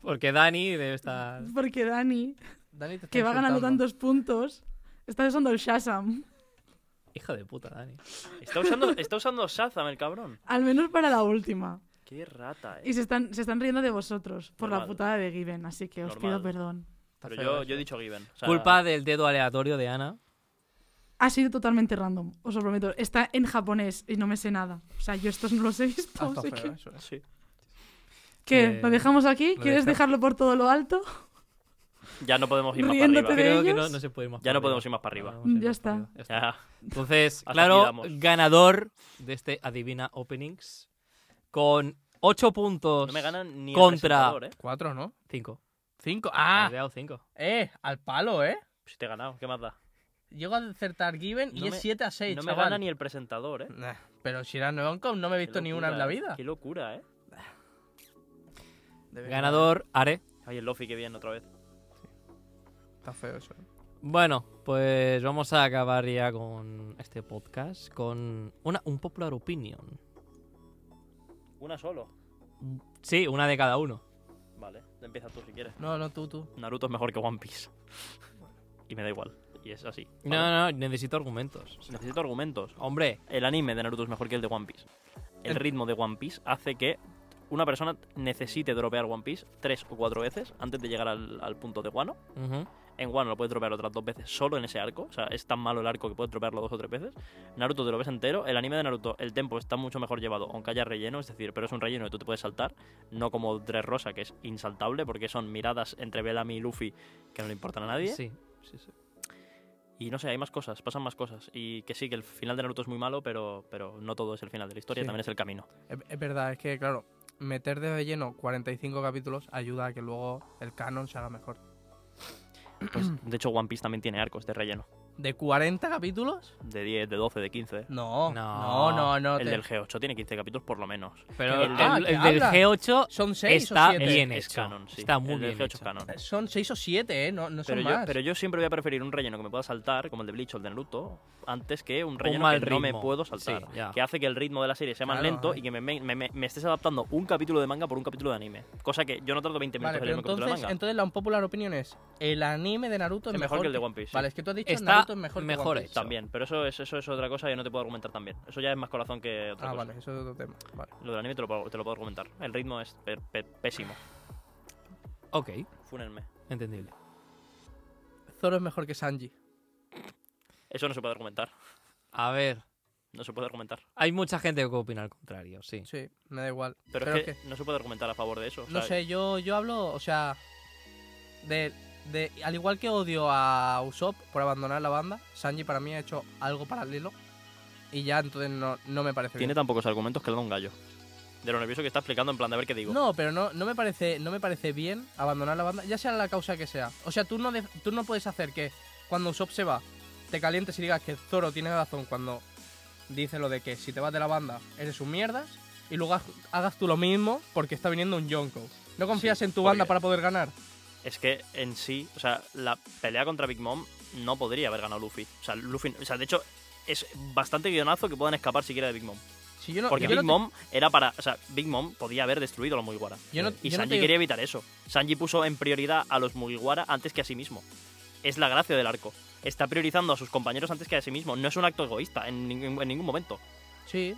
Porque Dani debe estar.
Porque Dani,
Dani te está
que va ganando
insultando.
tantos puntos, está usando el Shazam.
Hijo de puta, Dani.
Está usando, está usando Shazam, el cabrón.
Al menos para la última.
Qué rata, eh.
Y se están, se están riendo de vosotros por la
Normal.
putada de Given, así que os
Normal.
pido perdón.
Está
Pero
feo
yo,
eso.
yo he dicho Given. o sea,
Culpa del dedo aleatorio de Ana.
Ha sido totalmente random, os lo prometo. Está en japonés y no me sé nada. O sea, yo estos no los he visto.
Ah, está
así
feo
que-
eso, eh.
Sí.
¿Qué?
Eh,
¿Lo dejamos aquí?
lo
¿Quieres
deja-
dejarlo por todo lo alto?
Ya no podemos ir más para
Riéndote
arriba.
de-
Creo que no,
ellos?
no se puede ir más
Ya
para
no podemos
arriba.
ir más para arriba.
No, no podemos ir
Ya
más para
está.
arriba. Ya está.
Ya.
Entonces,
Hasta aquí
claro,
damos.
ganador de este Adivina Openings con 8 puntos
No me ganan ni el
Contra.
presentador, eh.
Cuatro, ¿no?
Cinco.
Cinco.
Me has
¡Ah!
dado cinco.
Eh, al palo, ¿eh?
Pues Si te he ganado, ¿qué más da?
Llego a acertar Given y
No me-
es 7 a 6,
no me
chaval.
gana ni el presentador, ¿eh?
Nah, pero Shiran Noonko no me he
Qué
visto ni
locura,
una en la
¿eh?
vida.
Qué locura, ¿eh?
De verdad,
Ganador, Are.
Ay, el Lofi, qué bien, otra vez.
Está feo eso. ¿eh?
Bueno, pues vamos a acabar ya con este podcast con una, un popular opinion.
Una solo.
Sí, una de cada uno.
Vale, empieza tú si quieres.
No, no, tú, tú.
Naruto es mejor que One Piece. Y me da igual. Y es así.
No,
Vale.
no, no, necesito argumentos.
Necesito argumentos.
Hombre,
El anime de Naruto es mejor que el de One Piece. El
El-
ritmo de One Piece hace que una persona necesite dropear One Piece tres o cuatro veces antes de llegar al, al punto de Guano.
ujú,
En Guano lo puedes dropear otras dos veces solo en ese arco. O sea, es tan malo el arco que puedes dropearlo dos o tres veces. Naruto te lo ves entero. El anime de Naruto, el tempo está mucho mejor llevado, aunque haya relleno, es decir, pero es un relleno que tú te puedes saltar. No como Dress Rosa, que es insaltable, porque son miradas entre Bellamy y Luffy que no le importan a nadie.
sí, sí, sí.
Y no sé, hay más cosas, pasan más cosas. Y que sí, que el final de Naruto es muy malo, pero, pero no todo es el final de la historia,
Sí.
también es el camino.
Es, es verdad, es que, claro, meter de lleno 45 capítulos ayuda a que luego el canon se haga mejor.
Pues, de hecho, One Piece también tiene arcos de relleno.
¿De 40 capítulos?
De 10, de 12, de 15.
No,
No.
no, no. no
el
te-
del G8 tiene 15 capítulos por lo menos.
Pero el,
Ah,
el-
¿qué
el del
hablas?
G8
Son 6
está
o 7.
bien
es
hecho.
canon, sí.
Está muy
el del
bien
G8
hecho.
es canon.
Son 6 o 7, ¿eh? No, no son
Pero yo,
más.
pero yo siempre voy a preferir un relleno que me pueda saltar, como el de Bleach o el de Naruto, antes que un relleno
mal
que no me
ritmo.
puedo saltar.
Sí, ya.
que hace que el ritmo de la serie sea más
Claro,
lento
ay.
y que me, me- me- me estés adaptando un capítulo de manga por un capítulo de anime. Cosa que yo no tardo 20 minutos
Vale,
en
pero
leerme un capítulo de
entonces,
manga.
entonces la unpopular opinion es el anime de Naruto es,
Es mejor que el de One Piece, sí.
Vale, es que tú has dicho
Está
Naruto es mejor,
mejor
que One Piece.
hecho.
También, pero eso es, eso es otra cosa que no te puedo argumentar también. Eso ya es más corazón que otra
Ah,
cosa.
vale, eso es otro tema. Vale.
Lo del anime te lo, puedo- te lo puedo argumentar. El ritmo es pe- pe- pésimo.
Ok,
Fúnenme.
entendible.
Zoro es mejor que Sanji.
Eso no se puede argumentar.
A ver,
No se puede argumentar.
hay mucha gente que opina al contrario, sí.
Sí, me da igual.
Pero,
Pero
es que, no se puede argumentar a favor de eso. o
No
sea,
sé, yo, yo hablo, o sea, de, de- Al igual que odio a Usopp por abandonar la banda, Sanji para mí ha hecho algo paralelo y ya entonces no, no me parece
Tiene
bien.
tan pocos argumentos que le da un gallo. De lo nervioso que está explicando en plan de a ver qué digo.
No, pero no, no, me parece, no me parece bien abandonar la banda, ya sea la causa que sea. O sea, tú no, de- tú no puedes hacer que cuando Usopp se va, te calientes y digas que Zoro tiene razón cuando dice lo de que si te vas de la banda eres un mierdas y luego ha- hagas tú lo mismo porque está viniendo un Yonko. ¿No confías en tu
porque-
banda para poder ganar?
Es que en sí, o sea, la pelea contra Big Mom no podría haber ganado Luffy. O sea, Luffy, o sea, de hecho, es bastante guionazo que puedan escapar siquiera de Big Mom.
Si yo no,
Porque
yo no te-
Big Mom era para. O sea, Big Mom podía haber destruido a los Mugiwara.
Yo no-
y
yo no
Sanji
te-
quería evitar eso. Sanji puso en prioridad a los Mugiwara antes que a sí mismo. Es la gracia del arco. Está priorizando a sus compañeros antes que a sí mismo. No es un acto egoísta en, ningún- en ningún momento.
Sí,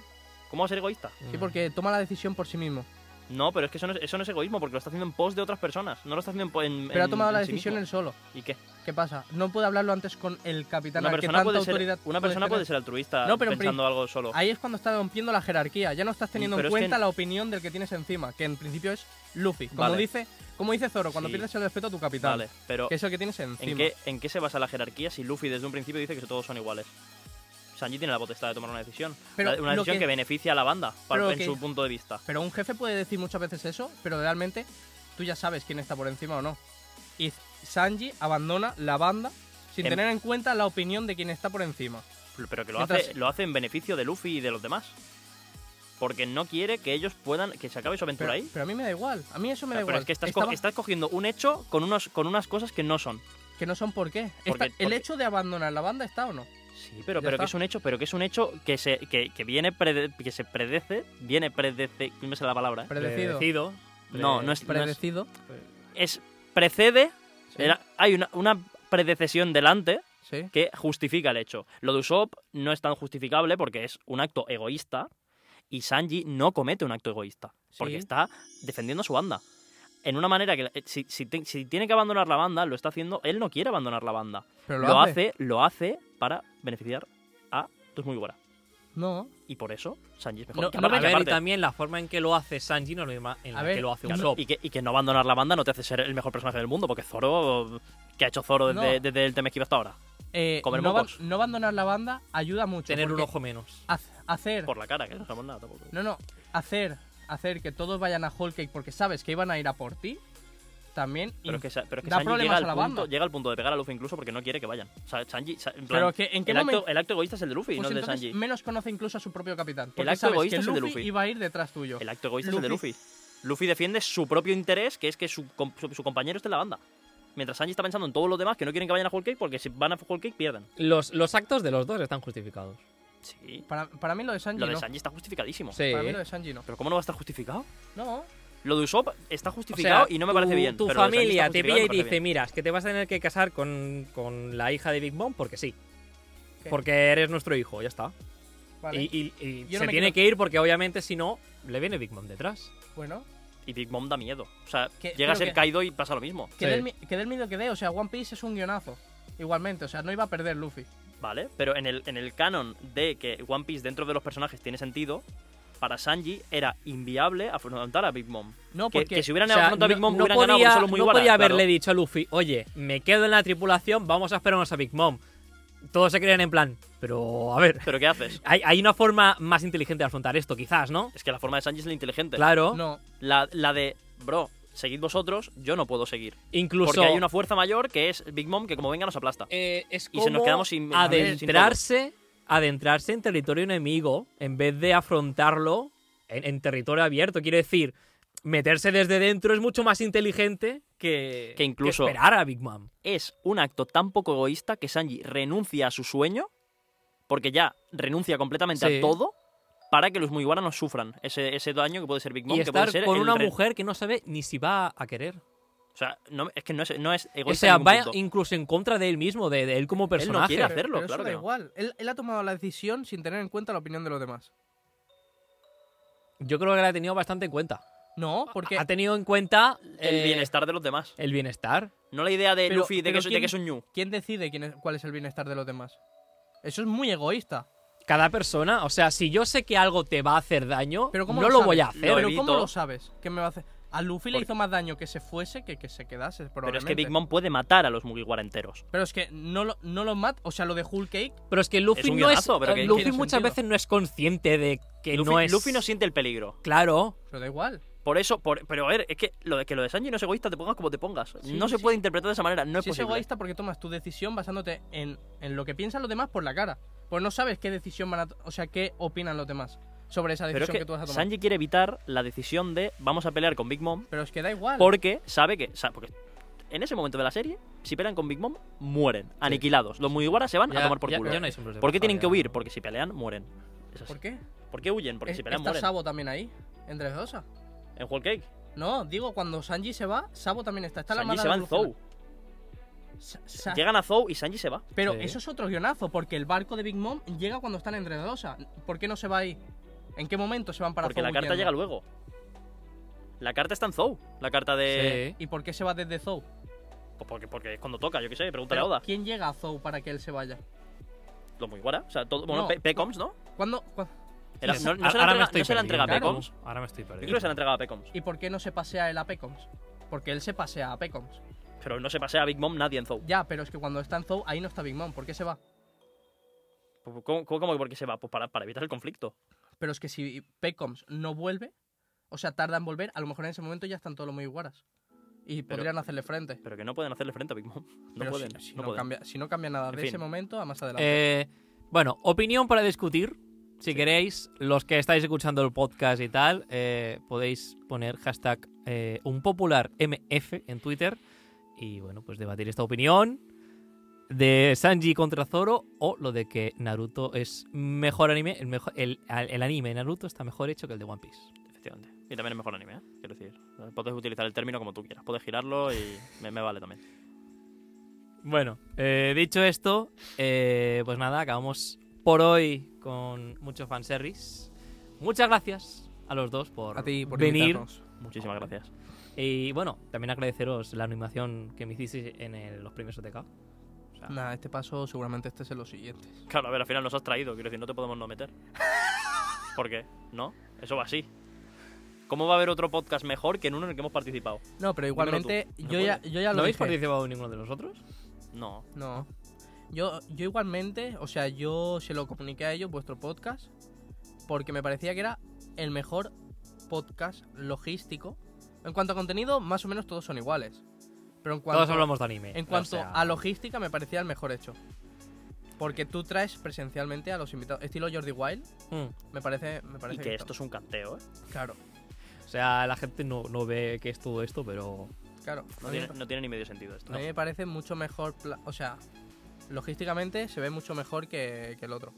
¿Cómo va a ser egoísta?
sí, porque toma la decisión por sí mismo.
No, pero es que eso no es, eso no es egoísmo porque lo está haciendo en pos de otras personas. No lo está haciendo en. po- en
Pero ha
en-
tomado la
en sí
decisión
mismo.
él solo.
¿Y qué?
¿Qué pasa? No puede hablarlo antes con el capitán
Una
al que
persona,
tanta
puede ser,
autoridad.
una
puedes
persona puede
tener.
ser altruista
No, pero en
pensando algo solo.
Ahí es cuando está rompiendo la jerarquía. Ya no estás teniendo
Mm, Pero
en
es que
cuenta
en-
la opinión del que tienes encima, que en principio es Luffy. Como
Vale.
dice, como dice Zoro, cuando
Sí.
pierdes el respeto a tu capitán,
Vale, pero.
que es el que tienes encima.
¿En qué, ¿En qué se basa la jerarquía si Luffy desde un principio dice que todos son iguales? Sanji tiene la potestad de tomar una decisión.
Pero
La- una
lo
decisión que...
que-
beneficia a la banda, para-
pero
en
que-
su punto de vista.
Pero un jefe puede decir muchas veces eso, pero realmente tú ya sabes quién está por encima o no. Y Sanji abandona la banda sin
Em-
tener en cuenta la opinión de quien está por encima.
Pero que lo,
Mientras-
hace, lo hace en beneficio de Luffy y de los demás. Porque no quiere que ellos puedan. que se acabe su aventura
Pero,
ahí.
pero a mí me da igual. A mí eso me
O
da
sea, pero
igual.
es que estás, co-
Estaba-
estás cogiendo un hecho con, unos, con unas cosas que no son.
Que no son por qué. Está-
Porque-
El
porque-
hecho de abandonar la banda está o no.
Sí, pero,
Ya
pero
está.
que es un hecho, pero que es un hecho que se, que, que viene prede- que se predece, viene predece, no me sale la palabra, ¿eh?
Predecido.
Predecido.
No, no es, no es,
Predecido.
es precede,
Sí.
era- hay una, una predecesión delante
Sí.
que justifica el hecho. Lo de Usopp no es tan justificable porque es un acto egoísta y Sanji no comete un acto egoísta porque
Sí.
está defendiendo a su banda. En una manera que eh, si, si te- si tiene que abandonar la banda, lo está haciendo, él no quiere abandonar la banda.
Pero
Lo, hace. lo hace para beneficiar a los muy buenos.
No.
Y por eso Sanji es mejor.
No,
que
no
aparte-
a ver, y
aparte,
también la forma en que lo hace Sanji no es la misma en
A
la
ver,
que lo hace
claro,
Oh.
Usopp.
y, que, y que no abandonar la banda no te hace ser el mejor personaje del mundo, porque Zoro. ¿Qué ha hecho Zoro desde,
No.
desde el Temesquiva hasta ahora?
Eh,
Comer
no, aban-
mocos.
no abandonar la banda ayuda mucho.
Tener un
porque
ojo menos.
haz- Hacer.
Por la cara, que no sabemos nada tampoco.
No, no. Hacer. Hacer que todos vayan a Whole Cake porque sabes que iban a ir a por ti. también.
Pero es que, Sa- pero es que
Da
Sanji llega
problemas a
al,
la
punto,
banda.
llega al punto de pegar a Luffy incluso porque no quiere que vayan. O sea, Sanji, Sa- en plan,
Pero es que, ¿en qué
el,
momento?
acto, el acto egoísta es el de Luffy,
Pues
no el de
entonces
Sanji.
menos conoce incluso a su propio capitán. Porque
acto
sabes
egoísta
que
es el de
Luffy,
Luffy.
iba a ir detrás tuyo.
El acto egoísta es el de
Luffy.
Luffy. Luffy defiende su propio interés, que es que su, com- su- su compañero esté en la banda. Mientras Sanji está pensando en todos los demás que no quieren que vayan a Whole Cake porque si van a Whole Cake pierden.
Los, los actos de los dos están justificados.
Sí.
Para, para mí lo de Sanji
Lo de
no.
Sanji está justificadísimo.
Sí.
Para mí lo de Sanji no.
Pero ¿cómo no va a estar justificado?
No,
Lo de Usopp está
O
justificado
sea,
y no me parece
tu-
bien.
Tu
pero lo de Sanji
familia
está
te
justificado
pilla y
me
dice,
parece bien.
mira, es que te vas a tener que casar con, con la hija de Big Mom porque sí.
¿Qué?
Porque eres nuestro hijo, ya está.
vale.
Y, y- y
Yo no
se
me
tiene
quiero-
que ir porque obviamente si no, le viene Big Mom detrás.
Bueno,
Y Big Mom da miedo. O sea,
Que-
llega
pero
a ser
que-
Kaido y pasa lo mismo.
Sí.
que del mi- que del miedo que dé. O sea, One Piece es un guionazo. Igualmente, o sea, no iba a perder Luffy.
¿Vale? Pero en el, en el canon de que One Piece dentro de los personajes tiene sentido, para Sanji era inviable afrontar a Big Mom.
No,
Que,
porque.
que si hubieran
O sea,
afrontado a Big Mom, hubieran
podía,
ganado por solo muy
no
igual,
podía
claro.
haberle dicho a Luffy, oye, me quedo en la tripulación, vamos a esperarnos a Big Mom. Todos se creen en plan, pero a ver,
Pero ¿qué haces?
hay, hay una forma más inteligente de afrontar esto, quizás, ¿no?
Es que la forma de Sanji es la inteligente.
Claro,
No,
La, la de, bro, seguid vosotros, yo no puedo seguir.
incluso
Porque hay una fuerza mayor que es Big Mom que como venga nos aplasta.
eh, es
y
como
se nos quedamos sin- sin-
adentrarse, adentrarse en territorio enemigo en vez de afrontarlo en, en territorio abierto. Quiero decir, meterse desde dentro es mucho más inteligente que,
Que incluso-
esperar a Big Mom.
Es un acto tan poco egoísta que Sanji renuncia a su sueño, porque ya renuncia completamente
Sí.
a todo, para que los muy nos sufran ese, ese daño que puede ser Big Mom.
Y
que puede
estar
ser
con
el
una
re-
mujer que no sabe ni si va a querer.
O sea, no- es que no es, no es
O
egoísta. en
sea,
ningún
va
punto.
incluso en contra de él mismo, de, de él como
Él no
personaje.
quiere
pero-
hacerlo,
pero eso
claro
da
que no.
igual. Él, él ha tomado la decisión sin tener en cuenta la opinión de los demás.
Yo creo que la ha tenido bastante en cuenta.
No,
Ah,
porque.
Ha tenido en cuenta
El
eh,
bienestar de los demás.
el bienestar.
No la idea de
pero-
Luffy de
pero
que, soy- de
¿quién-
que es un ñu.
¿Quién decide quién es- cuál es el bienestar de los demás? Eso es muy egoísta.
Cada persona, o sea, si yo sé que algo te va a hacer daño,
Pero ¿cómo
no
lo
lo
sabe?
voy a hacer.
Lo
Pero
evito.
¿cómo lo sabes? ¿Qué me va a hacer? A Luffy le
Porque-
hizo más daño que se fuese que que se quedase,
Pero es que
probablemente.
Big Mom puede matar a los Mugiwara enteros.
Pero es que no lo, no lo mat- O sea, lo de Whole Cake.
Pero es que Luffy
un
no
guionazo,
es.
pero que-
Luffy
tiene
muchas
sentido.
veces no es consciente de que
Luffy
no es.
Luffy no siente el peligro.
Claro.
Pero da igual.
Por eso, por- pero a ver, es que lo de que lo de Sanji no es egoísta, te pongas como te pongas.
Sí,
no se
sí.
puede interpretar de esa manera, no es
si es
posible.
egoísta porque tomas tu decisión basándote en, en lo que piensan los demás por la cara. Pues no sabes qué decisión van a. to- O sea, qué opinan los demás sobre esa
pero
decisión
es que,
tú vas a tomar.
Sanji quiere evitar la decisión de vamos a pelear con Big Mom
Pero es que da igual.
porque sabe que sa- porque en ese momento de la serie, si pelean con Big Mom, mueren, aniquilados. Los Mugiwara se van a tomar por
ya-
culo.
ya no hay sombras de
¿Por qué tienen que
Mafalda.
huir? Porque si pelean, mueren. Es así.
¿Por qué?
¿Por qué huyen?
Eh,
Porque
Es-
si pelean,
Está
mueren.
Sabo también ahí. Entre Zosa.
En Whole Cake,
No, digo, cuando Sanji se va, Sabo también está. Está la
Sanji
mala
se va en Zou.
revolución. Sa- Sa-
Llegan a Zou y Sanji se va.
Pero
Sí.
eso es otro guionazo, porque el barco de Big Mom llega cuando están entre dos. ¿Por qué no se va ahí? ¿En qué momento se van para
porque la
Zou
carta
huyendo?
llega luego. La carta está en Zou. La carta de.
¿Y por qué se va desde Zou?
Pues porque, porque es cuando toca, yo qué sé, pregúntale a
Pero,
Oda.
¿Quién llega a Zou para que él se vaya?
Los Mugiwara. O sea, todo, bueno,
No.
Pe- Pecoms, ¿no?
¿Cuándo, cua-
Era-
Sí,
no, no
ahora
se
me
la entrega,
estoy
no se la
perdiendo.
entrega a
claro.
Pecoms.
Ahora me estoy
Yo creo que
perdiendo.
se la entregaba a Pecoms.
¿Y por qué no se pasea él a Pecoms? Porque él se pasea a Pecoms.
Pero no se pasea a Big Mom nadie en Zou.
Ya, pero es que cuando está en Zou, ahí no está Big Mom. ¿Por qué se va?
¿Cómo, Pues, cómo, cómo que por qué se va? Pues para, para evitar el conflicto.
Pero es que si Pecoms no vuelve, o sea, tarda en volver, a lo mejor en ese momento ya están todos los muy guaras. Y
Pero-
podrían hacerle frente.
Pero que no pueden hacerle frente a Big Mom. No
Pero
pueden.
si, si
no
no
pueden.
Cambia, si no cambia nada
En
de
fin.
ese momento a más adelante.
Eh, bueno, opinión para discutir. Si queréis, los que estáis escuchando el podcast y tal, eh, podéis poner hashtag eh, unpopularmf en Twitter y bueno, pues debatir esta opinión de Sanji contra Zoro o lo de que Naruto es mejor anime, el, mejor, el, el anime de Naruto está mejor hecho que el de One Piece.
Efectivamente. Y también es mejor anime, ¿eh? Quiero decir. Puedes utilizar el término como tú quieras. Puedes girarlo y me, me vale también.
Bueno, eh, dicho esto, eh, pues nada, acabamos por hoy con mucho fanservice. Muchas gracias a los dos por,
a ti por
venir.
invitarnos.
Muchísimas gracias.
Y bueno, también agradeceros la animación que me hicisteis en el- los premios OTK. O
Ah.
sea,
Nada, este paso seguramente este es en los siguientes.
Claro, a ver, al final nos has traído. Quiero decir, no te podemos no meter. ¿Por qué? ¿No? Eso va así. ¿Cómo va a haber otro podcast mejor que en uno en el que hemos participado?
No, pero igualmente
tú, no
yo, ya, yo ya
¿No
lo
habéis
dije.
participado en ninguno de los otros?
No.
No. Yo, yo igualmente, o sea, yo se lo comuniqué a ellos, vuestro podcast, porque me parecía que era el mejor podcast logístico. En cuanto a contenido, más o menos todos son iguales. Pero en cuanto,
Todos hablamos de anime.
en
o
cuanto
sea,
a logística, me parecía el mejor hecho. Porque tú traes presencialmente a los invitados. Estilo Jordi Wild,
mm,
me parece. Me parece
Y que esto es un canteo, ¿eh?
Claro,
O sea, la gente no, no ve qué es todo esto, pero.
claro.
No
A mí
tiene,
me-
no tiene ni medio sentido esto.
A mí me parece mucho mejor. pla- O sea, logísticamente se ve mucho mejor que, que el otro.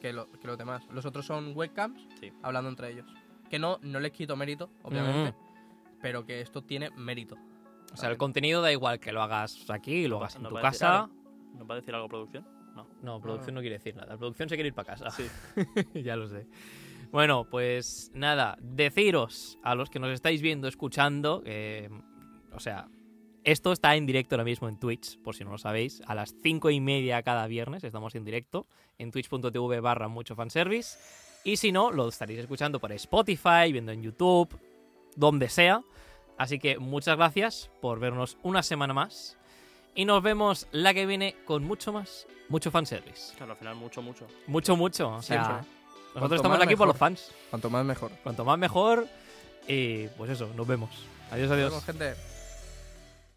Que, lo- que los demás. Los otros son webcams
Sí.
hablando entre ellos. Que no, no les quito mérito, obviamente. Pero que esto tiene mérito.
Mm. O sea, el contenido da igual que lo hagas aquí, lo hagas en
no
tu
parece-
casa.
¿Nos va a decir algo producción?
No, producción no quiere decir nada. Producción se quiere ir para casa.
Sí.
ya lo sé. Bueno, pues nada, deciros a los que nos estáis viendo, escuchando, eh, o sea, esto está en directo ahora mismo en Twitch, por si no lo sabéis, a las cinco y media cada viernes estamos en directo en twitch.tv barra mucho fanservice. Y si no, lo estaréis escuchando por Spotify, viendo en YouTube, donde sea. Así que muchas gracias por vernos una semana más. Y nos vemos la que viene con mucho más, mucho fanservice.
Claro, al final mucho, mucho.
Mucho, mucho. O sea,
Siempre. Cuanto
nosotros estamos
más,
aquí por
mejor.
los fans.
Cuanto más mejor.
Cuanto más mejor. Y pues eso, nos vemos. Adiós, adiós.
Vemos, gente.